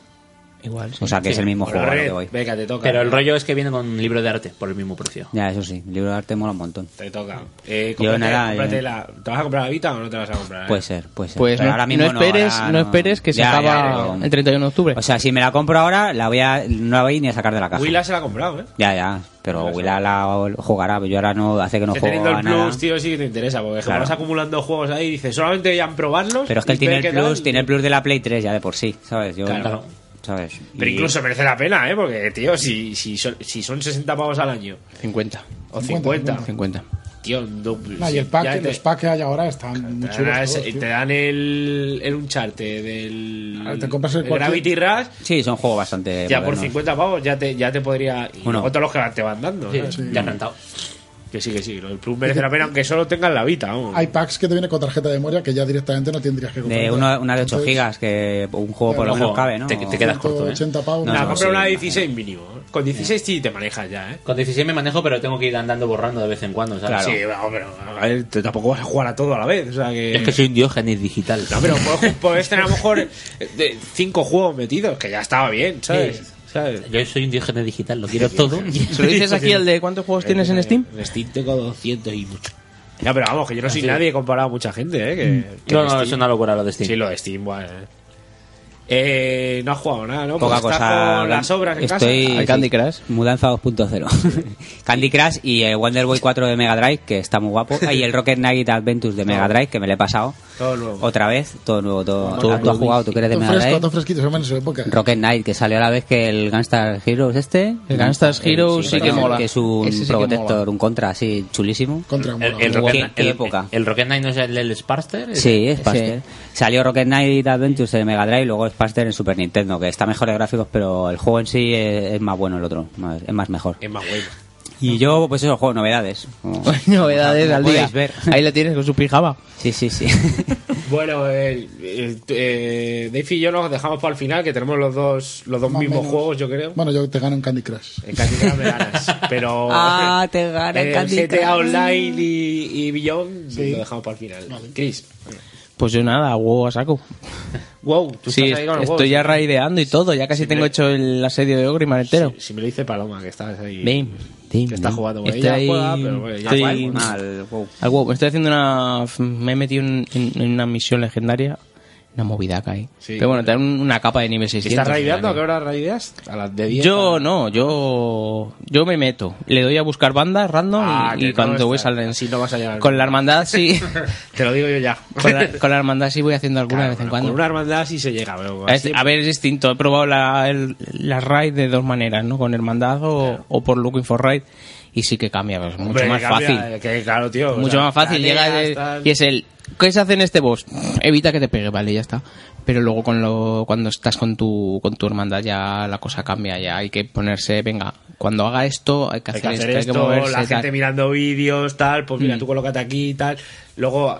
Speaker 6: Igual.
Speaker 3: O sea, que
Speaker 1: Sí.
Speaker 3: es el mismo
Speaker 1: Bueno,
Speaker 3: juego a lo
Speaker 1: red,
Speaker 3: que voy.
Speaker 5: Venga, te toca.
Speaker 1: Pero el rollo es que viene con libro de arte por el mismo precio.
Speaker 3: Ya, eso sí, el libro de arte mola un montón.
Speaker 5: Te toca. Eh,
Speaker 3: Yo
Speaker 5: cómprate-
Speaker 3: nada,
Speaker 5: cómprate
Speaker 3: eh.
Speaker 5: la- ¿Te vas a comprar la Vita o no te vas a comprar? eh?
Speaker 3: Puede ser, puede ser.
Speaker 6: Pues
Speaker 3: Pero
Speaker 6: no,
Speaker 3: ahora mismo
Speaker 6: no esperes-
Speaker 3: ahora
Speaker 6: no esperes que se acaba el 31 de octubre.
Speaker 3: O sea, si me la compro ahora, la voy a, no la voy ni a sacar de la caja.
Speaker 5: Willa se la ha comprado, ¿eh?
Speaker 3: Ya, ya, pero Willa la jugará, pero yo ahora no, hace que no
Speaker 5: Que
Speaker 3: juego
Speaker 5: teniendo
Speaker 3: a
Speaker 5: el
Speaker 3: nada.
Speaker 5: Plus, tío, sí que te interesa, porque es que
Speaker 3: Claro.
Speaker 5: vas acumulando juegos ahí y dices, solamente ya en probarlos.
Speaker 3: Pero es que él
Speaker 5: y
Speaker 3: tiene
Speaker 5: ver
Speaker 3: el
Speaker 5: qué tal.
Speaker 3: plus, tiene el plus de la Play 3 ya de por sí, ¿sabes? Yo,
Speaker 5: Claro.
Speaker 3: ¿sabes?
Speaker 5: Pero
Speaker 3: Y-
Speaker 5: incluso merece la pena, ¿eh? Porque, tío, si, si, son, si son 60 pavos al año,
Speaker 6: 50.
Speaker 5: o 50,
Speaker 6: 50.
Speaker 5: tío, no, pues,
Speaker 4: No, y el pack,
Speaker 5: ya te-
Speaker 4: los packs que hay ahora están muy
Speaker 5: te, dan,
Speaker 4: chulos.
Speaker 5: ese-
Speaker 4: todos, tío.
Speaker 5: te dan el, el Uncharted, del
Speaker 4: Ah, te compras el cuarto.
Speaker 5: Gravity Rush,
Speaker 3: Sí, son juegos
Speaker 1: Eh,
Speaker 3: bastante.
Speaker 5: ya por
Speaker 3: modernos.
Speaker 5: 50 pavos ya te, ya te podría... Y
Speaker 3: Bueno.
Speaker 5: luego todos los que te van dando.
Speaker 1: Sí,
Speaker 5: ¿sabes?
Speaker 1: Ya han rentado.
Speaker 5: Que sí, que sí, el Plus merece la pena, aunque solo tengan la Vita, vamos.
Speaker 4: Hay packs que te vienen con tarjeta de memoria que ya directamente no tendrías que comprar.
Speaker 3: De uno- una de 8 gigas, que un juego por lo menos cabe, ¿no?
Speaker 1: Te, te quedas corto, ¿eh?
Speaker 4: 80 pavos.
Speaker 5: Nada, compra
Speaker 3: sí,
Speaker 5: una de 16 mínimo. ¿eh? Con 16 sí te manejas ya, ¿eh?
Speaker 1: Con 16 me manejo, pero tengo que ir andando borrando de vez en cuando, ¿sabes?
Speaker 5: Sí, vamos, pero a ver, te- tampoco vas a jugar a todo a la vez. O sea que...
Speaker 1: Es que soy un diógenes digital.
Speaker 5: No, pero puedes, puedes tener a lo mejor eh, de cinco juegos metidos, que ya estaba bien, ¿sabes?
Speaker 1: Sí.
Speaker 5: ¿Sabes?
Speaker 1: Yo soy un diógenes digital, lo quiero todo.
Speaker 6: ¿Se lo dices aquí el de cuántos juegos tienes en Steam?
Speaker 5: En Steam tengo 200 y mucho. Ya, pero vamos, que yo no soy nadie comparado a mucha gente, ¿eh? Que, que
Speaker 1: Mm. No,
Speaker 5: en
Speaker 1: no,
Speaker 5: Steam-
Speaker 1: es una locura lo de Steam.
Speaker 5: Sí, lo de Steam, bueno. eh. Eh, no has jugado nada, ¿no?
Speaker 3: Poca
Speaker 5: Porque estás
Speaker 3: cosa.
Speaker 5: con las obras en
Speaker 3: Estoy.
Speaker 5: casa.
Speaker 6: Al Candy Crush.
Speaker 3: Mudanza 2.0. Candy Crush y el Wonder Boy 4 de Mega Drive, que está muy guapo. Ah, Y el Rocket Knight Adventures de Mega Drive, que me lo he pasado.
Speaker 5: Todo nuevo.
Speaker 3: Otra vez, todo nuevo. Todo,
Speaker 6: Todo
Speaker 3: ¿Tú has jugado? ¿Tú que eres de ¿eh?
Speaker 4: Todo
Speaker 3: Mega
Speaker 4: fresco,
Speaker 3: Drive?
Speaker 4: todo fresquito, se llama en su época.
Speaker 3: Rocket Knight, que salió a la vez que el Gunstar Heroes este.
Speaker 6: El Gunstar Heroes sí que
Speaker 3: perdón,
Speaker 6: mola.
Speaker 3: Que es un
Speaker 6: Ese sí que
Speaker 3: protector,
Speaker 6: mola.
Speaker 3: un contra así chulísimo.
Speaker 4: Contra
Speaker 1: El, el
Speaker 4: mola.
Speaker 1: Rocket
Speaker 3: Qué-
Speaker 1: Knight-
Speaker 3: qué
Speaker 1: el-
Speaker 3: época.
Speaker 1: el Rocket Knight no es el del Sparster.
Speaker 3: Sí, es Spaster. Salió Rocket Knight Adventures en Mega Drive y luego Spaster en Super Nintendo, que está mejor de gráficos, pero el juego en sí es, es más bueno el otro, más- es más mejor.
Speaker 5: Es más bueno.
Speaker 3: Y yo, pues eso, juego novedades. Como-
Speaker 6: Novedades
Speaker 3: como
Speaker 6: al día.
Speaker 3: Oh. podéis ver.
Speaker 6: Ahí la tienes con su pijama.
Speaker 3: Sí, sí, sí.
Speaker 5: Bueno, eh, eh, eh, Dave y yo nos dejamos para el final, que tenemos los dos, los dos
Speaker 4: Más o
Speaker 5: mismos
Speaker 4: menos.
Speaker 5: juegos, yo creo.
Speaker 4: Bueno, yo te gano en Candy Crush.
Speaker 5: En Candy Crush me ganas, pero... eh,
Speaker 3: Ah, te gana en
Speaker 5: el
Speaker 3: Candy
Speaker 5: GTA
Speaker 3: Crush.
Speaker 5: Online y, y Beyond lo dejamos para el final. Chris,
Speaker 6: Pues yo nada, wow, a saco.
Speaker 5: wow, tú
Speaker 6: Sí,
Speaker 5: estás ahí con los
Speaker 6: estoy
Speaker 5: huevos. ¿eh?
Speaker 6: ya raideando y todo. Ya casi tengo hecho el asedio de Ogrimmar entero.
Speaker 5: Si, si me lo dice Paloma, que estás ahí...
Speaker 6: Ven,
Speaker 5: Que está jugando con
Speaker 6: Estoy
Speaker 5: ella,
Speaker 6: ahí-
Speaker 5: juega, pero bueno, ya
Speaker 6: estoy-
Speaker 5: juega, bueno.
Speaker 3: Mal, wow.
Speaker 6: Al WoW. Me estoy haciendo una. Me he metido en, en- en una misión legendaria. Una movida acá ahí.
Speaker 5: Sí.
Speaker 6: Pero bueno, te dan una capa de nivel 600.
Speaker 5: ¿Estás raideando? ¿A
Speaker 6: o
Speaker 5: qué
Speaker 6: sea
Speaker 5: hora raideas? A las de
Speaker 6: que-
Speaker 5: 10.
Speaker 6: Yo no, yo yo me meto. Le doy a buscar bandas random
Speaker 5: Ah,
Speaker 6: y-
Speaker 5: que
Speaker 6: y,
Speaker 5: no
Speaker 6: cuando voy
Speaker 5: está-
Speaker 6: salen.
Speaker 5: así no vas a llegar.
Speaker 6: Con la hermandad sí.
Speaker 5: Te lo digo yo ya.
Speaker 6: con, la, con la hermandad sí voy haciendo alguna
Speaker 5: Claro,
Speaker 6: de vez en
Speaker 5: bueno,
Speaker 6: cuando.
Speaker 5: Con una hermandad sí se llega, pero...
Speaker 6: A,
Speaker 5: así-
Speaker 6: este- a ver, es distinto. He probado la, el- la raid de dos maneras, ¿no? Con hermandad o, o por Looking for Raid. Y sí que cambia, pero es mucho
Speaker 5: Hombre,
Speaker 6: más
Speaker 5: que cambia,
Speaker 6: fácil.
Speaker 5: eh, Que, claro, tío. o
Speaker 6: mucho
Speaker 5: sea,
Speaker 6: más fácil. Llega
Speaker 5: planeas,
Speaker 6: de-
Speaker 5: tal.
Speaker 6: y es el. ¿Qué se hace en este boss? Evita que te pegue, vale, ya está. Pero luego con lo, cuando estás con tu, con tu hermandad ya la cosa cambia, ya hay que ponerse, venga, cuando haga esto hay que
Speaker 5: Hay
Speaker 6: hacer,
Speaker 5: que hacer
Speaker 6: esto, hay que
Speaker 5: esto,
Speaker 6: moverse.
Speaker 5: la gente
Speaker 6: tal.
Speaker 5: mirando vídeos, tal, pues mira,
Speaker 6: Mm.
Speaker 5: tú colócate aquí y tal. Luego,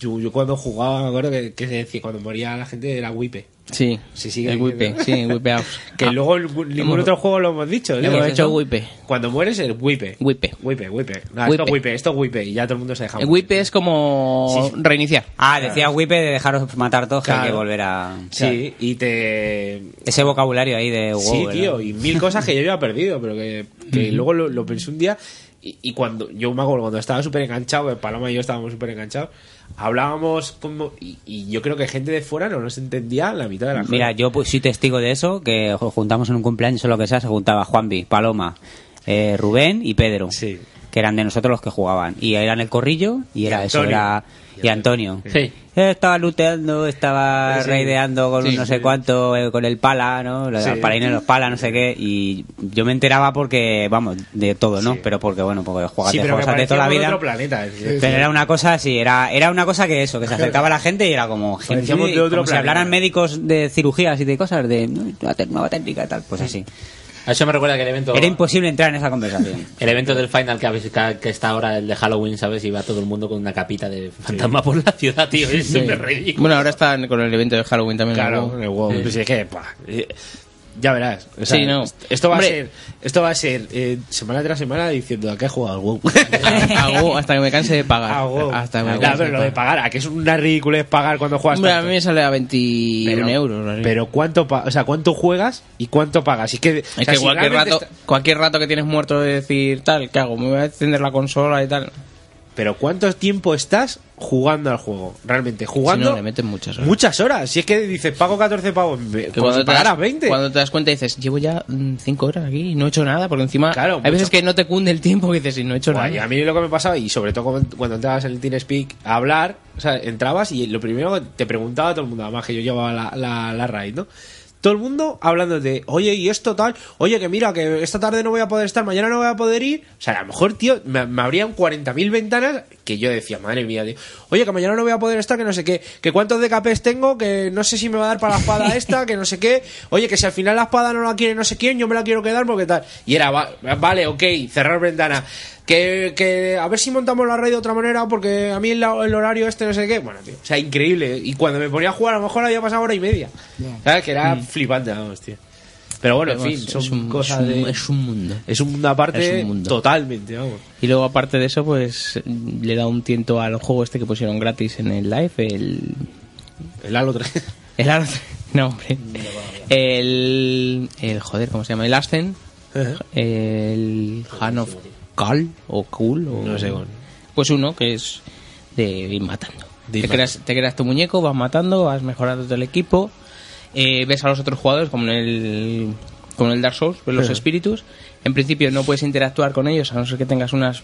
Speaker 5: yo, yo cuando jugaba, me acuerdo que, que se decía, cuando moría la gente era Wipe.
Speaker 6: Sí,
Speaker 5: Se sigue
Speaker 6: el whipe,
Speaker 5: diciendo.
Speaker 6: sí, whipeaos.
Speaker 5: Que
Speaker 6: Ah,
Speaker 5: luego en ningún
Speaker 6: hemos-
Speaker 5: otro juego lo hemos dicho. Le
Speaker 6: hemos
Speaker 5: hemos
Speaker 6: hecho
Speaker 5: hecho
Speaker 6: wipe.
Speaker 5: Cuando mueres es Wipe.
Speaker 6: Wipe.
Speaker 5: Wipe, Wipe. No,
Speaker 6: Wipe.
Speaker 5: esto es Wipe, esto es Wipe. Y ya todo el mundo se deja.
Speaker 6: El
Speaker 5: morir.
Speaker 6: whipe es como
Speaker 5: Sí, sí.
Speaker 6: reiniciar.
Speaker 3: Ah, decía Wipe de dejaros matar todos, que hay
Speaker 5: Claro.
Speaker 3: que volver a.
Speaker 5: Sí, y te...
Speaker 3: Ese vocabulario ahí de wow.
Speaker 5: sí,
Speaker 3: ¿verdad?
Speaker 5: tío, y mil cosas que yo había perdido, pero que, que luego lo, lo pensé un día y, y cuando yo me acuerdo cuando estaba súper enganchado, que Paloma y yo estábamos súper enganchados, hablábamos como y, y yo creo que gente de fuera no nos entendía la mitad de la
Speaker 3: Mira, yo pues, soy testigo de eso, que jo- juntamos en un cumpleaños o lo que sea, se juntaba Juanvi, Paloma, eh, Rubén y Pedro.
Speaker 5: Sí.
Speaker 3: que eran de nosotros los que jugaban. Y eran el corrillo y era eso,
Speaker 1: Antonio.
Speaker 3: era... Y Antonio.
Speaker 1: Sí.
Speaker 3: Estaba luteando, estaba
Speaker 1: Sí.
Speaker 3: reideando con
Speaker 1: Sí,
Speaker 3: un no sé
Speaker 1: sí.
Speaker 3: cuánto, eh, con el pala, ¿no? Los
Speaker 1: Sí.
Speaker 3: paladines, los pala, no sé qué. Y yo me enteraba porque, vamos, de todo, ¿no? Pero porque, bueno, porque jugaba
Speaker 5: Sí,
Speaker 3: de
Speaker 5: pero que
Speaker 3: cosas de toda la
Speaker 5: parecíamos de
Speaker 3: vida.
Speaker 5: otro planeta. es decir.
Speaker 3: Pero era una cosa así, era, era una cosa que eso, que se acercaba a la gente y era como, gente,
Speaker 5: Parecíamos Pues de
Speaker 3: como
Speaker 5: otro
Speaker 3: si
Speaker 5: planeta.
Speaker 3: hablaran médicos de cirugías y de cosas, de "No, nueva te- nueva técnica y tal, pues así.
Speaker 1: A eso me recuerda que el evento.
Speaker 3: Era imposible entrar en esa conversación.
Speaker 1: El evento del final que, habéis- que- que está ahora, el de Halloween, ¿sabes? Y va todo el mundo con una capita de fantasma por la ciudad, tío. Es
Speaker 6: Sí.
Speaker 1: súper ridículo.
Speaker 6: Bueno, ahora están con el evento de Halloween también.
Speaker 5: Claro, en el WoW.
Speaker 6: Sí.
Speaker 5: Pues es que, pa, eh, ya verás. O sea,
Speaker 6: Sí, no.
Speaker 5: Esto va
Speaker 6: Hombre.
Speaker 5: a ser, esto va a ser eh, semana tras semana diciendo a qué he jugado al WoW.
Speaker 6: Hago hasta que me canse de pagar.
Speaker 5: A WoW.
Speaker 6: Hasta que me
Speaker 5: Ah, Claro,
Speaker 6: canse
Speaker 5: pero lo de
Speaker 6: pagar.
Speaker 5: pagar, a que es una ridiculez pagar cuando juegas.
Speaker 6: Hombre, a
Speaker 5: tanto?
Speaker 6: mí me sale a 21
Speaker 5: Pero-
Speaker 6: euros. así.
Speaker 5: Pero cuánto, pa- o sea, cuánto juegas y cuánto pagas. Y que,
Speaker 6: Es que cualquier rato, cualquier rato que tienes muerto de decir tal, ¿qué hago? Me voy a encender la consola y tal.
Speaker 5: Pero ¿cuánto tiempo estás jugando al juego? Realmente, jugando
Speaker 6: Si no, le meten muchas horas.
Speaker 5: muchas horas. Si es que dices, pago 14 pavos, pues me-
Speaker 6: Que
Speaker 5: como si
Speaker 6: das-
Speaker 5: pagaras 20.
Speaker 6: cuando te das cuenta dices, llevo ya 5 horas aquí y no he hecho nada, porque encima
Speaker 5: Claro,
Speaker 6: hay veces
Speaker 5: mucho.
Speaker 6: que no te cunde el tiempo que dices, y no he hecho
Speaker 5: Guay,
Speaker 6: nada.
Speaker 5: a mí lo que me pasaba, y sobre todo cuando- cuando entrabas en el TeamSpeak a hablar, o sea, entrabas y lo primero que te preguntaba todo el mundo, además que yo llevaba la, la, la raid, ¿no? Todo el mundo hablando de, oye, y esto tal, oye, que mira, que esta tarde no voy a poder estar, mañana no voy a poder ir. O sea, a lo mejor, tío, me, me abrían 40.000 ventanas que yo decía, madre mía, tío, oye, que mañana no voy a poder estar, que no sé qué, que cuántos DKPs tengo, que no sé si me va a dar para la espada esta, que no sé qué, oye, que si al final la espada no la quiere no sé quién, yo me la quiero quedar porque tal. Y era, va- vale, ok, cerrar ventana. Que, que a ver si montamos la red de otra manera porque a mí el, el horario este no sé qué. Bueno, tío, o sea, increíble. Y cuando me ponía a jugar, a lo mejor había pasado hora y media. ¿Sabes? Que era
Speaker 6: Mm.
Speaker 5: flipante, vamos, tío. Pero bueno, en
Speaker 6: Vamos,
Speaker 5: fin, son
Speaker 6: es un-
Speaker 5: cosas
Speaker 6: es un-
Speaker 5: de-
Speaker 6: es un mundo.
Speaker 5: Es un mundo aparte
Speaker 6: Es un mundo.
Speaker 5: totalmente, vamos.
Speaker 6: Y luego, aparte de eso, pues le da un tiento al juego este que pusieron gratis en el live, el...
Speaker 5: El Halo Mm, 3.
Speaker 6: El Halo 3. No, hombre. El... El... Joder, ¿cómo se llama? El Ascen.
Speaker 5: Eh.
Speaker 6: El... Han of Cal o Cool o...
Speaker 5: No sé, bueno.
Speaker 6: Pues uno que es de ir matando.
Speaker 5: De ir
Speaker 6: te, creas, te creas tu muñeco, vas matando, vas mejorando todo el equipo. eh, ves a los otros jugadores como en el... Como en el Dark Souls, ves los
Speaker 5: Ujú.
Speaker 6: espíritus. En principio no puedes interactuar con ellos a no ser que tengas unas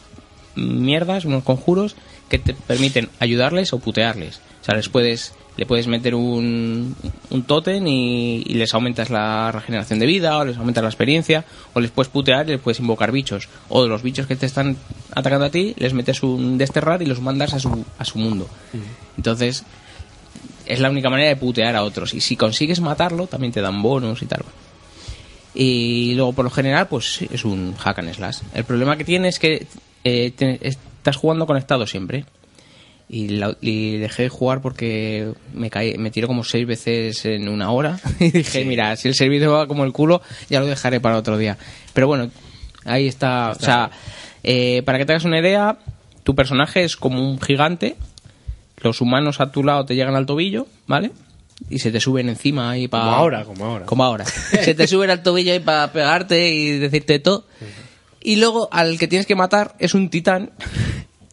Speaker 6: mierdas, unos conjuros que te permiten ayudarles o putearles. O sea, les puedes, le puedes meter un, un tótem y, y les aumentas la regeneración de vida, o les aumentas la experiencia, o les puedes putear y les puedes invocar bichos. O de los bichos que te están atacando a ti, les metes un desterrar y los mandas a su, a su mundo. Entonces, es la única manera de putear a otros. Y si consigues matarlo, también te dan bonus y tal. Y luego, por lo general, pues es un hack and slash. El problema que tiene es que eh, te- estás jugando conectado siempre. Y, la- y dejé de jugar porque me caí, me tiró como seis veces en una hora. Y dije, mira, si el servicio va como el culo, ya lo dejaré para otro día. Pero bueno, ahí está. O sea, eh, para que te hagas una idea, tu personaje es como un gigante los humanos a tu lado te llegan al tobillo, ¿vale? Y se te suben encima ahí para...
Speaker 5: Como ahora, como ahora.
Speaker 6: Como ahora. se te suben al tobillo ahí para pegarte y decirte todo. Y luego al que tienes que matar es un titán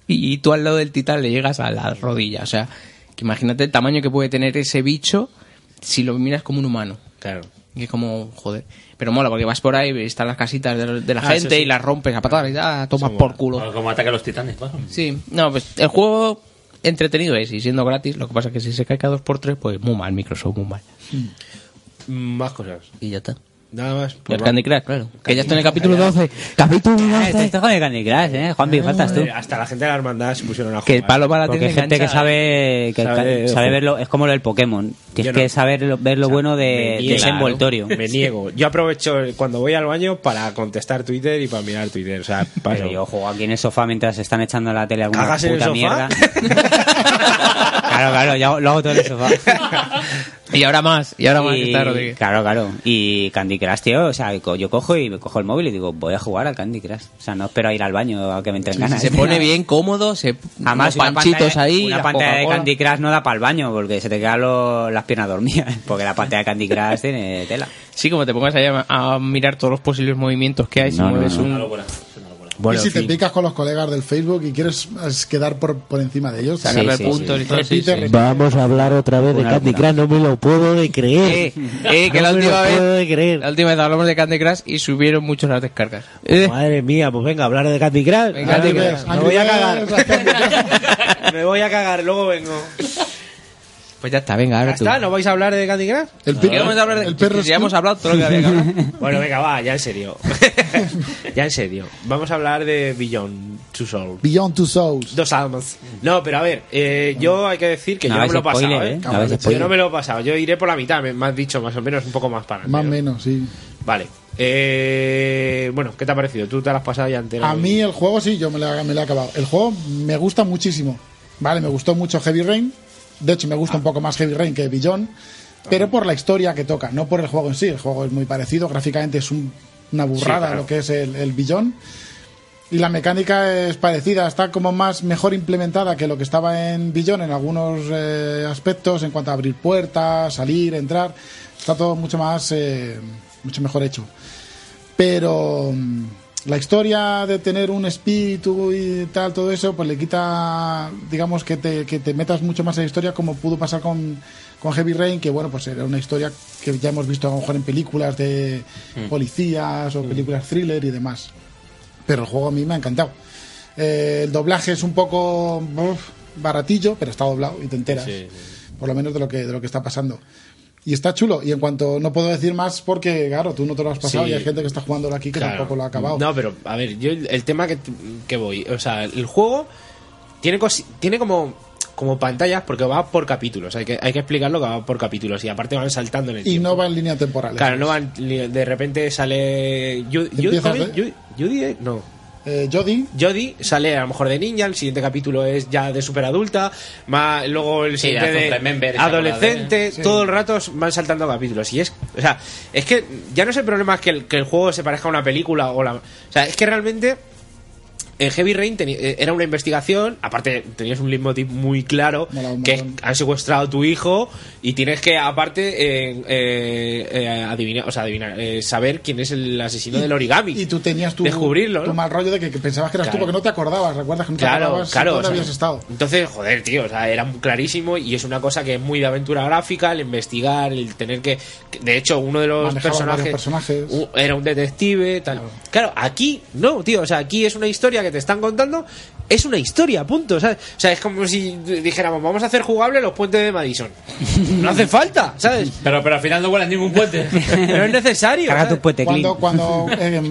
Speaker 6: y tú al lado del titán le llegas a la rodilla. O sea, que imagínate el tamaño que puede tener ese bicho si lo miras como un humano.
Speaker 5: Claro.
Speaker 6: Y es como, joder. Pero mola, porque vas por ahí, están las casitas de, de la
Speaker 1: Ah, eso
Speaker 6: gente
Speaker 1: sí.
Speaker 6: y las rompes a patadas y ah, tomas por culo.
Speaker 1: Como ataca a los titanes, va.
Speaker 6: Sí, no, pues el juego entretenido es y siendo gratis. Lo que pasa es que si se cae cada 2x3, pues muy mal, Microsoft, muy mal.
Speaker 5: Mm. Más cosas.
Speaker 6: Y ya está.
Speaker 5: Nada más.
Speaker 6: Y
Speaker 5: pues
Speaker 6: el
Speaker 5: va. Eh,
Speaker 6: Candy Crush, claro. Que ya está en el capítulo 12. Capítulo
Speaker 3: Ah, Esto
Speaker 6: 12.
Speaker 3: esto es con el Candy Crush, ¿eh? Juanpi, faltas tú.
Speaker 5: Joder, Hasta la gente de la hermandad se pusieron a jugar.
Speaker 6: Que el palo para la
Speaker 3: Porque
Speaker 6: tiene
Speaker 3: hay gente que
Speaker 6: enganchada. ¿eh?
Speaker 3: sabe, que el
Speaker 5: Sabe-
Speaker 3: Candy- sabe,
Speaker 5: ojo.
Speaker 3: verlo, es como lo del Pokémon. Tienes
Speaker 5: Yo no.
Speaker 3: que saber lo- ver lo bueno de,
Speaker 5: Me niego.
Speaker 3: de ese envoltorio.
Speaker 5: Me niego. Yo aprovecho el- cuando voy al baño para contestar Twitter y para mirar Twitter. O sea, paso.
Speaker 3: Pero yo juego aquí en el sofá mientras están echando la tele alguna
Speaker 5: ¿Cagas en el
Speaker 3: puta
Speaker 5: sofá?
Speaker 3: mierda. claro, claro, yo lo hago todo en el sofá.
Speaker 6: Y ahora más, y ahora más
Speaker 3: Y-
Speaker 6: está Rodríguez.
Speaker 3: Claro, claro. Y Candy Crush, tío, o sea, co- yo cojo y me cojo el móvil y digo, voy a jugar al Candy Crush. O sea, no espero a ir al baño a que me entren ganas.
Speaker 6: Se pone bien cómodo, se unos
Speaker 3: Además, una
Speaker 6: panchitos
Speaker 3: pantalla,
Speaker 6: ahí.
Speaker 3: una
Speaker 6: la
Speaker 3: pantalla de
Speaker 6: Coca-Cola.
Speaker 3: Candy Crush no da para el baño porque se te quedan lo- las piernas dormidas. Porque la pantalla de Candy Crush tiene tela.
Speaker 6: Sí, como te pongas ahí a, a mirar todos los posibles movimientos que hay, si
Speaker 3: No, no,
Speaker 6: mueves
Speaker 3: no.
Speaker 6: un.
Speaker 1: Una locura. Es una locura.
Speaker 4: y si te picas con los colegas del Facebook y quieres es, quedar por, por encima de ellos,
Speaker 6: Sacarle Sí, sí, puntos sí. y todo,
Speaker 4: Repite,
Speaker 6: sí, sí.
Speaker 4: repite.
Speaker 17: Vamos a hablar otra vez de
Speaker 4: Una
Speaker 17: Candy
Speaker 4: locura.
Speaker 17: Crush, no me lo puedo de creer.
Speaker 6: Eh, que
Speaker 17: No
Speaker 6: la
Speaker 17: me lo
Speaker 6: última
Speaker 17: puedo de
Speaker 6: vez, la última vez hablamos de Candy Crush y subieron mucho las descargas.
Speaker 17: creer. Madre mía, pues venga, hablar de Candy Crush.
Speaker 6: eh. Venga,
Speaker 17: Ahora
Speaker 6: Candy
Speaker 17: que-
Speaker 6: Crush.
Speaker 14: Me voy a cagar. Me voy a cagar, luego vengo.
Speaker 6: Pues ya está, venga, ahora tú.
Speaker 5: ¿Está? ¿No vais a hablar de Candy Crush?
Speaker 4: El
Speaker 6: ¿Qué vamos a hablar de que ya hemos hablado todo lo que había que hablar.
Speaker 5: Bueno, venga, va, ya en serio. ya en serio. Vamos a hablar de Beyond Two Souls.
Speaker 4: Beyond Two Souls.
Speaker 5: Dos almas. No, pero a ver, eh, yo hay que decir que
Speaker 4: No
Speaker 5: yo no me
Speaker 4: hagáis
Speaker 5: lo he pasado.
Speaker 4: spoiler,
Speaker 5: ¿eh?
Speaker 4: ¿eh? No hagáis
Speaker 5: yo
Speaker 4: spoiler.
Speaker 5: no me lo he pasado. Yo iré por la mitad, me, me has dicho más o menos un poco más para.
Speaker 4: Más o menos, sí.
Speaker 5: Vale. Eh, bueno, ¿qué te ha parecido? Tú te las has pasado ya entero.
Speaker 4: A mí el juego sí, yo me lo, he- me lo he acabado. El juego me gusta muchísimo. Vale, me gustó mucho Heavy Rain. De hecho, me gusta un poco más Heavy Rain que Billón.
Speaker 5: Ah.
Speaker 4: Pero por la historia que toca, no por el juego en sí. El juego es muy parecido. Gráficamente es un- una burrada
Speaker 5: Sí, claro.
Speaker 4: lo que es el, el Billón. Y la mecánica es parecida, está como más mejor implementada que lo que estaba en Billón en algunos eh, aspectos en cuanto a abrir puertas, salir, entrar. Está todo mucho más, eh, mucho mejor hecho. Pero mm, la historia de tener un espíritu y tal, todo eso, pues le quita, digamos, que te, que te metas mucho más en la historia, como pudo pasar con, con Heavy Rain, que bueno, pues era una historia que ya hemos visto a lo mejor en películas de
Speaker 10: Mm.
Speaker 4: policías o películas thriller y demás. Pero el juego a mí me ha encantado. Eh, el doblaje es un poco uf, baratillo, pero está doblado y te enteras, por lo menos de lo que, de lo que está pasando. Y está chulo. Y en cuanto no puedo decir más porque, claro, tú no te lo has pasado
Speaker 5: Sí.
Speaker 4: y hay gente que está jugándolo aquí que
Speaker 5: Claro.
Speaker 4: tampoco lo ha acabado.
Speaker 5: No, pero a ver, yo el el tema que, que voy, o sea, el juego tiene cosi- tiene como como pantallas porque va por capítulos, hay que hay que explicarlo que va por capítulos y aparte van saltando en el
Speaker 4: y
Speaker 5: tiempo.
Speaker 4: no va en línea temporal.
Speaker 5: Claro, no van li- de repente sale Ju- Judy,
Speaker 4: Empiezas
Speaker 5: Judy- Judy- Judy, eh, no.
Speaker 4: Jodie.
Speaker 5: Jodie sale a lo mejor de niña, el siguiente capítulo es ya de superadulta, más luego el
Speaker 1: Sí,
Speaker 5: siguiente
Speaker 1: de
Speaker 5: de
Speaker 1: Remember, se habla
Speaker 5: adolescente,
Speaker 1: de- Sí.
Speaker 5: todo el rato van saltando capítulos. Y es, o sea, es que ya no es el problema que el, que el juego se parezca a una película o la. O sea, es que realmente en Heavy Rain teni- eh, era una investigación, aparte tenías un leitmotiv muy claro, que es, han secuestrado a tu hijo y tienes que, aparte, eh, eh, eh, adivinar, o sea, adivinar, eh, saber quién es el asesino del origami.
Speaker 4: Y tú tenías tu,
Speaker 5: Descubrirlo,
Speaker 4: tu
Speaker 5: ¿no?
Speaker 4: mal rollo de que, que pensabas que eras
Speaker 5: Claro.
Speaker 4: tú porque no te acordabas. ¿Recuerdas que no te
Speaker 5: Claro,
Speaker 4: acordabas
Speaker 5: claro.
Speaker 4: dónde
Speaker 5: o sea,
Speaker 4: habías estado?
Speaker 5: Entonces, joder, tío, o sea, era muy clarísimo y es una cosa que es muy de aventura gráfica, el investigar, el tener que... que, De hecho, uno de los
Speaker 4: Manejabas
Speaker 5: personajes,
Speaker 4: varios personajes.
Speaker 5: u- era un detective, tal. Claro. aquí no, tío, o sea, aquí es una historia que te están contando, es una historia, punto, ¿sabes? O sea, es como si dijéramos, vamos a hacer jugable los puentes de Madison. No hace falta, ¿sabes?
Speaker 1: Pero, pero al final no vuelas ningún puente.
Speaker 5: No es necesario.
Speaker 1: Carga tu
Speaker 5: ¿sabes?
Speaker 1: puente,
Speaker 4: Cuando, cuando, eh,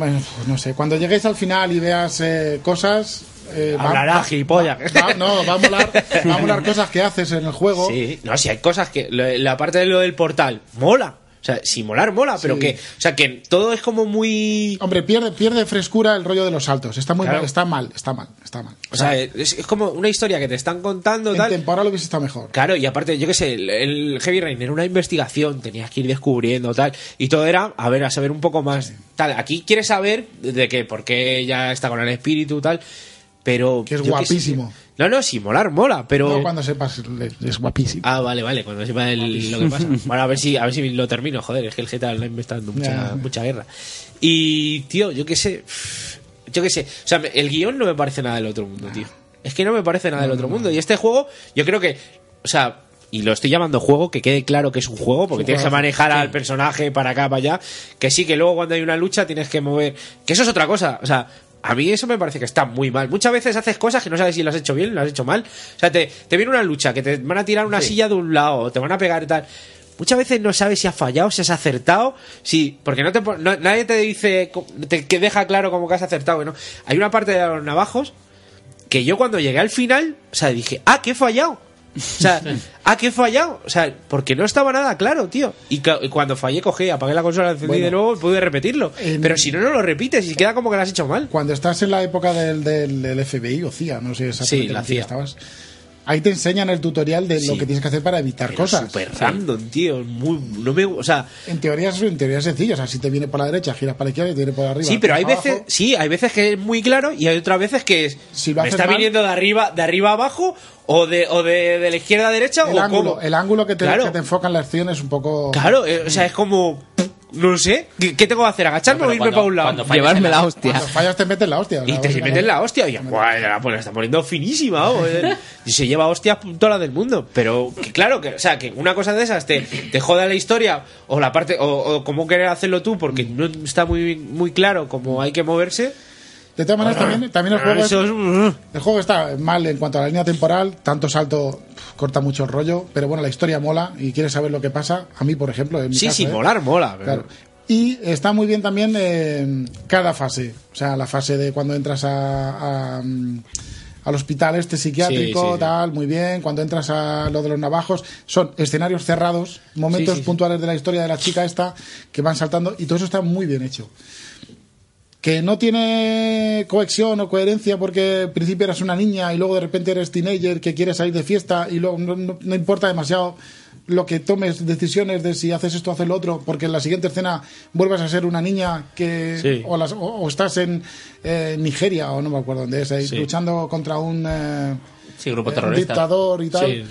Speaker 4: no sé, cuando llegues al final y veas eh, cosas... eh, va-
Speaker 5: Hablará,
Speaker 4: va-
Speaker 5: gilipollas.
Speaker 4: va- no, va a molar, va a molar cosas que haces en el juego.
Speaker 5: Sí, no, si hay cosas que. lo- La parte de lo del portal mola. O sea, si molar, mola, pero
Speaker 4: Sí.
Speaker 5: que. O sea, que todo es como muy.
Speaker 4: Hombre, pierde, pierde frescura el rollo de los saltos. Está muy
Speaker 5: Claro.
Speaker 4: mal, está mal, está mal, está mal.
Speaker 5: O sea, es, es como una historia que te están contando.
Speaker 4: Ah. En
Speaker 5: tal.
Speaker 4: temporada lo hubiese estado mejor.
Speaker 5: Claro, y aparte, yo qué sé, el, el Heavy Rain era una investigación, tenías que ir descubriendo tal, y todo era, a ver, a saber un poco más. Tal, aquí quieres saber de qué, por qué ella está con el espíritu, tal, pero.
Speaker 4: Que es
Speaker 5: yo qué sé,
Speaker 4: guapísimo.
Speaker 5: tío. no, no, si molar, mola, pero.
Speaker 4: No, cuando sepas, le- es guapísimo.
Speaker 5: Ah, vale, vale, cuando sepa el- lo que pasa. Bueno, a ver si, a ver si lo termino, joder, es que el GTA Online me está dando mucha,
Speaker 4: Ya.
Speaker 5: mucha guerra. Y, tío, yo qué sé. Yo qué sé. O sea, me- el guión no me parece nada del otro mundo, tío. Es que no me parece nada del otro mundo. Y este juego, yo creo que. O sea. Y lo estoy llamando juego, que quede claro que es un juego, porque
Speaker 1: un
Speaker 5: tienes que
Speaker 1: juegazo.
Speaker 5: manejar al personaje para acá, para allá. Que sí, que luego cuando hay una lucha tienes que mover. Que eso es otra cosa. O sea, a mí eso me parece que está muy mal. Muchas veces haces cosas que no sabes si lo has hecho bien, lo has hecho mal. O sea, te, te viene una lucha, que te van a tirar una silla de un lado, te van a pegar y tal. Muchas veces no sabes si has fallado, si has acertado, si porque no te pon- no- nadie te dice co- te, que deja claro como que has acertado, que ¿no? Hay una parte de los navajos que yo cuando llegué al final, o sea, dije, "Ah, que he fallado." O sea, "Ah, que he fallado." O sea, porque no estaba nada claro, tío. Y, ca- y cuando fallé, cogí, apagué la consola, la encendí
Speaker 4: Bueno.
Speaker 5: de nuevo y pude repetirlo. Pero si no no lo repites y queda como que lo has hecho mal.
Speaker 4: Cuando estás en la época del, del- del FBI o CIA, no sé exactamente
Speaker 5: Sí, la
Speaker 4: en qué
Speaker 5: CIA.
Speaker 4: estabas, ahí te enseñan el tutorial de lo
Speaker 5: Sí.
Speaker 4: que tienes que hacer para evitar
Speaker 5: Pero
Speaker 4: cosas.
Speaker 5: súper random, tío, muy no me, o sea,
Speaker 4: En teoría es en teoría es sencillo, o sea, si te viene por la derecha, giras para la izquierda y te viene por arriba.
Speaker 5: Sí, pero hay
Speaker 4: abajo.
Speaker 5: veces, sí, hay veces que es muy claro y hay otras veces que es
Speaker 4: lo
Speaker 5: me
Speaker 4: haces
Speaker 5: está
Speaker 4: mal-
Speaker 5: viniendo de arriba, de arriba a abajo o de o de, de la izquierda a derecha
Speaker 4: el
Speaker 5: o
Speaker 4: ángulo,
Speaker 5: cómo.
Speaker 4: el ángulo que te,
Speaker 5: Claro.
Speaker 4: que te enfoca en la acción es un poco
Speaker 5: Claro, eh, o sea, es como No sé, ¿qué, qué tengo que hacer? ¿Agacharme
Speaker 4: No, pero
Speaker 5: o irme
Speaker 4: cuando-
Speaker 5: para un lado?
Speaker 4: cuando fallas Llevarme en la- la hostia. cuando fallas te metes la hostia.
Speaker 5: Y
Speaker 4: La
Speaker 5: te
Speaker 4: hostia.
Speaker 5: meten la hostia. Oye, guay, la, pues la está poniendo finísima. oh, eh. Y se lleva hostias todas las del mundo. Pero que claro, que, o sea, que una cosa de esas te, te joda la historia o la parte, o, o cómo querer hacerlo tú porque no está muy, muy claro cómo hay que moverse.
Speaker 4: De todas maneras, también, también el juego. es-
Speaker 5: Eso
Speaker 4: El juego está mal en cuanto a la línea temporal, tanto salto pf, corta mucho el rollo, pero bueno, la historia mola y quieres saber lo que pasa. A mí, por ejemplo, en mi
Speaker 5: Sí,
Speaker 4: caso,
Speaker 5: sí,
Speaker 4: ¿eh?
Speaker 5: molar, mola. pero-
Speaker 4: Claro. Y está muy bien también eh, cada fase. O sea, la fase de cuando entras a, a, mm, al hospital este psiquiátrico,
Speaker 5: Sí, sí, sí.
Speaker 4: tal, muy bien. Cuando entras a lo de los navajos, son escenarios cerrados, momentos
Speaker 5: Sí, sí, sí.
Speaker 4: puntuales de la historia de la chica esta que van saltando y todo eso está muy bien hecho. Que no tiene cohesión o coherencia porque al principio eras una niña y luego de repente eres teenager que quieres salir de fiesta y luego no- no- no importa demasiado lo que tomes decisiones de si haces esto o haces lo otro, porque en la siguiente escena vuelvas a ser una niña que
Speaker 5: Sí.
Speaker 4: o, las- o- o estás en eh, Nigeria o no me acuerdo dónde es, ahí,
Speaker 1: Sí.
Speaker 4: luchando contra un, eh,
Speaker 1: Sí, grupo
Speaker 4: eh, un
Speaker 1: terrorista.
Speaker 4: dictador y tal.
Speaker 1: Sí.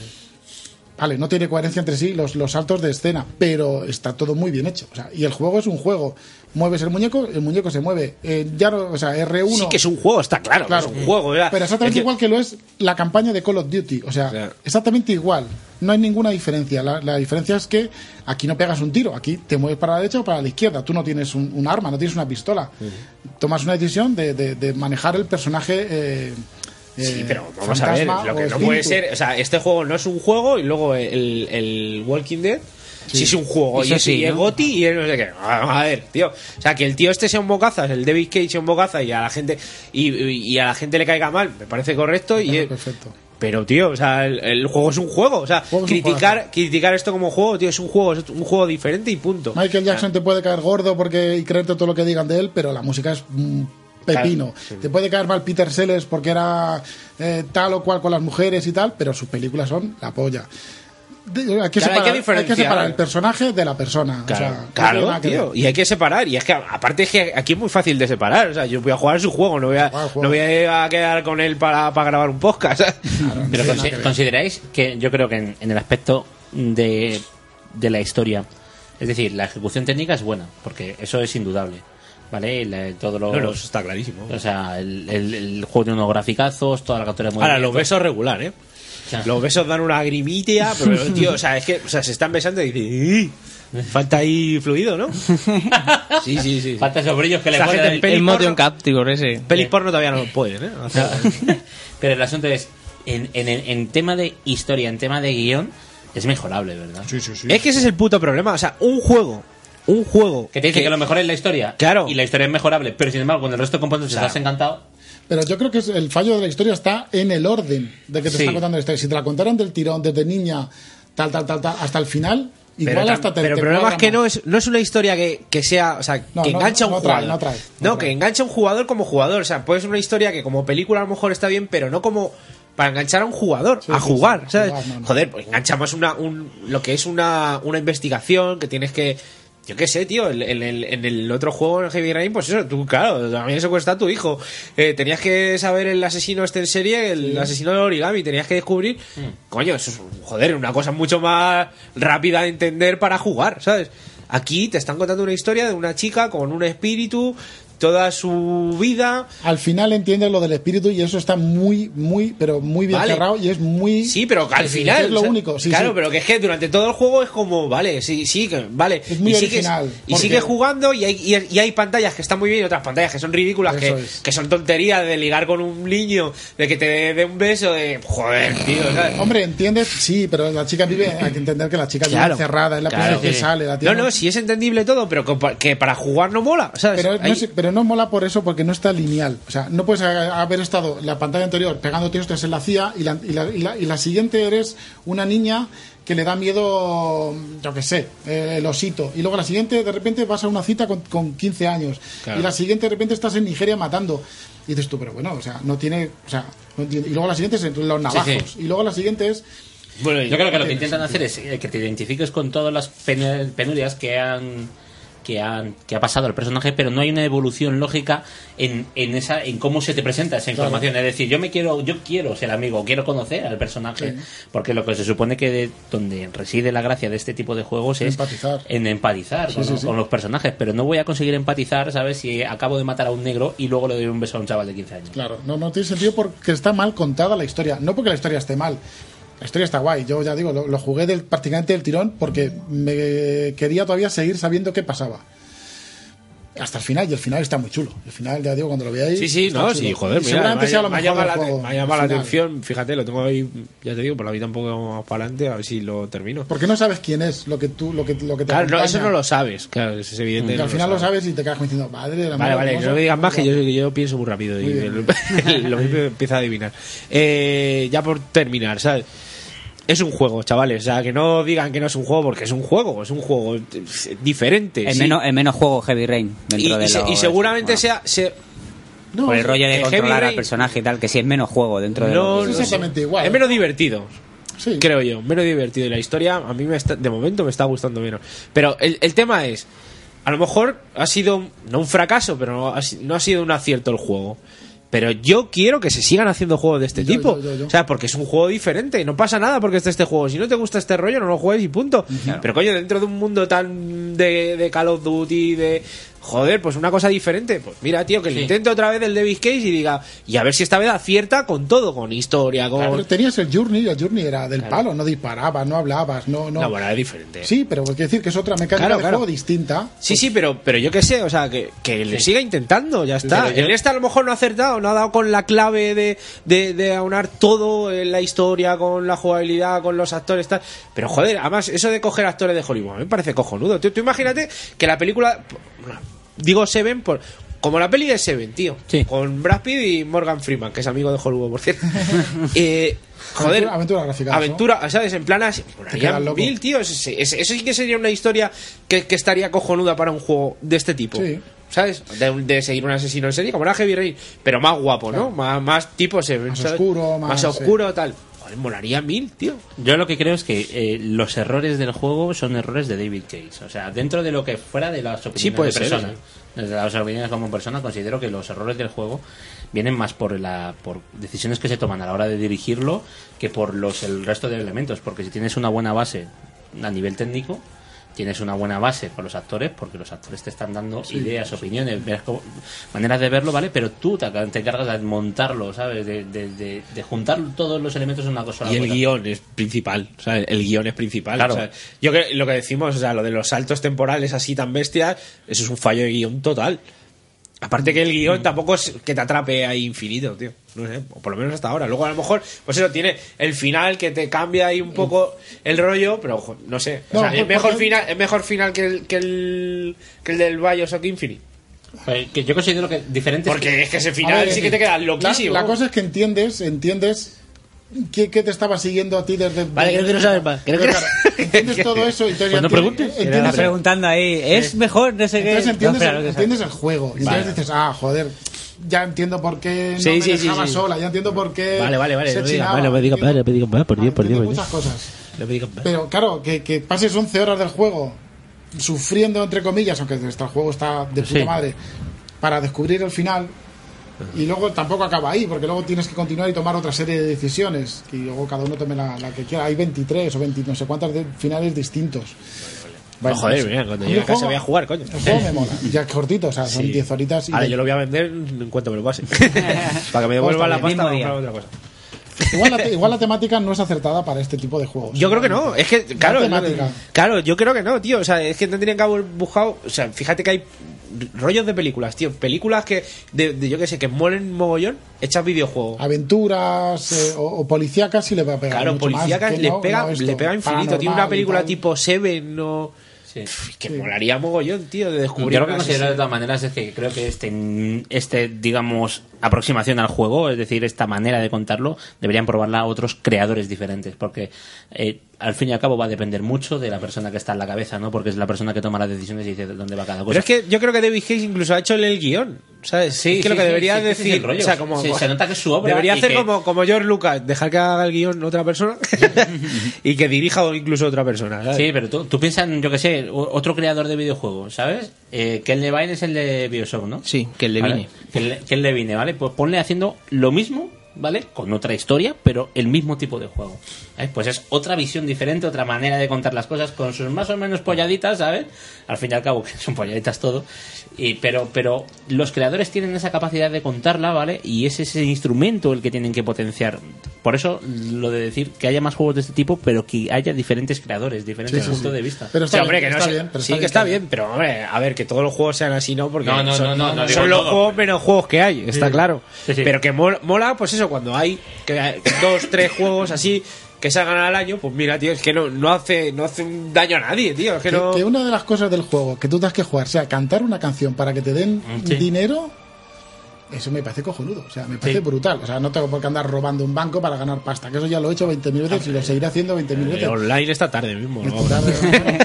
Speaker 4: Vale, no tiene coherencia entre sí los, los saltos de escena, pero está todo muy bien hecho. O sea, y el juego es un juego. Mueves el muñeco, el muñeco se mueve. Eh, ya no, o sea, R1.
Speaker 5: Sí que es un juego, está claro. que
Speaker 4: Claro.
Speaker 5: Es un juego. ¿verdad?
Speaker 4: Pero
Speaker 5: Es que-
Speaker 4: exactamente igual que lo es la campaña de Call of Duty. O sea, exactamente igual. No hay ninguna diferencia. La, la diferencia es que aquí no pegas un tiro. Aquí te mueves para la derecha o para la izquierda. Tú no tienes un, un arma, no tienes una pistola. Tomas una decisión de, de- de manejar el personaje. eh,
Speaker 5: Sí,
Speaker 4: eh,
Speaker 5: pero vamos a ver,
Speaker 4: fantasma
Speaker 5: lo
Speaker 4: o
Speaker 5: que no
Speaker 4: espíritu.
Speaker 5: puede ser, o sea, este juego no es un juego y luego el, el Walking Dead sí. es un juego
Speaker 3: Eso
Speaker 5: y, es,
Speaker 3: sí,
Speaker 5: y es
Speaker 3: ¿no?
Speaker 5: Goti y es no sé qué. A ver, tío, o sea, que el tío este sea un bocazas, el David Cage sea un bocazas y a la gente y, y a la gente le caiga mal, me parece correcto y es-
Speaker 4: Perfecto.
Speaker 5: pero tío, o sea, el, el juego es un juego, o sea,
Speaker 4: es un
Speaker 5: criticar criticar esto como juego, tío, es un juego, es un juego diferente y punto.
Speaker 4: Michael Jackson
Speaker 5: O
Speaker 4: te puede caer gordo porque y creerte todo lo que digan de él, pero la música es un pepino.
Speaker 5: Claro, sí.
Speaker 4: Te puede caer mal Peter Sellers porque era eh, tal o cual con las mujeres y tal, pero sus películas son la polla. De- Hay que,
Speaker 5: Claro, hay que
Speaker 4: separar, hay que
Speaker 5: diferenciar.
Speaker 4: separar el personaje de la persona. o sea,
Speaker 5: Claro,
Speaker 4: no
Speaker 5: claro,
Speaker 4: tiene nada que
Speaker 5: tío.
Speaker 4: ver.
Speaker 5: Y hay que separar. Y es que, aparte, es que aquí es muy fácil de separar. O sea, yo voy a jugar su juego, no voy a,
Speaker 4: juego.
Speaker 5: no voy a quedar con él para, para grabar un podcast.
Speaker 1: Pero consi- consideráis que yo creo que en, en el aspecto de, de la historia, es decir, la ejecución técnica es buena, porque eso es indudable. ¿Vale? Y la- todos los,
Speaker 5: No, no, eso está clarísimo.
Speaker 1: O sea, el, el- el juego tiene unos graficazos, toda la captura de
Speaker 5: Ahora, los
Speaker 1: movimientos.
Speaker 5: besos regular, ¿eh? Los besos dan una grimitea, pero, tío, o sea, es que o sea, se están besando y dicen, "Ih, falta ahí fluido, ¿no? Sí, sí, sí.
Speaker 1: Falta esos brillos que le
Speaker 5: La
Speaker 1: ponen
Speaker 5: gente en
Speaker 1: el-
Speaker 5: pelis
Speaker 1: el
Speaker 5: porno-
Speaker 1: motion
Speaker 6: Capture ese.
Speaker 5: Pelis porno todavía no lo pueden, ¿eh? Hacer-
Speaker 1: Pero el asunto es, en, en, en- en tema de historia, en tema de guión, es mejorable, ¿verdad? Sí, sí, sí.
Speaker 5: Es que ese es el puto problema. O sea, un juego, un juego.
Speaker 1: Que te dice que lo mejor es la historia. Claro. Y la historia es mejorable, pero sin embargo, con el resto de componentes estás encantado.
Speaker 4: Pero yo creo que es- el fallo de la historia está en el orden de que te
Speaker 1: Sí.
Speaker 4: están contando la historia. Si te la contaran del tirón desde niña, tal, tal, tal, tal, hasta el final, igual
Speaker 5: tam-
Speaker 4: hasta te
Speaker 5: pero
Speaker 4: te
Speaker 5: el problema es
Speaker 4: cuadra
Speaker 5: que no es, no es una historia que, que sea, o sea,
Speaker 4: No,
Speaker 5: que
Speaker 4: no,
Speaker 5: engancha a un
Speaker 4: no trae,
Speaker 5: jugador.
Speaker 4: no trae,
Speaker 5: no, que engancha a un jugador como jugador. O sea, puede ser una historia que como película a lo mejor está bien, pero no como para enganchar a un jugador a
Speaker 4: sí,
Speaker 5: jugar,
Speaker 4: sí,
Speaker 5: ¿sabes?
Speaker 4: jugar, no, no.
Speaker 5: Joder, pues engancha más una, un, lo que es una, una investigación que tienes que. Yo qué sé, tío, en, en el- en el otro juego, en el Heavy Rain, pues eso, tú, claro, también secuestra a tu hijo. Eh, tenías que saber el asesino este en serie, el asesino de origami, tenías que descubrir Coño, eso es, joder, una cosa mucho más rápida de entender para jugar, ¿sabes? Aquí te están contando una historia de una chica con un espíritu, toda su vida.
Speaker 4: Al final entiendes lo del espíritu y eso está muy, muy, pero muy bien
Speaker 5: Vale.
Speaker 4: cerrado y es muy.
Speaker 5: Sí, pero al
Speaker 4: Sí,
Speaker 5: final.
Speaker 4: Es lo
Speaker 5: o sea,
Speaker 4: único, sí.
Speaker 5: Claro,
Speaker 4: sí.
Speaker 5: pero que es que durante todo el juego es como, vale, sí, sí, que- vale.
Speaker 4: Es muy
Speaker 5: y sigues,
Speaker 4: original,
Speaker 5: y
Speaker 4: porque-
Speaker 5: sigues jugando y hay, y, y hay pantallas que están muy bien y otras pantallas que son ridículas, que,
Speaker 4: Eso es.
Speaker 5: que son tonterías de ligar con un niño, de que te dé un beso, de. Joder, tío, ¿sabes?
Speaker 4: Hombre, ¿entiendes? Sí, pero la chica vive. Hay que entender que la chica
Speaker 5: Claro,
Speaker 4: vive cerrada, es la
Speaker 5: claro.
Speaker 4: primera que
Speaker 5: Sí.
Speaker 4: sale. La tía
Speaker 5: No, no, sí es entendible todo, pero que pa- que para jugar no mola, ¿sabes?
Speaker 4: Pero no,
Speaker 5: Ahí-
Speaker 4: sé- pero no mola por eso, porque no está lineal. O sea, no puedes ha- haber estado la pantalla anterior pegando tiros en la CIA y la, y, la, y la- y la siguiente eres una niña que le da miedo, yo qué sé, eh, el osito. Y luego la siguiente, de repente, vas a una cita con, con 15 años.
Speaker 5: Claro.
Speaker 4: Y la siguiente, de repente, estás en Nigeria matando. Y dices tú, pero bueno, o sea, no tiene. O sea, no entiendo. Y luego la siguiente es en los navajos.
Speaker 1: sí.
Speaker 4: Y luego la siguiente es.
Speaker 1: eh, yo creo que lo que intentan hacer es eh, que te identifiques con todas las penu- penurias que han que ha, que ha pasado al personaje, pero no hay una evolución lógica en, en esa en cómo se te presenta esa
Speaker 16: Claro.
Speaker 1: información. Es decir, yo me quiero yo quiero ser amigo, quiero conocer al personaje,
Speaker 16: Sí.
Speaker 1: porque lo que se supone que de- donde reside la gracia de este tipo de juegos es
Speaker 4: Empatizar.
Speaker 1: en empatizar
Speaker 4: Sí,
Speaker 1: con,
Speaker 4: sí,
Speaker 1: los-
Speaker 4: sí.
Speaker 1: con los personajes, pero no voy a conseguir empatizar, ¿sabes? Si acabo de matar a un negro y luego le doy un beso a un chaval de 15 años.
Speaker 4: Claro, no, no tiene sentido porque está mal contada la historia. No porque la historia esté mal. La historia está guay. Yo ya digo, lo, lo jugué del, prácticamente del tirón porque me quería todavía seguir sabiendo qué pasaba. Hasta el final, y el final está muy chulo. El final, ya digo, cuando lo veáis.
Speaker 5: Sí, sí,
Speaker 4: está
Speaker 5: no,
Speaker 4: chulo.
Speaker 5: sí, joder,
Speaker 4: Y
Speaker 5: mira,
Speaker 4: seguramente
Speaker 5: me ha-
Speaker 4: sea lo
Speaker 5: me ha
Speaker 4: mejor
Speaker 5: llamado
Speaker 4: del
Speaker 5: la,
Speaker 4: juego,
Speaker 5: me ha llamado la
Speaker 4: el final.
Speaker 5: atención, fíjate, lo tengo ahí, ya te digo, por la vida un poco más para adelante, a ver si lo termino.
Speaker 4: Porque no sabes quién es lo que tú, lo que, lo que te
Speaker 5: Claro, no, eso
Speaker 4: acompaña.
Speaker 5: no lo sabes, claro, eso es evidente.
Speaker 4: Y
Speaker 5: no
Speaker 4: al
Speaker 5: lo
Speaker 4: final lo
Speaker 5: sabes.
Speaker 4: sabes y te quedas como diciendo, madre de la
Speaker 5: Vale,
Speaker 4: madre,
Speaker 5: vale,
Speaker 4: ¿cómo
Speaker 5: no me
Speaker 4: se-
Speaker 5: digas más que yo, yo pienso muy rápido y
Speaker 4: Muy
Speaker 5: el- lo mismo empieza a adivinar. Eh, ya por terminar, ¿sabes? Es un juego, chavales. O sea, que no digan que no es un juego porque es un juego, es un juego eh, diferente.
Speaker 3: Es
Speaker 5: sí.
Speaker 3: menos, es menos juego Heavy Rain
Speaker 5: y,
Speaker 3: dentro
Speaker 5: y
Speaker 3: de
Speaker 5: se-
Speaker 3: lo-
Speaker 5: y seguramente sea, se- no,
Speaker 3: por el rollo de
Speaker 5: eh,
Speaker 3: controlar
Speaker 5: Heavy
Speaker 3: al
Speaker 5: Rain-
Speaker 3: personaje y tal, que sí es menos juego dentro de lo
Speaker 5: no, no
Speaker 3: que-
Speaker 5: sé. Es menos divertido. Creo yo, menos divertido. Y la historia, a mí me está- de momento me está gustando menos. Pero el, el tema es, a lo mejor ha sido, un- no un fracaso, pero no ha, si- no ha sido un acierto el juego. Pero yo quiero que se sigan haciendo juegos de este tipo. O sea, porque es un juego diferente. y No pasa nada porque esté este juego. Si no te gusta este rollo, no lo juegues y punto. Pero coño, dentro de un mundo tan de, de Call of Duty, de... Joder, pues una cosa diferente. Pues mira, tío, que le intente otra vez el Davis Case y diga... Y a ver si esta vez acierta con todo, con historia, con...
Speaker 4: Pero tenías el Journey y el Journey era del
Speaker 5: Claro.
Speaker 4: palo, no disparabas, no hablabas, no, no.
Speaker 5: No, bueno, es diferente.
Speaker 4: Sí, pero quiero decir que es otra mecánica
Speaker 5: Claro,
Speaker 4: de
Speaker 5: claro.
Speaker 4: juego distinta.
Speaker 5: Sí, sí, pero, pero yo qué sé, o sea, que, que le siga intentando, ya está.
Speaker 4: pero yo-
Speaker 5: En esta a lo mejor no ha acertado, no ha dado con la clave de, de, de aunar todo en la historia, con la jugabilidad, con los actores, tal. Pero joder, además, eso de coger actores de Hollywood, a mí me parece cojonudo. Tú, tú imagínate que la película. Digo Seven por. Como la peli de Seven, tío. Con Brad Pitt y Morgan Freeman, que es amigo de Hollywood, por cierto. Eh, joder.
Speaker 4: Aventura- aventura gráfica, ¿no?
Speaker 5: Aventura, ¿sabes? En planas.
Speaker 4: Te quedas loco.
Speaker 5: Mil, tío. Eso, sí- eso- eso sí que sería una historia que, que estaría cojonuda para un juego de este tipo.
Speaker 4: Sí.
Speaker 5: ¿Sabes? De, un- de seguir un asesino en serie, como era Heavy Rain, pero más guapo, ¿no? Más, más tipo Seven,
Speaker 4: Más
Speaker 5: ¿sabes?
Speaker 4: oscuro, más-
Speaker 5: oscuro, tal. Joder, molaría mil, tío.
Speaker 1: Yo lo que creo es que eh, los errores del juego son errores de David Case. O sea, dentro de lo que fuera de las opiniones
Speaker 5: Sí, puede
Speaker 1: de
Speaker 5: ser,
Speaker 1: persona. Desde las opiniones como persona, considero que los errores del juego vienen más por la por decisiones que se toman a la hora de dirigirlo que por los el resto de elementos. Porque si tienes una buena base a nivel técnico, tienes una buena base con los actores, porque los actores te están dando
Speaker 16: Sí,
Speaker 1: ideas,
Speaker 16: sí.
Speaker 1: opiniones, verás cómo- maneras de verlo, ¿vale? Pero tú te, te encargas de montarlo, ¿sabes? De, de- de- de juntar todos los elementos en una cosa.
Speaker 5: Y el
Speaker 1: cosa.
Speaker 5: guión es principal, o sea, el guión es principal.
Speaker 1: Claro.
Speaker 5: o sea, yo creo lo que decimos, o sea, lo de los saltos temporales así tan bestias, eso es un fallo de guión total. Aparte que el guión tampoco es que te atrape ahí infinito, tío. No sé, o por lo menos hasta ahora. Luego a lo mejor, pues eso, tiene el final que te cambia ahí un poco el rollo, pero jo, no sé. O
Speaker 1: No,
Speaker 5: sea,
Speaker 1: por-
Speaker 5: es mejor
Speaker 1: por-
Speaker 5: final, es mejor final que el, que el, que el del Bioshock Infinite.
Speaker 1: Pues que yo considero que diferente
Speaker 5: Porque es que ese final
Speaker 4: A ver,
Speaker 5: sí que te queda loquísimo.
Speaker 4: La, la cosa es que entiendes, entiendes qué, qué te estaba siguiendo a ti desde.
Speaker 14: Vale, que no quiero saber más, que no
Speaker 4: Pero
Speaker 14: quiero-
Speaker 4: claro, entiendes todo eso y entonces
Speaker 3: Pues
Speaker 4: ya entiendes-
Speaker 3: Está
Speaker 4: entiendes-
Speaker 3: preguntando ahí, es mejor, no sé qué.
Speaker 4: Entonces entiendes,
Speaker 3: No, espera, lo
Speaker 4: el,
Speaker 3: que
Speaker 4: entiendes
Speaker 3: sea.
Speaker 4: el juego. Y
Speaker 3: Vale.
Speaker 4: entonces dices, ah, joder, ya entiendo por qué no
Speaker 17: Sí,
Speaker 4: me
Speaker 17: sí, sí,
Speaker 4: dejaba
Speaker 17: sí.
Speaker 4: sola, ya entiendo por qué.
Speaker 17: Vale, vale, vale.
Speaker 4: se
Speaker 17: No me digas
Speaker 4: chinaba.
Speaker 17: más, no me digas más, no me digas más, por Dios, por Dios.
Speaker 5: Pues
Speaker 17: por
Speaker 4: muchas
Speaker 17: Dios.
Speaker 4: cosas.
Speaker 17: No me digas más.
Speaker 4: Pero claro, que, que pases 11 horas del juego sufriendo, entre comillas, aunque este juego está de puta
Speaker 17: Sí.
Speaker 4: madre, para descubrir el final. Y luego tampoco acaba ahí, porque luego tienes que continuar y tomar otra serie de decisiones. Y luego cada uno tome la, la que quiera. Hay 23 o 20, no sé cuántos de- finales distintos. Vale,
Speaker 5: No, joder,
Speaker 4: no sé.
Speaker 5: mira, cuando
Speaker 4: A mí
Speaker 5: llegue a
Speaker 4: el
Speaker 5: casa
Speaker 4: juego-
Speaker 5: voy a jugar, coño.
Speaker 4: El juego me mola. Ya es cortito, o sea, son
Speaker 5: Sí.
Speaker 4: 10 horitas. Y
Speaker 5: Ahora yo lo voy a vender en cuanto me lo pase. Para que me
Speaker 4: Pues
Speaker 5: devuelva la
Speaker 4: también,
Speaker 5: pasta
Speaker 4: mismo
Speaker 5: para comprar otra
Speaker 4: día. Pues
Speaker 5: cosa.
Speaker 4: igual, la te- igual la temática no es acertada para este tipo de juegos.
Speaker 5: Yo creo que no, es que, claro,
Speaker 4: La
Speaker 5: es lo que-
Speaker 4: temática.
Speaker 5: claro, yo creo que no, tío. O sea, es que tendrían que haber buscado. O sea, fíjate que hay rollos de películas, tío. Películas que, de, de, yo qué sé, que mueren mogollón, hechas videojuegos.
Speaker 4: Aventuras eh, o, o policíacas sí le va a pegar.
Speaker 5: Claro,
Speaker 4: Ah, mucho más
Speaker 5: policíacas
Speaker 4: que
Speaker 5: le
Speaker 4: no-
Speaker 5: pega,
Speaker 4: no esto.
Speaker 5: le pega infinito. Tiene
Speaker 4: Paranormal
Speaker 5: una
Speaker 4: y
Speaker 5: película
Speaker 4: tal.
Speaker 5: tipo Seven, no. Pff, que molaría mogollón, tío, de descubrir. eh.
Speaker 1: Yo lo que
Speaker 5: un
Speaker 1: considero de
Speaker 5: asesino.
Speaker 1: todas maneras es que creo que este, este, digamos, aproximación al juego, es decir, esta manera de contarlo, deberían probarla otros creadores diferentes, porque eh, al fin y al cabo va a depender mucho de la persona que está en la cabeza, ¿no? Porque es la persona que toma las decisiones y dice dónde va cada cosa.
Speaker 5: Pero es que yo creo que David Hayes incluso ha hecho el guión. ¿Sabes?
Speaker 1: Sí,
Speaker 5: es que lo
Speaker 1: sí,
Speaker 5: que
Speaker 1: sí,
Speaker 5: debería
Speaker 1: sí, ese es el
Speaker 5: decir.
Speaker 1: rollo.
Speaker 5: o sea, como,
Speaker 1: Sí, se nota que es su obra
Speaker 5: Debería
Speaker 1: y
Speaker 5: hacer
Speaker 1: que-
Speaker 5: como, como George Lucas, dejar que haga el guión otra persona y que dirija o incluso otra persona. ¿sabes?
Speaker 1: Sí, pero tú, tú piensas en, yo que sé, o- otro creador de videojuegos, ¿sabes? Eh, Ken Levine es el de Bioshock, ¿no? Sí, Ken
Speaker 6: Levine.
Speaker 1: Ken Levine, ¿vale? Pues ponle haciendo lo mismo, ¿vale? Con otra historia, pero el mismo tipo de juego. ¿sabes? Pues es otra visión diferente, otra manera de contar las cosas con sus más o menos polladitas, ¿sabes? Al fin y al cabo, que son polladitas todo. Y, pero, pero los creadores tienen esa capacidad de contarla, ¿vale? Y es ese instrumento el que tienen que potenciar. Por eso lo de decir que haya más juegos de este tipo, pero que haya diferentes creadores, diferentes
Speaker 5: Sí, sí,
Speaker 1: puntos
Speaker 5: sí.
Speaker 1: de vista.
Speaker 5: Pero está
Speaker 1: Sí,
Speaker 5: hombre, que no
Speaker 1: está
Speaker 5: sé-
Speaker 1: bien, pero
Speaker 5: sí,
Speaker 1: está
Speaker 5: que
Speaker 1: bien,
Speaker 5: está
Speaker 1: está
Speaker 5: bien, pero hombre, a ver, que todos los juegos sean así, ¿no? Porque
Speaker 1: No, no,
Speaker 5: son,
Speaker 1: no, no, no
Speaker 5: son
Speaker 1: digo
Speaker 5: los
Speaker 1: todo.
Speaker 5: juegos menos juegos que hay, está
Speaker 1: Sí.
Speaker 5: claro.
Speaker 1: Sí, sí.
Speaker 5: Pero que mol- mola, pues eso, cuando hay que hay dos, tres juegos así que salgan al año, pues mira, tío, es que no, no hace no hace un daño a nadie, tío. Es que,
Speaker 4: Que,
Speaker 5: no...
Speaker 4: que una de las cosas del juego que tú tengas que jugar sea cantar una canción para que te den
Speaker 5: Mm, sí.
Speaker 4: dinero, eso me parece cojonudo. O sea, me parece
Speaker 5: Sí.
Speaker 4: brutal. O sea, no tengo por qué andar robando un banco para ganar pasta, que eso ya lo he hecho 20.000 veces y lo seguiré haciendo 20.000
Speaker 5: Eh,
Speaker 4: veces.
Speaker 5: Online esta tarde mismo. ¿no?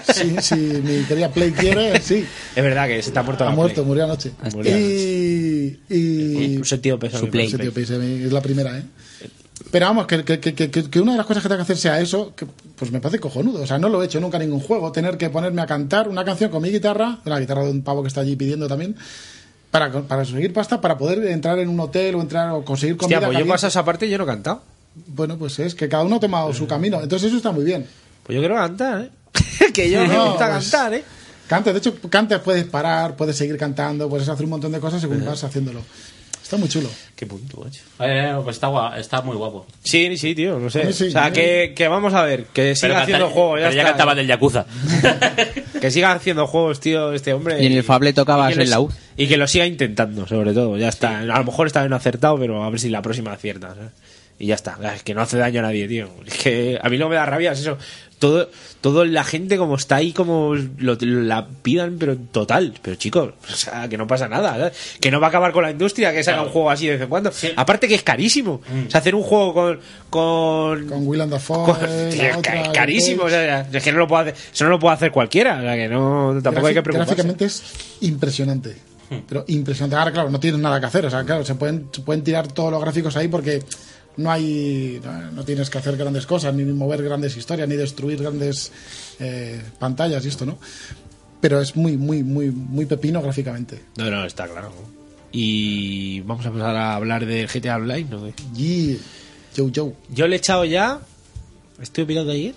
Speaker 4: Si mi querida Play quiere, sí.
Speaker 5: Es verdad que se te ha muerto
Speaker 4: Ha
Speaker 5: la
Speaker 4: muerto,
Speaker 5: Play.
Speaker 4: murió anoche.
Speaker 5: Murió
Speaker 4: Y, y-
Speaker 5: Un sentido pésame.
Speaker 4: Su Play. Sentido pésame, es la primera, ¿eh? Pero vamos, que, que- que- que- que una de las cosas que tengo que hacer sea eso, que, pues me parece cojonudo. O sea, no lo he hecho nunca en ningún juego, tener que ponerme a cantar una canción con mi guitarra, la guitarra de un pavo que está allí pidiendo también, para, para conseguir pasta, para poder entrar en un hotel o entrar o conseguir comida.
Speaker 5: Hostia, pues yo
Speaker 4: caliente.
Speaker 5: paso esa parte y yo no he cantado.
Speaker 4: Bueno, pues es que cada uno ha tomado su camino, entonces eso está muy bien.
Speaker 5: Pues yo quiero cantar, ¿eh? que yo me gusta cantar, ¿eh?
Speaker 4: Canta, de hecho, cantas, puedes parar, puedes seguir cantando, puedes hacer un montón de cosas según vas haciéndolo. Está muy chulo.
Speaker 5: Eh. Qué punto, macho.
Speaker 1: Eh, pues está, gua- está muy guapo.
Speaker 5: Sí, sí, tío, no sé.
Speaker 1: Sí, sí.
Speaker 5: o sea, que, que vamos a ver, que siga
Speaker 1: canta-
Speaker 5: haciendo juegos. Ya,
Speaker 1: pero ya
Speaker 5: está. ¿eh?
Speaker 1: cantaba del Yakuza.
Speaker 5: Que siga haciendo juegos, tío, este hombre.
Speaker 6: Y en el Fable tocabas
Speaker 5: Y que
Speaker 6: el
Speaker 5: lo-
Speaker 6: laúd.
Speaker 5: Y que lo siga intentando, sobre todo. Ya está. A lo mejor está bien acertado, pero a ver si la próxima acierta. ¿sabes? Y ya está. Es que no hace daño a nadie, tío. Es que a mí no me da rabia es eso. Todo, todo la gente como está ahí, como lo- la pidan, pero en total. Pero chicos, o sea, que no pasa nada. ¿sabes? Que no va a acabar con la industria, que saca un juego así de vez en cuando. Aparte que es carísimo.
Speaker 1: Mm.
Speaker 5: O sea, hacer un juego con... Con,
Speaker 4: con Willem Dafoe.
Speaker 5: con-
Speaker 4: Eh, la
Speaker 5: ca-
Speaker 4: otra, la
Speaker 5: carísimo. o sea, es que no lo puedo hacer, eso no lo puede hacer cualquiera. O sea, que no, tampoco hay que
Speaker 4: Grafi-
Speaker 5: preocuparse. Hmm.
Speaker 4: Gráficamente es impresionante. Pero impresionante. Ahora, claro, no tienes nada que hacer. O sea, claro, se pueden, se pueden tirar todos los gráficos ahí porque no hay. No, no tienes que hacer grandes cosas, ni mover grandes historias, ni destruir grandes eh, pantallas y esto, ¿no? Pero es muy, muy, muy, muy pepino gráficamente.
Speaker 5: No, no, está claro. Y vamos a pasar a hablar de GTA Online, ¿no?
Speaker 4: Y. Yo, yo.
Speaker 5: Yo le he echado ya, estoy mirando ayer,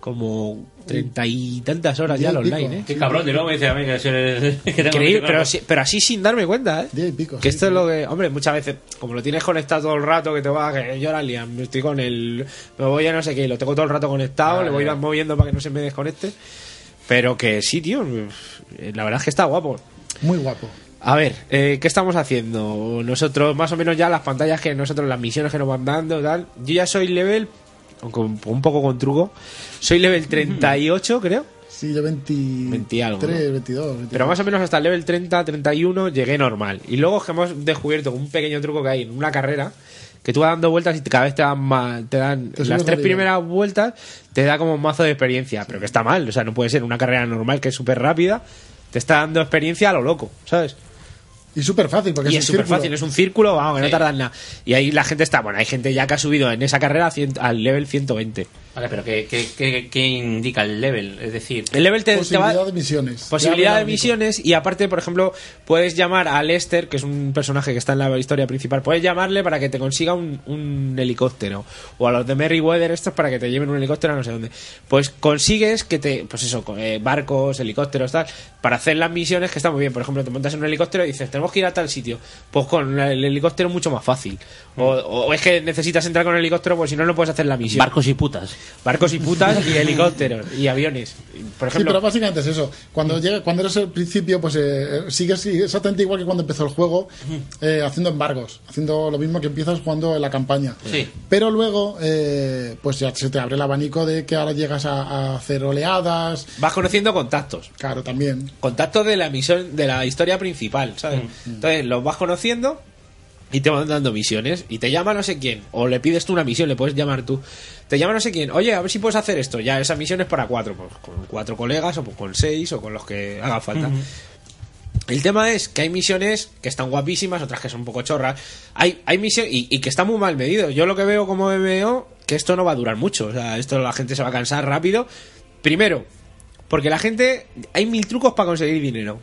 Speaker 5: como treinta y tantas horas ya al
Speaker 1: Diez y
Speaker 5: online,
Speaker 1: pico.
Speaker 5: ¿eh?
Speaker 1: Qué cabrón, y luego me dice a mí que, se- que tengo
Speaker 5: Increíble,
Speaker 1: que-
Speaker 5: pero, así- pero así sin darme cuenta, ¿eh? que
Speaker 1: sí,
Speaker 5: esto es lo que, hombre, muchas veces, como lo tienes conectado todo el rato, que te va, que yo ahora liam, estoy con el, me voy a no sé qué, lo tengo todo el rato conectado,
Speaker 1: Ah,
Speaker 5: le voy
Speaker 1: ya.
Speaker 5: moviendo para que no se me desconecte. Pero que sí, tío, eh, la verdad es que está guapo.
Speaker 4: Muy guapo.
Speaker 5: A ver, eh, ¿qué estamos haciendo? Nosotros, más o menos ya las pantallas que nosotros, las misiones que nos van dando, tal. Yo ya soy level, aunque un un poco con truco, soy level 38, creo.
Speaker 4: Sí, yo 20.
Speaker 5: 20 algo. ¿no?
Speaker 4: 3, 22, 22.
Speaker 5: Pero más o menos hasta el level 30, 31 llegué normal. Y luego es que hemos descubierto un pequeño truco que hay en una carrera, que tú vas dando vueltas y cada vez te dan más, te dan
Speaker 4: Te subes
Speaker 5: las
Speaker 4: de
Speaker 5: tres
Speaker 4: nivel.
Speaker 5: primeras vueltas te da como un mazo de experiencia, pero que está mal, o sea, no puede ser una carrera normal que es súper rápida, te está dando experiencia a lo loco, ¿sabes?
Speaker 4: Y súper fácil, porque
Speaker 5: y
Speaker 4: es
Speaker 5: es
Speaker 4: un
Speaker 5: súper fácil,
Speaker 4: círculo.
Speaker 5: es un círculo, vamos, que no
Speaker 4: Sí.
Speaker 5: tardan nada. Y ahí la gente está, bueno, hay gente ya que ha subido en esa carrera a cien- al level 120.
Speaker 1: Vale, pero ¿qué, qué, qué- qué indica el level? Es decir,
Speaker 5: El level te, te va,
Speaker 4: Posibilidad de misiones.
Speaker 5: Posibilidad de
Speaker 4: misiones.
Speaker 5: misiones y aparte, por ejemplo, puedes llamar a Lester, que es un personaje que está en la historia principal, puedes llamarle para que te consiga un, un helicóptero. O a los de Merryweather estos para que te lleven un helicóptero a no sé dónde. Pues consigues que te... Pues eso, con, eh, barcos, helicópteros, tal, para hacer las misiones que está muy bien. Por ejemplo, te montas en un helicóptero y dices, tenemos que ir a tal sitio. Pues con el helicóptero mucho más fácil. O, o es que necesitas entrar con el helicóptero, pues si no, no puedes hacer la misión.
Speaker 1: barcos y putas.
Speaker 5: Barcos y putas y helicópteros y aviones. Por
Speaker 4: Sí,
Speaker 5: ejemplo, Mm.
Speaker 4: pero básicamente es eso. Cuando llega, cuando eres al principio, pues eh, sigues exactamente igual que cuando empezó el juego, eh, haciendo embargos, haciendo lo mismo que empiezas jugando en la campaña.
Speaker 1: Sí.
Speaker 4: Pero luego, eh, pues ya se te abre el abanico de que ahora llegas a, a hacer oleadas.
Speaker 5: vas conociendo contactos.
Speaker 4: Claro, también.
Speaker 5: contactos de la misión de la historia principal, ¿sabes? Entonces los vas conociendo y te van dando misiones y te llama no sé quién o le pides tú una misión le puedes llamar tú te llama no sé quién oye a ver si puedes hacer esto ya esa misión es para cuatro pues, con cuatro colegas o pues, con seis o con los que haga falta
Speaker 19: Ujú.
Speaker 5: el tema es que hay misiones que están guapísimas, otras que son un poco chorras. Hay, hay misiones y, y que está muy mal medido. Yo lo que veo como veo que esto no va a durar mucho. O sea, esto la gente se va a cansar rápido. Primero, porque la gente. Hay mil trucos para conseguir dinero.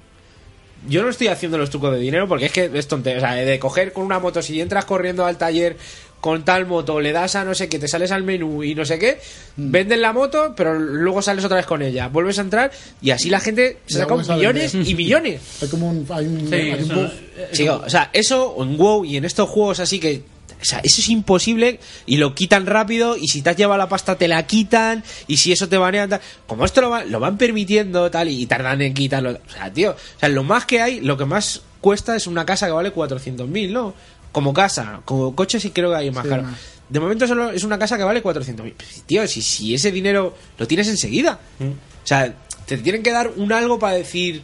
Speaker 5: Yo no estoy haciendo los trucos de dinero porque es que es tontería. O sea, de coger con una moto, si entras corriendo al taller con tal moto, le das a no sé qué, te sales al menú y no sé qué, venden la moto, pero luego sales otra vez con ella, vuelves a entrar y así la gente se
Speaker 4: Ya
Speaker 5: saca
Speaker 4: vuelves a
Speaker 5: millones
Speaker 4: vender.
Speaker 5: y millones.
Speaker 4: Hay como un. Hay un,
Speaker 5: Sí,
Speaker 4: hay un eh,
Speaker 5: eso
Speaker 4: bug.
Speaker 5: es- eh, Chico, o sea, eso en WoW y en estos juegos así que... O sea, eso es imposible y lo quitan rápido y si te has llevado la pasta te la quitan y si eso te banean... tal. Como esto lo, va- lo van permitiendo tal y, tardan en quitarlo. O sea, tío, o sea, lo más que hay, lo que más cuesta es una casa que vale 400.000, ¿no? Como casa, como coche sí creo que hay más
Speaker 4: Sí,
Speaker 5: caro.
Speaker 4: más.
Speaker 5: De momento solo es una casa que vale 400.000. Tío, si, si ese dinero lo tienes enseguida. O sea, te tienen que dar un algo para decir,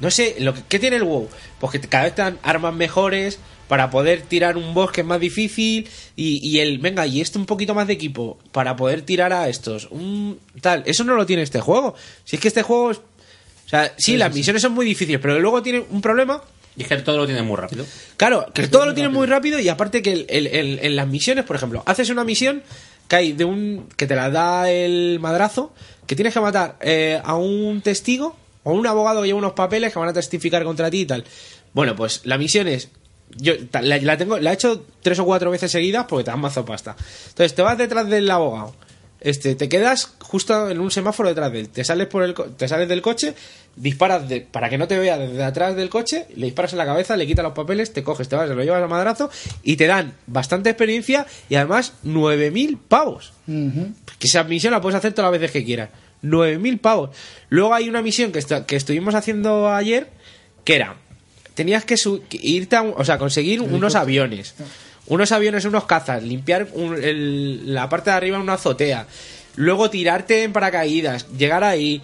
Speaker 5: no sé, lo que, ¿qué tiene el WoW? Pues que te- cada vez te dan armas mejores para poder tirar un boss que es más difícil y, y el, venga, y este un poquito más de equipo para poder tirar a estos. Un tal, eso no lo tiene este juego. Si es que este juego es... O sea, sí, las misiones son muy difíciles, pero luego tiene un problema
Speaker 1: Y es que todo lo tiene muy rápido.
Speaker 5: Claro, que todo lo tienes muy rápido y aparte que el- el- el- en las misiones, por ejemplo, haces una misión que hay de un que te la da el madrazo, que tienes que matar eh, a un testigo o un abogado que lleva unos papeles que van a testificar contra ti y tal. Bueno, pues la misión es yo ta- la, la tengo la he hecho tres o cuatro veces seguidas porque te dan mazo pasta. Entonces te vas detrás del abogado. Este, te quedas justo en un semáforo detrás de él. Te sales por el co- te sales del coche, disparas de- para que no te vea desde atrás del coche, le disparas en la cabeza, le quitas los papeles, te coges, te vas, te lo llevas a madrazo y te dan bastante experiencia y además 9000 pavos.
Speaker 4: Ujú.
Speaker 5: Que esa misión la puedes hacer todas las veces que quieras. 9.000 pavos. Luego hay una misión que, esta- que estuvimos haciendo ayer que era... Tenías que su- que irte a... un- O sea, conseguir unos aviones. Unos aviones, unos cazas. Limpiar un- el- la parte de arriba de una azotea. Luego tirarte en paracaídas. Llegar ahí.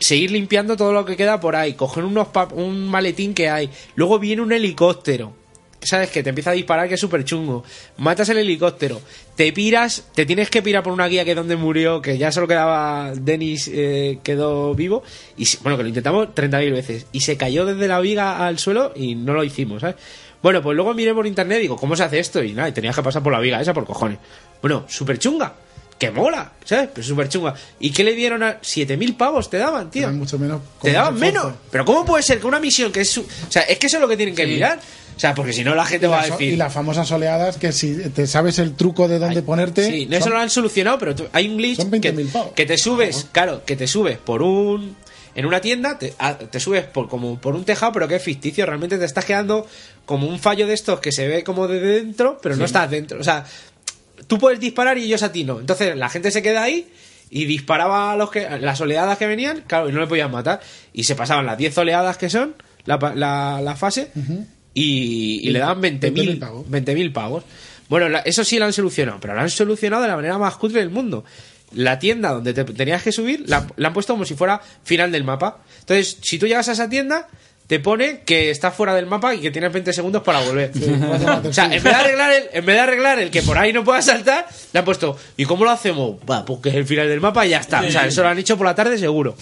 Speaker 5: Seguir limpiando todo lo que queda por ahí. Coger unos pap- un maletín que hay. Luego viene un helicóptero. ¿Sabes? Que te empieza a disparar, que es súper chungo. Matas el helicóptero. Te piras, te tienes que pirar por una guía que es donde murió, que ya solo quedaba Denis, eh, quedó vivo. Y se- bueno, que lo intentamos 30.000 veces. Y se cayó desde la viga al suelo y no lo hicimos, ¿sabes? Bueno, pues luego miré por internet y digo, ¿cómo se hace esto? Y nada, y tenías que pasar por la viga esa por cojones. Bueno, súper chunga. Que mola, ¿sabes? Pero súper chunga. ¿Y qué le dieron a 7.000 pavos? Te daban, tío.
Speaker 4: mucho menos. con
Speaker 5: Te daban
Speaker 4: mucho esfuerzo.
Speaker 5: menos. Pero ¿cómo puede ser que una misión que es... su- O sea, es que eso es lo que tienen que mirar. O sea, porque si no la gente
Speaker 4: Y
Speaker 5: va a
Speaker 4: las-
Speaker 5: decir...
Speaker 4: Y las famosas oleadas que si te sabes el truco de dónde ponerte.
Speaker 5: Sí, no, eso
Speaker 4: son-
Speaker 5: lo han solucionado, pero tú- hay un glitch que, que te subes, claro, que te subes por un en una tienda, te, a- te subes por como por un tejado, pero que es ficticio, realmente te estás quedando como un fallo de estos que se ve como de dentro, pero no
Speaker 19: Sí.
Speaker 5: estás dentro, o sea, tú puedes disparar y ellos a ti no. Entonces la gente se queda ahí y disparaba a los que las oleadas que venían, claro, y no le podían matar y se pasaban las 10 oleadas que son la, pa- la- la fase y, y le daban 20.000 pavos. 20.000 pavos. Bueno, la- eso sí lo han solucionado, pero lo han solucionado de la manera más cutre del mundo. La tienda donde te tenías que subir la, la han puesto como si fuera final del mapa. Entonces, si tú llegas a esa tienda, te pone que estás fuera del mapa y que tienes 20 segundos para volver. o sea, en vez, de arreglar el, en vez de arreglar el que por ahí no pueda saltar, le han puesto, ¿y cómo lo hacemos? Va, porque es el final del mapa y ya está. O sea, eso lo han hecho por la tarde seguro.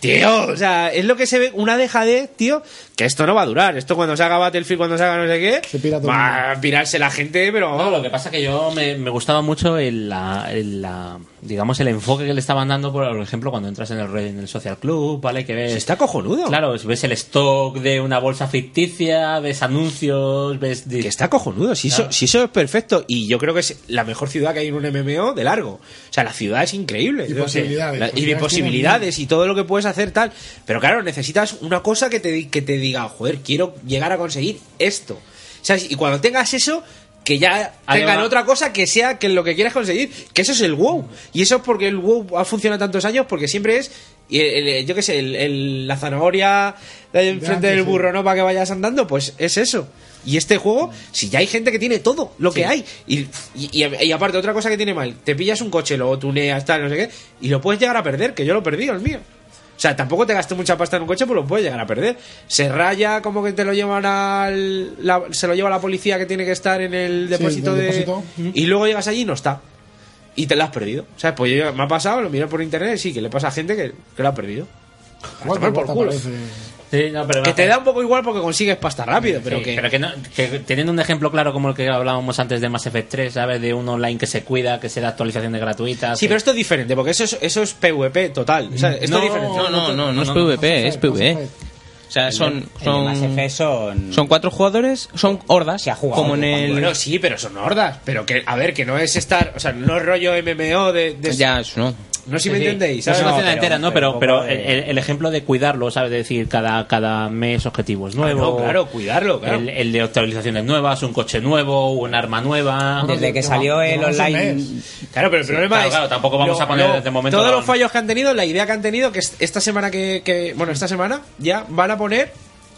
Speaker 5: Tío, o sea, es lo que se ve, una dejadez, tío, que esto no va a durar. Esto cuando salga Battlefield, cuando salga no sé qué, va a pirarse la gente, pero...
Speaker 1: No, lo que pasa es que yo me, me gustaba mucho el, la, el, la- digamos, el enfoque que le estaban dando, por ejemplo, cuando entras en el, re- en el social club, ¿vale? Que ves...
Speaker 5: está cojonudo.
Speaker 1: Claro, ves el stock de una bolsa ficticia, ves anuncios, ves...
Speaker 5: Que está cojonudo, si, eso, si eso es perfecto. Y yo creo que es la mejor ciudad que hay en un MMO de largo. O sea, la ciudad es increíble.
Speaker 4: Y
Speaker 5: Yo no sé,
Speaker 4: posibilidades,
Speaker 5: la- y de
Speaker 4: posibilidades
Speaker 5: posibilidades y todo lo que puedes hacer tal. Pero claro, necesitas una cosa que te, di- que te diga, joder, quiero llegar a conseguir esto. O sea, y cuando tengas eso, que ya
Speaker 1: Además-
Speaker 5: tengan otra cosa que sea que lo que quieras conseguir. Que eso es el WoW. Y eso es porque el WoW ha funcionado tantos años, porque siempre es... y el- el- yo qué sé, el- el- la zanahoria de enfrente
Speaker 19: antes,
Speaker 5: del
Speaker 19: sí.
Speaker 5: burro, ¿no? Para que vayas andando, pues es eso. Y este juego, si ya hay gente que tiene todo lo que hay. Y, y- y- y aparte, otra cosa que tiene mal, te pillas un coche, lo tuneas, tal, no sé qué, y lo puedes llegar a perder, que yo lo perdí, el mío. O sea, tampoco te gastes mucha pasta en un coche, pues lo puedes llegar a perder. Se raya como que te lo llevan al. la- se lo lleva la policía que tiene que estar en el depósito
Speaker 4: del
Speaker 5: de.
Speaker 4: depósito.
Speaker 5: Y luego llegas allí y no está. Y te lo has perdido. O sea, pues yo me ha pasado, lo miro por internet, sí, que le pasa a gente que, que lo ha perdido. A tomar por culo.
Speaker 1: Sí, no, pero eh,
Speaker 5: Que
Speaker 1: vamos.
Speaker 5: te da un poco igual porque consigues pasta rápido, pero
Speaker 1: Sí,
Speaker 5: que.
Speaker 1: pero que no- que teniendo un ejemplo claro como el que hablábamos antes de Mass Effect 3, ¿sabes? De un online que se cuida, que se da actualizaciones gratuitas.
Speaker 5: Sí,
Speaker 1: que-
Speaker 5: pero esto es diferente, porque eso es, eso es PvP total. O sea, esto
Speaker 1: No,
Speaker 5: es diferente.
Speaker 1: no, no,
Speaker 6: no, no es PvP, es PvE. O sea, son, son,
Speaker 3: son...
Speaker 6: son cuatro jugadores, son hordas, como en el...
Speaker 5: Bueno, sí, pero son hordas. Pero que, a ver, que no es estar. O sea, no es rollo MMO de. de-
Speaker 6: Ya, eso no.
Speaker 5: No sé si
Speaker 1: Sí,
Speaker 5: me
Speaker 1: sí.
Speaker 5: entendéis.
Speaker 1: No es
Speaker 5: ¿sabes?
Speaker 1: una cena entera, ¿no? Pero, pero,
Speaker 5: un poco de-
Speaker 1: el, el ejemplo de cuidarlo, ¿sabes? De decir, cada, cada mes objetivos
Speaker 5: Ah, no,
Speaker 1: nuevos.
Speaker 5: claro, cuidarlo, claro.
Speaker 1: El, el de actualizaciones nuevas, un coche nuevo, un arma nueva.
Speaker 3: Desde que salió el online...
Speaker 5: Claro, pero el
Speaker 1: Sí,
Speaker 5: problema
Speaker 1: claro,
Speaker 5: es.
Speaker 1: claro, tampoco vamos a poner desde el momento
Speaker 5: Todos
Speaker 1: la-
Speaker 5: los fallos que han tenido, la idea que han tenido, que es- esta semana que, que- Bueno, esta semana ya van a poner.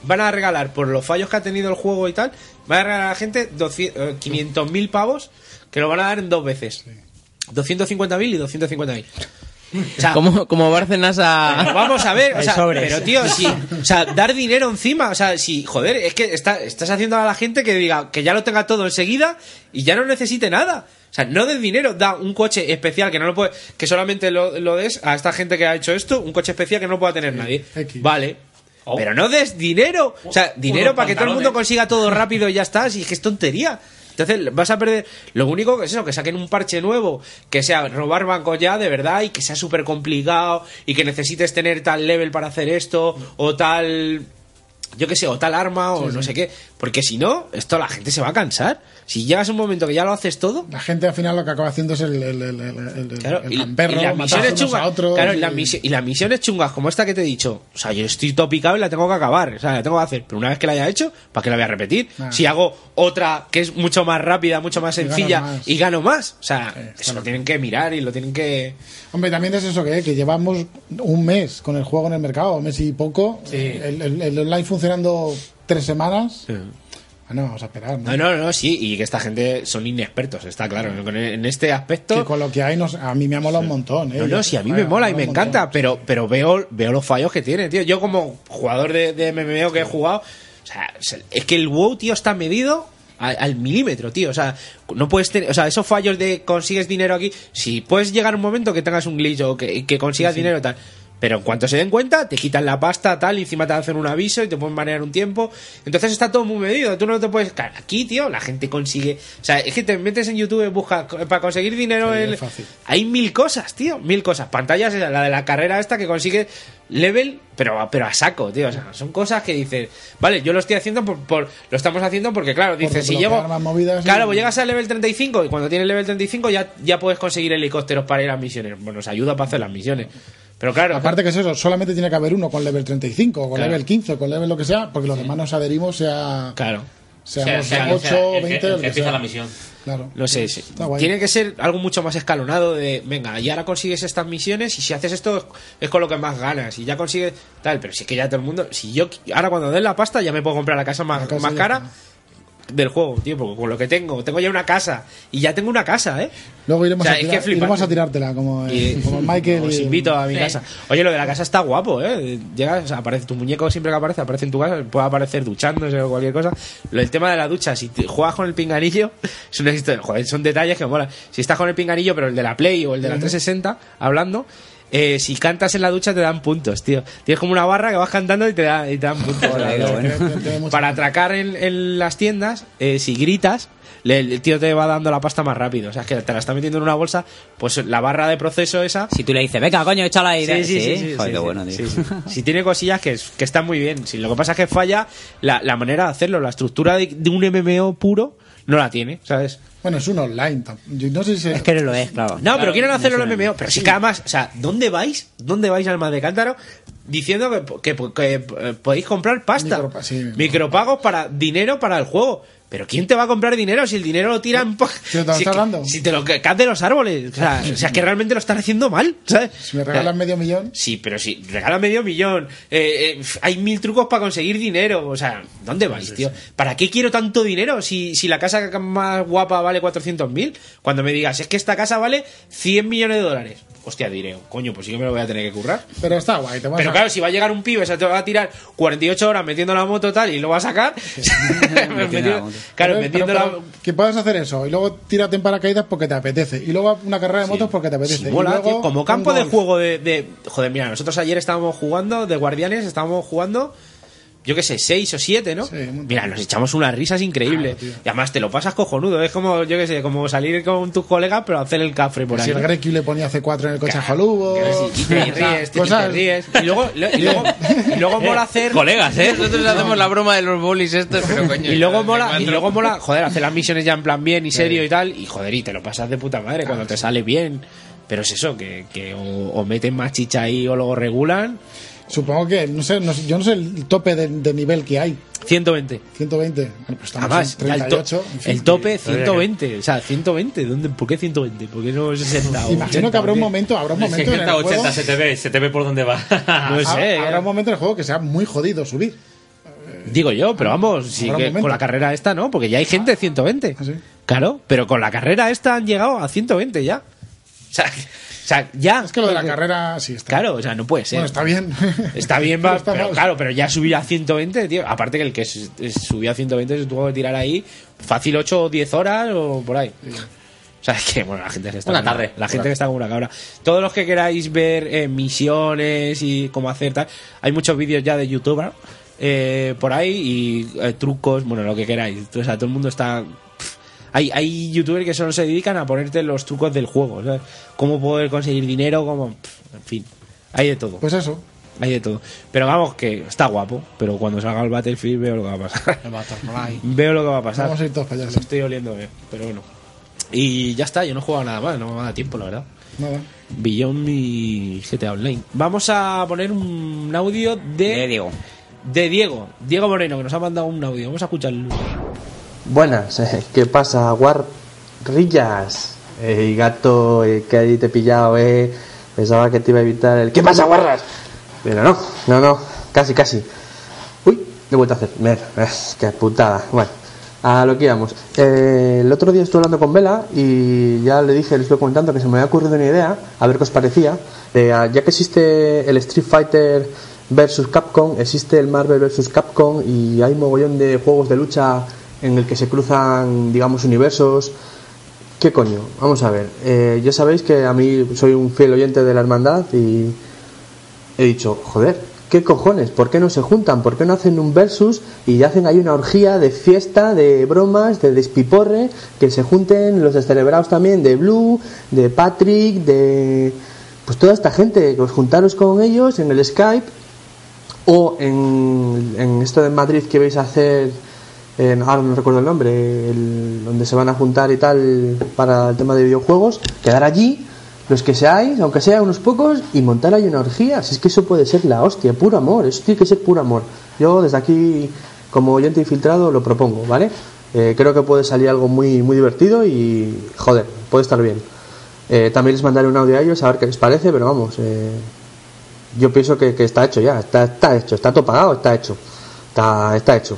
Speaker 5: Van a regalar, por los fallos que ha tenido el juego y tal, van a regalar a la gente 200, eh, 500.000 pavos que lo van a dar en dos veces: 250.000 y 250.000. O sea,
Speaker 6: como, como Bárcenas a...
Speaker 5: Pero Eh, vamos a ver, o
Speaker 6: Hay
Speaker 5: sea,
Speaker 6: sobres.
Speaker 5: pero tío, si, o sea, dar dinero encima, o sea, si, joder, es que está- estás haciendo a la gente que diga que ya lo tenga todo enseguida y ya no necesite nada. O sea, no des dinero, da un coche especial que no lo puede, que solamente lo, lo des a esta gente que ha hecho esto, un coche especial que no pueda tener nadie. Vale. Pero no des dinero, o sea, dinero
Speaker 1: Oh. unos
Speaker 5: para que todo el mundo
Speaker 1: pantalones.
Speaker 5: consiga todo rápido y ya está, si es que es tontería. Entonces vas a perder. Lo único que es eso, que saquen un parche nuevo, que sea robar bancos ya de verdad y que sea súper complicado y que necesites tener tal level para hacer esto o tal. Yo qué sé, o tal arma o no sé qué. Porque si no, esto la gente se va a cansar. Si llegas a un momento que ya lo haces todo.
Speaker 4: La gente al final lo que acaba haciendo es el, el, el, el, el- el-
Speaker 5: Claro,
Speaker 4: el
Speaker 5: y,
Speaker 4: gamberro,
Speaker 5: y las
Speaker 4: matarse
Speaker 5: misiones
Speaker 4: unos a
Speaker 5: chungas.
Speaker 4: otros,
Speaker 5: claro, y
Speaker 4: y-
Speaker 5: las misi- y las misiones chungas, como esta que te he dicho. O sea, yo estoy topicado y la tengo que acabar. O sea, la tengo que hacer. Pero una vez que la haya hecho, ¿para qué la voy a repetir?
Speaker 4: Ah.
Speaker 5: Si hago otra que es mucho más rápida, mucho más
Speaker 4: Y ganas
Speaker 5: sencilla
Speaker 4: más.
Speaker 5: y gano más. O sea, eso lo tienen que mirar y lo tienen que.
Speaker 4: Hombre, también es eso que, que llevamos un mes con el juego en el mercado, un mes y poco. El, el- el online funcionando tres semanas. Ah, no, vamos a esperar. ¿no?
Speaker 5: No, no, no, sí. Y que esta gente son inexpertos, está claro. En- En este aspecto.
Speaker 4: Que con lo que hay, nos, a mí me ha molado un montón. ¿eh?
Speaker 5: No, no, sí, a mí me mola y me encanta, pero, pero veo, veo los fallos que tiene, tío. Yo como jugador de, de MMO que he jugado, o sea, se- es que el WoW, tío, está medido a- al, milímetro, tío. O sea, no puedes tener, o sea, esos fallos de consigues dinero aquí, si puedes llegar un momento que tengas un glitch o que, que consigas dinero tal. Pero en cuanto se den cuenta, te quitan la pasta, tal, y encima te hacen un aviso y te pueden manejar un tiempo. Entonces está todo muy medido, tú no te puedes... Claro, Aquí, tío, la gente consigue... O sea, es que te metes en YouTube, buscas co- para conseguir dinero...
Speaker 4: Sí,
Speaker 5: en-
Speaker 4: es fácil.
Speaker 5: hay mil cosas, tío, mil cosas. Pantallas, esa, la de la carrera esta que consigue level, pero, a- pero a saco, tío. O sea, son cosas que dices, vale, yo lo estoy haciendo por, por- lo estamos haciendo porque, claro, dices, si llego.
Speaker 4: desbloquear más movidas y-
Speaker 5: Claro, pues llegas al level 35 y cuando tienes level 35 ya, ya puedes conseguir helicópteros para ir a misiones. Bueno, os ayuda para hacer las misiones. Pero claro,
Speaker 4: Aparte que es eso, solamente tiene que haber uno con level 35, o con
Speaker 5: Claro.
Speaker 4: level 15, o con level lo que sea, porque los demás nos adherimos sea...
Speaker 5: Claro.
Speaker 1: O sea,
Speaker 4: Seamos
Speaker 1: o sea,
Speaker 4: 8,
Speaker 1: o sea, el que-
Speaker 4: 20,
Speaker 1: el
Speaker 4: lo
Speaker 1: que
Speaker 4: que
Speaker 1: empieza
Speaker 4: sea.
Speaker 1: la misión.
Speaker 4: Claro.
Speaker 5: No sé, sí.
Speaker 4: guay.
Speaker 5: tiene que ser algo mucho más escalonado de, venga, y ahora consigues estas misiones y si haces esto es- es con lo que más ganas y ya consigues tal, pero si es que ya todo el mundo, si yo qui- ahora cuando den la pasta ya me puedo comprar la casa más,
Speaker 4: casa
Speaker 5: más
Speaker 4: ya
Speaker 5: cara del juego, tío, porque con lo que tengo, tengo ya una casa y ya tengo una casa, ¿eh?
Speaker 4: Luego iremos,
Speaker 5: O sea,
Speaker 4: a,
Speaker 5: es
Speaker 4: tirar-
Speaker 5: que flipante.
Speaker 4: iremos a tirártela, como,
Speaker 5: Y-
Speaker 4: el- como el Michael.
Speaker 5: os
Speaker 4: y-
Speaker 5: invito a mi casa. Oye, lo de la casa está guapo, ¿eh? Llegas, o sea, aparece tu muñeco siempre que aparece, aparece en tu casa, puede aparecer duchándose o cualquier cosa. Lo del tema de la ducha, si te- juegas con el pinganillo, es una historia- joder, son detalles que mola. Si estás con el pinganillo, pero el de la Play o el de la 360, hablando, eh, si cantas en la ducha te dan puntos, tío. Tienes como una barra que vas cantando y te, da- y te dan puntos. Para atracar en, en las tiendas, eh, si gritas, le- el tío te va dando la pasta más rápido. O sea, es que te la está metiendo en una bolsa, pues la barra de proceso esa.
Speaker 3: Si tú le dices, venga, coño, échala ahí. ¿eh?
Speaker 5: Sí, sí, sí, sí, sí,
Speaker 3: joder, qué
Speaker 5: sí,
Speaker 3: bueno, tío.
Speaker 5: sí, sí. Si tiene cosillas que, es- que están muy bien. Si lo que pasa es que falla la, la manera de hacerlo, la estructura de, de un MMO puro no la tiene, ¿sabes?
Speaker 4: Bueno, es un online. tam- Yo no sé si...
Speaker 3: Es que no lo es, claro.
Speaker 5: No, pero quieren hacerlo en MMO. Pero sí que además, o sea, ¿dónde vais? ¿Dónde vais al más de cántaro? Diciendo que, que- que, eh, podéis comprar pasta.
Speaker 4: Micropa- sí.
Speaker 5: Micropagos para dinero para el juego. Pero ¿quién te va a comprar dinero si el dinero lo tiran... pa-
Speaker 4: te lo
Speaker 5: si,
Speaker 4: estás
Speaker 5: que-
Speaker 4: dando.
Speaker 5: si te lo que- caes de los árboles. O sea, o sea, que realmente lo están haciendo mal, ¿sabes?
Speaker 4: Si me regalan medio millón.
Speaker 5: Sí, pero si regala medio millón, eh, eh, hay mil trucos para conseguir dinero. O sea, ¿dónde vais, tío? ¿Para qué quiero tanto dinero si, si la casa más guapa vale 400.000? Cuando me digas, es que esta casa vale 100 millones de dólares. Hostia, diré, coño, pues sí que me lo voy a tener que currar.
Speaker 4: Pero está guay, te vas
Speaker 5: Pero
Speaker 4: a-
Speaker 5: claro, si va a llegar un pibe, se te va a tirar 48 horas metiendo la moto tal y lo va a sacar. Metiendo-
Speaker 4: la moto.
Speaker 5: claro,
Speaker 4: Pero-
Speaker 5: metiendo
Speaker 4: pero-
Speaker 5: la
Speaker 4: pero Que puedas hacer eso y luego tírate en paracaídas porque te apetece. Y luego una carrera de motos porque te apetece.
Speaker 5: Sí,
Speaker 4: y
Speaker 5: mola,
Speaker 4: luego
Speaker 5: tío, como campo
Speaker 4: un
Speaker 5: de
Speaker 4: golf.
Speaker 5: juego de, de- Joder, mira, nosotros ayer estábamos jugando de Guardianes, estábamos jugando, yo qué sé, seis o siete, ¿no? mira, nos echamos unas risas increíbles. y además te lo pasas cojonudo, es como, yo qué sé, como salir con tus colegas, pero hacer el cafre por
Speaker 4: Pues Si
Speaker 5: ahí.
Speaker 4: el
Speaker 5: ¿no?
Speaker 4: Grecu le ponía C4 en el coche a Jalubo.
Speaker 5: Y te ríes, te- te ríes. Y luego, y luego, y luego mola hacer.
Speaker 6: eh. Nosotros hacemos la broma de los bolis estos, pero coño.
Speaker 5: Y luego
Speaker 6: ya,
Speaker 5: mola, y
Speaker 6: cuatro.
Speaker 5: luego mola, joder, hacer las misiones ya en plan bien y serio y tal, y joder, y te lo pasas de puta madre cuando te sale bien. Pero es eso, que, que o, o meten más chicha ahí o luego regulan.
Speaker 4: Supongo que, no sé, no sé- yo no sé el tope de, de nivel que hay.
Speaker 5: 120.
Speaker 4: 120. Bueno, pues estamos
Speaker 5: Además,
Speaker 4: en
Speaker 5: Ah, ya el, to-
Speaker 4: 38. en fin.
Speaker 5: el tope 120. O sea, 120. ¿Dónde, ¿Por qué 120? ¿Por qué no 60? o
Speaker 4: Imagino
Speaker 5: 80,
Speaker 4: que habrá un
Speaker 5: tío?
Speaker 4: momento, habrá un momento en el
Speaker 1: 70, 80,
Speaker 4: juego.
Speaker 1: se te ve, se te ve por dónde va.
Speaker 5: No sé. eh.
Speaker 4: Habrá un momento en el juego que sea muy jodido subir.
Speaker 5: Digo yo, pero vamos, sí
Speaker 4: Habrá Ah, un
Speaker 5: que
Speaker 4: momento.
Speaker 5: con la carrera esta no, porque ya hay gente de 120. Claro, pero con la carrera esta han llegado a 120 ya. O sea, o sea, ya. Es
Speaker 4: que lo de la carrera sí está.
Speaker 5: Claro, o sea, no puede ser.
Speaker 4: Bueno, está bien.
Speaker 5: Está bien, va,
Speaker 4: Pero está
Speaker 5: pero
Speaker 4: mal.
Speaker 5: claro, pero ya subir a 120, tío. Aparte que el que s- s- subió a 120 se tuvo que tirar ahí fácil 8 o 10 horas o por ahí. O sea, es que, bueno, la gente se está.
Speaker 1: Una
Speaker 5: como-
Speaker 1: tarde.
Speaker 5: La gente
Speaker 1: Claro.
Speaker 5: que está como una cabra. Todos los que queráis ver eh, misiones y cómo hacer tal, hay muchos vídeos ya de youtuber eh, por ahí y eh, trucos, bueno, lo que queráis. O sea, todo el mundo está. pff, Hay, hay youtubers que solo se dedican a ponerte los trucos del juego, ¿sabes? Cómo poder conseguir dinero, cómo. pff, En fin, hay de todo.
Speaker 4: Pues eso.
Speaker 5: Hay de todo. Pero vamos, que está guapo. Pero cuando salga el Battlefield veo lo que va a pasar. veo lo que va a pasar.
Speaker 4: Vamos a ir todos para allá.
Speaker 5: Lo estoy oliendo bien, pero bueno. Y ya está, yo no he jugado nada más, no me da tiempo, la verdad.
Speaker 4: Nada.
Speaker 5: Beyond y GTA Online. Vamos a poner un audio de... De
Speaker 3: Diego.
Speaker 5: De Diego. Diego Moreno, que nos ha mandado un audio. Vamos a escucharlo.
Speaker 20: Buenas, ¿qué pasa, guarrillas? Eh, gato, eh, que ahí te he pillado, eh. Pensaba que te iba a evitar el. ¿Qué pasa, guarras? Pero no, no, no, casi, casi. Uy, lo he vuelto a hacer. Mira, es, qué putada. Bueno, a lo que íbamos. Eh, el otro día estuve hablando con Vela y ya le dije, le estuve comentando que se me había ocurrido una idea, a ver qué os parecía. De, ah, ya que existe el Street Fighter versus Capcom, existe el Marvel versus Capcom y hay mogollón de juegos de lucha en el que se cruzan, digamos, universos. ¿Qué coño? Vamos a ver. eh, ya sabéis que a mí soy un fiel oyente de la hermandad y he dicho, joder, ¿qué cojones? ¿Por qué no se juntan? ¿Por qué no hacen un versus y hacen ahí una orgía de fiesta, de bromas, de despiporre? Que se junten los descerebrados también de Blue, de Patrick, de... Pues toda esta gente, que os juntaros con ellos en el Skype o en, en esto de Madrid que vais a hacer, en, ahora no recuerdo el nombre, el- donde se van a juntar y tal para el tema de videojuegos, quedar allí, los que seáis, aunque sea unos pocos, y montar ahí una orgía. Si es que eso puede ser la hostia, puro amor, eso tiene que ser puro amor. Yo desde aquí, como oyente infiltrado, lo propongo, ¿vale? Eh, creo que puede salir algo muy, muy divertido y, joder, puede estar bien. Eh, también les mandaré un audio a ellos a ver qué les parece, pero vamos, eh, yo pienso que, que está hecho ya, está, está hecho, está todo pagado, está hecho, está, está hecho.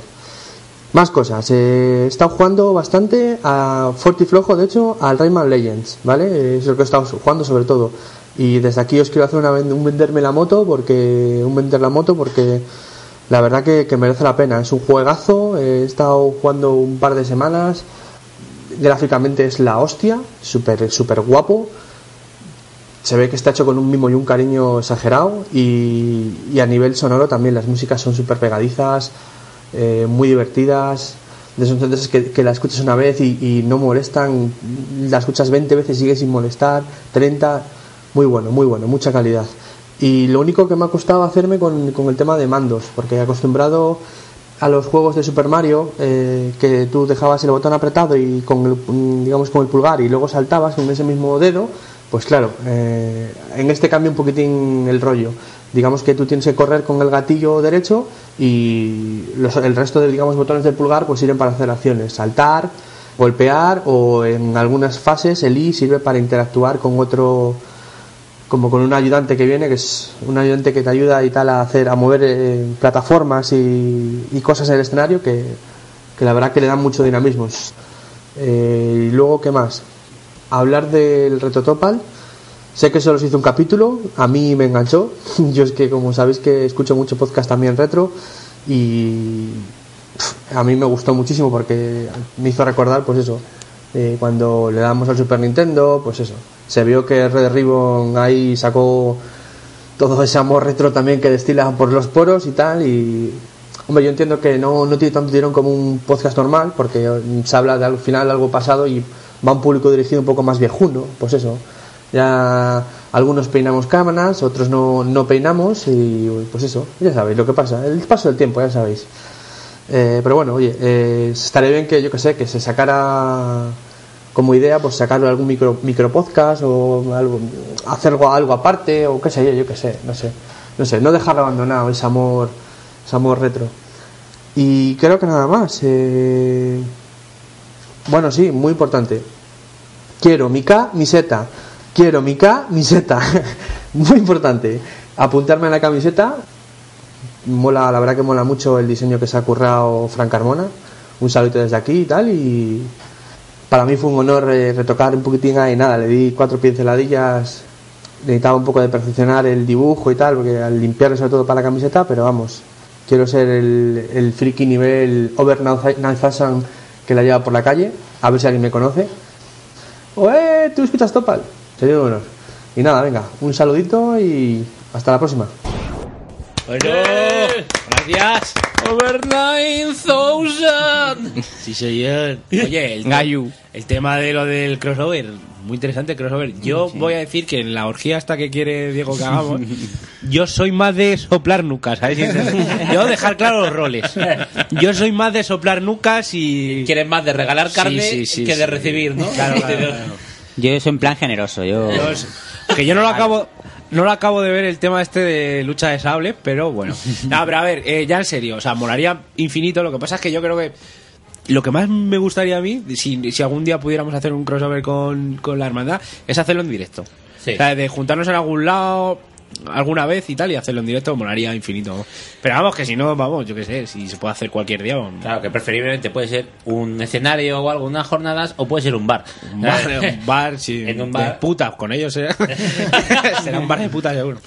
Speaker 20: Más cosas, eh, he estado jugando bastante a fuerte y flojo, de hecho, al Rayman Legends, ¿vale? Es lo que he estado jugando sobre todo. Y desde aquí os quiero hacer una, ven- un venderme la moto, porque un vender la moto, porque la verdad que, que merece la pena. Es un juegazo, eh, he estado jugando un par de semanas, gráficamente es la hostia, súper súper guapo se ve que está hecho con un mimo y un cariño exagerado y, y a nivel sonoro también las músicas son súper pegadizas, eh, muy divertidas, de esos entonces que, que la escuchas una vez y, y no molestan, la escuchas 20 veces y sigue sin molestar, 30, muy bueno, muy bueno, mucha calidad. Y lo único que me ha costado hacerme con, con el tema de mandos, porque acostumbrado a los juegos de Super Mario eh, que tú dejabas el botón apretado y con el, mm, digamos con el pulgar y luego saltabas con ese mismo dedo pues claro eh, en este cambia un poquitín el rollo digamos que tú tienes que correr con el gatillo derecho y los- el resto de digamos botones del pulgar pues sirven para hacer acciones, saltar, golpear o en algunas fases el I sirve para interactuar con otro como con un ayudante que viene, que es un ayudante que te ayuda y tal a hacer, a mover eh, plataformas y, y cosas en el escenario que, que la verdad que le dan mucho dinamismo. Es- eh, y luego, ¿qué más? Hablar del reto Topal. Sé que solo se hizo un capítulo, a mí me enganchó. Yo es que, como sabéis, que escucho mucho podcast también retro y pf, a mí me gustó muchísimo porque me hizo recordar, pues eso, eh, cuando le damos al Super Nintendo, pues eso. Se vio que Red Ribbon ahí sacó todo ese amor retro también que destila por los poros y tal y hombre yo entiendo que no no tiene tanto tirón como un podcast normal porque mm, se habla de al final algo pasado y va a un público dirigido un poco más viejuno pues eso ya algunos peinamos cámaras otros no, no peinamos y pues eso ya sabéis lo que pasa el paso del tiempo ya sabéis Eh, pero bueno oye eh, estaría bien que yo que sé que se sacara como idea pues sacarlo algún micro, micro podcast o algo, hacer algo, algo aparte o qué sé yo, yo qué sé, no sé, no sé, no dejarlo abandonado ese amor, ese amor retro. Y creo que nada más. eh, Bueno, sí, muy importante. Quiero mi K, mi Z. Quiero mi K, mi Z. muy importante. Apuntarme a la camiseta. Mola, la verdad que mola mucho el diseño que se ha currado Frank Carmona. Un saludo desde aquí y tal. Y, para mí fue un honor eh, retocar un poquitín ahí, nada, le di cuatro pinceladillas, necesitaba un poco de perfeccionar el dibujo y tal, porque al limpiarlo sobre todo para la camiseta, pero vamos, quiero ser el, el friki nivel over 9000 que la lleva por la calle, a ver si alguien me conoce. O, eh, tú escuchas Topal, sería un honor. Y nada, venga, un saludito y hasta la próxima.
Speaker 1: Pues
Speaker 5: Bueno, gracias. Over 9000. Sí, señor. Oye, el, el tema de lo del crossover, muy interesante el crossover. Yo voy a decir que en la orgía hasta que quiere Diego que hagamos, yo soy más de soplar nucas, ¿sabes? Yo dejar claro los roles. Yo soy más de soplar nucas y...
Speaker 1: Quieres más de regalar carne que de recibir, ¿no?
Speaker 5: Claro, claro, claro.
Speaker 3: Yo soy en plan generoso. Yo...
Speaker 5: Yo es- que yo no lo acabo no lo acabo de ver el tema este de lucha de sables, pero bueno. No, pero a ver, eh, ya en serio, o sea, molaría infinito. Lo que pasa es que yo creo que lo que más me gustaría a mí, si, si algún día pudiéramos hacer un crossover con, con la hermandad, es hacerlo en directo.
Speaker 1: Sí.
Speaker 5: O sea, de juntarnos en algún lado alguna vez y tal y hacerlo en directo molaría infinito. Pero vamos, que si no, vamos, yo qué sé, si se puede hacer cualquier día. vamos.
Speaker 1: Claro, que preferiblemente puede ser un escenario o algo, unas jornadas, o puede ser un bar. Eh,
Speaker 5: Un bar, un bar, sí.
Speaker 1: En un
Speaker 5: De
Speaker 1: bar.
Speaker 5: putas, con ellos será, será un bar de putas seguro.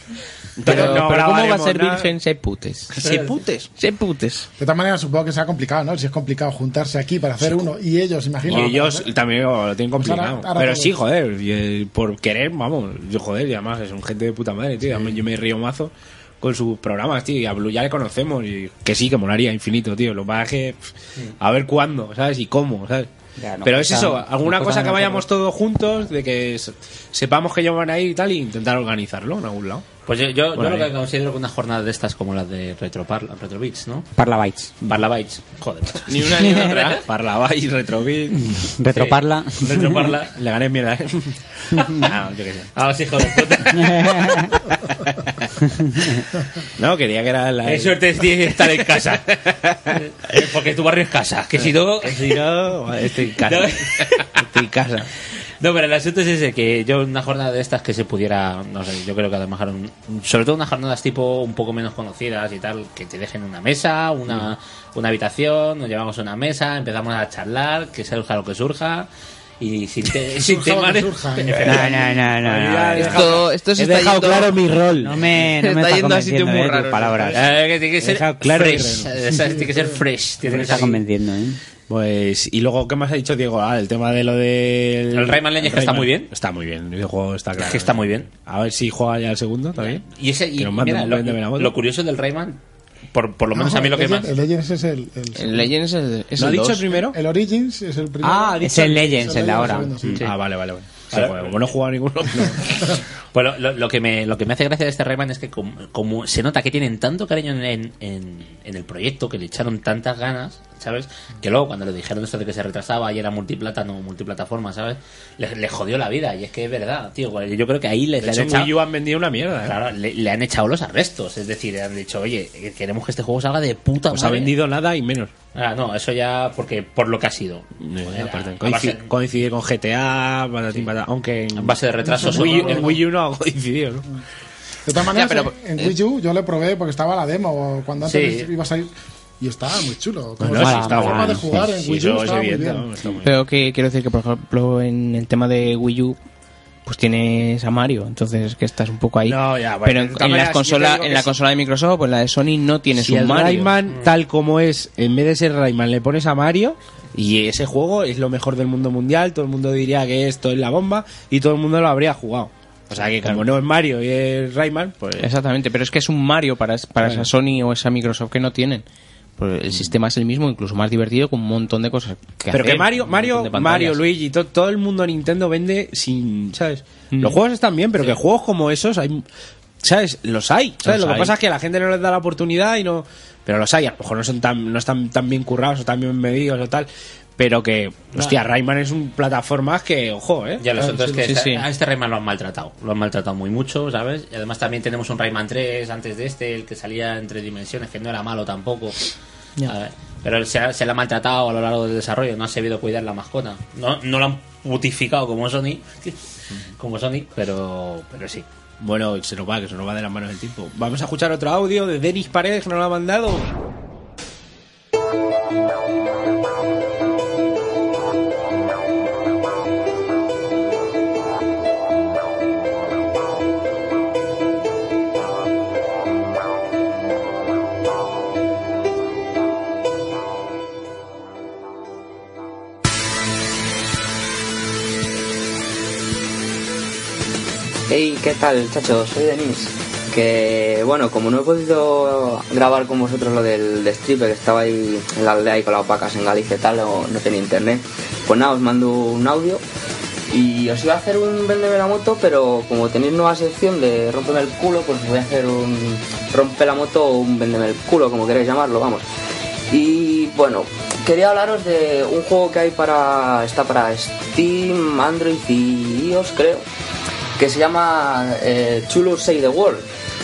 Speaker 6: Pero, pero ¿cómo
Speaker 5: no
Speaker 6: va a
Speaker 5: grabaremos
Speaker 6: ser
Speaker 5: nada.
Speaker 6: virgen se putes?
Speaker 5: Se putes.
Speaker 6: Se putes.
Speaker 4: De todas maneras, supongo que será complicado, ¿no? Si es complicado juntarse aquí para hacer uno y ellos, imagino.
Speaker 5: Y ellos también lo lo tienen
Speaker 1: Pues
Speaker 5: complicado.
Speaker 4: Ahora- ahora
Speaker 5: pero
Speaker 4: todo.
Speaker 5: sí, joder, y, eh, por querer, vamos, yo joder, y además son gente de puta madre, tío. Yo me río mazo con sus programas, tío, y a Blue ya le conocemos, y que sí, que molaría infinito, tío. Lo que pasa es que, pff, a ver cuándo, ¿sabes? Y cómo, ¿sabes?
Speaker 1: Ya, no
Speaker 5: pero es
Speaker 1: cuesta-
Speaker 5: eso,
Speaker 1: no
Speaker 5: alguna
Speaker 1: cuesta
Speaker 5: cosa que
Speaker 1: nada
Speaker 5: vayamos todos juntos, de que s- sepamos que ellos van a ir y tal, e intentar organizarlo en algún lado.
Speaker 1: Pues yo, yo, yo
Speaker 5: Bueno,
Speaker 1: lo que
Speaker 5: ahí.
Speaker 1: considero que una jornada de estas como las de Retroparla, Retrobeats, ¿no?
Speaker 3: Parlabytes.
Speaker 1: Parlabytes. Joder. macho.
Speaker 5: Ni una ni otra. Parlabais, Retrobit.
Speaker 3: Retroparla.
Speaker 1: Sí. Retroparla.
Speaker 5: Le gané mierda, ¿eh? no, Ah, yo qué sé.
Speaker 1: Ahora Ah, sí, joder. pues puta.
Speaker 5: No, quería que era la.
Speaker 1: Qué suerte tienes de estar en casa. eh. Porque tu barrio es casa. Que si no...
Speaker 5: Si no, estoy en casa.
Speaker 1: No.
Speaker 5: Estoy en casa.
Speaker 1: No, pero el asunto es ese, que yo una jornada de estas que se pudiera, no sé, yo creo que además, un- sobre todo unas jornadas tipo un poco menos conocidas y tal, que te dejen una mesa, una, una habitación, nos llevamos a una mesa, empezamos a charlar, que surja lo que surja, y sin, te, sin
Speaker 4: Surja lo
Speaker 1: temas...
Speaker 4: que surja, ¿eh?
Speaker 3: No, no, no, no, no.
Speaker 6: Esto, esto se
Speaker 3: He
Speaker 6: está
Speaker 3: dejado
Speaker 6: yendo-
Speaker 3: claro mi rol. No me, no
Speaker 6: Está
Speaker 3: me está,
Speaker 6: yendo a sitios
Speaker 3: convenciendo
Speaker 6: muy
Speaker 3: eh, tus
Speaker 6: raros,
Speaker 3: palabras.
Speaker 1: Eh, que tiene que ser
Speaker 3: Deja claro y
Speaker 1: fresh,
Speaker 3: raro.
Speaker 1: eh, ¿sabes? tiene que ser fresh,
Speaker 3: No
Speaker 1: tiene
Speaker 3: me
Speaker 1: que
Speaker 3: está
Speaker 1: ser así.
Speaker 3: convenciendo, ¿eh?
Speaker 5: Pues, y luego, ¿qué más ha dicho Diego? Ah, el tema de lo del.
Speaker 1: El Rayman Legends, que está
Speaker 5: Rayman.
Speaker 1: muy bien.
Speaker 5: Está muy bien, el juego está claro. ¿eh?
Speaker 1: Que está muy bien.
Speaker 5: A ver si juega ya el segundo también.
Speaker 1: Y, ese, y
Speaker 5: Que nos manden
Speaker 1: mira,
Speaker 5: un
Speaker 1: lo,
Speaker 5: buen de Benamoto.
Speaker 1: lo curioso del Rayman, por, por lo menos a mí lo que más...
Speaker 4: El Legends es el. el-
Speaker 6: El Legends es, es
Speaker 5: ¿Lo ha
Speaker 6: el
Speaker 5: dicho
Speaker 6: dos.
Speaker 5: primero?
Speaker 4: El Origins es el primero.
Speaker 5: Ah, ha
Speaker 3: Es
Speaker 5: dicho
Speaker 3: el Legends, el de ahora.
Speaker 4: segundo, sí.
Speaker 1: Sí.
Speaker 5: Ah, vale, vale, vale. Sí,
Speaker 1: Vale.
Speaker 5: joder, como no he jugado a ninguno. no.
Speaker 1: Pues lo, lo- lo que me, lo que me hace gracia de este Rayman es que com- como, se nota que tienen tanto cariño en, en- en- en el proyecto, que le echaron tantas ganas, ¿sabes? Que luego cuando le dijeron esto de que se retrasaba y era multiplata, no multiplataforma, ¿sabes? Le, le jodió la vida y es que es verdad, tío. Bueno, Yo creo que ahí les
Speaker 5: De
Speaker 1: le
Speaker 5: hecho,
Speaker 1: han echado...
Speaker 5: Wii U han vendido una mierda. ¿eh?
Speaker 1: Claro, le, le han echado los arrestos, es decir, han dicho, oye, eh, queremos que este juego salga de puta
Speaker 5: Pues ha
Speaker 1: madre.
Speaker 5: vendido nada y menos.
Speaker 1: Ah, no, eso ya porque por lo que ha sido. Joder,
Speaker 5: aparte,
Speaker 1: a- a
Speaker 5: coinci-
Speaker 1: base-
Speaker 5: coincide con GTA, patatín, patá- aunque en
Speaker 1: base de retrasos,
Speaker 5: en Wii,
Speaker 1: ¿no?
Speaker 5: en Wii U no ha coincidido, ¿no?
Speaker 4: De todas maneras,
Speaker 5: Ya, pero- eh,
Speaker 4: en
Speaker 1: eh,
Speaker 4: en Wii U yo le probé porque estaba la demo cuando antes
Speaker 5: Sí.
Speaker 4: iba a salir. Y estaba muy chulo. Como
Speaker 6: Bueno,
Speaker 4: la
Speaker 6: sí, está
Speaker 4: forma
Speaker 6: guay.
Speaker 4: de jugar en
Speaker 6: Sí,
Speaker 4: Wii U
Speaker 6: sí, eso es
Speaker 4: estaba muy
Speaker 6: evidente,
Speaker 4: bien.
Speaker 6: vamos, Pero que quiero decir que, por ejemplo, en el tema de Wii U, pues tienes a Mario, entonces que estás un poco ahí.
Speaker 5: No, ya, bueno,
Speaker 6: Pero
Speaker 5: de
Speaker 6: en,
Speaker 5: todas
Speaker 6: en
Speaker 5: maneras,
Speaker 6: las
Speaker 5: yo
Speaker 6: consola,
Speaker 5: creo que
Speaker 6: en la
Speaker 5: sí.
Speaker 6: consola de Microsoft, pues la de Sony no tienes
Speaker 5: si
Speaker 6: un
Speaker 5: el
Speaker 6: Mario.
Speaker 5: Rayman tal como es, en vez de ser Rayman le pones a Mario y ese juego es lo mejor del mundo mundial, todo el mundo diría que esto es la bomba y todo el mundo lo habría jugado. O sea que como no es Mario y es Rayman, pues
Speaker 6: Exactamente, pero es que es un Mario para, para
Speaker 5: Claro.
Speaker 6: esa Sony o esa Microsoft que no tienen. Pues el sistema es el mismo, incluso más divertido, con un montón de cosas que
Speaker 5: pero
Speaker 6: hacer,
Speaker 5: que Mario,
Speaker 6: un montón
Speaker 5: Mario,
Speaker 6: de pantallas.
Speaker 5: Mario, Luigi, to- todo el mundo Nintendo vende sin, ¿sabes?
Speaker 6: Mm.
Speaker 5: Los juegos están bien, pero que juegos como esos hay, ¿sabes? Los hay,
Speaker 6: Los
Speaker 5: ¿sabes? Lo que
Speaker 6: hay.
Speaker 5: pasa es que la gente no les da la oportunidad y no, pero los hay. A lo mejor no son tan, no están tan bien currados o tan bien medidos o tal, pero que, hostia, Rayman es un plataforma que, ojo, ¿eh?
Speaker 1: Ya lo
Speaker 5: Claro,
Speaker 1: siento, es
Speaker 5: sí,
Speaker 1: que
Speaker 5: sí,
Speaker 1: este-
Speaker 5: sí.
Speaker 1: a este Rayman lo han maltratado. Lo han maltratado muy mucho, ¿sabes? Y además también tenemos un Rayman 3 antes de este, el que salía en tres dimensiones, que no era malo tampoco.
Speaker 6: Ya.
Speaker 1: A ver, pero se, ha- se le ha maltratado a lo largo del desarrollo, no ha sabido cuidar la mascota. No, no la han putificado como Sony, como Sony, pero, pero sí.
Speaker 5: Bueno, se nos va, que se nos va de las manos el tiempo. Vamos a escuchar otro audio de Denis Paredes que nos lo ha mandado.
Speaker 21: Hey, ¿qué tal, chachos? Soy Denis. Que bueno, como no he podido grabar con vosotros lo del stripper que estaba ahí en la aldea y con las vacas en Galicia y tal, o no tenía internet, pues nada, os mando un audio y os iba a hacer un vendeme la moto, pero como tenéis nueva sección de rompeme el culo, pues os voy a hacer un rompe la moto o un vendeme el culo, como queréis llamarlo, vamos. Y bueno, quería hablaros de un juego que hay para. está para Steam, Android y iOS, creo, que se llama eh, Chulo Save the World.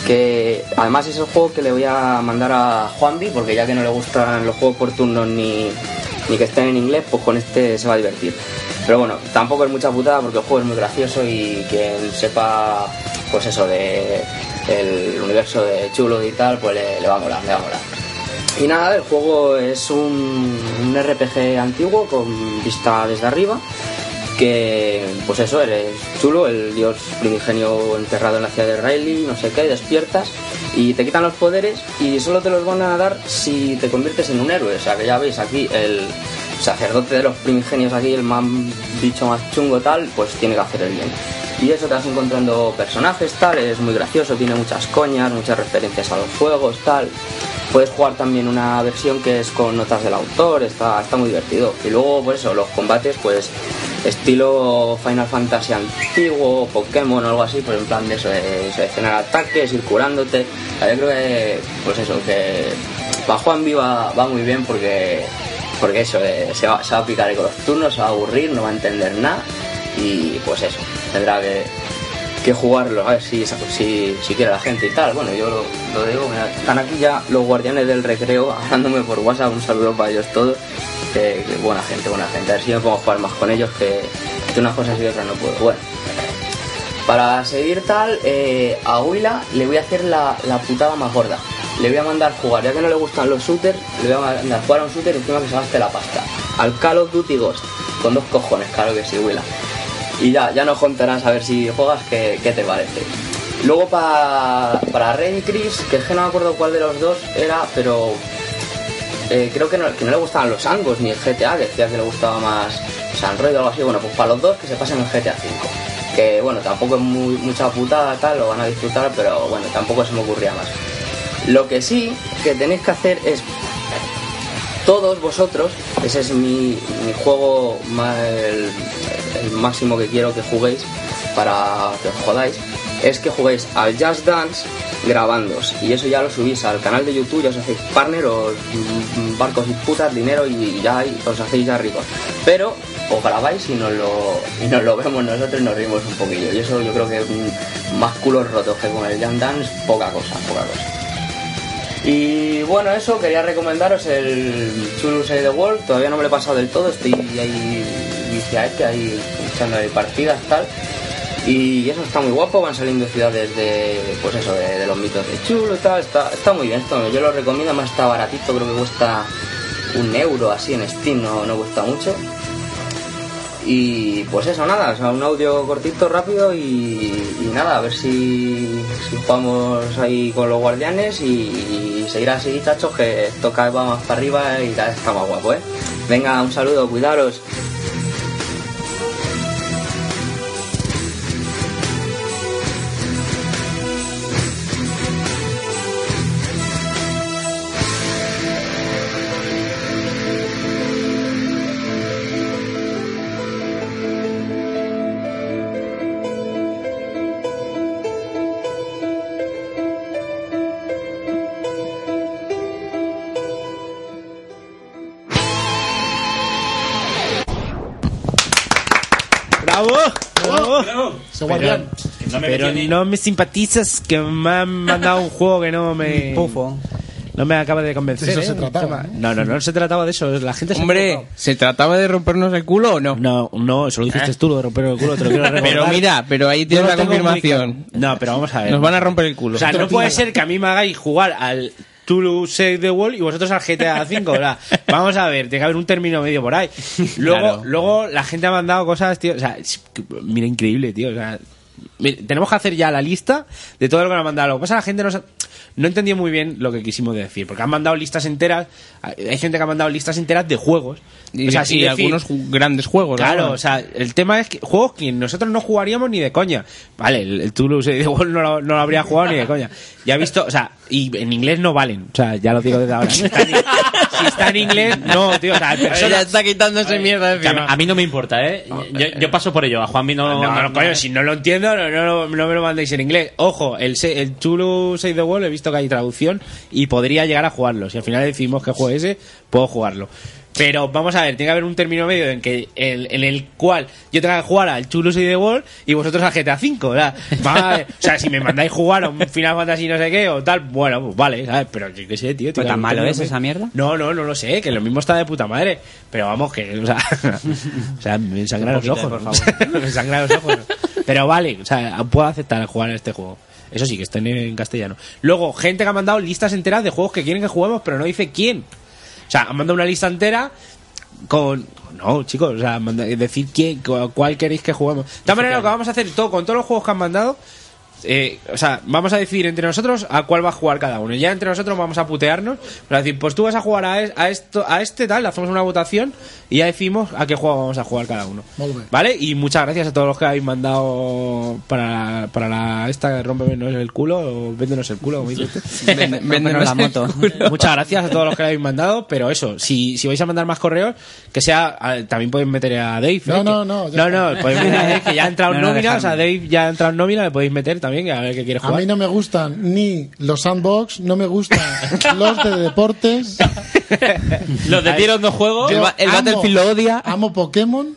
Speaker 21: Que además es el juego que le voy a mandar a Juanvi, porque ya que no le gustan los juegos por turnos ni, ni que estén en inglés, pues con este se va a divertir. Pero bueno, tampoco es mucha putada porque el juego es muy gracioso y quien sepa, pues eso, de el universo de Chulo y tal, pues le- le va a molar, le va a molar. Y nada, el juego es un, un RPG antiguo con vista desde arriba. Que, pues eso, eres chulo, el dios primigenio enterrado en la ciudad de Riley, no sé qué, despiertas y te quitan los poderes y solo te los van a dar si te conviertes en un héroe. O sea, que ya veis aquí el sacerdote de los primigenios, aquí el más bicho más chungo tal, pues tiene que hacer el bien. Y eso te vas encontrando personajes, tal, es muy gracioso, tiene muchas coñas, muchas referencias a los juegos, tal. Puedes jugar también una versión que es con notas del autor, está, está muy divertido. Y luego, por eso, los combates, pues, estilo Final Fantasy antiguo, Pokémon o algo así, pues en plan de eso, de seleccionar ataques, ir curándote. O sea, Yo creo que, pues eso, que para Juan Viva va muy bien porque, porque eso, eh, se, va, se va a picar ahí con los turnos, se va a aburrir, no va a entender nada y pues eso, tendrá que, que jugarlo, a ver si, si, si quiere la gente y tal. Bueno, yo lo, lo digo, mira, están aquí ya los guardianes del recreo hablándome por WhatsApp, un saludo para ellos todos, que, que buena gente, buena gente, a ver si me puedo jugar más con ellos, que, que unas cosas y otras no puedo. Bueno, para seguir tal, eh, a Huila le voy a hacer la, la putada más gorda. Le voy a mandar jugar, ya que no le gustan los shooters, le voy a mandar jugar a un shooter encima que se gaste la pasta. Al Call of Duty Ghost, con dos cojones, claro que sí, Huila. Y ya, ya nos contarás a ver si juegas qué, qué te parece. Luego pa- para Rain Chris, que es que no me acuerdo cuál de los dos era, pero eh, creo que no, que no le gustaban los angos ni el GTA, que decía que le gustaba más San Roy o algo así. Bueno, pues para los dos que se pasen el GTA V. Que bueno, tampoco es muy, mucha putada, tal, lo van a disfrutar, pero bueno, tampoco se me ocurría más. Lo que sí que tenéis que hacer es todos vosotros, ese es mi, mi juego ma- el, el máximo que quiero que juguéis, para que os jodáis, es que juguéis al Just Dance grabándos. Y eso ya lo subís al canal de YouTube, ya os hacéis partner, os mm, barcos y putas, dinero y ya y os hacéis ya ricos. Pero os grabáis y nos lo, y nos lo vemos nosotros y nos rimos un poquillo. Y eso yo creo que mm, más culos rotos que con el Just Dance, poca cosa, poca cosa. Y bueno, eso, quería recomendaros el Chulu Save the World. Todavía no me lo he pasado del todo, estoy ahí vicia este, ahí echando partidas, tal. Y eso está muy guapo, van saliendo ciudades de, pues eso, de, de los mitos de Chulo y tal. Está, está muy bien esto, yo lo recomiendo, más está baratito, creo que cuesta un euro así en Steam, no, no cuesta mucho. Y pues eso, nada, o sea, un audio cortito, rápido y, y nada, a ver si, si jugamos ahí con los guardianes y, y seguir así, chachos, que esto cada vez va más para arriba y cada vez está más guapo, ¿eh? Venga, un saludo, cuidaros.
Speaker 5: ¡Bravo! ¡Bravo!
Speaker 4: Se guardián.
Speaker 5: Pero,
Speaker 4: no me
Speaker 5: pero
Speaker 4: metí ni-
Speaker 5: no me simpatizas que me han mandado un juego que no me. No me acaba de convencer.
Speaker 6: De eso
Speaker 5: ¿eh?
Speaker 6: se trataba,
Speaker 5: Chama- No, no, no se trataba de eso. La gente se
Speaker 6: Hombre, ¿se trataba de rompernos el culo o no? ¿Eh?
Speaker 5: No, no, eso lo dijiste tú, lo de romper el culo, te lo quiero recordar.
Speaker 6: Pero mira, pero ahí tienes
Speaker 5: Yo
Speaker 6: la
Speaker 5: lo tengo muy
Speaker 6: confirmación.
Speaker 5: No, pero vamos a ver.
Speaker 6: Nos van a romper el culo.
Speaker 5: O sea, no puede ser que a mí me hagáis jugar al Tulu Save the World y vosotros al GTA V. ¿verdad? Vamos a ver, tiene que haber un término medio por ahí. Luego,
Speaker 6: Claro.
Speaker 5: luego la gente ha mandado cosas, tío. O sea, es que- mira, increíble, tío. O sea, mira, tenemos que hacer ya la lista de todo lo que nos han mandado. Lo que pasa es que la gente no, sa- no entendió muy bien lo que quisimos decir, porque han mandado listas enteras. Hay gente que ha mandado listas enteras de juegos.
Speaker 6: Y,
Speaker 5: o sea,
Speaker 6: y
Speaker 5: sin decir-
Speaker 6: algunos ju- grandes juegos.
Speaker 5: Claro,
Speaker 6: ¿no?
Speaker 5: o sea, el tema es que juegos que nosotros no jugaríamos ni de coña. Vale, el, el Toulouse de World no lo, no lo habría jugado ni de coña. Ya he visto, o sea, y en inglés no valen. O sea, ya lo digo desde ahora. Si está en, si está en inglés, no, tío. O sea, el persona-
Speaker 6: Ya está quitándose mierda
Speaker 1: O sea,
Speaker 6: encima.
Speaker 1: a mí no me importa, ¿eh? Yo, yo paso por ello. A Juanmi no... ¿eh?
Speaker 5: No, no, coño, si no lo entiendo, no, no- no me lo mandéis en inglés. Ojo, el, se- el Chulu Save the World he visto que hay traducción y podría llegar a jugarlo. Si al final decidimos que juegue ese, puedo jugarlo. Pero vamos a ver, tiene que haber un término medio en que el- en el cual yo tenga que jugar al Chulu Save the World y vosotros al GTA V. ¿verdad? Vamos a ver, o sea, si me mandáis jugar a un Final Fantasy no sé qué o tal, bueno, pues vale, ¿sabes? Pero yo qué sé, tío. tiene que
Speaker 3: ¿Pero
Speaker 5: haber
Speaker 3: Pues tan
Speaker 5: un
Speaker 3: malo
Speaker 5: término
Speaker 3: es
Speaker 5: medio.
Speaker 3: esa mierda?
Speaker 5: No, no, no lo sé, que lo mismo está de puta madre. Pero vamos, que, o sea, o sea me sangran los
Speaker 3: Un
Speaker 5: ojos.
Speaker 3: poquito, por
Speaker 5: me sangran los ojos. Pero vale, o sea, puedo aceptar jugar a este juego. Eso sí, que está en- en castellano. Luego, gente que ha mandado listas enteras de juegos que quieren que juguemos, pero no dice quién. O sea, han mandado una lista entera con. No, chicos, o sea, manda- decir quién, cu- cuál queréis que juguemos. De tal manera, lo que vamos a hacer todo, con todos los juegos que han mandado, eh, o sea, vamos a decidir entre nosotros a cuál va a jugar cada uno. Ya entre nosotros vamos a putearnos. Para decir, pues tú vas a jugar a, es- a esto, a este tal, hacemos una votación y ya decimos a qué juego vamos a jugar cada uno.
Speaker 4: Molt bé.
Speaker 5: ¿Vale? Y muchas gracias a todos los que habéis mandado para, para la, esta rompenos el culo o véndenos el culo, como dices tú.
Speaker 6: Vende- véndenos la moto.
Speaker 5: Muchas gracias a todos los que le habéis mandado, pero eso, si, si vais a mandar más correos, que sea. a- También podéis meter a Dave. ¿eh?
Speaker 4: No, no,
Speaker 5: Que-
Speaker 4: no, ya
Speaker 5: No, no, podéis meter a Dave, que ya ha entrado
Speaker 4: No,
Speaker 5: en
Speaker 4: no,
Speaker 5: nómina, o sea,
Speaker 4: dejadme.
Speaker 5: Dave ya ha entrado en nómina, le podéis meter también, que a ver qué quiere
Speaker 4: A
Speaker 5: jugar.
Speaker 4: mí no me gustan ni los sandbox, no me gustan los de deportes.
Speaker 1: Los de tiros no juego.
Speaker 4: Yo amo-
Speaker 6: lo odia.
Speaker 4: Amo Pokémon.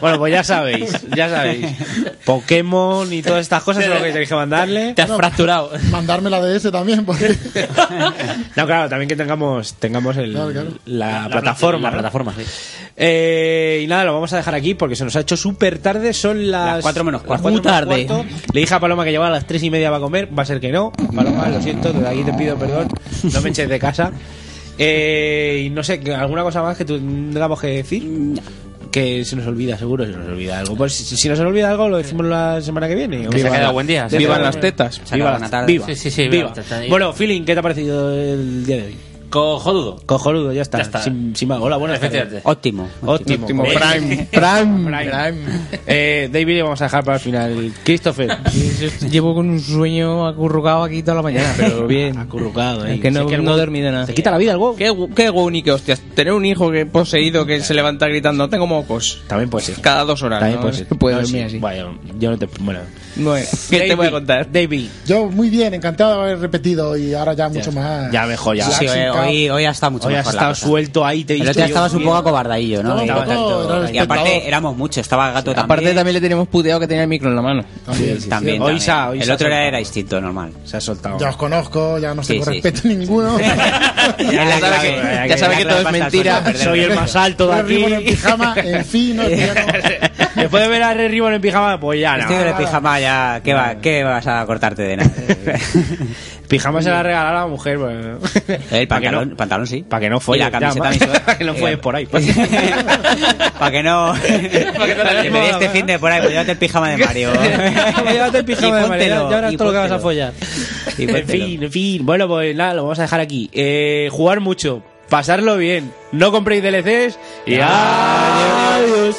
Speaker 5: Bueno, pues ya sabéis, ya sabéis. Pokémon y todas estas cosas es lo que tenéis que mandarle.
Speaker 1: Te has fracturado.
Speaker 4: Mandarme la DS también. Porque...
Speaker 5: No, claro, también que tengamos, tengamos el-
Speaker 4: Claro, claro.
Speaker 5: la plataforma.
Speaker 1: La
Speaker 5: ¿no?
Speaker 1: plataforma, sí.
Speaker 5: Eh, y nada, lo vamos a dejar aquí porque se nos ha hecho súper tarde. Son las,
Speaker 3: Las cuatro menos
Speaker 5: las
Speaker 3: cuarto.
Speaker 5: cuatro
Speaker 3: Muy tarde.
Speaker 5: cuarto. Le dije a Paloma que llevaba a las tres y media para comer. Va a ser que no. Paloma, lo siento, desde aquí te pido perdón. No me eches de casa. Eh, y no sé, ¿que- ¿alguna cosa más que tú- tengamos que decir? Que se nos olvida, seguro se nos olvida algo. Pues si, si nos olvida algo, lo decimos la semana que viene.
Speaker 1: Que se ha quedado buen día. Se ha
Speaker 6: Vivan
Speaker 1: quedado
Speaker 6: las
Speaker 1: buen-
Speaker 6: tetas.
Speaker 1: se
Speaker 5: Viva,
Speaker 1: ha quedado
Speaker 5: las-
Speaker 1: buena tarde.
Speaker 5: viva,
Speaker 1: Sí, sí, sí, viva
Speaker 5: viva.
Speaker 1: las tetas.
Speaker 5: Bueno, Feeling, ¿qué te ha parecido el día de hoy?
Speaker 1: Cojodudo.
Speaker 14: Cojodudo, ya está.
Speaker 1: Ya está.
Speaker 5: Sin, sin más. Hola, buenas tardes.
Speaker 3: Óptimo.
Speaker 5: Óptimo.
Speaker 6: Óptimo.
Speaker 5: Prime. Prime. Eh, David, le vamos a dejar para el final. Christopher.
Speaker 6: Llevo con un sueño acurrucado aquí toda la mañana, pero bien.
Speaker 5: Acurrucado, eh.
Speaker 6: Es que no, no he dormido nada.
Speaker 5: Te quita la vida el WoW.
Speaker 6: Qué, gu- qué guau ni qué hostias. Tener un hijo que poseído que se levanta gritando, tengo mocos.
Speaker 5: También puede ser.
Speaker 6: Cada dos horas.
Speaker 5: También
Speaker 6: ¿no?
Speaker 5: puede ser.
Speaker 6: No puedo
Speaker 5: También
Speaker 6: dormir
Speaker 5: sí.
Speaker 6: así.
Speaker 5: pues, Bueno, yo no te. Bueno.
Speaker 6: Bueno, ¿qué te voy a contar?
Speaker 5: David.
Speaker 4: Yo muy bien, encantado de haber repetido y ahora ya mucho más.
Speaker 5: Ya mejor, ya.
Speaker 3: Sí, hoy, hoy, hoy ha estado mucho
Speaker 5: Hoy has
Speaker 3: mejor la
Speaker 5: estado
Speaker 3: cosa.
Speaker 5: suelto ahí, te he
Speaker 3: El
Speaker 5: visto
Speaker 3: otro día
Speaker 5: yo
Speaker 3: estabas un
Speaker 5: bien.
Speaker 3: poco acobardadillo, ¿no?
Speaker 5: Estaba
Speaker 3: Y-
Speaker 5: un poco- era
Speaker 3: y
Speaker 5: respetado.
Speaker 3: aparte éramos muchos, estaba Gato también.
Speaker 6: Aparte también le teníamos puteado que tenía el micro en la mano.
Speaker 3: también, también.
Speaker 5: Hoy se ha- hoy
Speaker 3: el
Speaker 5: se ha
Speaker 3: otro era,
Speaker 5: soltado.
Speaker 3: era distinto, normal.
Speaker 5: Se ha soltado.
Speaker 4: Ya os conozco, ya no
Speaker 3: Sí,
Speaker 4: tengo
Speaker 3: sí,
Speaker 4: respeto ninguno.
Speaker 3: Ya,
Speaker 6: sabe que- ya sabe que todo es mentira.
Speaker 5: Soy el más alto de
Speaker 4: Red Ribbon en
Speaker 5: aquí.
Speaker 4: pijama, en fin, no, tío,
Speaker 5: Después de ver a Red Ribbon en pijama, pues ya
Speaker 3: Estoy de
Speaker 5: no.
Speaker 3: pijama ya, ¿qué, va, ¿qué vas a cortarte de nada?
Speaker 5: Pijama se la regalará a la mujer. pues. bueno.
Speaker 3: Eh, El
Speaker 5: Pa' que
Speaker 3: pantalón,
Speaker 5: no-
Speaker 3: pantalón sí.
Speaker 5: Para que no folles.
Speaker 3: Y la camiseta
Speaker 5: ya,
Speaker 3: también se va.
Speaker 5: Para que no folles por ahí. pues.
Speaker 3: Para que no.
Speaker 5: Pa' que no te
Speaker 3: Te pedí este fin de por ahí, pues llévate el pijama de Mario.
Speaker 14: Llévate el pijama
Speaker 3: Y
Speaker 14: de María,
Speaker 3: póntelo,
Speaker 14: ya ahora
Speaker 3: y
Speaker 14: es todo lo que vas a follar.
Speaker 3: póntelo. Y
Speaker 5: En
Speaker 3: póntelo.
Speaker 5: fin, en fin. Bueno, pues nada, lo vamos a dejar aquí. Eh, jugar mucho, pasarlo bien, no compréis DLCs y adiós.